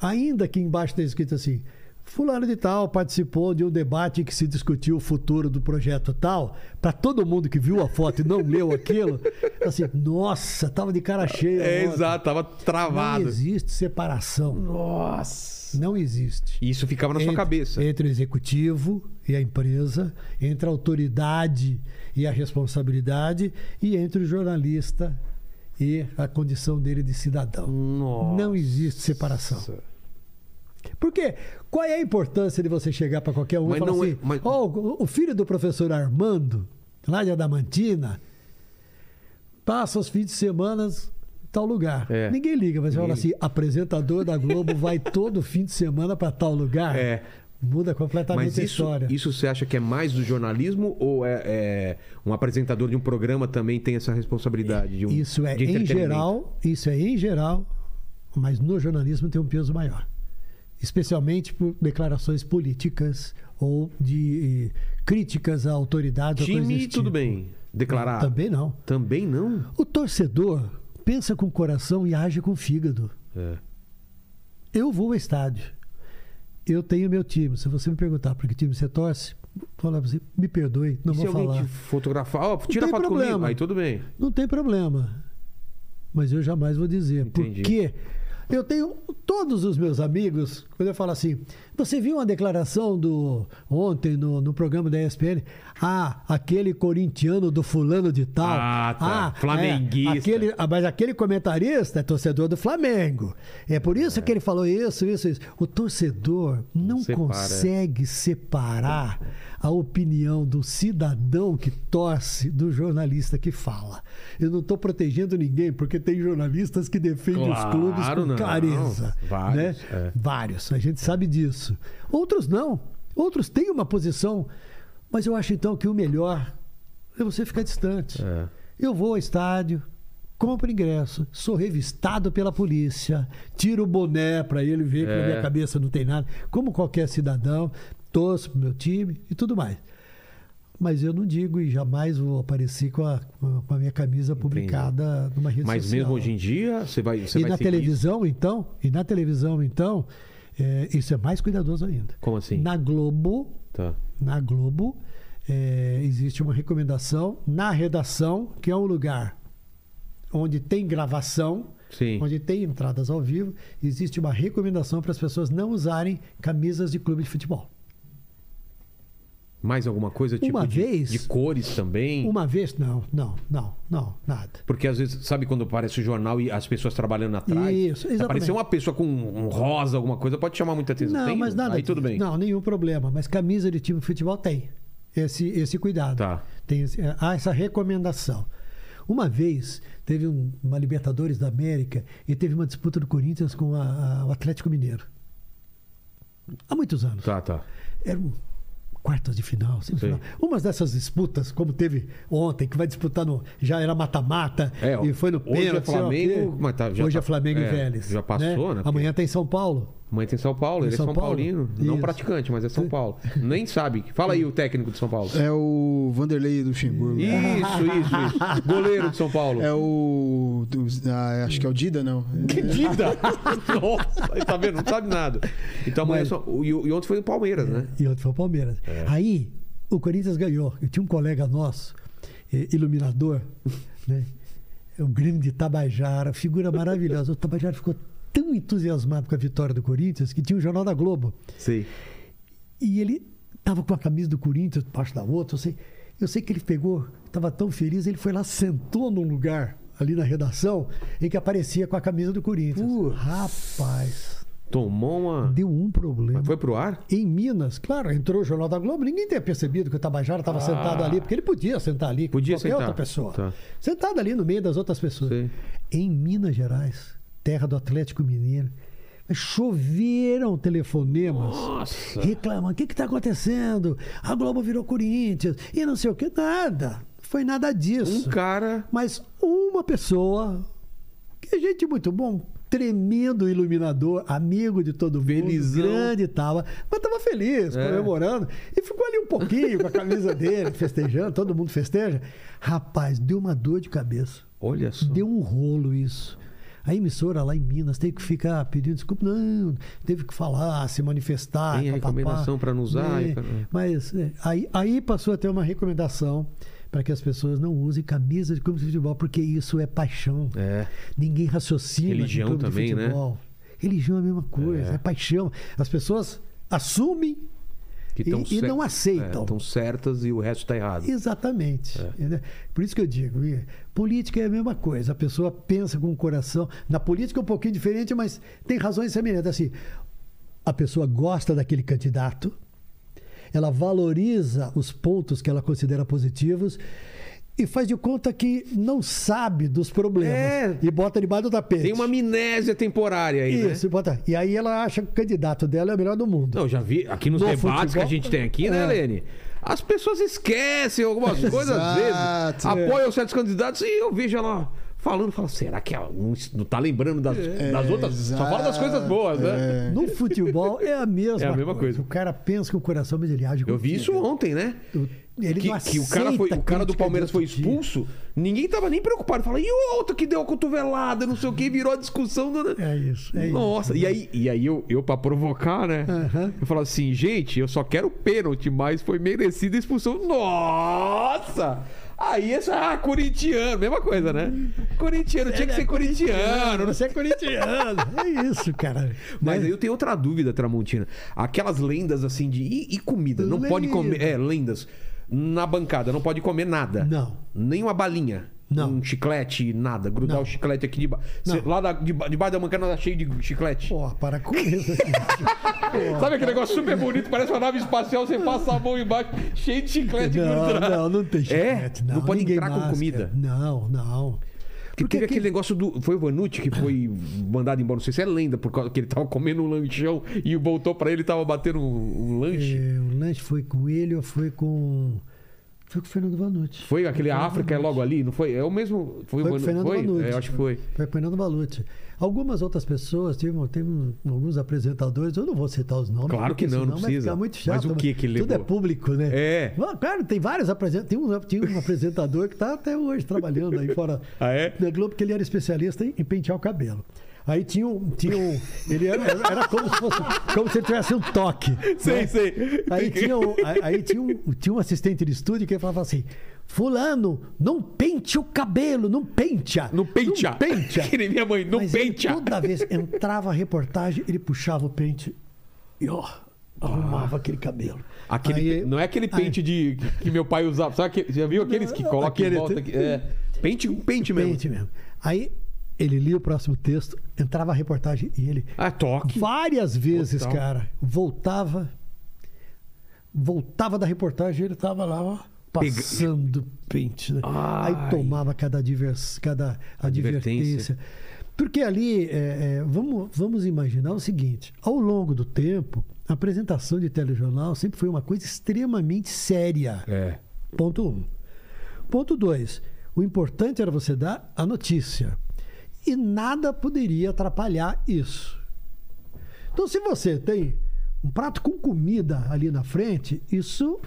Speaker 4: Ainda que embaixo tem escrito assim: Fulano de Tal participou de um debate que se discutiu o futuro do projeto tal. Para todo mundo que viu a foto e não leu aquilo, assim, nossa, tava de cara cheia.
Speaker 1: É,
Speaker 4: ontem."
Speaker 1: exato, tava
Speaker 4: Não
Speaker 1: travado.
Speaker 4: existe separação.
Speaker 1: Nossa.
Speaker 4: Não existe
Speaker 1: E Isso ficava na sua
Speaker 4: entre-
Speaker 1: cabeça.
Speaker 4: Entre o executivo e a empresa, entre a autoridade e a responsabilidade, e entre o jornalista e a condição dele de cidadão.
Speaker 1: Nossa.
Speaker 4: Não existe separação. Por quê? Qual é a importância de você chegar para qualquer um
Speaker 1: Mas
Speaker 4: e falar
Speaker 1: não é-
Speaker 4: assim:
Speaker 1: mas-
Speaker 4: "Ó, o- o filho do professor Armando, lá de Adamantina, passa os fins de semana em tal lugar.
Speaker 1: É.
Speaker 4: Ninguém liga, mas você fala
Speaker 1: Ninguém
Speaker 4: assim: apresentador da Globo vai todo fim de semana para tal lugar.
Speaker 1: É.
Speaker 4: Muda completamente
Speaker 1: Mas
Speaker 4: a
Speaker 1: isso,
Speaker 4: Tá história.
Speaker 1: isso você acha que é mais do jornalismo ou é, é um apresentador de um programa também tem essa responsabilidade? De um,
Speaker 4: Isso é
Speaker 1: de
Speaker 4: em
Speaker 1: entretenimento?
Speaker 4: geral, isso é em geral, mas no jornalismo tem um peso maior. Especialmente por declarações políticas ou de eh, críticas à autoridade. ou coisa
Speaker 1: Time,
Speaker 4: desse
Speaker 1: tudo
Speaker 4: tipo.
Speaker 1: bem. Declarar.
Speaker 4: Também não.
Speaker 1: Também não?
Speaker 4: O torcedor pensa com o coração e age com o fígado.
Speaker 1: É.
Speaker 4: Eu vou ao estádio. eu tenho meu time. Se você me perguntar por que time você torce, vou falar pra você, me perdoe, não
Speaker 1: e se
Speaker 4: vou
Speaker 1: é alguém
Speaker 4: falar.
Speaker 1: te fotografar, ó, tira
Speaker 4: tem
Speaker 1: foto comigo.
Speaker 4: problema.
Speaker 1: Aí tudo bem.
Speaker 4: Não tem problema. Mas eu jamais vou dizer.
Speaker 1: Entendi.
Speaker 4: Porque eu tenho todos os meus amigos, quando eu falo assim, você viu uma declaração do ontem no, no programa da ESPN? Ah, aquele corintiano do fulano de tal.
Speaker 1: Ah, tá. Flamenguista.
Speaker 4: é, aquele, ah, mas aquele comentarista é torcedor do Flamengo. É por isso que ele falou isso, isso, isso. O torcedor não
Speaker 1: separa.
Speaker 4: consegue separar a opinião do cidadão que torce do jornalista que fala. Eu não estou protegendo ninguém, porque tem jornalistas que defendem
Speaker 1: Claro,
Speaker 4: os clubes com
Speaker 1: não.
Speaker 4: careza.
Speaker 1: Vários,
Speaker 4: né?
Speaker 1: é.
Speaker 4: Vários, a gente sabe disso. Outros não. Outros têm uma posição, mas eu acho então que o melhor é você ficar distante.
Speaker 1: É.
Speaker 4: Eu vou ao estádio, compro ingresso, sou revistado pela polícia, tiro o boné para ele ver que na
Speaker 1: É.
Speaker 4: minha cabeça não tem nada, como qualquer cidadão, torço pro meu time e tudo mais. Mas eu não digo e jamais vou aparecer com a, com a minha camisa publicada numa rede
Speaker 1: Mas
Speaker 4: social.
Speaker 1: mesmo hoje em dia, você vai. Você
Speaker 4: é E
Speaker 1: vai
Speaker 4: na
Speaker 1: seguir
Speaker 4: televisão, então, e na televisão, então, é, isso é mais cuidadoso ainda.
Speaker 1: Como assim?
Speaker 4: Na Globo,
Speaker 1: isso? Tá.
Speaker 4: na Globo, é, existe uma recomendação na redação, que é um lugar onde tem gravação,
Speaker 1: Sim.
Speaker 4: onde tem entradas ao vivo, existe uma recomendação para as pessoas não usarem camisas de clube de futebol.
Speaker 1: Mais alguma coisa tipo
Speaker 4: Uma
Speaker 1: de,
Speaker 4: vez-
Speaker 1: de cores também?
Speaker 4: Uma vez, não, não, não, não, nada.
Speaker 1: Porque às vezes, sabe quando aparece o jornal e as pessoas trabalhando atrás?
Speaker 4: Isso,
Speaker 1: Se aparecer
Speaker 4: exatamente.
Speaker 1: uma pessoa com um rosa, alguma coisa, pode chamar muita atenção.
Speaker 4: Não,
Speaker 1: Tem?
Speaker 4: mas nada.
Speaker 1: um? Aí tudo bem.
Speaker 4: Não, nenhum problema. Mas camisa de time de futebol tem esse, esse cuidado.
Speaker 1: Tá.
Speaker 4: Tem esse- é, há essa recomendação. Uma vez teve um- uma Libertadores da América e teve uma disputa do Corinthians com a- a- o Atlético Mineiro. Há muitos anos.
Speaker 1: Tá, tá.
Speaker 4: Eram quartas de final, semifinal.
Speaker 1: Sei.
Speaker 4: Umas dessas disputas, como teve ontem, que vai disputar no. Já era mata-mata
Speaker 1: É,
Speaker 4: e foi no
Speaker 1: hoje é
Speaker 4: pênalti. sei lá o quê.
Speaker 1: Flamengo, mas tá- já
Speaker 4: hoje é
Speaker 1: tá-
Speaker 4: Flamengo
Speaker 1: é,
Speaker 4: e Vélez.
Speaker 1: já passou, né?
Speaker 4: Amanhã tem São Paulo.
Speaker 1: Mãe tem São Paulo,
Speaker 4: Em
Speaker 1: ele
Speaker 4: São
Speaker 1: é São
Speaker 4: Paulo?
Speaker 1: Paulino. Não
Speaker 4: Isso.
Speaker 1: praticante, mas é São Paulo. Nem sabe. Fala aí o técnico de São Paulo.
Speaker 2: É o Vanderlei do Luxemburgo.
Speaker 1: Isso, isso, isso. Goleiro de São Paulo.
Speaker 2: É o. do- ah, acho que é o Dida, não.
Speaker 1: Que vida! Nossa, tá vendo? Não sabe nada. Então amanhã
Speaker 4: Mas-
Speaker 1: só. E, e ontem foi o Palmeiras, né?
Speaker 4: E outro foi o Palmeiras.
Speaker 1: É.
Speaker 4: Aí, o Corinthians ganhou. Eu tinha um colega nosso, eh, iluminador, né? O Grêmio de Tabajara, figura maravilhosa. O Tabajara ficou tão entusiasmado com a vitória do Corinthians que tinha um jornal da Globo.
Speaker 1: Sim.
Speaker 4: E ele tava com a camisa do Corinthians debaixo da outra. Eu sei, eu sei que ele pegou, tava tão feliz, ele foi lá, sentou num lugar ali na redação em que aparecia com a camisa do Corinthians. Rapaz,
Speaker 1: Tomou uma.
Speaker 4: deu um problema.
Speaker 1: Mas foi pro ar?
Speaker 4: Em Minas, claro, entrou o Jornal da Globo, ninguém tinha percebido que o Tabajara estava sentado ali, porque ele podia sentar ali com
Speaker 1: Ah. Podia
Speaker 4: qualquer
Speaker 1: sentar.
Speaker 4: outra pessoa.
Speaker 1: Tá.
Speaker 4: Sentado ali no meio das outras pessoas.
Speaker 1: Sim.
Speaker 4: Em Minas Gerais, terra do Atlético Mineiro, mas choveram telefonemas
Speaker 1: Nossa!
Speaker 4: reclamando: o que está acontecendo? A Globo virou Corinthians e não sei o que. Nada, foi nada disso.
Speaker 1: Um cara.
Speaker 4: Mas uma pessoa, que é gente muito bom, tremendo iluminador, amigo de todo mundo,
Speaker 1: Felizão.
Speaker 4: grande e tava, mas tava feliz,
Speaker 1: É.
Speaker 4: comemorando, e ficou ali um pouquinho com a camisa dele, festejando, todo mundo festeja. Rapaz, deu uma dor de cabeça.
Speaker 1: Olha só.
Speaker 4: Deu um rolo isso. A emissora lá em Minas teve que ficar pedindo desculpa. Não, teve que falar, se manifestar.
Speaker 1: Tem a
Speaker 4: papapá.
Speaker 1: recomendação pra não usar,
Speaker 4: É,
Speaker 1: e pra-
Speaker 4: Mas é, aí, aí passou a ter uma recomendação para que as pessoas não usem camisa de clube de futebol, porque isso é paixão.
Speaker 1: É.
Speaker 4: Ninguém raciocina de
Speaker 1: Religião
Speaker 4: clube de
Speaker 1: também, né?
Speaker 4: futebol. Religião é a mesma coisa,
Speaker 1: É.
Speaker 4: é, paixão. As pessoas assumem
Speaker 1: Que
Speaker 4: E- e não aceitam.
Speaker 1: Estão certas e o resto tá errado.
Speaker 4: Exatamente.
Speaker 1: É.
Speaker 4: Entendeu? Por isso que eu digo, e política é a mesma coisa. A pessoa pensa com o coração. Na política é um pouquinho diferente, mas tem razões semelhantes. Assim, a pessoa gosta daquele candidato, ela valoriza os pontos que ela considera positivos e faz de conta que não sabe dos problemas
Speaker 1: É.
Speaker 4: e bota debaixo do tapete.
Speaker 1: Tem uma amnésia temporária aí,
Speaker 4: Isso,
Speaker 1: né?
Speaker 4: bota. E aí ela acha que o candidato dela é o melhor do mundo.
Speaker 1: Não, eu já vi aqui nos
Speaker 4: No
Speaker 1: debates que a
Speaker 4: futebol-
Speaker 1: gente tem aqui, né,
Speaker 4: É.
Speaker 1: Lene? As pessoas esquecem algumas coisas às vezes,
Speaker 4: É.
Speaker 2: Exato.
Speaker 1: apoiam certos candidatos e eu vejo ela falando, falo, será que ela não, não tá lembrando das,
Speaker 4: É,
Speaker 1: das outras? Só fala das coisas boas, né?
Speaker 4: No futebol é a mesma,
Speaker 1: É a mesma coisa.
Speaker 4: O cara pensa com o coração, mas ele age com
Speaker 1: Eu vi
Speaker 4: o
Speaker 1: isso
Speaker 4: fígado.
Speaker 1: ontem, né?
Speaker 4: O Ele
Speaker 1: que,
Speaker 4: não
Speaker 1: que o cara, foi,
Speaker 4: aceita
Speaker 1: o cara do
Speaker 4: crítica de
Speaker 1: Palmeiras foi
Speaker 4: outro dia.
Speaker 1: expulso, ninguém tava nem preocupado. Fala, e o outro que deu a cotovelada, não sei o que, virou a discussão. Do...
Speaker 4: É isso, é isso.
Speaker 1: Nossa, e aí, e aí eu, eu pra provocar, né?
Speaker 4: Aham.
Speaker 1: Eu falo assim, gente, eu só quero pênalti, mas foi merecida a expulsão. Nossa! Aí essa, ah, corintiano, mesma coisa, né? Corintiano,
Speaker 4: é
Speaker 1: tinha que ser corintiano, né? não
Speaker 4: Você é corintiano. É isso, cara.
Speaker 1: mas
Speaker 4: Né?
Speaker 1: aí eu tenho outra dúvida, Tramontina. Aquelas lendas assim de. E, e comida? Não pode
Speaker 4: Lenda.
Speaker 1: comer. É, lendas. Na bancada, não pode comer nada.
Speaker 4: Não.
Speaker 1: Nem uma balinha.
Speaker 4: Não.
Speaker 1: Um chiclete, nada. Grudar
Speaker 4: Não.
Speaker 1: o chiclete aqui debaixo.
Speaker 4: Não.
Speaker 1: Lá da, deba- debaixo da bancada tá cheio de chiclete.
Speaker 4: Pô, para com isso. gente.
Speaker 1: Sabe aquele negócio super bonito? Parece uma nave espacial, você passa a mão embaixo, cheio de chiclete
Speaker 4: não,
Speaker 1: grudado.
Speaker 4: não, não tem chiclete,
Speaker 1: É? Não pode
Speaker 4: Ninguém
Speaker 1: entrar com
Speaker 4: masca.
Speaker 1: comida.
Speaker 4: Não, não.
Speaker 1: Porque teve aquele negócio do. Foi o Vanucci que foi mandado embora, não sei se é lenda, por causa que ele tava comendo um lanchão e voltou pra ele e tava batendo um, um lanche.
Speaker 4: É, o lanche foi com ele ou foi com. Foi com o Fernando Vanucci.
Speaker 1: Foi aquele a África é logo ali, não foi? É o mesmo. Foi,
Speaker 4: Foi com
Speaker 1: o
Speaker 4: o Fernando
Speaker 1: foi?
Speaker 4: Vanucci.
Speaker 1: É, eu acho que foi.
Speaker 4: Foi com o Fernando Vanucci. Algumas outras pessoas, teve, teve um- alguns apresentadores, eu não vou citar os nomes.
Speaker 1: Claro
Speaker 4: porque
Speaker 1: que não,
Speaker 4: senão
Speaker 1: não
Speaker 4: vai
Speaker 1: precisa.
Speaker 4: ficar muito
Speaker 1: Mas
Speaker 4: chato.
Speaker 1: o que que ele
Speaker 4: Tudo é
Speaker 1: levou?
Speaker 4: público, né?
Speaker 1: É.
Speaker 4: Mas, Claro, tem vários apresentadores. Tem um, tinha um apresentador que está até hoje trabalhando aí fora
Speaker 1: Ah, é?
Speaker 4: da Globo, porque ele era especialista em, em pentear o cabelo. Aí tinha um. Tinha um ele era, era como, se fosse, como se ele tivesse um toque. né?
Speaker 1: Sei, sei.
Speaker 4: Aí tinha, um, aí- aí tinha, um, tinha um assistente de estúdio que falava assim: Fulano, não pente o cabelo, não pentea.
Speaker 1: No pente.
Speaker 4: Não pentea.
Speaker 1: Que nem minha mãe, no
Speaker 4: Mas é ele,
Speaker 1: pente.
Speaker 4: toda vez entrava a reportagem, ele puxava o pente e ó, Ah. arrumava aquele cabelo.
Speaker 1: Aquele,
Speaker 4: Aí-
Speaker 1: não é aquele
Speaker 4: aí-
Speaker 1: pente de, que meu pai usava. Sabe aquele- já viu aqueles que
Speaker 4: Não,
Speaker 1: colocam
Speaker 4: aquele-
Speaker 1: em volta aqui? É, pente com pente mesmo.
Speaker 4: Pente mesmo. Aí ele lia o próximo texto, entrava a reportagem e ele.
Speaker 1: Ah, toque.
Speaker 4: Várias vezes,
Speaker 1: Total.
Speaker 4: cara. Voltava. Voltava da reportagem, ele tava lá, ó.
Speaker 1: Pega-
Speaker 4: Passando pente, né?
Speaker 1: Ai.
Speaker 4: Aí tomava cada, divers, cada
Speaker 1: Advertência.
Speaker 4: advertência. Porque ali, é, é, vamos, vamos imaginar o seguinte: ao longo do tempo, a apresentação de telejornal sempre foi uma coisa extremamente séria.
Speaker 1: É.
Speaker 4: Ponto 1. Um. Ponto 2. O importante era você dar a notícia. E nada poderia atrapalhar isso. Então, se você tem um prato com comida ali na frente, isso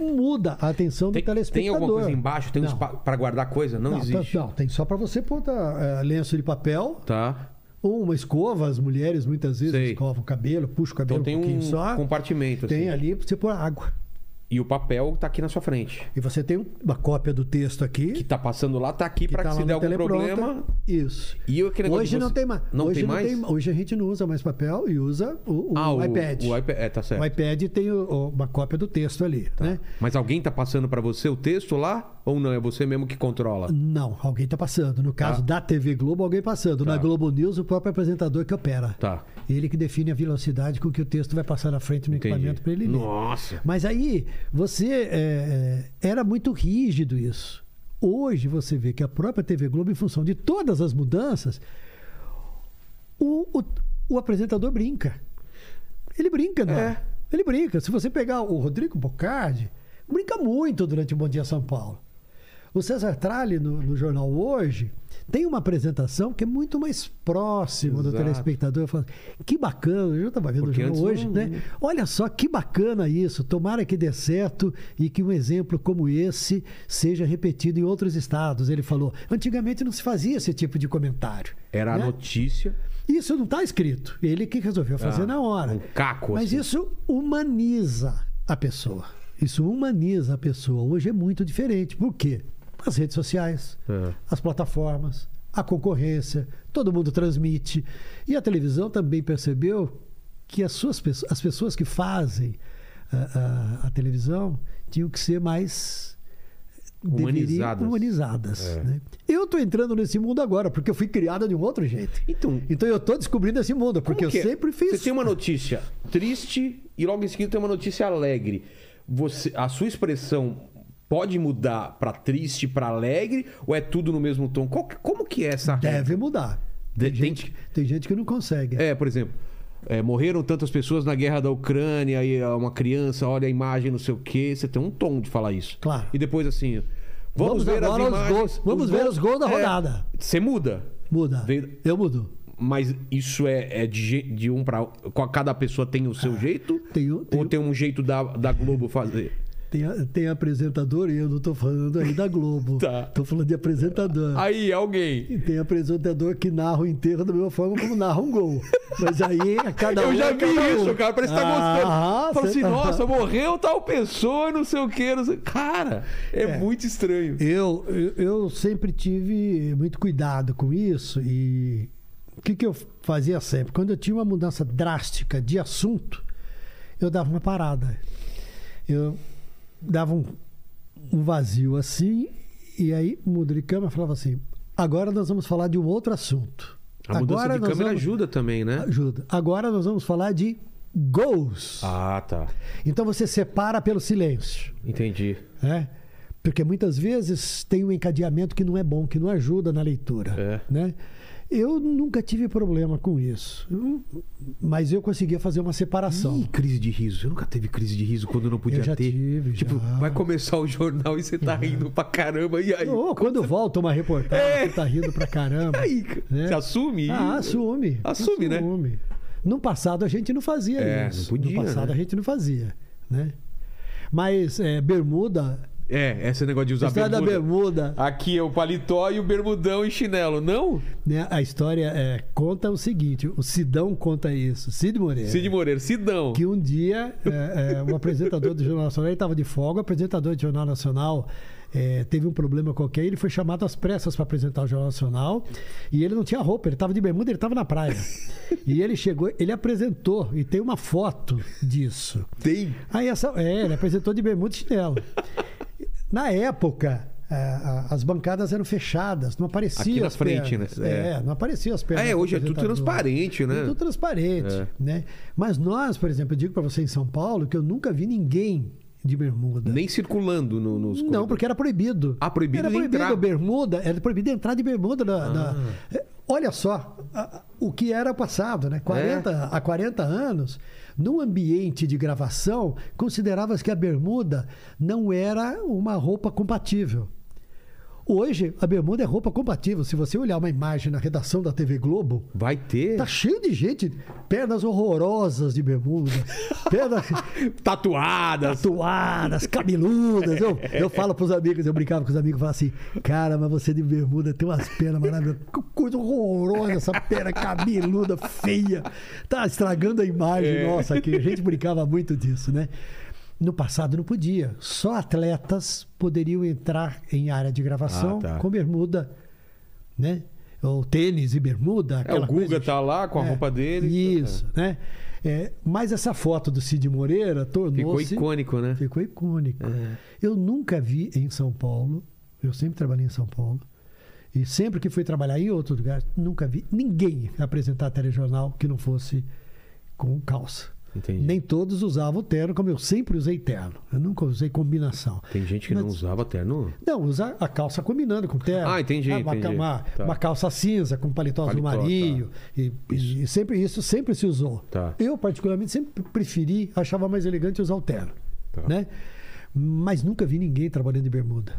Speaker 4: muda a atenção do
Speaker 1: Tem,
Speaker 4: telespectador.
Speaker 1: tem alguma coisa embaixo? Tem
Speaker 4: não.
Speaker 1: uns pa- pra guardar coisa? Não,
Speaker 4: Não, tá-
Speaker 1: existe.
Speaker 4: não, tem só para você pôr tá, eh, lenço de papel
Speaker 1: Tá.
Speaker 4: ou uma escova. As mulheres muitas vezes
Speaker 1: Sei.
Speaker 4: escovam o cabelo, puxam o cabelo
Speaker 1: Então tem
Speaker 4: um pouquinho
Speaker 1: um
Speaker 4: só.
Speaker 1: compartimento.
Speaker 4: Tem é.
Speaker 1: assim.
Speaker 4: ali para você pôr água.
Speaker 1: E o papel tá aqui na sua frente.
Speaker 4: E você tem uma cópia do texto aqui.
Speaker 1: Que tá passando lá, tá aqui
Speaker 4: que
Speaker 1: pra que
Speaker 4: tá lá
Speaker 1: se
Speaker 4: no
Speaker 1: der algum
Speaker 4: teleprompter.
Speaker 1: problema.
Speaker 4: Isso.
Speaker 1: E aquele negócio
Speaker 4: Hoje
Speaker 1: de
Speaker 4: não
Speaker 1: você-
Speaker 4: tem mais.
Speaker 1: Não
Speaker 4: hoje
Speaker 1: tem mais?
Speaker 4: hoje a gente não usa mais papel e usa o, o
Speaker 1: ah, o
Speaker 4: iPad.
Speaker 1: O iPad. É, tá certo.
Speaker 4: O iPad tem o- o- uma cópia do texto ali, né?
Speaker 1: Mas alguém tá passando pra você o texto lá? Ou não? É você mesmo que controla?
Speaker 4: Não, alguém está passando. No caso da TV Globo, alguém passando. Na
Speaker 1: Tá.
Speaker 4: Globo News, o próprio apresentador que opera.
Speaker 1: Tá.
Speaker 4: Ele que define a velocidade com que o texto vai passar na frente no
Speaker 1: Entendi.
Speaker 4: equipamento para ele ler.
Speaker 1: Nossa.
Speaker 4: Mas aí, você é, é, era muito rígido isso. Hoje você vê que a própria TV Globo, em função de todas as mudanças, o, o- o apresentador brinca. Ele brinca, não é? Ele brinca. Se você pegar o Rodrigo Bocardi, brinca muito durante o Bom Dia São Paulo. O César Tralli, no, no jornal Hoje, tem uma apresentação que é muito mais próximo do
Speaker 1: Exato.
Speaker 4: telespectador. Fala, que bacana, eu já estava vendo
Speaker 1: Porque
Speaker 4: o jornal
Speaker 1: antes
Speaker 4: hoje,
Speaker 1: não-
Speaker 4: né? Olha só que bacana isso. Tomara que dê certo e que um exemplo como esse seja repetido em outros estados. Ele falou: antigamente não se fazia esse tipo de comentário.
Speaker 1: Era a
Speaker 4: né?
Speaker 1: notícia.
Speaker 4: Isso não está escrito. Ele que resolveu fazer
Speaker 1: Ah,
Speaker 4: na hora.
Speaker 1: um caco,
Speaker 4: Mas
Speaker 1: assim.
Speaker 4: isso humaniza a pessoa. Isso humaniza a pessoa. Hoje é muito diferente. Por quê? As redes sociais,
Speaker 1: É.
Speaker 4: as plataformas, a concorrência, todo mundo transmite. E a televisão também percebeu que as, suas, pesso- as pessoas que fazem ah, ah, a, televisão tinham que ser mais deveriam-
Speaker 1: Humanizadas. É.
Speaker 4: humanizadas. né? Eu estou entrando nesse mundo agora, porque eu fui criada de um outro jeito.
Speaker 1: Então,
Speaker 4: Então eu tô descobrindo esse mundo, porque
Speaker 1: Como
Speaker 4: eu
Speaker 1: que é?
Speaker 4: sempre fiz.
Speaker 1: Você tem uma notícia triste e logo em seguida tem uma notícia alegre. Você, a sua expressão pode mudar pra triste, pra alegre ou é tudo no mesmo tom? Qual que- como que é essa?
Speaker 4: Deve mudar.
Speaker 1: De-
Speaker 4: Tem,
Speaker 1: tem
Speaker 4: gente, tem gente que não consegue.
Speaker 1: É, por exemplo, é, morreram tantas pessoas na guerra da Ucrânia e ah, uma criança olha a imagem, não sei o quê. Você tem um tom de falar isso.
Speaker 4: Claro.
Speaker 1: E depois assim, vamos,
Speaker 4: Vamos
Speaker 1: ver as
Speaker 4: agora os
Speaker 1: imagens, é.
Speaker 4: gols. Vamos ver os gols da rodada.
Speaker 1: Você muda.
Speaker 4: Muda.
Speaker 1: Veio-
Speaker 4: Eu mudo.
Speaker 1: Mas isso é, é de, je- de um para cada pessoa tem o seu jeito?
Speaker 4: tem um- tem
Speaker 1: ou
Speaker 4: um-
Speaker 1: tem um jeito da, da Globo fazer?
Speaker 4: Tem, a- tem apresentador e eu não tô falando aí da Globo.
Speaker 1: Tá. Ah.
Speaker 4: Tô falando de apresentador.
Speaker 1: Aí, alguém.
Speaker 4: E tem apresentador que narra o enterro da mesma forma como narra um gol. Mas aí é cada um.
Speaker 1: Eu já
Speaker 4: é
Speaker 1: vi
Speaker 4: cada um.
Speaker 1: isso, cara. Parece que tá gostando.
Speaker 4: Ah,
Speaker 1: Fala
Speaker 4: cê-
Speaker 1: assim, nossa, morreu tal pessoa e não sei o que. Cara, é, muito estranho.
Speaker 4: Eu, eu, eu sempre tive muito cuidado com isso e o que, que eu fazia sempre? Quando eu tinha uma mudança drástica de assunto, eu dava uma parada. Eu dava um, um vazio assim e aí mudo de câmera e falava assim, agora nós vamos falar de um outro assunto.
Speaker 1: A mudança
Speaker 4: agora
Speaker 1: de
Speaker 4: nós
Speaker 1: câmera
Speaker 4: vamos-
Speaker 1: ajuda também, né?
Speaker 4: Ajuda. Agora nós vamos falar de gols.
Speaker 1: Ah, tá.
Speaker 4: Então você separa pelo silêncio
Speaker 1: Entendi.
Speaker 4: né? Porque muitas vezes tem um encadeamento que não é bom, que não ajuda na leitura,
Speaker 1: É.
Speaker 4: né? Eu nunca tive problema com isso, Eu- mas eu conseguia fazer uma separação.
Speaker 1: Ih, crise de riso. Eu nunca teve crise de riso quando não podia
Speaker 4: já
Speaker 1: ter.
Speaker 4: tive,
Speaker 1: tipo,
Speaker 4: já.
Speaker 1: vai começar o jornal e você tá rindo pra caramba. E aí?
Speaker 4: Ô, quando volta uma reportagem, você tá rindo pra caramba.
Speaker 1: E aí, cara?
Speaker 4: né?
Speaker 1: Você assume?
Speaker 4: Ah, assume.
Speaker 1: Assume, né?
Speaker 4: Assume. No passado a gente não fazia
Speaker 1: É,
Speaker 4: isso.
Speaker 1: não podia,
Speaker 4: no passado
Speaker 1: né?
Speaker 4: a gente não fazia, né? Mas é, bermuda,
Speaker 1: É, esse negócio de usar
Speaker 4: estrada
Speaker 1: bermuda.
Speaker 4: bermuda,
Speaker 1: Aqui é o paletó e o bermudão e chinelo. Não?
Speaker 4: né? A história é, conta o seguinte, o Sidão conta isso, Cid Moreira.
Speaker 1: Cid Moreira, Cidão.
Speaker 4: que um dia é, é, um apresentador do Jornal Nacional, ele estava de folga, o apresentador do Jornal Nacional é, teve um problema qualquer, ele foi chamado às pressas para apresentar o Jornal Nacional e ele não tinha roupa, ele estava de bermuda, ele estava na praia. E ele chegou, ele apresentou e tem uma foto disso.
Speaker 1: Tem.
Speaker 4: Aí essa, é, ele apresentou de bermuda e chinelo. Na época, a- a- as bancadas eram fechadas, não apareciam
Speaker 1: Aqui na
Speaker 4: as
Speaker 1: frente,
Speaker 4: pernas.
Speaker 1: né? É.
Speaker 4: É. não apareciam as pernas.
Speaker 1: É,
Speaker 4: do
Speaker 1: hoje é tudo
Speaker 4: apresentador.
Speaker 1: transparente, né?
Speaker 4: É tudo transparente,
Speaker 1: É.
Speaker 4: né? Mas nós, por exemplo, eu digo para você em São Paulo que eu nunca vi ninguém de bermuda.
Speaker 1: Nem circulando no- nos
Speaker 4: Não,
Speaker 1: corredores.
Speaker 4: porque era proibido.
Speaker 1: Ah, proibido
Speaker 4: Era
Speaker 1: de
Speaker 4: proibido
Speaker 1: entrar. Ah.
Speaker 4: bermuda, era proibido entrar de bermuda na, na- É, Olha só a- a- o que era passado, né? 40,
Speaker 1: É.
Speaker 4: Há 40 anos, num ambiente de gravação, considerava-se que a bermuda não era uma roupa compatível. Hoje, a bermuda é roupa compatível. Se você olhar uma imagem na redação da TV Globo,
Speaker 1: Vai ter.
Speaker 4: Tá cheio de gente, pernas horrorosas de bermuda, pernas Tá
Speaker 1: Tatuadas.
Speaker 4: tatuadas, cabeludas. Eu, eu falo pros amigos, eu brincava com os amigos, falava assim, cara, mas você de bermuda tem umas pernas maravilhosas. Que coisa horrorosa essa perna cabeluda, feia. Tá estragando a imagem
Speaker 1: É.
Speaker 4: nossa aqui. A gente brincava muito disso, né? No passado não podia. Só atletas poderiam entrar em área de gravação
Speaker 1: Ah, tá.
Speaker 4: com bermuda, né? Ou tênis e bermuda,
Speaker 1: É, o
Speaker 4: aquela
Speaker 1: Guga
Speaker 4: coisa
Speaker 1: tá lá com a
Speaker 4: é,
Speaker 1: roupa dele.
Speaker 4: Isso, né? É, mas essa foto do Cid Moreira
Speaker 1: Ficou
Speaker 4: tornou-se.
Speaker 1: icônico, né? É.
Speaker 4: Ficou icônica. Eu nunca vi em São Paulo, eu sempre trabalhei em São Paulo, e sempre que fui trabalhar em outro lugar, nunca vi ninguém apresentar telejornal que não fosse com calça.
Speaker 1: Entendi.
Speaker 4: Nem todos usavam terno, como eu sempre usei terno. Eu nunca usei combinação.
Speaker 1: Tem gente que não
Speaker 4: Mas-
Speaker 1: usava terno.
Speaker 4: Não, usa a calça combinando com terno.
Speaker 1: Ah, entendi,
Speaker 4: uma,
Speaker 1: entendi.
Speaker 4: Uma,
Speaker 1: Tá.
Speaker 4: uma calça cinza com paletó azul
Speaker 1: Paletó,
Speaker 4: marinho. E, e sempre isso sempre se usou.
Speaker 1: Tá.
Speaker 4: Eu, particularmente, sempre preferi, achava mais elegante usar o terno.
Speaker 1: Tá.
Speaker 4: Né? Mas nunca vi ninguém trabalhando de bermuda.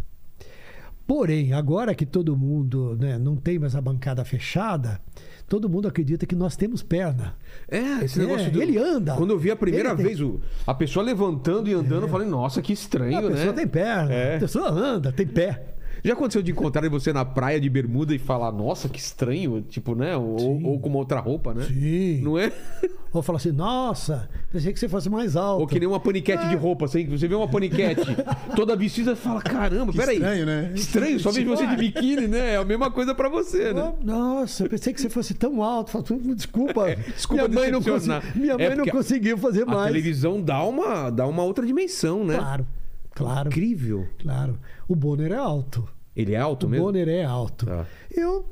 Speaker 4: Porém, agora que todo mundo né, não tem mais a bancada fechada, todo mundo acredita que nós temos perna.
Speaker 1: É, esse
Speaker 4: É,
Speaker 1: negócio do...
Speaker 4: ele anda.
Speaker 1: Quando eu vi a primeira
Speaker 4: Ele tem- É.
Speaker 1: vez o... a pessoa levantando e andando, eu falei, nossa, que estranho,
Speaker 4: a pessoa
Speaker 1: né?
Speaker 4: tem perna,
Speaker 1: É.
Speaker 4: a pessoa anda, tem pé.
Speaker 1: Já aconteceu de encontrar você na praia de bermuda e falar, nossa, que estranho, tipo, né? Ou, ou com uma outra roupa, né?
Speaker 4: Sim.
Speaker 1: Não é?
Speaker 4: Ou fala assim, nossa, pensei que você fosse mais alto.
Speaker 1: Ou que nem uma paniquete
Speaker 4: É.
Speaker 1: de roupa, assim, que você vê uma paniquete toda vestida e fala, caramba, peraí.
Speaker 2: estranho, né?
Speaker 1: Estranho, só vejo você de biquíni, né? É a mesma coisa pra você, né? É,
Speaker 4: Oh, Nossa, eu pensei que você fosse tão alto. Fala, Desculpa.
Speaker 1: desculpa
Speaker 4: minha mãe não,
Speaker 1: decepcionar.
Speaker 4: consi- minha
Speaker 1: É
Speaker 4: mãe não
Speaker 1: porque a-
Speaker 4: conseguiu fazer
Speaker 1: A
Speaker 4: mais.
Speaker 1: televisão dá uma, dá uma outra dimensão, né?
Speaker 4: Claro, claro,
Speaker 1: Incrível.
Speaker 4: claro. O Bonner é alto.
Speaker 1: Ele é alto
Speaker 4: O
Speaker 1: mesmo?
Speaker 4: Bonner é alto.
Speaker 1: Tá.
Speaker 4: Eu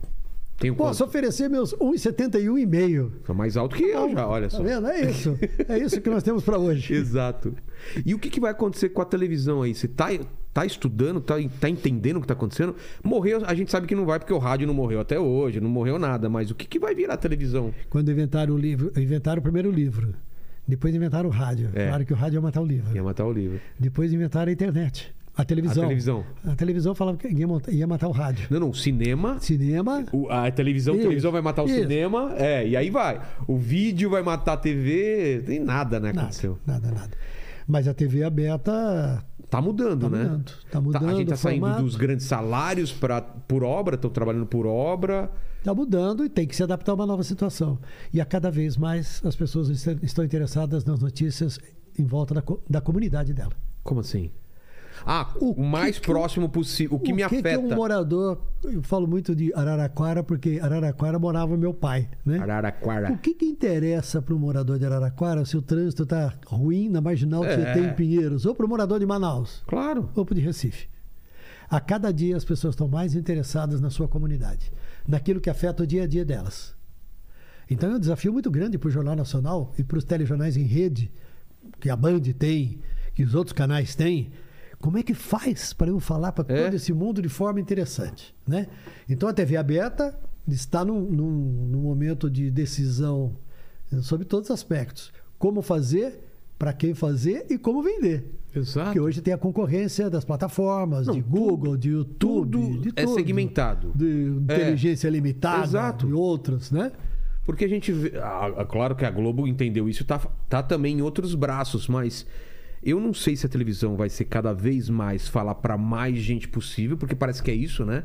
Speaker 1: Tem um
Speaker 4: posso oferecer meus 1,71,5.
Speaker 1: Tá mais alto que eu já, olha
Speaker 4: Tá
Speaker 1: só.
Speaker 4: vendo? É isso. É isso que nós temos para hoje.
Speaker 1: Exato. E o que, que vai acontecer com a televisão aí? Você tá, tá estudando, tá, tá entendendo o que tá acontecendo? Morreu, a gente sabe que não vai, porque o rádio não morreu até hoje, não morreu nada, mas o que, que vai virar a televisão?
Speaker 4: Quando inventaram o livro, inventaram o primeiro livro. Depois inventaram o rádio.
Speaker 1: É.
Speaker 4: Claro que o rádio ia matar o livro.
Speaker 1: Ia matar o livro.
Speaker 4: Depois inventaram a internet. A televisão.
Speaker 1: A televisão.
Speaker 4: A televisão falava que ia monta- ia matar o rádio.
Speaker 1: Não, não, cinema.
Speaker 4: Cinema.
Speaker 1: o- a televisão, a
Speaker 4: Isso,
Speaker 1: televisão vai matar o
Speaker 4: isso.
Speaker 1: cinema, é, e aí vai. O vídeo vai matar a TV, tem nada, né,
Speaker 4: Nada,
Speaker 1: aconteceu.
Speaker 4: nada, nada. Mas a TV aberta
Speaker 1: Tá mudando,
Speaker 4: Tá
Speaker 1: né?
Speaker 4: mudando, tá mudando
Speaker 1: a gente tá
Speaker 4: o
Speaker 1: saindo
Speaker 4: formato.
Speaker 1: dos grandes salários pra, por obra, estão trabalhando por obra.
Speaker 4: Está tá mudando e tem que se adaptar a uma nova situação. E a cada vez mais as pessoas est- estão interessadas nas notícias em volta da, co- da comunidade dela.
Speaker 1: Como assim? Ah,
Speaker 4: O
Speaker 1: o,
Speaker 4: que
Speaker 1: mais
Speaker 4: que-
Speaker 1: próximo possível. O que me afeta.
Speaker 4: um morador. Eu falo muito de Araraquara porque Araraquara morava meu pai, né?
Speaker 1: Araraquara.
Speaker 4: O que, que interessa para o morador de Araraquara se o trânsito está ruim na marginal
Speaker 1: É.
Speaker 4: Tietê em Pinheiros? Ou para o morador de Manaus?
Speaker 1: Claro.
Speaker 4: Ou para o de Recife? A cada dia as pessoas estão mais interessadas na sua comunidade, naquilo que afeta o dia a dia delas. Então é um desafio muito grande para o Jornal Nacional e para os telejornais em rede, que a Band tem, que os outros canais têm. Como é que faz para eu falar para
Speaker 1: É.
Speaker 4: todo esse mundo de forma interessante? Né? Então a TV aberta está num, num- num momento de decisão eh, sobre todos os aspectos. Como fazer, para quem fazer e como vender.
Speaker 1: Exato.
Speaker 4: Porque hoje tem a concorrência das plataformas, de Google, de YouTube,
Speaker 1: tudo
Speaker 4: de
Speaker 1: é
Speaker 4: tudo.
Speaker 1: segmentado.
Speaker 4: De
Speaker 1: É.
Speaker 4: inteligência limitada
Speaker 1: Exato.
Speaker 4: e outras, né?
Speaker 1: Porque a gente vê. ah, ah, claro que a Globo entendeu isso, tá, tá também em outros braços, mas eu não sei se a televisão vai ser cada vez mais falar pra mais gente possível, porque parece que é isso, né?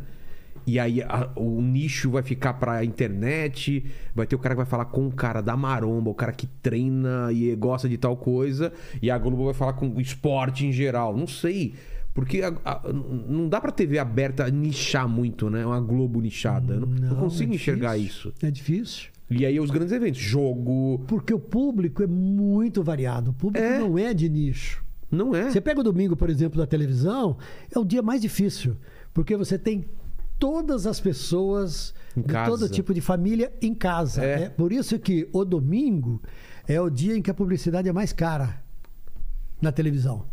Speaker 1: E aí a- o nicho vai ficar pra internet, vai ter o cara que vai falar com o cara da maromba, o cara que treina e gosta de tal coisa, e a Globo vai falar com o esporte em geral. Não sei. Porque a- a- n- não dá pra TV aberta nichar muito, né? Uma Globo nichada. Eu não, não consigo
Speaker 4: é
Speaker 1: enxergar isso.
Speaker 4: difícil. É difícil.
Speaker 1: E aí os grandes eventos, jogo,
Speaker 4: Porque o público é muito variado. O público
Speaker 1: É.
Speaker 4: não é de nicho.
Speaker 1: não é?
Speaker 4: Você pega o domingo, por exemplo, da televisão, é o dia mais difícil. Porque você tem todas as pessoas
Speaker 1: Em
Speaker 4: de
Speaker 1: casa.
Speaker 4: todo tipo de família em casa.
Speaker 1: É.
Speaker 4: É por isso que o domingo é o dia em que a publicidade é mais cara na televisão.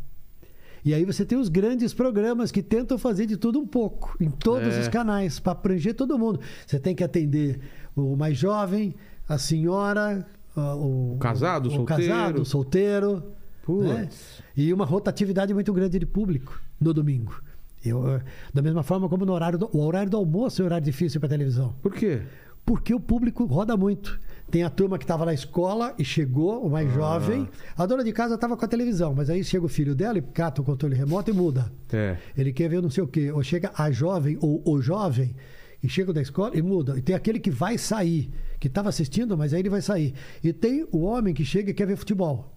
Speaker 4: E aí você tem os grandes programas que tentam fazer de tudo um pouco, em todos
Speaker 1: É.
Speaker 4: os canais, para abranger todo mundo. Você tem que atender o mais jovem, a senhora, a- o,
Speaker 1: O casado,
Speaker 4: o, o
Speaker 1: solteiro.
Speaker 4: casado, solteiro.
Speaker 1: Putz.
Speaker 4: né? E uma rotatividade muito grande de público no domingo. Eu, eh, da mesma forma como no horário do, o horário do almoço é um horário difícil para televisão.
Speaker 1: Por quê?
Speaker 4: Porque o público roda muito. Tem a turma que estava na escola e chegou, o mais jovem. A dona de casa estava com a televisão, mas aí chega o filho dela e cata o controle remoto e muda.
Speaker 1: É.
Speaker 4: Ele quer ver não sei o quê. Ou chega a jovem ou o jovem e chega da escola e muda. E tem aquele que vai sair, que estava assistindo, mas aí ele vai sair. E tem o homem que chega e quer ver futebol.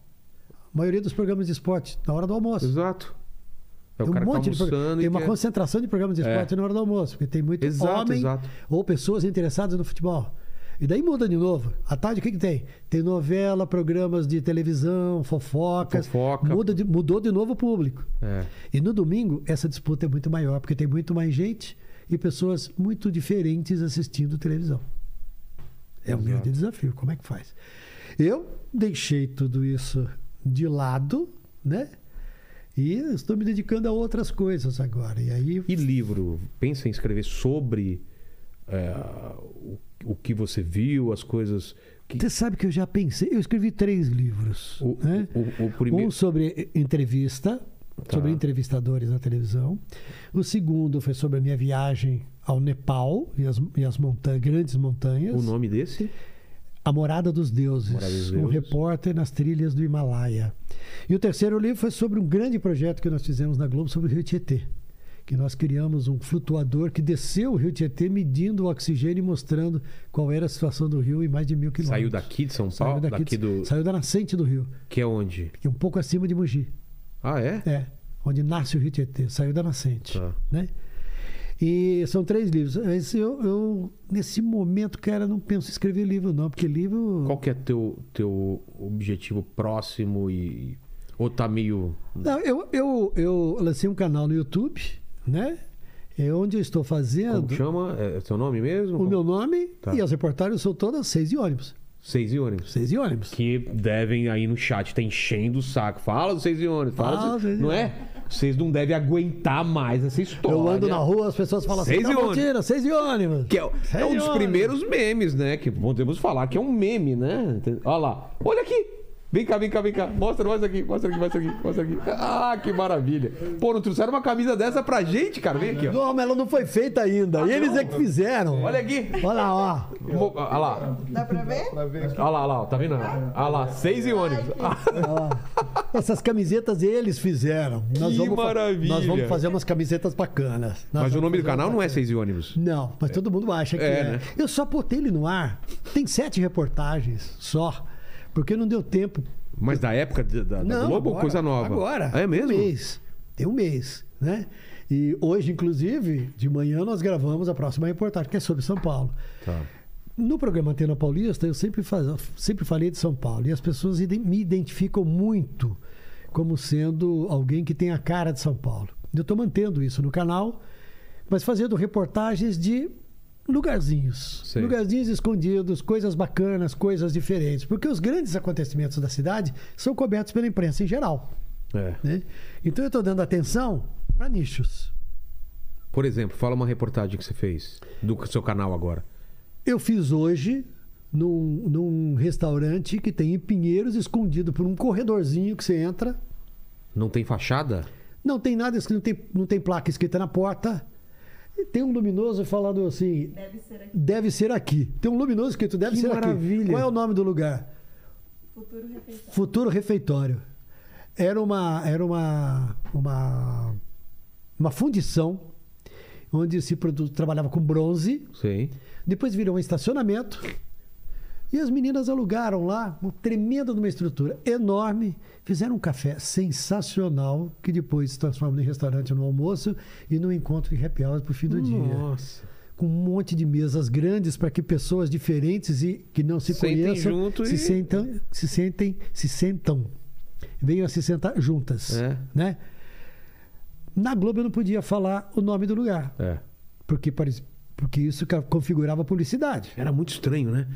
Speaker 4: A maioria dos programas de esporte, na hora do almoço.
Speaker 1: Exato. É o
Speaker 4: Tem
Speaker 1: cara
Speaker 4: um monte
Speaker 1: que
Speaker 4: de
Speaker 1: tá almoçando e
Speaker 4: programa. Tem uma
Speaker 1: quer-
Speaker 4: concentração de programas de
Speaker 1: É.
Speaker 4: esporte na hora do almoço, porque tem muito
Speaker 1: Exato,
Speaker 4: homem
Speaker 1: exato.
Speaker 4: ou pessoas interessadas no futebol. E daí muda de novo. À tarde, o que, que tem? Tem novela, programas de televisão, fofocas.
Speaker 1: Fofoca.
Speaker 4: Muda de- mudou de novo o público.
Speaker 1: É.
Speaker 4: E no domingo, essa disputa é muito maior, porque tem muito mais gente e pessoas muito diferentes assistindo televisão. É um grande desafio. Como é que faz? Eu deixei tudo isso de lado, né? E estou me dedicando a outras coisas agora. E aí,
Speaker 1: E livro? Pensa em escrever sobre é, o, o que você viu, as coisas. Que...
Speaker 4: você sabe que eu já pensei. Eu escrevi três livros.
Speaker 1: O,
Speaker 4: né?
Speaker 1: o- o- o primeiro. Tá.
Speaker 4: Um sobre entrevista, sobre entrevistadores na televisão. O segundo foi sobre a minha viagem ao Nepal e as, e as monta- grandes montanhas.
Speaker 1: O nome desse?
Speaker 4: A Morada dos Deuses,
Speaker 1: Morada dos
Speaker 4: um
Speaker 1: Deuses.
Speaker 4: repórter nas trilhas do Himalaia. E o terceiro livro foi sobre um grande projeto que nós fizemos na Globo sobre o Rio Tietê. Que nós criamos um flutuador que desceu o Rio Tietê medindo o oxigênio e mostrando qual era a situação do rio em mais de mil quilômetros.
Speaker 1: Saiu daqui de São
Speaker 4: Saiu
Speaker 1: Paulo? Daqui, do.
Speaker 4: saiu da nascente do rio,
Speaker 1: Que é onde?
Speaker 4: que é um pouco acima de Mogi.
Speaker 1: Ah, é?
Speaker 4: É, onde nasce o Rio Tietê, saiu da nascente.
Speaker 1: Tá.
Speaker 4: Né? E são três livros. Esse eu, eu, nesse momento, cara, não penso em escrever livro, não, porque livro.
Speaker 1: Qual que é teu, teu objetivo próximo e. Ou tá meio.
Speaker 4: Não, eu, eu, eu lancei um canal no YouTube, né? É onde eu estou fazendo.
Speaker 1: Como chama? É seu nome mesmo?
Speaker 4: O meu nome
Speaker 1: Tá.
Speaker 4: e as reportagens são todas seis e ônibus.
Speaker 1: Seis e ônibus.
Speaker 4: Seis e ônibus.
Speaker 1: que devem aí no chat tá enchendo o saco. Fala dos seis milhões, fala,
Speaker 4: Fala,
Speaker 1: dos-
Speaker 4: seis
Speaker 1: não
Speaker 4: milhões.
Speaker 1: é? Vocês não devem aguentar mais essa história.
Speaker 4: Eu ando na rua, as pessoas falam
Speaker 1: Seis
Speaker 4: assim:
Speaker 1: e
Speaker 4: não,
Speaker 1: ônibus."
Speaker 4: mentira, seis e ônibus.
Speaker 1: Que é, é um
Speaker 4: Seis
Speaker 1: dos
Speaker 4: e ônibus.
Speaker 1: primeiros memes, né? Que podemos falar que é um meme, né? Olha lá. Olha aqui. Vem cá, vem cá, vem cá. Mostra, mostra aqui, mostra aqui, mostra aqui, mostra aqui. Ah, que maravilha. Pô, não trouxeram uma camisa dessa pra gente, cara. Vem aqui, ó.
Speaker 4: Não, mas ela não foi feita ainda. E eles é que fizeram.
Speaker 1: Olha aqui.
Speaker 4: Olha lá, ó.
Speaker 1: Mo- Olha lá.
Speaker 6: Dá pra ver?
Speaker 1: Olha lá, olha lá, ó. tá vendo? Olha lá, seis e ônibus.
Speaker 4: Olha lá. Essas camisetas eles fizeram.
Speaker 1: Que
Speaker 4: fa-
Speaker 1: maravilha.
Speaker 4: Nós vamos fazer umas camisetas bacanas.
Speaker 1: Mas
Speaker 4: Nós
Speaker 1: o
Speaker 4: vamos
Speaker 1: nome do
Speaker 4: fazer
Speaker 1: canal
Speaker 4: umas
Speaker 1: não é Seis e Ônibus.
Speaker 4: Não, mas todo mundo acha que
Speaker 1: É,
Speaker 4: é.
Speaker 1: né?
Speaker 4: Eu só botei ele no ar. Tem sete reportagens só. Porque não deu tempo.
Speaker 1: Mas da época da, da- da
Speaker 4: não,
Speaker 1: Globo,
Speaker 4: agora,
Speaker 1: coisa nova.
Speaker 4: Agora.
Speaker 1: É mesmo?
Speaker 4: Tem um mês. Tem um mês, né? E hoje, inclusive, de manhã, nós gravamos a próxima reportagem, que é sobre São Paulo.
Speaker 1: Tá.
Speaker 4: No programa Antena Paulista, eu sempre, faz, sempre falei de São Paulo. E as pessoas ide- me identificam muito como sendo alguém que tem a cara de São Paulo. Eu estou mantendo isso no canal, mas fazendo reportagens de lugarzinhos.
Speaker 1: Sei.
Speaker 4: Lugarzinhos escondidos, coisas bacanas, coisas diferentes. Porque os grandes acontecimentos da cidade são cobertos pela imprensa em geral.
Speaker 1: É.
Speaker 4: né? Então eu estou dando atenção para nichos.
Speaker 1: Por exemplo, fala uma reportagem que você fez do seu canal agora.
Speaker 4: Eu fiz hoje num, num restaurante que tem em Pinheiros, escondido por um corredorzinho que você entra.
Speaker 1: Não tem fachada?
Speaker 4: Não tem nada escrito, não tem, não tem placa escrita na porta. E tem um luminoso falando assim:
Speaker 6: Deve ser aqui.
Speaker 4: deve ser aqui. Tem um luminoso escrito: deve
Speaker 1: Que
Speaker 4: ser
Speaker 1: maravilha.
Speaker 4: aqui. Qual é o nome do lugar?
Speaker 6: Futuro refeitório.
Speaker 4: Futuro Refeitório. Era uma era uma uma uma fundição onde se produ- trabalhava com bronze,
Speaker 1: Sei.
Speaker 4: depois virou um estacionamento. E as meninas alugaram lá uma tremenda de uma estrutura enorme, fizeram um café sensacional que depois se transformou em restaurante no almoço e no encontro de happy hour pro fim do dia,
Speaker 1: Nossa.
Speaker 4: com um monte de mesas grandes para que pessoas diferentes e que não se
Speaker 1: Sentem
Speaker 4: conheçam
Speaker 1: junto
Speaker 4: se
Speaker 1: e-
Speaker 4: sentam, se sentem, se sentam, venham a se sentar juntas,
Speaker 1: É.
Speaker 4: né? Na Globo eu não podia falar o nome do lugar,
Speaker 1: É.
Speaker 4: porque parecia- porque isso ca- configurava publicidade.
Speaker 1: Era muito estranho, né?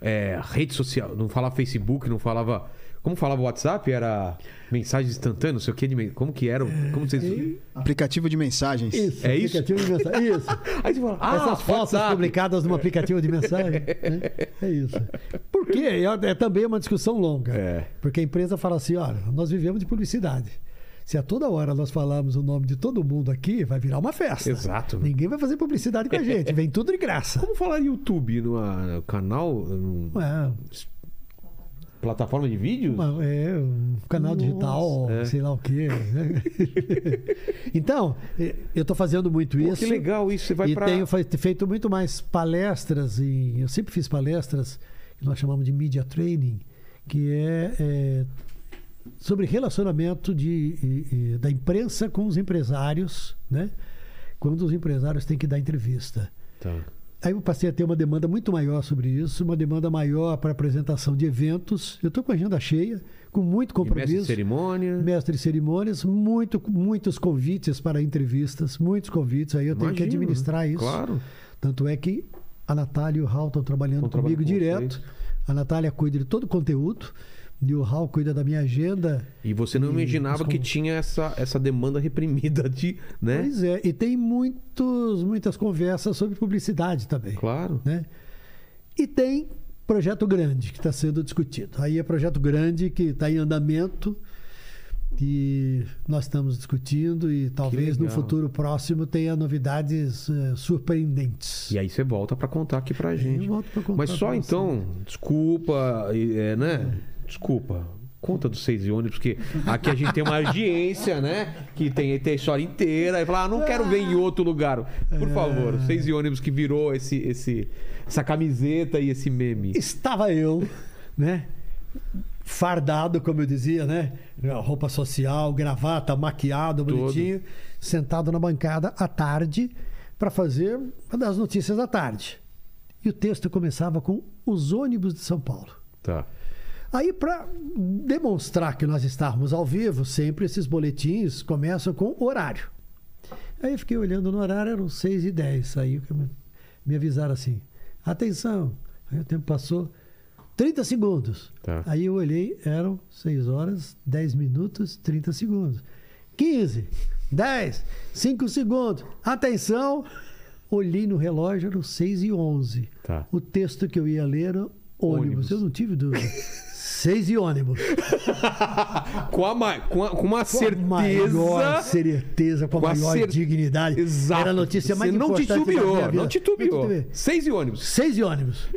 Speaker 1: É, rede social, não falava Facebook, não falava. Como falava WhatsApp? Era mensagem instantânea, não sei o que. De... men- Como que era? o- Como vocês.
Speaker 4: É.
Speaker 2: Aplicativo de mensagens.
Speaker 4: Isso.
Speaker 1: É isso?
Speaker 4: aplicativo de mensagem. Isso.
Speaker 1: Aí você fala, ah,
Speaker 4: Essas fotos
Speaker 1: WhatsApp.
Speaker 4: publicadas num aplicativo de mensagem. né? É isso. Por quê? É, é também uma discussão longa.
Speaker 1: É.
Speaker 4: Porque a empresa fala assim: olha, nós vivemos de publicidade. Se a toda hora nós falarmos o nome de todo mundo aqui, vai virar uma festa.
Speaker 1: Exato.
Speaker 4: Ninguém vai fazer publicidade com a gente. Vem tudo de graça.
Speaker 1: Como falar YouTube numa canal, numa
Speaker 4: É,
Speaker 1: plataforma de vídeos?
Speaker 4: Uma- é, um canal digital,
Speaker 1: é.
Speaker 4: sei lá o quê. né? então, eh, eu estou fazendo muito
Speaker 1: Pô,
Speaker 4: isso.
Speaker 1: que legal isso, você vai
Speaker 4: e
Speaker 1: pra.
Speaker 4: tenho fe- feito muito mais palestras em, eu sempre fiz palestras que nós chamamos de media training que é, é, sobre relacionamento de, e- e- da imprensa com os empresários né quando os empresários têm que dar entrevista
Speaker 1: Tá.
Speaker 4: Aí eu passei a ter uma demanda muito maior sobre isso, uma demanda maior para apresentação de eventos. Eu estou com a agenda cheia, com muito
Speaker 1: E mestre de
Speaker 4: compromisso
Speaker 1: cerimônia.
Speaker 4: mestre de cerimônias, muito, muitos convites para entrevistas, muitos convites. Aí eu tenho que
Speaker 1: Imagino, né?
Speaker 4: administrar isso.
Speaker 1: Claro.
Speaker 4: Tanto é que a Natália e o Raul estão trabalhando
Speaker 1: Estão trabalhando
Speaker 4: comigo
Speaker 1: com
Speaker 4: direto. A Natália cuida de todo o conteúdo e o Raul cuida da minha agenda.
Speaker 1: E você não
Speaker 4: E
Speaker 1: imaginava
Speaker 4: os
Speaker 1: que
Speaker 4: con-
Speaker 1: tinha essa, essa demanda reprimida de. né?
Speaker 4: Pois é, e tem muitos, muitas conversas sobre publicidade também.
Speaker 1: Claro.
Speaker 4: né? E tem projeto grande que está sendo discutido. Aí é projeto grande que está em andamento e nós estamos discutindo e talvez no
Speaker 1: legal.
Speaker 4: futuro próximo tenha novidades eh, surpreendentes.
Speaker 1: E aí você volta pra contar aqui pra gente.
Speaker 4: É, volto pra contar
Speaker 1: Mas só
Speaker 4: pra
Speaker 1: então, desculpa, e- é, né? Desculpa. Conta dos seis e ônibus, porque aqui a gente tem uma audiência, né? Que tem, tem a história inteira. E fala, ah, não quero ver em outro lugar. Por favor,
Speaker 4: É.
Speaker 1: seis e ônibus que virou esse, esse, essa camiseta e esse meme.
Speaker 4: Estava eu, né? Fardado, como eu dizia, né? Roupa social, gravata, maquiado,
Speaker 1: Todo.
Speaker 4: bonitinho, sentado na bancada à tarde para fazer uma das notícias da tarde. E o texto começava com os ônibus de São Paulo.
Speaker 1: Tá.
Speaker 4: Aí, para demonstrar que nós estávamos ao vivo, sempre esses boletins começam com horário. Aí eu fiquei olhando no horário, eram 6 e 10 Aí que me- me avisaram assim: atenção. Aí o tempo passou 30 segundos.
Speaker 1: Tá.
Speaker 4: Aí eu olhei, eram 6 horas, 10 minutos, 30 segundos. 15, 10, 5 segundos. Atenção. Olhei no relógio, eram 6 e 11
Speaker 1: Tá.
Speaker 4: o texto que eu ia ler era ônibus.
Speaker 1: Ônibus.
Speaker 4: Eu não tive dúvida. Seis e ônibus.
Speaker 1: Com, a ma- com, a- com uma
Speaker 4: Com a
Speaker 1: certeza.
Speaker 4: maior certeza, com a
Speaker 1: Com a
Speaker 4: maior
Speaker 1: cer-
Speaker 4: dignidade.
Speaker 1: Exato.
Speaker 4: Era a notícia mais
Speaker 1: Você não
Speaker 4: importante da minha
Speaker 1: titubeou,
Speaker 4: vida.
Speaker 1: não titubeou.
Speaker 4: Não titubeei.
Speaker 1: Seis e ônibus.
Speaker 4: Seis e ônibus.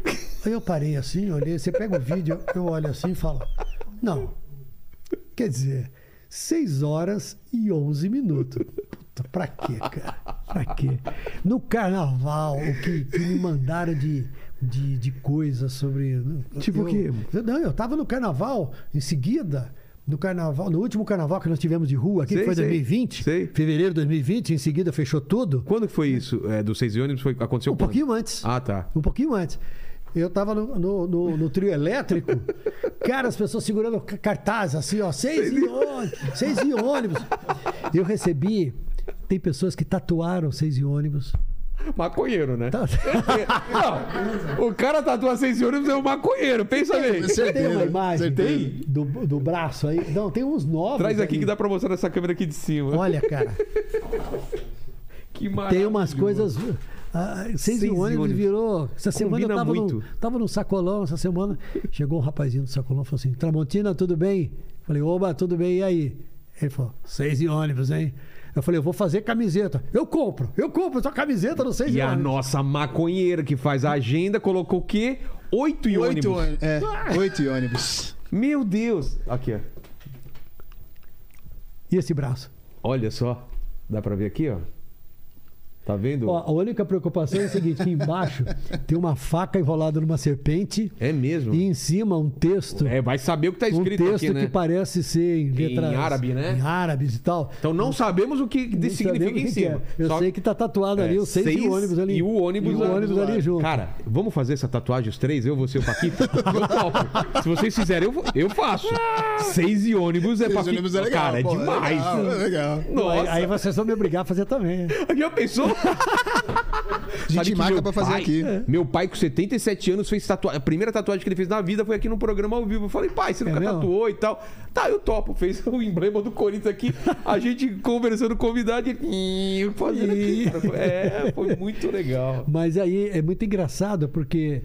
Speaker 4: Aí eu parei assim, olhei. Você pega o vídeo, eu olho assim e falo: Não. Quer dizer, seis horas e onze minutos. Puta, pra quê, cara? Pra quê? No carnaval, o que, que me mandaram de. De, de coisas sobre. né?
Speaker 1: Tipo
Speaker 4: eu-
Speaker 1: o quê?
Speaker 4: eu- Não, eu tava no carnaval, em seguida, no carnaval, no último carnaval que nós tivemos de rua aqui, que
Speaker 1: Sei,
Speaker 4: foi
Speaker 1: sei.
Speaker 4: 2020,
Speaker 1: Sei.
Speaker 4: fevereiro de 2020, em seguida fechou tudo.
Speaker 1: Quando que foi isso? É, do seis e ônibus foi, aconteceu
Speaker 4: Um
Speaker 1: quando?
Speaker 4: pouquinho antes.
Speaker 1: Ah, tá.
Speaker 4: Um pouquinho antes. Eu tava no, no, no- no trio elétrico, cara, as pessoas segurando ca- cartaz assim, ó, seis e ônibus, seis e ônibus. Eu recebi, tem pessoas que tatuaram seis e ônibus.
Speaker 1: Maconheiro, né?
Speaker 4: Tá-
Speaker 1: Não, o cara tatua seis e ônibus é um maconheiro, pensa
Speaker 4: Então,
Speaker 1: bem.
Speaker 4: tem uma imagem
Speaker 2: certeza.
Speaker 4: do, do braço aí. Não, tem uns novos.
Speaker 1: Traz aqui
Speaker 4: ali.
Speaker 1: que dá pra mostrar nessa câmera aqui de cima.
Speaker 4: um Olha, cara,
Speaker 1: que
Speaker 4: tem
Speaker 1: maravilha.
Speaker 4: umas coisas. ah, seis
Speaker 1: Seis
Speaker 4: e
Speaker 1: e
Speaker 4: ônibus,
Speaker 1: ônibus.
Speaker 4: virou. Essa semana eu
Speaker 1: Combina
Speaker 4: tava num,
Speaker 1: muito.
Speaker 4: tava num sacolão essa semana. Chegou um rapazinho do sacolão e falou assim: Tramontina, tudo bem? Falei, oba, tudo bem, e aí? Ele falou, seis e ônibus, hein? Eu falei, eu vou fazer camiseta. Eu compro, eu compro sua camiseta no seis e,
Speaker 1: E a
Speaker 4: ônibus.
Speaker 1: nossa maconheira que faz a agenda colocou o quê? Oito e
Speaker 2: Oito
Speaker 1: ônibus. Ah.
Speaker 2: ônibus. É, oito e ônibus.
Speaker 1: Meu Deus. Aqui, ó.
Speaker 4: E esse braço?
Speaker 1: Olha só. Dá pra ver aqui, ó. Tá vendo?
Speaker 4: Ó, a única preocupação é o seguinte: que embaixo tem uma faca enrolada numa serpente
Speaker 1: É mesmo.
Speaker 4: e em cima um texto.
Speaker 1: É, vai saber o que tá
Speaker 4: um
Speaker 1: escrito
Speaker 4: texto
Speaker 1: aqui, né?
Speaker 4: que parece ser em letras.
Speaker 1: árabe, né?
Speaker 4: Em árabes e tal.
Speaker 1: Então não sabemos o que
Speaker 4: Não
Speaker 1: de- significa
Speaker 4: sabemos o
Speaker 1: em
Speaker 4: que que
Speaker 1: cima.
Speaker 4: é. Eu
Speaker 1: Só-
Speaker 4: sei que tá tatuado ali,
Speaker 1: É,
Speaker 4: o seis, e o ônibus ali.
Speaker 1: E o ônibus,
Speaker 4: E o ônibus ali é junto.
Speaker 1: Cara, vamos fazer essa tatuagem, os três, eu, você e o Paquito? eu topo. Se vocês fizerem, eu, vou- eu faço. Seis e ônibus é
Speaker 2: Seis
Speaker 1: Paquito.
Speaker 2: ônibus é legal,
Speaker 1: cara,
Speaker 2: pô,
Speaker 1: é demais.
Speaker 2: É legal, é legal.
Speaker 1: Nossa,
Speaker 4: Aí, aí vocês vão me obrigar a fazer também.
Speaker 1: já pensou?
Speaker 2: A
Speaker 1: Sabe
Speaker 2: gente
Speaker 1: que É.
Speaker 2: marca
Speaker 1: meu
Speaker 2: pra fazer
Speaker 1: pai-
Speaker 2: aqui.
Speaker 4: É.
Speaker 1: Meu pai, com 77 anos, fez tatuagem. A primeira tatuagem que ele fez na vida foi aqui no programa ao vivo. Eu falei, pai, você nunca
Speaker 4: É mesmo?
Speaker 1: tatuou e tal. Tá, eu topo. Fez o emblema do Corinthians aqui. A gente conversando com o convidado e ele. "Ih, fazendo aqui. cara." É, foi muito legal.
Speaker 4: Mas aí é muito engraçado porque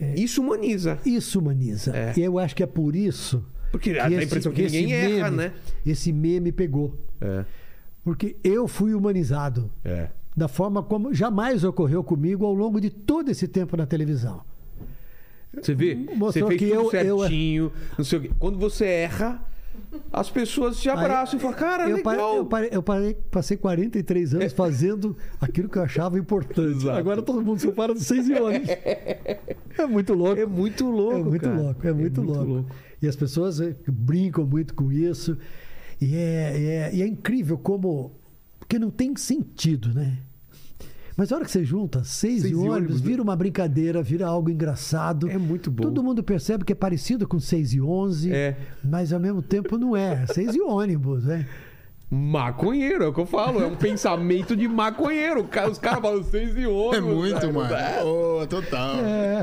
Speaker 4: é,
Speaker 1: Isso humaniza.
Speaker 4: isso humaniza.
Speaker 1: É.
Speaker 4: E eu acho que é por isso.
Speaker 1: Porque Ah, dá a
Speaker 4: esse-
Speaker 1: impressão que
Speaker 4: é esse
Speaker 1: ninguém erra,
Speaker 4: meme-
Speaker 1: né?
Speaker 4: Esse meme pegou.
Speaker 1: É,
Speaker 4: Porque eu fui humanizado
Speaker 1: é.
Speaker 4: da forma como jamais ocorreu comigo ao longo de todo esse tempo na televisão.
Speaker 1: Você vê?
Speaker 4: Hum, Mostrou
Speaker 1: você fez
Speaker 4: que
Speaker 1: tudo
Speaker 4: eu- eu- é-
Speaker 1: certinho. Não sei o quê. Quando você erra, as pessoas te abraçam e falam, cara,
Speaker 4: eu, pa-
Speaker 1: legal.
Speaker 4: eu parei- eu parei- passei 43 anos fazendo aquilo que eu achava importante.
Speaker 1: Exato.
Speaker 4: Agora todo mundo se para dos seis anos. É muito louco.
Speaker 1: É muito louco,
Speaker 4: É muito
Speaker 1: cara.
Speaker 4: louco, é muito, louco. E as pessoas eh, brincam muito com isso. E é, é- e é incrível como. Porque não tem sentido, né? Mas a hora que você junta seis,
Speaker 1: Seis
Speaker 4: e
Speaker 1: e
Speaker 4: ônibus,
Speaker 1: ônibus, né?
Speaker 4: vira uma brincadeira, vira algo engraçado.
Speaker 1: É muito bom.
Speaker 4: Todo mundo percebe que é parecido com seis e onze,
Speaker 1: É.
Speaker 4: mas ao mesmo tempo não é. Seis e ônibus, né?
Speaker 1: Maconheiro, é o que eu falo. É um pensamento de maconheiro. O cara- Os caras falam seis e
Speaker 2: É
Speaker 1: ônibus.
Speaker 2: muito,
Speaker 1: velho.
Speaker 2: mano.
Speaker 1: É.
Speaker 2: Ô, total.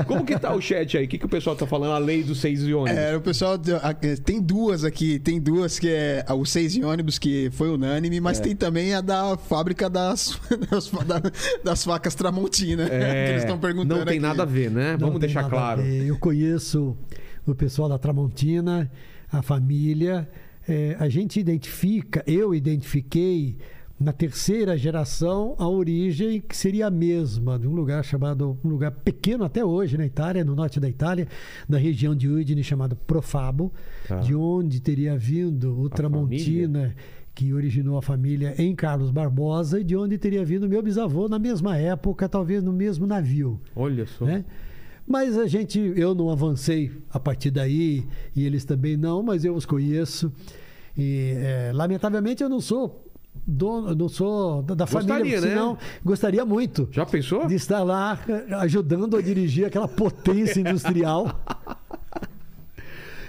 Speaker 1: Como que tá o chat aí? O que, que o pessoal tá falando? A lei dos seis e ônibus.
Speaker 2: É, o pessoal. a- Tem duas aqui. Tem duas que é a- o seis em ônibus, que foi unânime,
Speaker 1: É.
Speaker 2: mas tem também a da fábrica das, das, fa- da- das facas Tramontina. né,
Speaker 1: É,
Speaker 2: que eles estão perguntando.
Speaker 1: Não tem
Speaker 2: aqui.
Speaker 1: nada a ver, né?
Speaker 4: Não
Speaker 1: Vamos
Speaker 4: tem
Speaker 1: deixar
Speaker 4: nada a
Speaker 1: claro.
Speaker 4: ver. Eu conheço o pessoal da Tramontina, a família. É, a gente identifica, eu identifiquei na terceira geração a origem que seria a mesma de um lugar chamado um lugar pequeno até hoje na Itália, no norte da Itália, da região de Udine chamado Profabo,
Speaker 1: Tá.
Speaker 4: de onde teria vindo o Tramontina, que originou a família em Carlos Barbosa e de onde teria vindo meu bisavô na mesma época, talvez no mesmo navio
Speaker 1: Olha só.
Speaker 4: né? Mas a gente, eu não avancei a partir daí e eles também não, mas eu os conheço. E, é, lamentavelmente eu não sou dono, não sou da, da
Speaker 1: Gostaria,
Speaker 4: família,
Speaker 1: né?
Speaker 4: senão gostaria muito
Speaker 1: Já pensou?
Speaker 4: de estar lá eh, ajudando a dirigir aquela potência industrial.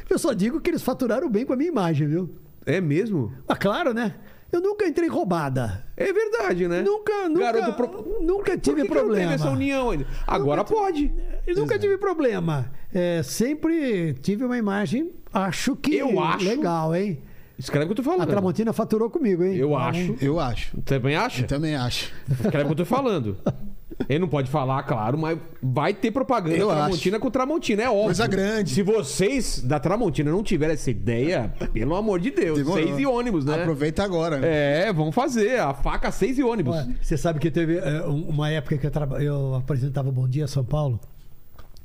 Speaker 4: Eu só digo que eles faturaram bem com a minha imagem, viu?
Speaker 1: É mesmo?
Speaker 4: Ah, claro, né? Eu nunca entrei roubada.
Speaker 1: É verdade, né?
Speaker 4: Nunca, nunca,
Speaker 1: Garoto pro-
Speaker 4: nunca
Speaker 1: Por
Speaker 4: tive
Speaker 1: que que não
Speaker 4: problema.
Speaker 1: teve essa união ainda? Agora pode.
Speaker 4: Eu
Speaker 1: é.
Speaker 4: nunca tive problema. É, sempre tive uma imagem, acho que
Speaker 1: Eu acho.
Speaker 4: legal, hein?
Speaker 1: Escreve o que eu tô falando.
Speaker 4: A Tramontina faturou comigo, hein?
Speaker 1: Eu acho.
Speaker 2: Eu acho.
Speaker 1: Também acha?
Speaker 2: Eu também acho.
Speaker 1: Escreve o que eu tô falando. Ele não pode falar, claro, mas vai ter propaganda
Speaker 2: Eu acho.
Speaker 1: Tramontina com Tramontina, é óbvio.
Speaker 2: Coisa grande.
Speaker 1: Se vocês da Tramontina não tiverem essa ideia, pelo amor de Deus,
Speaker 2: Demorou.
Speaker 1: seis e ônibus, né?
Speaker 2: Aproveita agora.
Speaker 1: É, vamos fazer. A faca, seis e ônibus.
Speaker 4: Ué, Você sabe que teve é, um- uma época que eu, traba- eu apresentava Bom Dia São Paulo.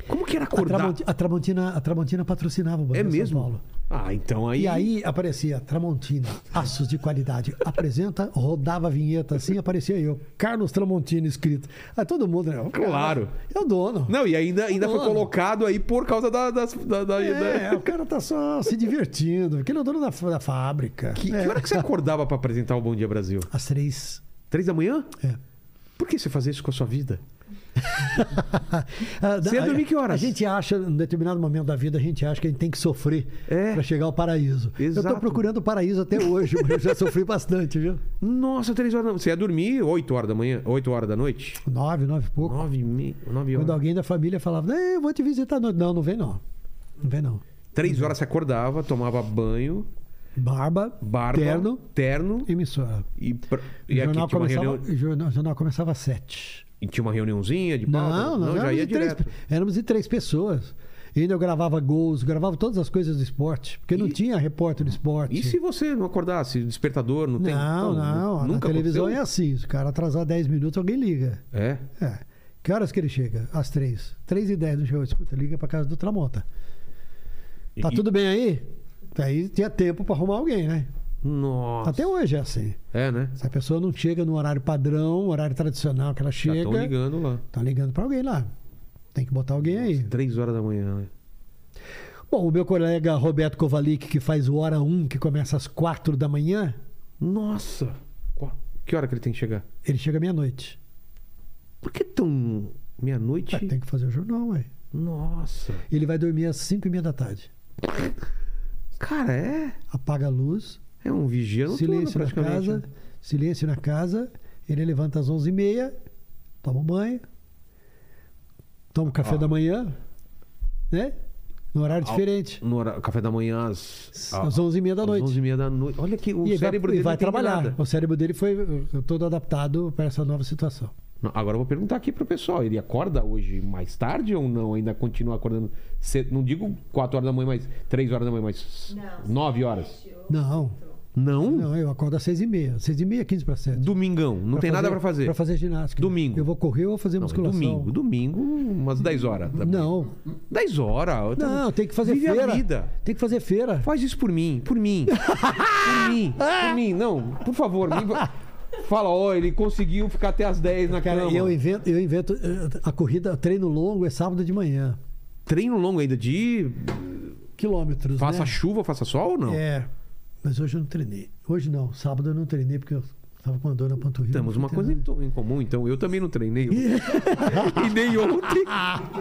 Speaker 1: Como que era
Speaker 4: A,
Speaker 1: acordar?
Speaker 4: Tramonti- a Tramontina, a Tramontina patrocinava o Bom
Speaker 1: É
Speaker 4: Dia
Speaker 1: mesmo?
Speaker 4: São Paulo.
Speaker 1: Ah, então aí.
Speaker 4: E aí aparecia Tramontina, aços de qualidade. Apresenta, rodava a vinheta assim, aparecia eu. Carlos Tramontina escrito. Aí todo mundo, né?
Speaker 1: Claro.
Speaker 4: É o dono.
Speaker 1: Não, e ainda, ainda foi
Speaker 4: Dono.
Speaker 1: colocado aí por causa da. das- da, da- né?
Speaker 4: É,
Speaker 1: da-
Speaker 4: o cara tá só se divertindo. Aquele é o dono da, fa- da fábrica.
Speaker 1: Que,
Speaker 4: É.
Speaker 1: que hora que você acordava pra apresentar o Bom Dia Brasil?
Speaker 4: Às três.
Speaker 1: Três da manhã?
Speaker 4: É.
Speaker 1: Por que você fazia isso com a sua vida?
Speaker 4: Ah,
Speaker 1: Você ia
Speaker 4: a-
Speaker 1: dormir que horas?
Speaker 4: A gente acha, em determinado momento da vida, a gente acha que a gente tem que sofrer
Speaker 1: É.
Speaker 4: pra chegar ao paraíso. Eu
Speaker 1: Exato.
Speaker 4: tô procurando o paraíso até hoje, mas eu já sofri bastante, viu?
Speaker 1: Nossa, três horas da manhã. Você ia dormir oito horas da manhã, oito horas da noite?
Speaker 4: Nove, nove e pouco.
Speaker 1: Nove, e meia, nove horas.
Speaker 4: Quando alguém da família falava, "Não, eu vou te visitar. à noite." Não, não vem não. Não vem não.
Speaker 1: Três horas você acordava, tomava banho,
Speaker 4: Barba,
Speaker 1: barba,
Speaker 4: terno,
Speaker 1: terno
Speaker 4: emissora.
Speaker 1: e, pra-
Speaker 4: O
Speaker 1: e aqui
Speaker 4: jornal,
Speaker 1: tinha uma,
Speaker 4: começava,
Speaker 1: reunião,
Speaker 4: o jornal, o jornal começava às sete.
Speaker 1: e tinha uma reuniãozinha de pauta?
Speaker 4: Não, nós
Speaker 1: já
Speaker 4: éramos,
Speaker 1: ia
Speaker 4: de três,
Speaker 1: direto.
Speaker 4: éramos de três pessoas. E ainda eu gravava gols, gravava todas as coisas do esporte. Porque não
Speaker 1: E-
Speaker 4: tinha repórter do esporte.
Speaker 1: E se você não acordasse? Despertador, não tem.
Speaker 4: Não, não. Na
Speaker 1: nunca
Speaker 4: televisão é
Speaker 1: aconteceu?
Speaker 4: assim. Se o cara atrasar 10 minutos, alguém liga.
Speaker 1: É.
Speaker 4: É. Que horas que ele chega? Às 3. 3 e 10 no show. Escuta, liga pra casa do Tramonta. Tá
Speaker 1: E-
Speaker 4: tudo bem aí? Aí tinha tempo pra arrumar alguém, né?
Speaker 1: Nossa.
Speaker 4: Até hoje é assim.
Speaker 1: É, né?
Speaker 4: Se a pessoa não chega no horário padrão, horário tradicional que ela
Speaker 1: Já
Speaker 4: chega,
Speaker 1: estão ligando lá.
Speaker 4: tá ligando pra alguém lá. Tem que botar alguém aí.
Speaker 1: Três horas da manhã, né?
Speaker 4: Bom, o meu colega Roberto Kovalik, que faz o Hora 1, que começa às 4 da manhã,
Speaker 1: Nossa! Qua- Que hora que ele tem que chegar?
Speaker 4: ele chega meia-noite.
Speaker 1: Por que tão. Meia-noite?
Speaker 4: Ué, Ah, Tem que fazer o jornal, ué.
Speaker 1: Nossa!
Speaker 4: Ele vai dormir às 5 e meia da tarde.
Speaker 1: Cara, é.
Speaker 4: Apaga a luz,
Speaker 1: É um vigia noturno,
Speaker 4: silêncio na
Speaker 1: praticamente.
Speaker 4: casa,
Speaker 1: né?
Speaker 4: silêncio na casa. Ele levanta às 11 e meia, toma um banho, toma um café
Speaker 1: Ah.
Speaker 4: da manhã, né? Num horário diferente,
Speaker 1: No hora- café da manhã às.
Speaker 4: às 11 e meia da
Speaker 1: Ah. às
Speaker 4: noite.
Speaker 1: 11 e meia da noite. Olha que o
Speaker 4: E ele vai,
Speaker 1: cérebro
Speaker 4: e
Speaker 1: dele
Speaker 4: vai
Speaker 1: não entende
Speaker 4: trabalhar.
Speaker 1: nada.
Speaker 4: O cérebro dele foi eh, todo adaptado para essa nova situação.
Speaker 1: Não, Agora eu vou perguntar aqui pro pessoal. Ele acorda hoje mais tarde ou não? Ainda continua acordando cedo? Não digo 4 horas da manhã, mas 3 horas da manhã, mas
Speaker 6: Não.
Speaker 1: 9 horas.
Speaker 4: Não,
Speaker 1: Não?
Speaker 4: não, eu acordo às 6 e meia. 6 e meia, 15 para 7.
Speaker 1: Domingão. Não tem nada pra fazer.
Speaker 4: Para fazer ginástica.
Speaker 1: Domingo.
Speaker 4: Eu vou correr ou fazer
Speaker 1: Não, é
Speaker 4: musculação.
Speaker 1: domingo. Domingo, umas 10 horas. da manhã.
Speaker 4: Não,
Speaker 1: 10 horas.
Speaker 4: não, tem que fazer
Speaker 1: Vive
Speaker 4: feira.
Speaker 1: a vida.
Speaker 4: Tem que fazer feira.
Speaker 1: Faz isso por mim, por mim. por mim, por mim. Não, por favor. me- Fala, ó, ele conseguiu ficar até as 10 na
Speaker 4: Cara,
Speaker 1: cama.
Speaker 4: eu invento, eu invento eh, a corrida, treino longo é sábado de manhã.
Speaker 1: Treino longo ainda de...
Speaker 4: Quilômetros,
Speaker 1: Faça
Speaker 4: né?
Speaker 1: chuva, faça sol ou não?
Speaker 4: É, mas hoje eu não treinei. Hoje não, sábado eu não treinei porque eu tava com uma dor na panturrilha.
Speaker 1: Temos
Speaker 4: não
Speaker 1: uma
Speaker 4: fui
Speaker 1: coisa em,
Speaker 4: treinar.
Speaker 1: to- em comum, então. Eu também não treinei. e nem ontem.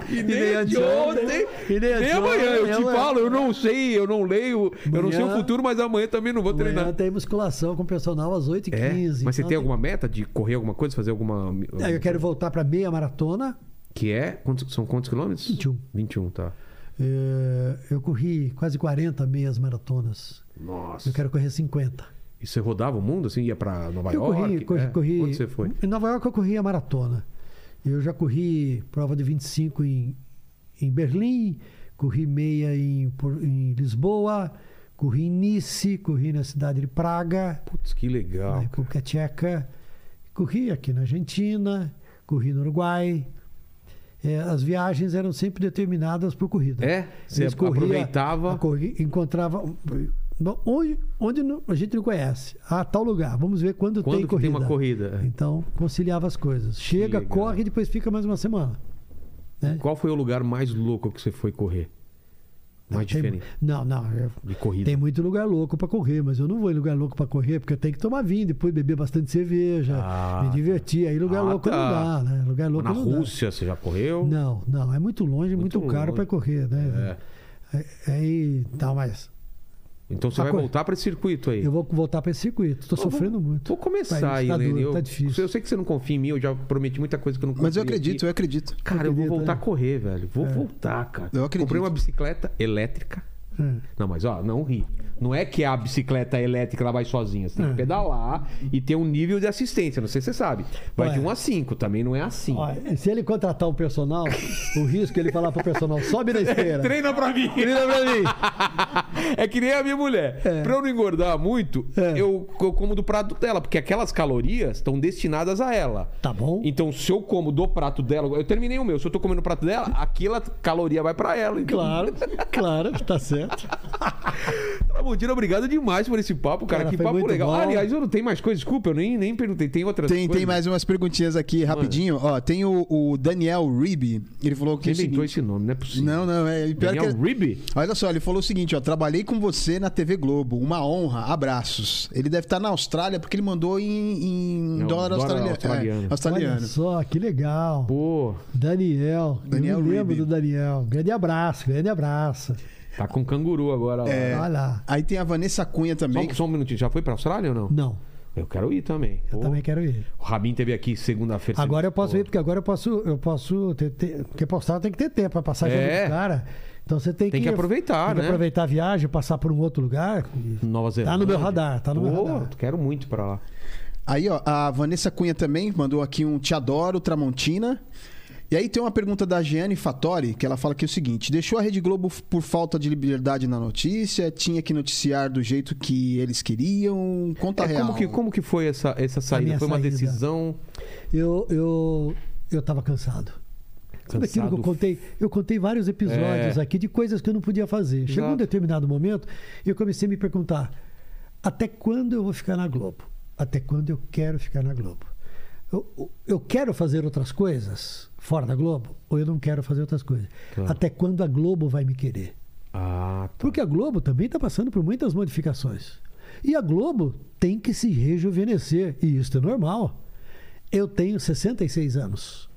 Speaker 1: E nem, de ontem.
Speaker 4: e nem
Speaker 1: nem
Speaker 4: anteontem,
Speaker 1: amanhã. Eu te
Speaker 4: eu-
Speaker 1: falo, eu não sei, eu não leio. eu não sei o
Speaker 4: Amanhã-
Speaker 1: futuro, mas amanhã também não vou
Speaker 4: Amanhã
Speaker 1: treinar.
Speaker 4: tem musculação com o personal às 8h15.
Speaker 1: É? Mas você
Speaker 4: então
Speaker 1: tem alguma meta de correr alguma coisa, fazer alguma.
Speaker 4: É, eu quero voltar para meia maratona.
Speaker 1: Que é? Quantos- são quantos quilômetros?
Speaker 4: 21.
Speaker 1: 21, tá.
Speaker 4: Eh, eu corri quase 40 meias maratonas.
Speaker 1: Nossa.
Speaker 4: Eu quero correr 50.
Speaker 1: E você rodava o mundo assim? Ia pra Nova
Speaker 4: eu
Speaker 1: York?
Speaker 4: corri, corri,
Speaker 1: É.
Speaker 4: corri-
Speaker 1: Onde você foi?
Speaker 4: Em Nova York eu corri a maratona. Eu já corri prova de 25 em, em Berlim, corri meia em, Por- em Lisboa, corri em Nice, corri na cidade de Praga,
Speaker 1: Putz, que
Speaker 4: na
Speaker 1: legal.
Speaker 4: República Tcheca, corri aqui na Argentina, corri no Uruguai. É, as viagens eram sempre determinadas por corrida.
Speaker 1: É? Você
Speaker 4: Eles corria-
Speaker 1: aproveitava.
Speaker 4: a corri- encontrava. um, Bom, onde onde não- a gente não conhece? Ah, tal lugar. Vamos ver quando,
Speaker 1: Quando que tem
Speaker 4: tem corrida.
Speaker 1: uma corrida? É.
Speaker 4: Então, conciliava as coisas. Chega,
Speaker 1: legal.
Speaker 4: corre e depois fica mais uma semana. né?
Speaker 1: Qual foi o lugar mais louco que você foi correr? Mais
Speaker 4: Tem-
Speaker 1: diferente
Speaker 4: Não, não. eu-
Speaker 1: de corrida.
Speaker 4: Tem muito lugar louco pra correr, mas eu não vou em lugar louco pra correr, porque eu tenho que tomar vinho, depois beber bastante cerveja,
Speaker 1: Ah,
Speaker 4: me divertir. Aí lugar
Speaker 1: Ah,
Speaker 4: louco
Speaker 1: tá.
Speaker 4: não dá, né? Lugar louco
Speaker 1: Na
Speaker 4: não dá.
Speaker 1: Rússia você já correu?
Speaker 4: Não, não, é muito longe,
Speaker 1: Muito
Speaker 4: muito, caro
Speaker 1: longe.
Speaker 4: pra correr, né?
Speaker 1: É.
Speaker 4: É, Aí, tá, mas
Speaker 1: Então você
Speaker 4: A
Speaker 1: vai
Speaker 4: cor-
Speaker 1: voltar pra esse circuito aí.
Speaker 4: eu vou voltar pra esse circuito. Tô
Speaker 1: Pô, vou-
Speaker 4: sofrendo muito.
Speaker 1: Vou começar
Speaker 4: Tá,
Speaker 1: aí,
Speaker 4: tá
Speaker 1: Lene.
Speaker 4: duro,
Speaker 1: Eu,
Speaker 4: tá difícil.
Speaker 1: eu sei que você não confia em mim, eu já prometi muita coisa que eu não
Speaker 2: Mas eu
Speaker 1: cumpri
Speaker 2: acredito,
Speaker 1: aqui.
Speaker 2: eu acredito.
Speaker 1: Cara, eu vou
Speaker 4: Acredito,
Speaker 1: voltar
Speaker 4: né?
Speaker 1: a correr, velho. Vou voltar, cara.
Speaker 2: Eu acredito.
Speaker 1: Comprei uma bicicleta elétrica.
Speaker 4: Hum.
Speaker 1: Não, mas ó, não ri. Não é que a bicicleta elétrica ela vai sozinha. Você tem
Speaker 4: É.
Speaker 1: que pedalar e ter um nível de assistência. Não sei se você sabe. Vai
Speaker 4: Ué.
Speaker 1: de 1 a 5, também não é assim.
Speaker 4: Ó, se ele contratar um personal, o risco é ele falar pro personal, sobe na esteira.
Speaker 1: Treina pra mim.
Speaker 4: Treina pra mim.
Speaker 1: É que nem a minha mulher. Pra eu não engordar muito,
Speaker 4: É.
Speaker 1: eu, eu como do prato dela, porque aquelas calorias estão destinadas a ela.
Speaker 4: Tá bom.
Speaker 1: Então, se eu como do prato dela, eu terminei o meu. Se eu tô comendo o prato dela, aquela caloria vai pra ela. Então,
Speaker 4: Claro, claro, tá certo.
Speaker 1: Tramontina, obrigado demais por esse papo, cara.
Speaker 4: Cara,
Speaker 1: que
Speaker 4: foi
Speaker 1: papo
Speaker 4: muito
Speaker 1: legal.
Speaker 4: bom.
Speaker 1: Ah, aliás, eu não tenho mais coisa, desculpa, eu nem, nem perguntei. Tem outras
Speaker 2: Tem,
Speaker 1: coisas?
Speaker 2: tem mais umas perguntinhas aqui rapidinho. Ó, tem o, o Daniel Ribe. Ele falou que.
Speaker 1: Quem
Speaker 2: é o
Speaker 1: inventou
Speaker 2: seguinte-
Speaker 1: esse nome? Não é possível.
Speaker 2: Não, não, é. Pior
Speaker 1: Daniel
Speaker 2: que...
Speaker 1: Ribby?
Speaker 2: Olha só, ele falou o seguinte, ó, trabalhei com você na TV Globo, uma honra, abraços. Ele deve estar na Austrália porque ele mandou em, em
Speaker 1: Não,
Speaker 2: dólar,
Speaker 1: dólar
Speaker 2: australia-
Speaker 1: australiano.
Speaker 2: é, australiano.
Speaker 4: Olha só, que legal.
Speaker 1: Pô,
Speaker 4: Daniel,
Speaker 2: Daniel
Speaker 4: eu me lembro
Speaker 2: Ribe.
Speaker 4: do Daniel. Grande abraço, grande abraço.
Speaker 1: tá com canguru agora. lá.
Speaker 2: É.
Speaker 4: Olha lá.
Speaker 2: Aí tem a Vanessa Cunha também.
Speaker 1: Só, só um minutinho, já foi pra Austrália ou não?
Speaker 4: Não,
Speaker 1: Eu quero ir também. Pô,
Speaker 4: eu também quero ir.
Speaker 1: O Rabin teve aqui segunda-feira.
Speaker 4: Agora eu posso
Speaker 1: Pô.
Speaker 4: ir, porque agora eu posso. Eu posso ter, ter, porque postar tem que ter tempo para passar de
Speaker 1: É.
Speaker 4: outro cara. Então você tem,
Speaker 1: Tem que aproveitar,
Speaker 4: tem que
Speaker 1: né?
Speaker 4: aproveitar a viagem, passar por um outro lugar.
Speaker 1: Nova Zelândia.
Speaker 4: meu radar, tá no meu radar.
Speaker 1: Quero muito pra lá.
Speaker 2: Aí, ó, a Vanessa Cunha também mandou aqui um Te Adoro, Tramontina. E aí tem uma pergunta da Giane Fattori, que ela fala que é o seguinte: deixou a Rede Globo por falta de liberdade na notícia, tinha que noticiar do jeito que eles queriam. Conta
Speaker 1: É,
Speaker 2: real.
Speaker 1: como, que, como que foi essa, essa saída?
Speaker 4: Tá minha
Speaker 1: Foi uma
Speaker 4: saída.
Speaker 1: decisão.
Speaker 4: Eu, eu, eu tava cansado. Sabe aquilo que eu
Speaker 1: Cansado,
Speaker 4: contei? Eu contei vários episódios
Speaker 1: É.
Speaker 4: aqui de coisas que eu não podia fazer. Chegou um
Speaker 1: Exato.
Speaker 4: determinado momento e eu comecei a me perguntar: até quando eu vou ficar na Globo? Até quando eu quero ficar na Globo? Eu, eu- eu quero fazer outras coisas fora da Globo ou eu não quero fazer outras coisas?
Speaker 1: Claro.
Speaker 4: Até quando a Globo vai me querer?
Speaker 1: Ah, tá.
Speaker 4: Porque a Globo também está passando por muitas modificações. E a Globo tem que se rejuvenescer, e isso é normal. Eu tenho 66 anos.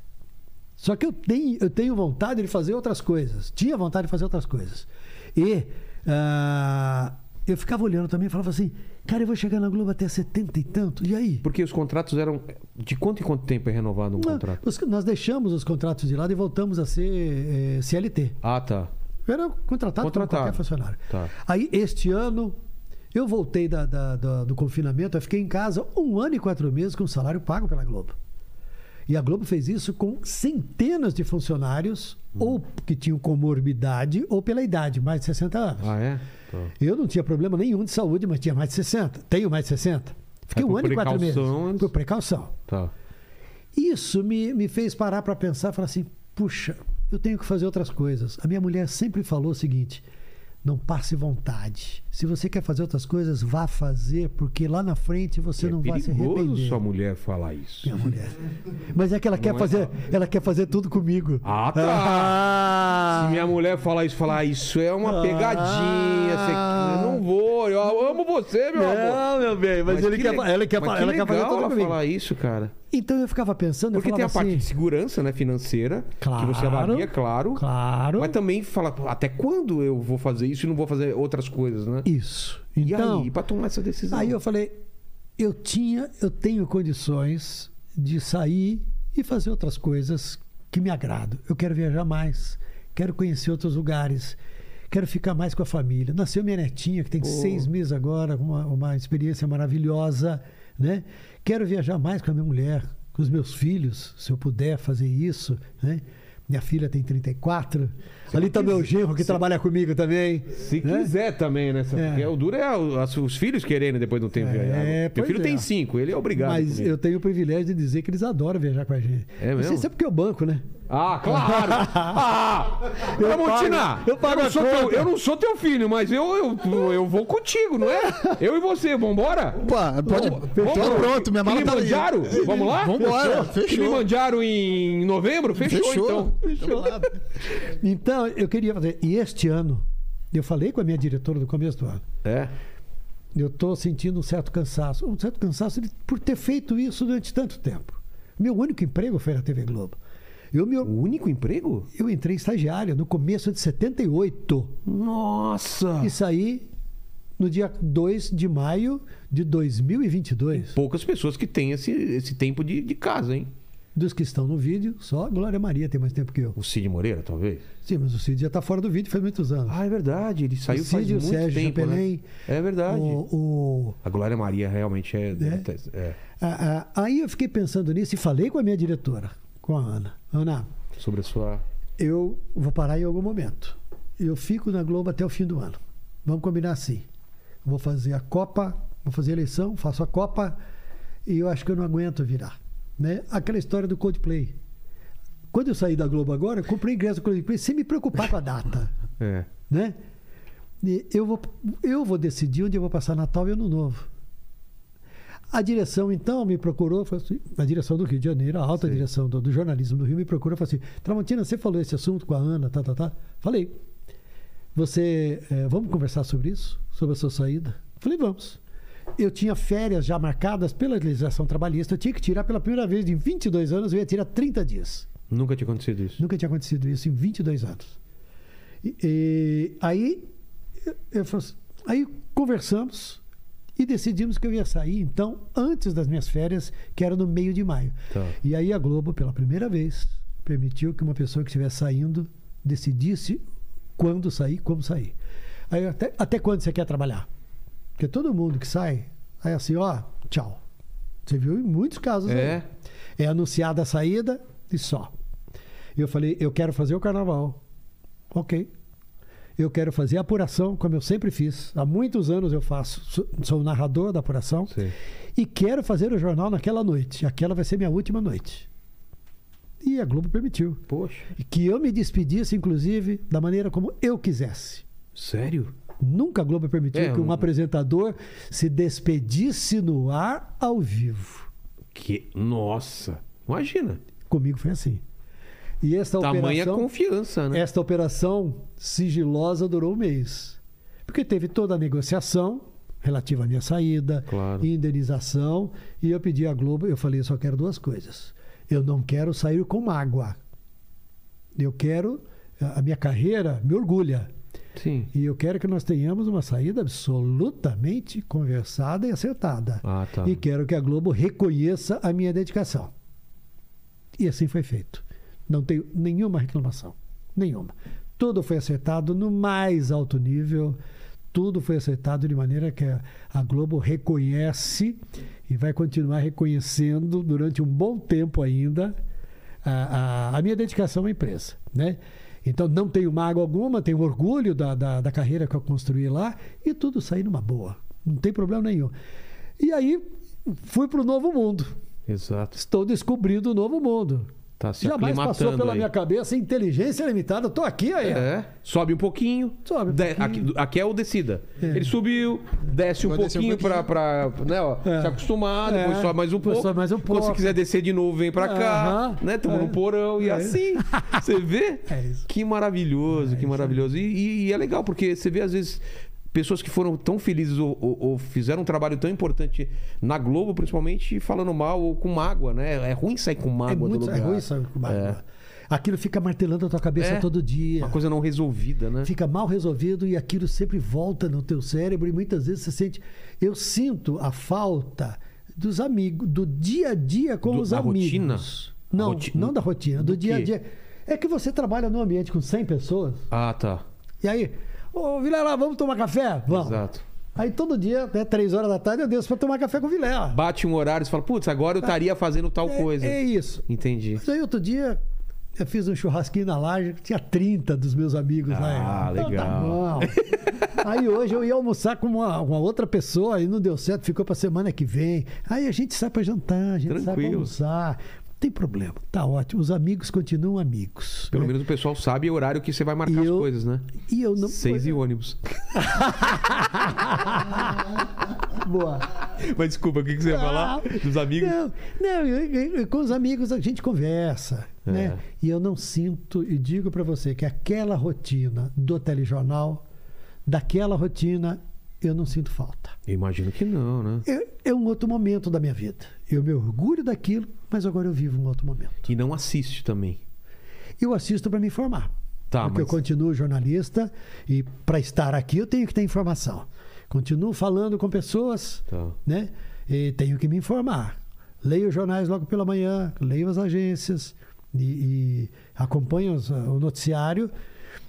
Speaker 4: Só que eu tenho, eu tenho vontade de fazer outras coisas. Tinha vontade de fazer outras coisas. E ah, eu ficava olhando também e falava assim: cara, eu vou chegar na Globo até 70 e tanto. E aí?
Speaker 1: Porque os contratos eram. De quanto em quanto tempo é renovado um
Speaker 4: Não,
Speaker 1: contrato?
Speaker 4: os- nós deixamos os contratos de lado e voltamos a ser eh, CLT.
Speaker 1: Ah, tá.
Speaker 4: Eu era contratado, como
Speaker 1: Contratado.
Speaker 4: qualquer funcionário.
Speaker 1: Tá.
Speaker 4: Aí, este ano, eu voltei da- da- da- do confinamento, eu fiquei em casa um ano e quatro meses com salário pago pela Globo. E a Globo fez isso com centenas de funcionários,
Speaker 1: Hum.
Speaker 4: ou que tinham comorbidade, ou pela idade, mais de 60 anos.
Speaker 1: Ah, é? Tá.
Speaker 4: Eu não tinha problema nenhum de saúde, mas tinha mais de 60. Tenho mais de 60. Fiquei
Speaker 1: Mas
Speaker 4: um
Speaker 1: por
Speaker 4: ano e quatro meses.
Speaker 1: precaução antes.
Speaker 4: Por precaução.
Speaker 1: Tá.
Speaker 4: Isso me, me fez parar para pensar, falar assim, puxa, eu tenho que fazer outras coisas. A minha mulher sempre falou o seguinte, não passe vontade. Se você quer fazer outras coisas, vá fazer, porque lá na frente você
Speaker 1: é
Speaker 4: não vai se
Speaker 1: perigoso
Speaker 4: arrepender.
Speaker 1: sua mulher falar isso.
Speaker 4: Minha mulher. Mas é que ela quer
Speaker 1: é
Speaker 4: fazer, ela quer fazer tudo comigo.
Speaker 1: Ah,
Speaker 4: Ah!
Speaker 1: tá. Se minha mulher falar isso, falar "Ah, isso é uma pegadinha. você- Eu não vou. Eu amo você, meu amor.
Speaker 4: Não, meu bem, mas, ele
Speaker 1: que
Speaker 4: quer,
Speaker 1: le-
Speaker 4: ela quer,
Speaker 1: mas
Speaker 4: fa-
Speaker 1: que
Speaker 4: ela quer fazer
Speaker 1: legal
Speaker 4: tudo
Speaker 1: ela
Speaker 4: comigo.
Speaker 1: falar isso, cara.
Speaker 4: Então eu ficava pensando, eu
Speaker 1: Porque tem a
Speaker 4: falava
Speaker 1: parte de
Speaker 4: assim,
Speaker 1: segurança, né, financeira, que você
Speaker 4: Claro,
Speaker 1: avalia, claro.
Speaker 4: claro.
Speaker 1: Mas também fala, "Pô, até quando eu vou fazer isso e não vou fazer outras coisas, né?
Speaker 4: Isso.
Speaker 1: E
Speaker 4: Então,
Speaker 1: aí, pra tomar essa decisão.
Speaker 4: Aí eu falei, eu tinha, eu tenho condições de sair e fazer outras coisas que me agradam. Eu quero viajar mais, quero conhecer outros lugares, quero ficar mais com a família. Nasceu minha netinha, que tem seis meses agora, uma, uma experiência maravilhosa, né? Quero viajar mais com a minha mulher, com os meus filhos, se eu puder fazer isso, né? Minha filha tem 34. Ali está meu genro que trabalha comigo também.
Speaker 1: Se
Speaker 4: né?
Speaker 1: quiser também, né? Sam?
Speaker 4: É.
Speaker 1: Porque o duro é o- as- os filhos quererem depois um não tem
Speaker 4: É,
Speaker 1: Meu
Speaker 4: pois
Speaker 1: filho
Speaker 4: é.
Speaker 1: tem cinco, ele é obrigado.
Speaker 4: Mas
Speaker 1: comigo.
Speaker 4: eu tenho o privilégio de dizer que eles adoram viajar com a gente.
Speaker 1: É
Speaker 4: Não sei
Speaker 1: mesmo?
Speaker 4: se é porque eu banco, né?
Speaker 1: Ah, claro! Ah! Tramontina!
Speaker 4: pago- eu pago
Speaker 1: não
Speaker 4: a
Speaker 1: sou teu,
Speaker 4: conta.
Speaker 1: eu não sou teu filho, mas eu, eu, eu vou contigo, não é? Eu e você, vambora?
Speaker 2: Opa, pode.
Speaker 1: Vamos-
Speaker 2: Tô
Speaker 1: vamos-
Speaker 2: pronto, minha mala tá ali.
Speaker 1: Kilimanjaro? Vamos lá?
Speaker 2: Vambora, fechou.
Speaker 1: Kilimanjaro em novembro? Fechou, então.
Speaker 2: Fechou. Tamo lá.
Speaker 4: Então, eu queria fazer. E este ano, eu falei com a minha diretora no começo do ano.
Speaker 1: É.
Speaker 4: Eu estou sentindo um certo cansaço. Um certo cansaço de- por ter feito isso durante tanto tempo. Meu único emprego foi na TV Globo. Eu, me,
Speaker 1: O único emprego?
Speaker 4: eu entrei estagiário no começo de 78.
Speaker 1: Nossa!
Speaker 4: E saí no dia 2 de maio de 2022.
Speaker 1: Poucas pessoas que têm esse, esse tempo de, de casa, hein?
Speaker 4: Dos que estão no vídeo, só a Glória Maria tem mais tempo que eu.
Speaker 1: O Cid Moreira, talvez?
Speaker 4: Sim, mas o Cid já tá fora do vídeo faz muitos anos.
Speaker 1: Ah, é verdade. Ele saiu
Speaker 4: o Cid, o
Speaker 1: faz muito
Speaker 4: Sérgio
Speaker 1: tempo, né?
Speaker 4: Chapelém,
Speaker 1: É verdade.
Speaker 4: o, o-
Speaker 1: A Glória Maria realmente é... é.
Speaker 4: a- a- aí eu fiquei pensando nisso e falei com a minha diretora, com a Ana. Ana,
Speaker 1: sobre a sua...
Speaker 4: eu vou parar em algum momento. Eu fico na Globo até o fim do ano. Vamos combinar assim. Vou fazer a Copa, vou fazer a eleição, faço a Copa e eu acho que eu não aguento virar. Né? Aquela história do Coldplay. Quando eu saí da Globo agora, eu comprei ingresso do Coldplay sem me preocupar com a data.
Speaker 1: É.
Speaker 4: Né? E Eu vou, eu vou decidir onde eu vou passar Natal e Ano Novo. A direção, então, me procurou, falou assim, a direção do Rio de Janeiro, a alta
Speaker 1: Sim.
Speaker 4: direção do, do jornalismo do Rio, me procurou e falou assim: Tramontina, você falou esse assunto com a Ana, tá, tá, tá? Falei. Você, eh, vamos conversar sobre isso? Sobre a sua saída? Falei, vamos. Eu tinha férias já marcadas pela legislação trabalhista, eu tinha que tirar pela primeira vez em 22 anos, eu ia tirar 30 dias.
Speaker 1: Nunca tinha acontecido isso.
Speaker 4: Nunca tinha acontecido isso em 22 anos. E, e aí, eu- eu falo assim, aí conversamos e decidimos que eu ia sair, então, antes das minhas férias, que era no meio de maio.
Speaker 1: Tá.
Speaker 4: E aí a Globo, pela primeira vez, permitiu que uma pessoa que estivesse saindo decidisse quando sair, como sair. Aí, eu, até, até quando você quer trabalhar? Porque todo mundo que sai, aí assim, ó, tchau. Você viu em muitos casos
Speaker 1: É.
Speaker 4: aí. É anunciada a saída e só. Eu falei, eu quero fazer o carnaval. Ok. Eu quero fazer a apuração, como eu sempre fiz. Há muitos anos eu faço. Sou, sou o narrador da apuração.
Speaker 1: Sei.
Speaker 4: E quero fazer o jornal naquela noite. Aquela vai ser minha última noite. E a Globo permitiu.
Speaker 1: Poxa.
Speaker 4: E Que eu me despedisse, inclusive, da maneira como eu quisesse.
Speaker 1: Sério?
Speaker 4: Nunca a Globo permitiu
Speaker 1: É,
Speaker 4: que um
Speaker 1: um-
Speaker 4: apresentador se despedisse no ar ao vivo.
Speaker 1: Que... Nossa. Imagina.
Speaker 4: Comigo foi assim. E essa
Speaker 1: Tamanha
Speaker 4: operação,
Speaker 1: confiança, né?
Speaker 4: esta operação sigilosa durou um mês. Porque teve toda a negociação relativa à minha saída,
Speaker 1: Claro.
Speaker 4: indenização, e eu pedi à Globo, eu falei, eu só quero duas coisas. Eu não quero sair com mágoa. Eu quero a a minha carreira me orgulha.
Speaker 1: Sim.
Speaker 4: E eu quero que nós tenhamos uma saída absolutamente conversada e acertada.
Speaker 1: Ah, tá.
Speaker 4: E quero que a Globo reconheça a minha dedicação. E assim foi feito. Não tenho nenhuma reclamação. Nenhuma. Tudo foi acertado no mais alto nível. Tudo foi acertado de maneira que a- a Globo reconhece e vai continuar reconhecendo durante um bom tempo ainda a, a- a minha dedicação à empresa. Né? Então não tenho mágoa alguma, tenho orgulho da, da, da carreira que eu construí lá e tudo saiu numa boa. Não tem problema nenhum. E aí fui para o novo mundo.
Speaker 1: Exato.
Speaker 4: Estou descobrindo o novo mundo.
Speaker 1: Tá se
Speaker 4: Jamais passou
Speaker 1: aclimatando
Speaker 4: pela
Speaker 1: aí.
Speaker 4: minha cabeça inteligência limitada. Estou aqui aí. ó.
Speaker 1: É. Sobe um pouquinho.
Speaker 4: Sobe um
Speaker 1: de-
Speaker 4: pouquinho.
Speaker 1: Aqui, aqui é o descida.
Speaker 4: É.
Speaker 1: Ele subiu, desce um
Speaker 2: Vou descer um
Speaker 1: pouquinho, para pra, pra, né, ó,
Speaker 4: É.
Speaker 1: se acostumar, depois
Speaker 4: É.
Speaker 1: sobe mais um
Speaker 4: Depois
Speaker 1: pouco.
Speaker 4: sobe mais um
Speaker 1: Quando você
Speaker 4: pouco.
Speaker 1: quiser descer de novo, vem pra cá,
Speaker 4: Aham.
Speaker 1: né? Tamo
Speaker 4: É.
Speaker 1: no porão e
Speaker 4: É.
Speaker 1: assim. Você vê?
Speaker 4: É isso. É
Speaker 1: Que maravilhoso, que maravilhoso. E, e- e é legal, porque você vê, às vezes, pessoas que foram tão felizes ou, ou- ou fizeram um trabalho tão importante na Globo, principalmente, falando mal ou com mágoa, né? É ruim sair com mágoa
Speaker 4: É
Speaker 1: do
Speaker 4: muito é
Speaker 1: lugar.
Speaker 4: ruim sabe, Magno? Aquilo fica martelando a tua cabeça
Speaker 1: É.
Speaker 4: todo dia.
Speaker 1: Uma coisa não resolvida, né?
Speaker 4: Fica mal resolvido e aquilo sempre volta no teu cérebro e muitas vezes você sente. Eu sinto a falta dos amigos, do dia a dia com
Speaker 1: Do-
Speaker 4: os
Speaker 1: da
Speaker 4: amigos.
Speaker 1: rotina?
Speaker 4: Não,
Speaker 1: Roti-
Speaker 4: não da rotina, do,
Speaker 1: do
Speaker 4: dia a
Speaker 1: quê?
Speaker 4: dia. É que você trabalha num ambiente com 100 pessoas
Speaker 1: Ah, tá.
Speaker 4: e aí, ô Vilela, vamos tomar café? Vamos.
Speaker 1: Exato.
Speaker 4: Aí todo dia, até três horas da tarde, eu desço pra tomar café com o Vilela.
Speaker 1: bate um horário e você fala, putz, agora eu estaria fazendo tal
Speaker 4: É-
Speaker 1: coisa.
Speaker 4: é isso.
Speaker 1: Entendi.
Speaker 4: Mas aí outro dia eu fiz um churrasquinho na laje, tinha 30 dos meus amigos lá.
Speaker 1: Ah,
Speaker 4: Então tá
Speaker 1: legal.
Speaker 4: bom. aí hoje eu ia almoçar com uma, uma outra pessoa e não deu certo, ficou pra semana que vem. Aí a gente sai pra jantar, a gente sai pra
Speaker 1: Tranquilo.
Speaker 4: almoçar. Não tem problema, tá ótimo. Os amigos continuam amigos.
Speaker 1: Pelo
Speaker 4: né?
Speaker 1: menos o pessoal sabe o horário que você vai marcar
Speaker 4: E eu-
Speaker 1: as coisas, né?
Speaker 4: E eu não. Tá
Speaker 1: Seis e ônibus.
Speaker 4: Boa.
Speaker 1: Mas desculpa, o que, que você ia falar dos amigos?
Speaker 4: Não, não eu- eu- eu- com os amigos a gente conversa,
Speaker 1: É.
Speaker 4: né? E eu não sinto, e digo pra você que aquela rotina do telejornal, daquela rotina, eu não sinto falta.
Speaker 1: Eu imagino que não, né?
Speaker 4: É, é um outro momento da minha vida. Eu me orgulho daquilo, mas agora eu vivo um outro momento.
Speaker 1: E não assiste também.
Speaker 4: Eu assisto pra me informar.
Speaker 1: Tá,
Speaker 4: porque eu
Speaker 1: mas-
Speaker 4: continuo jornalista e pra estar aqui eu tenho que ter informação. Continuo falando com pessoas
Speaker 1: Tá.
Speaker 4: né? E tenho que me informar. Leio os jornais logo pela manhã, leio as agências e, e acompanho os- o noticiário,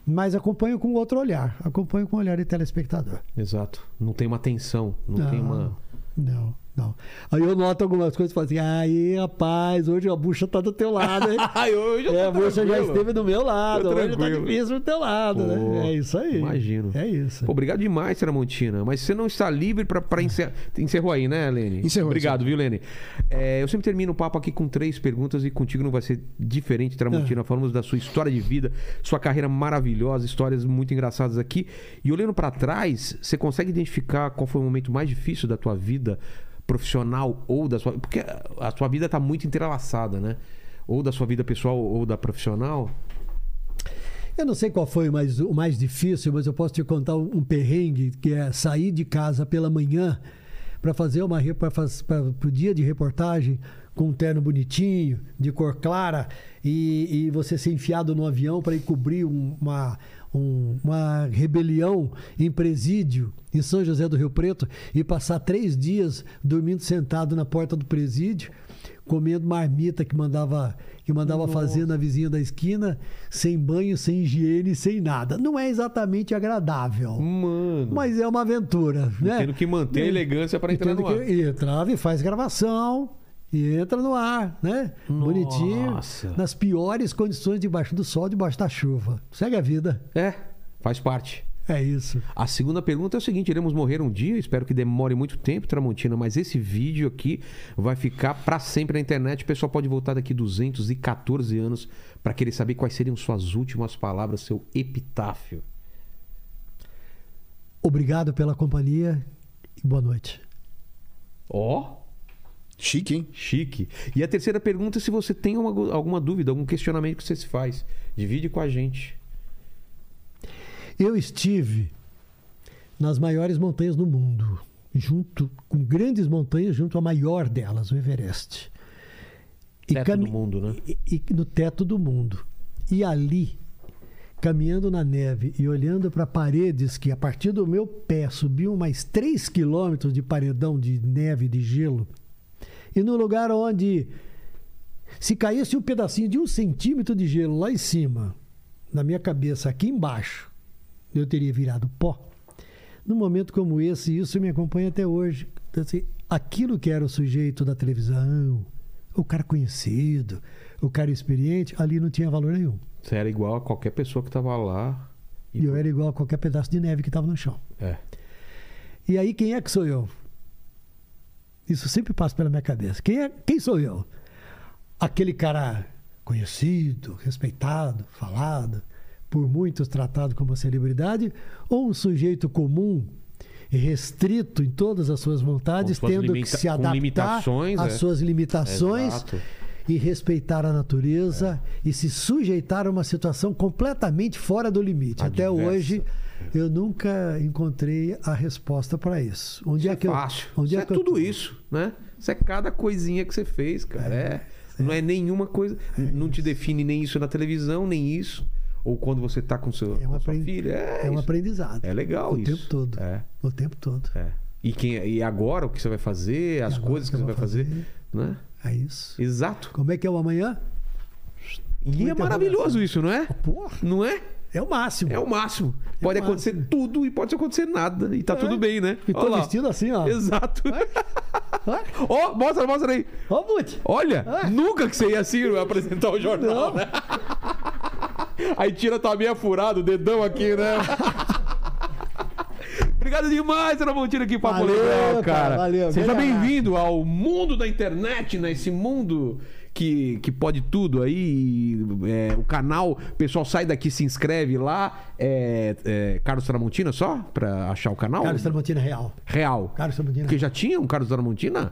Speaker 4: mas acompanho com outro olhar. Acompanho com o olhar de telespectador.
Speaker 1: Exato. Não tem uma tensão, não, tem uma.
Speaker 4: Não, não. Aí eu noto algumas coisas e falo assim: aí, rapaz, hoje a bucha tá do teu lado, hein?
Speaker 1: Ai, hoje
Speaker 4: É, a bucha já esteve do meu lado,
Speaker 1: Tô
Speaker 4: hoje tá
Speaker 1: tranquilo.
Speaker 4: difícil do teu lado,
Speaker 1: Pô,
Speaker 4: né? É isso aí.
Speaker 1: imagino.
Speaker 4: É isso.
Speaker 1: Pô, obrigado demais, Tramontina. Mas você não está livre para encerrar. Encerrou aí, né, Lene?
Speaker 2: Encerrou,
Speaker 1: Obrigado, viu, Lene? É, eu sempre termino o papo aqui com três perguntas e contigo não vai ser diferente,
Speaker 4: É.
Speaker 1: Tramontina. Falamos da sua história de vida, sua carreira maravilhosa, histórias muito engraçadas aqui. E olhando para trás, você consegue identificar qual foi o momento mais difícil da tua vida profissional ou da sua. Porque a sua vida tá muito entrelaçada, né? Ou da sua vida pessoal ou da profissional.
Speaker 4: Eu não sei qual foi o mais, o mais difícil, mas eu posso te contar um, um perrengue que é sair de casa pela manhã para fazer uma para o dia de reportagem com um terno bonitinho, de cor clara, e, e você ser enfiado no avião para ir cobrir um- uma, um- uma rebelião em presídio em São José do Rio Preto e passar três dias dormindo sentado na porta do presídio comendo marmita que mandava que mandava fazer na vizinha da esquina, sem banho, sem higiene, sem nada. Não é exatamente agradável,
Speaker 1: Mano.
Speaker 4: mas é uma aventura, né?
Speaker 1: Hum. Tendo que manter a elegância para entrar
Speaker 4: Tendo
Speaker 1: no
Speaker 4: que-
Speaker 1: ar.
Speaker 4: Entrava e faz gravação e entra no ar, né? Bonitinho,
Speaker 1: Nossa.
Speaker 4: nas piores condições debaixo do sol, debaixo da chuva. Segue a vida.
Speaker 1: É, faz parte.
Speaker 4: É isso.
Speaker 1: A segunda pergunta é o seguinte: iremos morrer um dia, espero que demore muito tempo, Tramontina, mas esse vídeo aqui vai ficar pra sempre na internet. O pessoal pode voltar daqui 214 anos pra querer saber quais seriam suas últimas palavras, seu epitáfio.
Speaker 4: Obrigado pela companhia e boa noite.
Speaker 1: Ó,
Speaker 2: Chique, hein?
Speaker 1: chique. E a terceira pergunta é se você tem uma- alguma dúvida, algum questionamento que você se faz. Divide com a gente.
Speaker 4: Eu estive nas maiores montanhas do mundo, junto com grandes montanhas, junto à maior delas, o Everest.
Speaker 1: Teto
Speaker 4: cami-
Speaker 1: do mundo, né?
Speaker 4: e- e no teto do mundo. E ali, caminhando na neve e olhando para paredes que a partir do meu pé subiam mais 3 quilômetros de paredão de neve e de gelo, e no lugar onde se caísse um pedacinho de um centímetro de gelo lá em cima, na minha cabeça, aqui embaixo, eu teria virado pó. Num momento como esse, isso me acompanha até hoje. Então, assim, aquilo que era o sujeito da televisão, o cara conhecido, o cara experiente, ali não tinha valor nenhum.
Speaker 1: Você era igual a qualquer pessoa que tava lá.
Speaker 4: E eu era igual a qualquer pedaço de neve que estava no chão.
Speaker 1: É.
Speaker 4: E aí, quem é que sou eu? Isso sempre passa pela minha cabeça. Quem, é, quem sou eu? Aquele cara conhecido, respeitado, falado, por muitos tratado como uma celebridade, ou um sujeito comum, restrito em todas as suas vontades,
Speaker 1: Com suas
Speaker 4: tendo
Speaker 1: limita-
Speaker 4: que se
Speaker 1: com
Speaker 4: adaptar
Speaker 1: limitações,
Speaker 4: às
Speaker 1: é.
Speaker 4: suas limitações
Speaker 1: Exato.
Speaker 4: e respeitar a natureza e se sujeitar a uma situação completamente fora do limite. Até
Speaker 1: Adversa.
Speaker 4: hoje eu nunca encontrei a resposta para isso. Onde é, que eu
Speaker 1: fácil.
Speaker 4: onde
Speaker 1: isso é,
Speaker 4: que eu-
Speaker 1: tudo isso, né? Isso é cada coisinha que você fez, cara. É. Não é nenhuma coisa. não te define nem isso na televisão, nem isso. Ou quando você tá com, seu,
Speaker 4: É um,
Speaker 1: com sua
Speaker 4: apren-
Speaker 1: filha. É,
Speaker 4: é um
Speaker 1: isso.
Speaker 4: aprendizado.
Speaker 1: É legal
Speaker 4: o
Speaker 1: isso.
Speaker 4: tempo todo.
Speaker 1: É,
Speaker 4: O tempo todo.
Speaker 1: é. E, quem, e agora o que você vai fazer, as
Speaker 4: agora
Speaker 1: coisas
Speaker 4: o
Speaker 1: que
Speaker 4: que
Speaker 1: você vai
Speaker 4: eu vou
Speaker 1: fazer.
Speaker 4: fazer?
Speaker 1: né?
Speaker 4: É isso.
Speaker 1: Exato.
Speaker 4: Como é que é o amanhã?
Speaker 1: E é
Speaker 4: Muita
Speaker 1: maravilhoso isso, não é?
Speaker 4: Porra,
Speaker 1: Não é?
Speaker 4: é o máximo.
Speaker 1: É o máximo. Pode
Speaker 4: o É.
Speaker 1: acontecer tudo e pode acontecer nada. E tá tudo bem, né?
Speaker 4: E tô
Speaker 1: Olha lá.
Speaker 4: vestido assim, ó.
Speaker 1: Exato.
Speaker 4: Ó,
Speaker 1: Ó, mostra, mostra aí.
Speaker 4: Ó, Buti.
Speaker 1: Olha, nunca que você ia assim apresentar o jornal,
Speaker 4: É. Não.
Speaker 1: né? Aí tira tua meia furada, o dedão aqui, né? Obrigado demais, Tramontina, aqui, papo
Speaker 4: Valeu,
Speaker 1: legal,
Speaker 4: cara,
Speaker 1: cara.
Speaker 4: valeu.
Speaker 1: Seja
Speaker 4: Grande abraço.
Speaker 1: bem-vindo ao mundo da internet, né? Esse mundo que, que pode tudo aí. e, é, o canal, o pessoal sai daqui, se inscreve lá. É, é, Carlos Tramontina só? Pra achar o canal?
Speaker 4: Carlos Tramontina é Real.
Speaker 1: Real.
Speaker 4: Carlos Tramontina.
Speaker 1: Porque já tinha um Carlos Tramontina?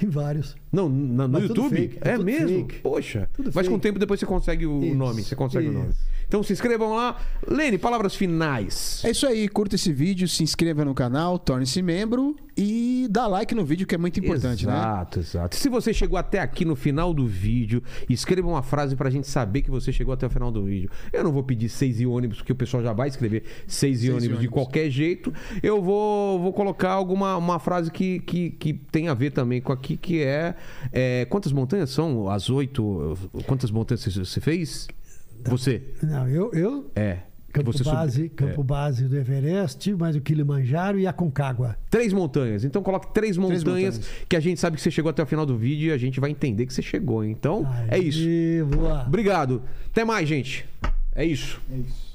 Speaker 4: Tem vários.
Speaker 1: Não, na- no
Speaker 4: Mas tudo
Speaker 1: YouTube?
Speaker 4: fake, é
Speaker 1: é
Speaker 4: tudo
Speaker 1: mesmo?
Speaker 4: fake.
Speaker 1: Poxa.
Speaker 4: Tudo
Speaker 1: Mas com o
Speaker 4: fake.
Speaker 1: tempo depois você consegue o
Speaker 4: Isso,
Speaker 1: nome. Você consegue o nome.
Speaker 4: isso.
Speaker 1: Então se inscrevam lá. Lene, palavras finais.
Speaker 2: É isso aí, curta esse vídeo, se inscreva no canal, torne-se membro e dá like no vídeo que é muito importante, né?
Speaker 1: exato, exato. Se você chegou até aqui no final do vídeo, escreva uma frase pra gente saber que você chegou até o final do vídeo. Eu não vou pedir seis e ônibus, porque o pessoal já vai escrever seis e ônibus de
Speaker 2: ônibus.
Speaker 1: qualquer jeito. Eu vou, vou colocar alguma uma frase que, que, que tem a ver também com aqui, que é É, quantas montanhas são? As oito? Quantas montanhas você- você fez? Você?
Speaker 4: Não, eu, eu
Speaker 1: É. que
Speaker 4: Campo,
Speaker 1: você subiu.
Speaker 4: base, campo
Speaker 1: É.
Speaker 4: base do Everest, mais o Kilimanjaro e a Concagua.
Speaker 1: Três montanhas. Então coloque três montanhas,
Speaker 2: montanhas.
Speaker 1: que a gente sabe que você chegou até o final do vídeo e a gente vai entender que você chegou. Então, é isso.
Speaker 4: Boa.
Speaker 1: Obrigado. Até mais, gente. É isso.
Speaker 2: É isso.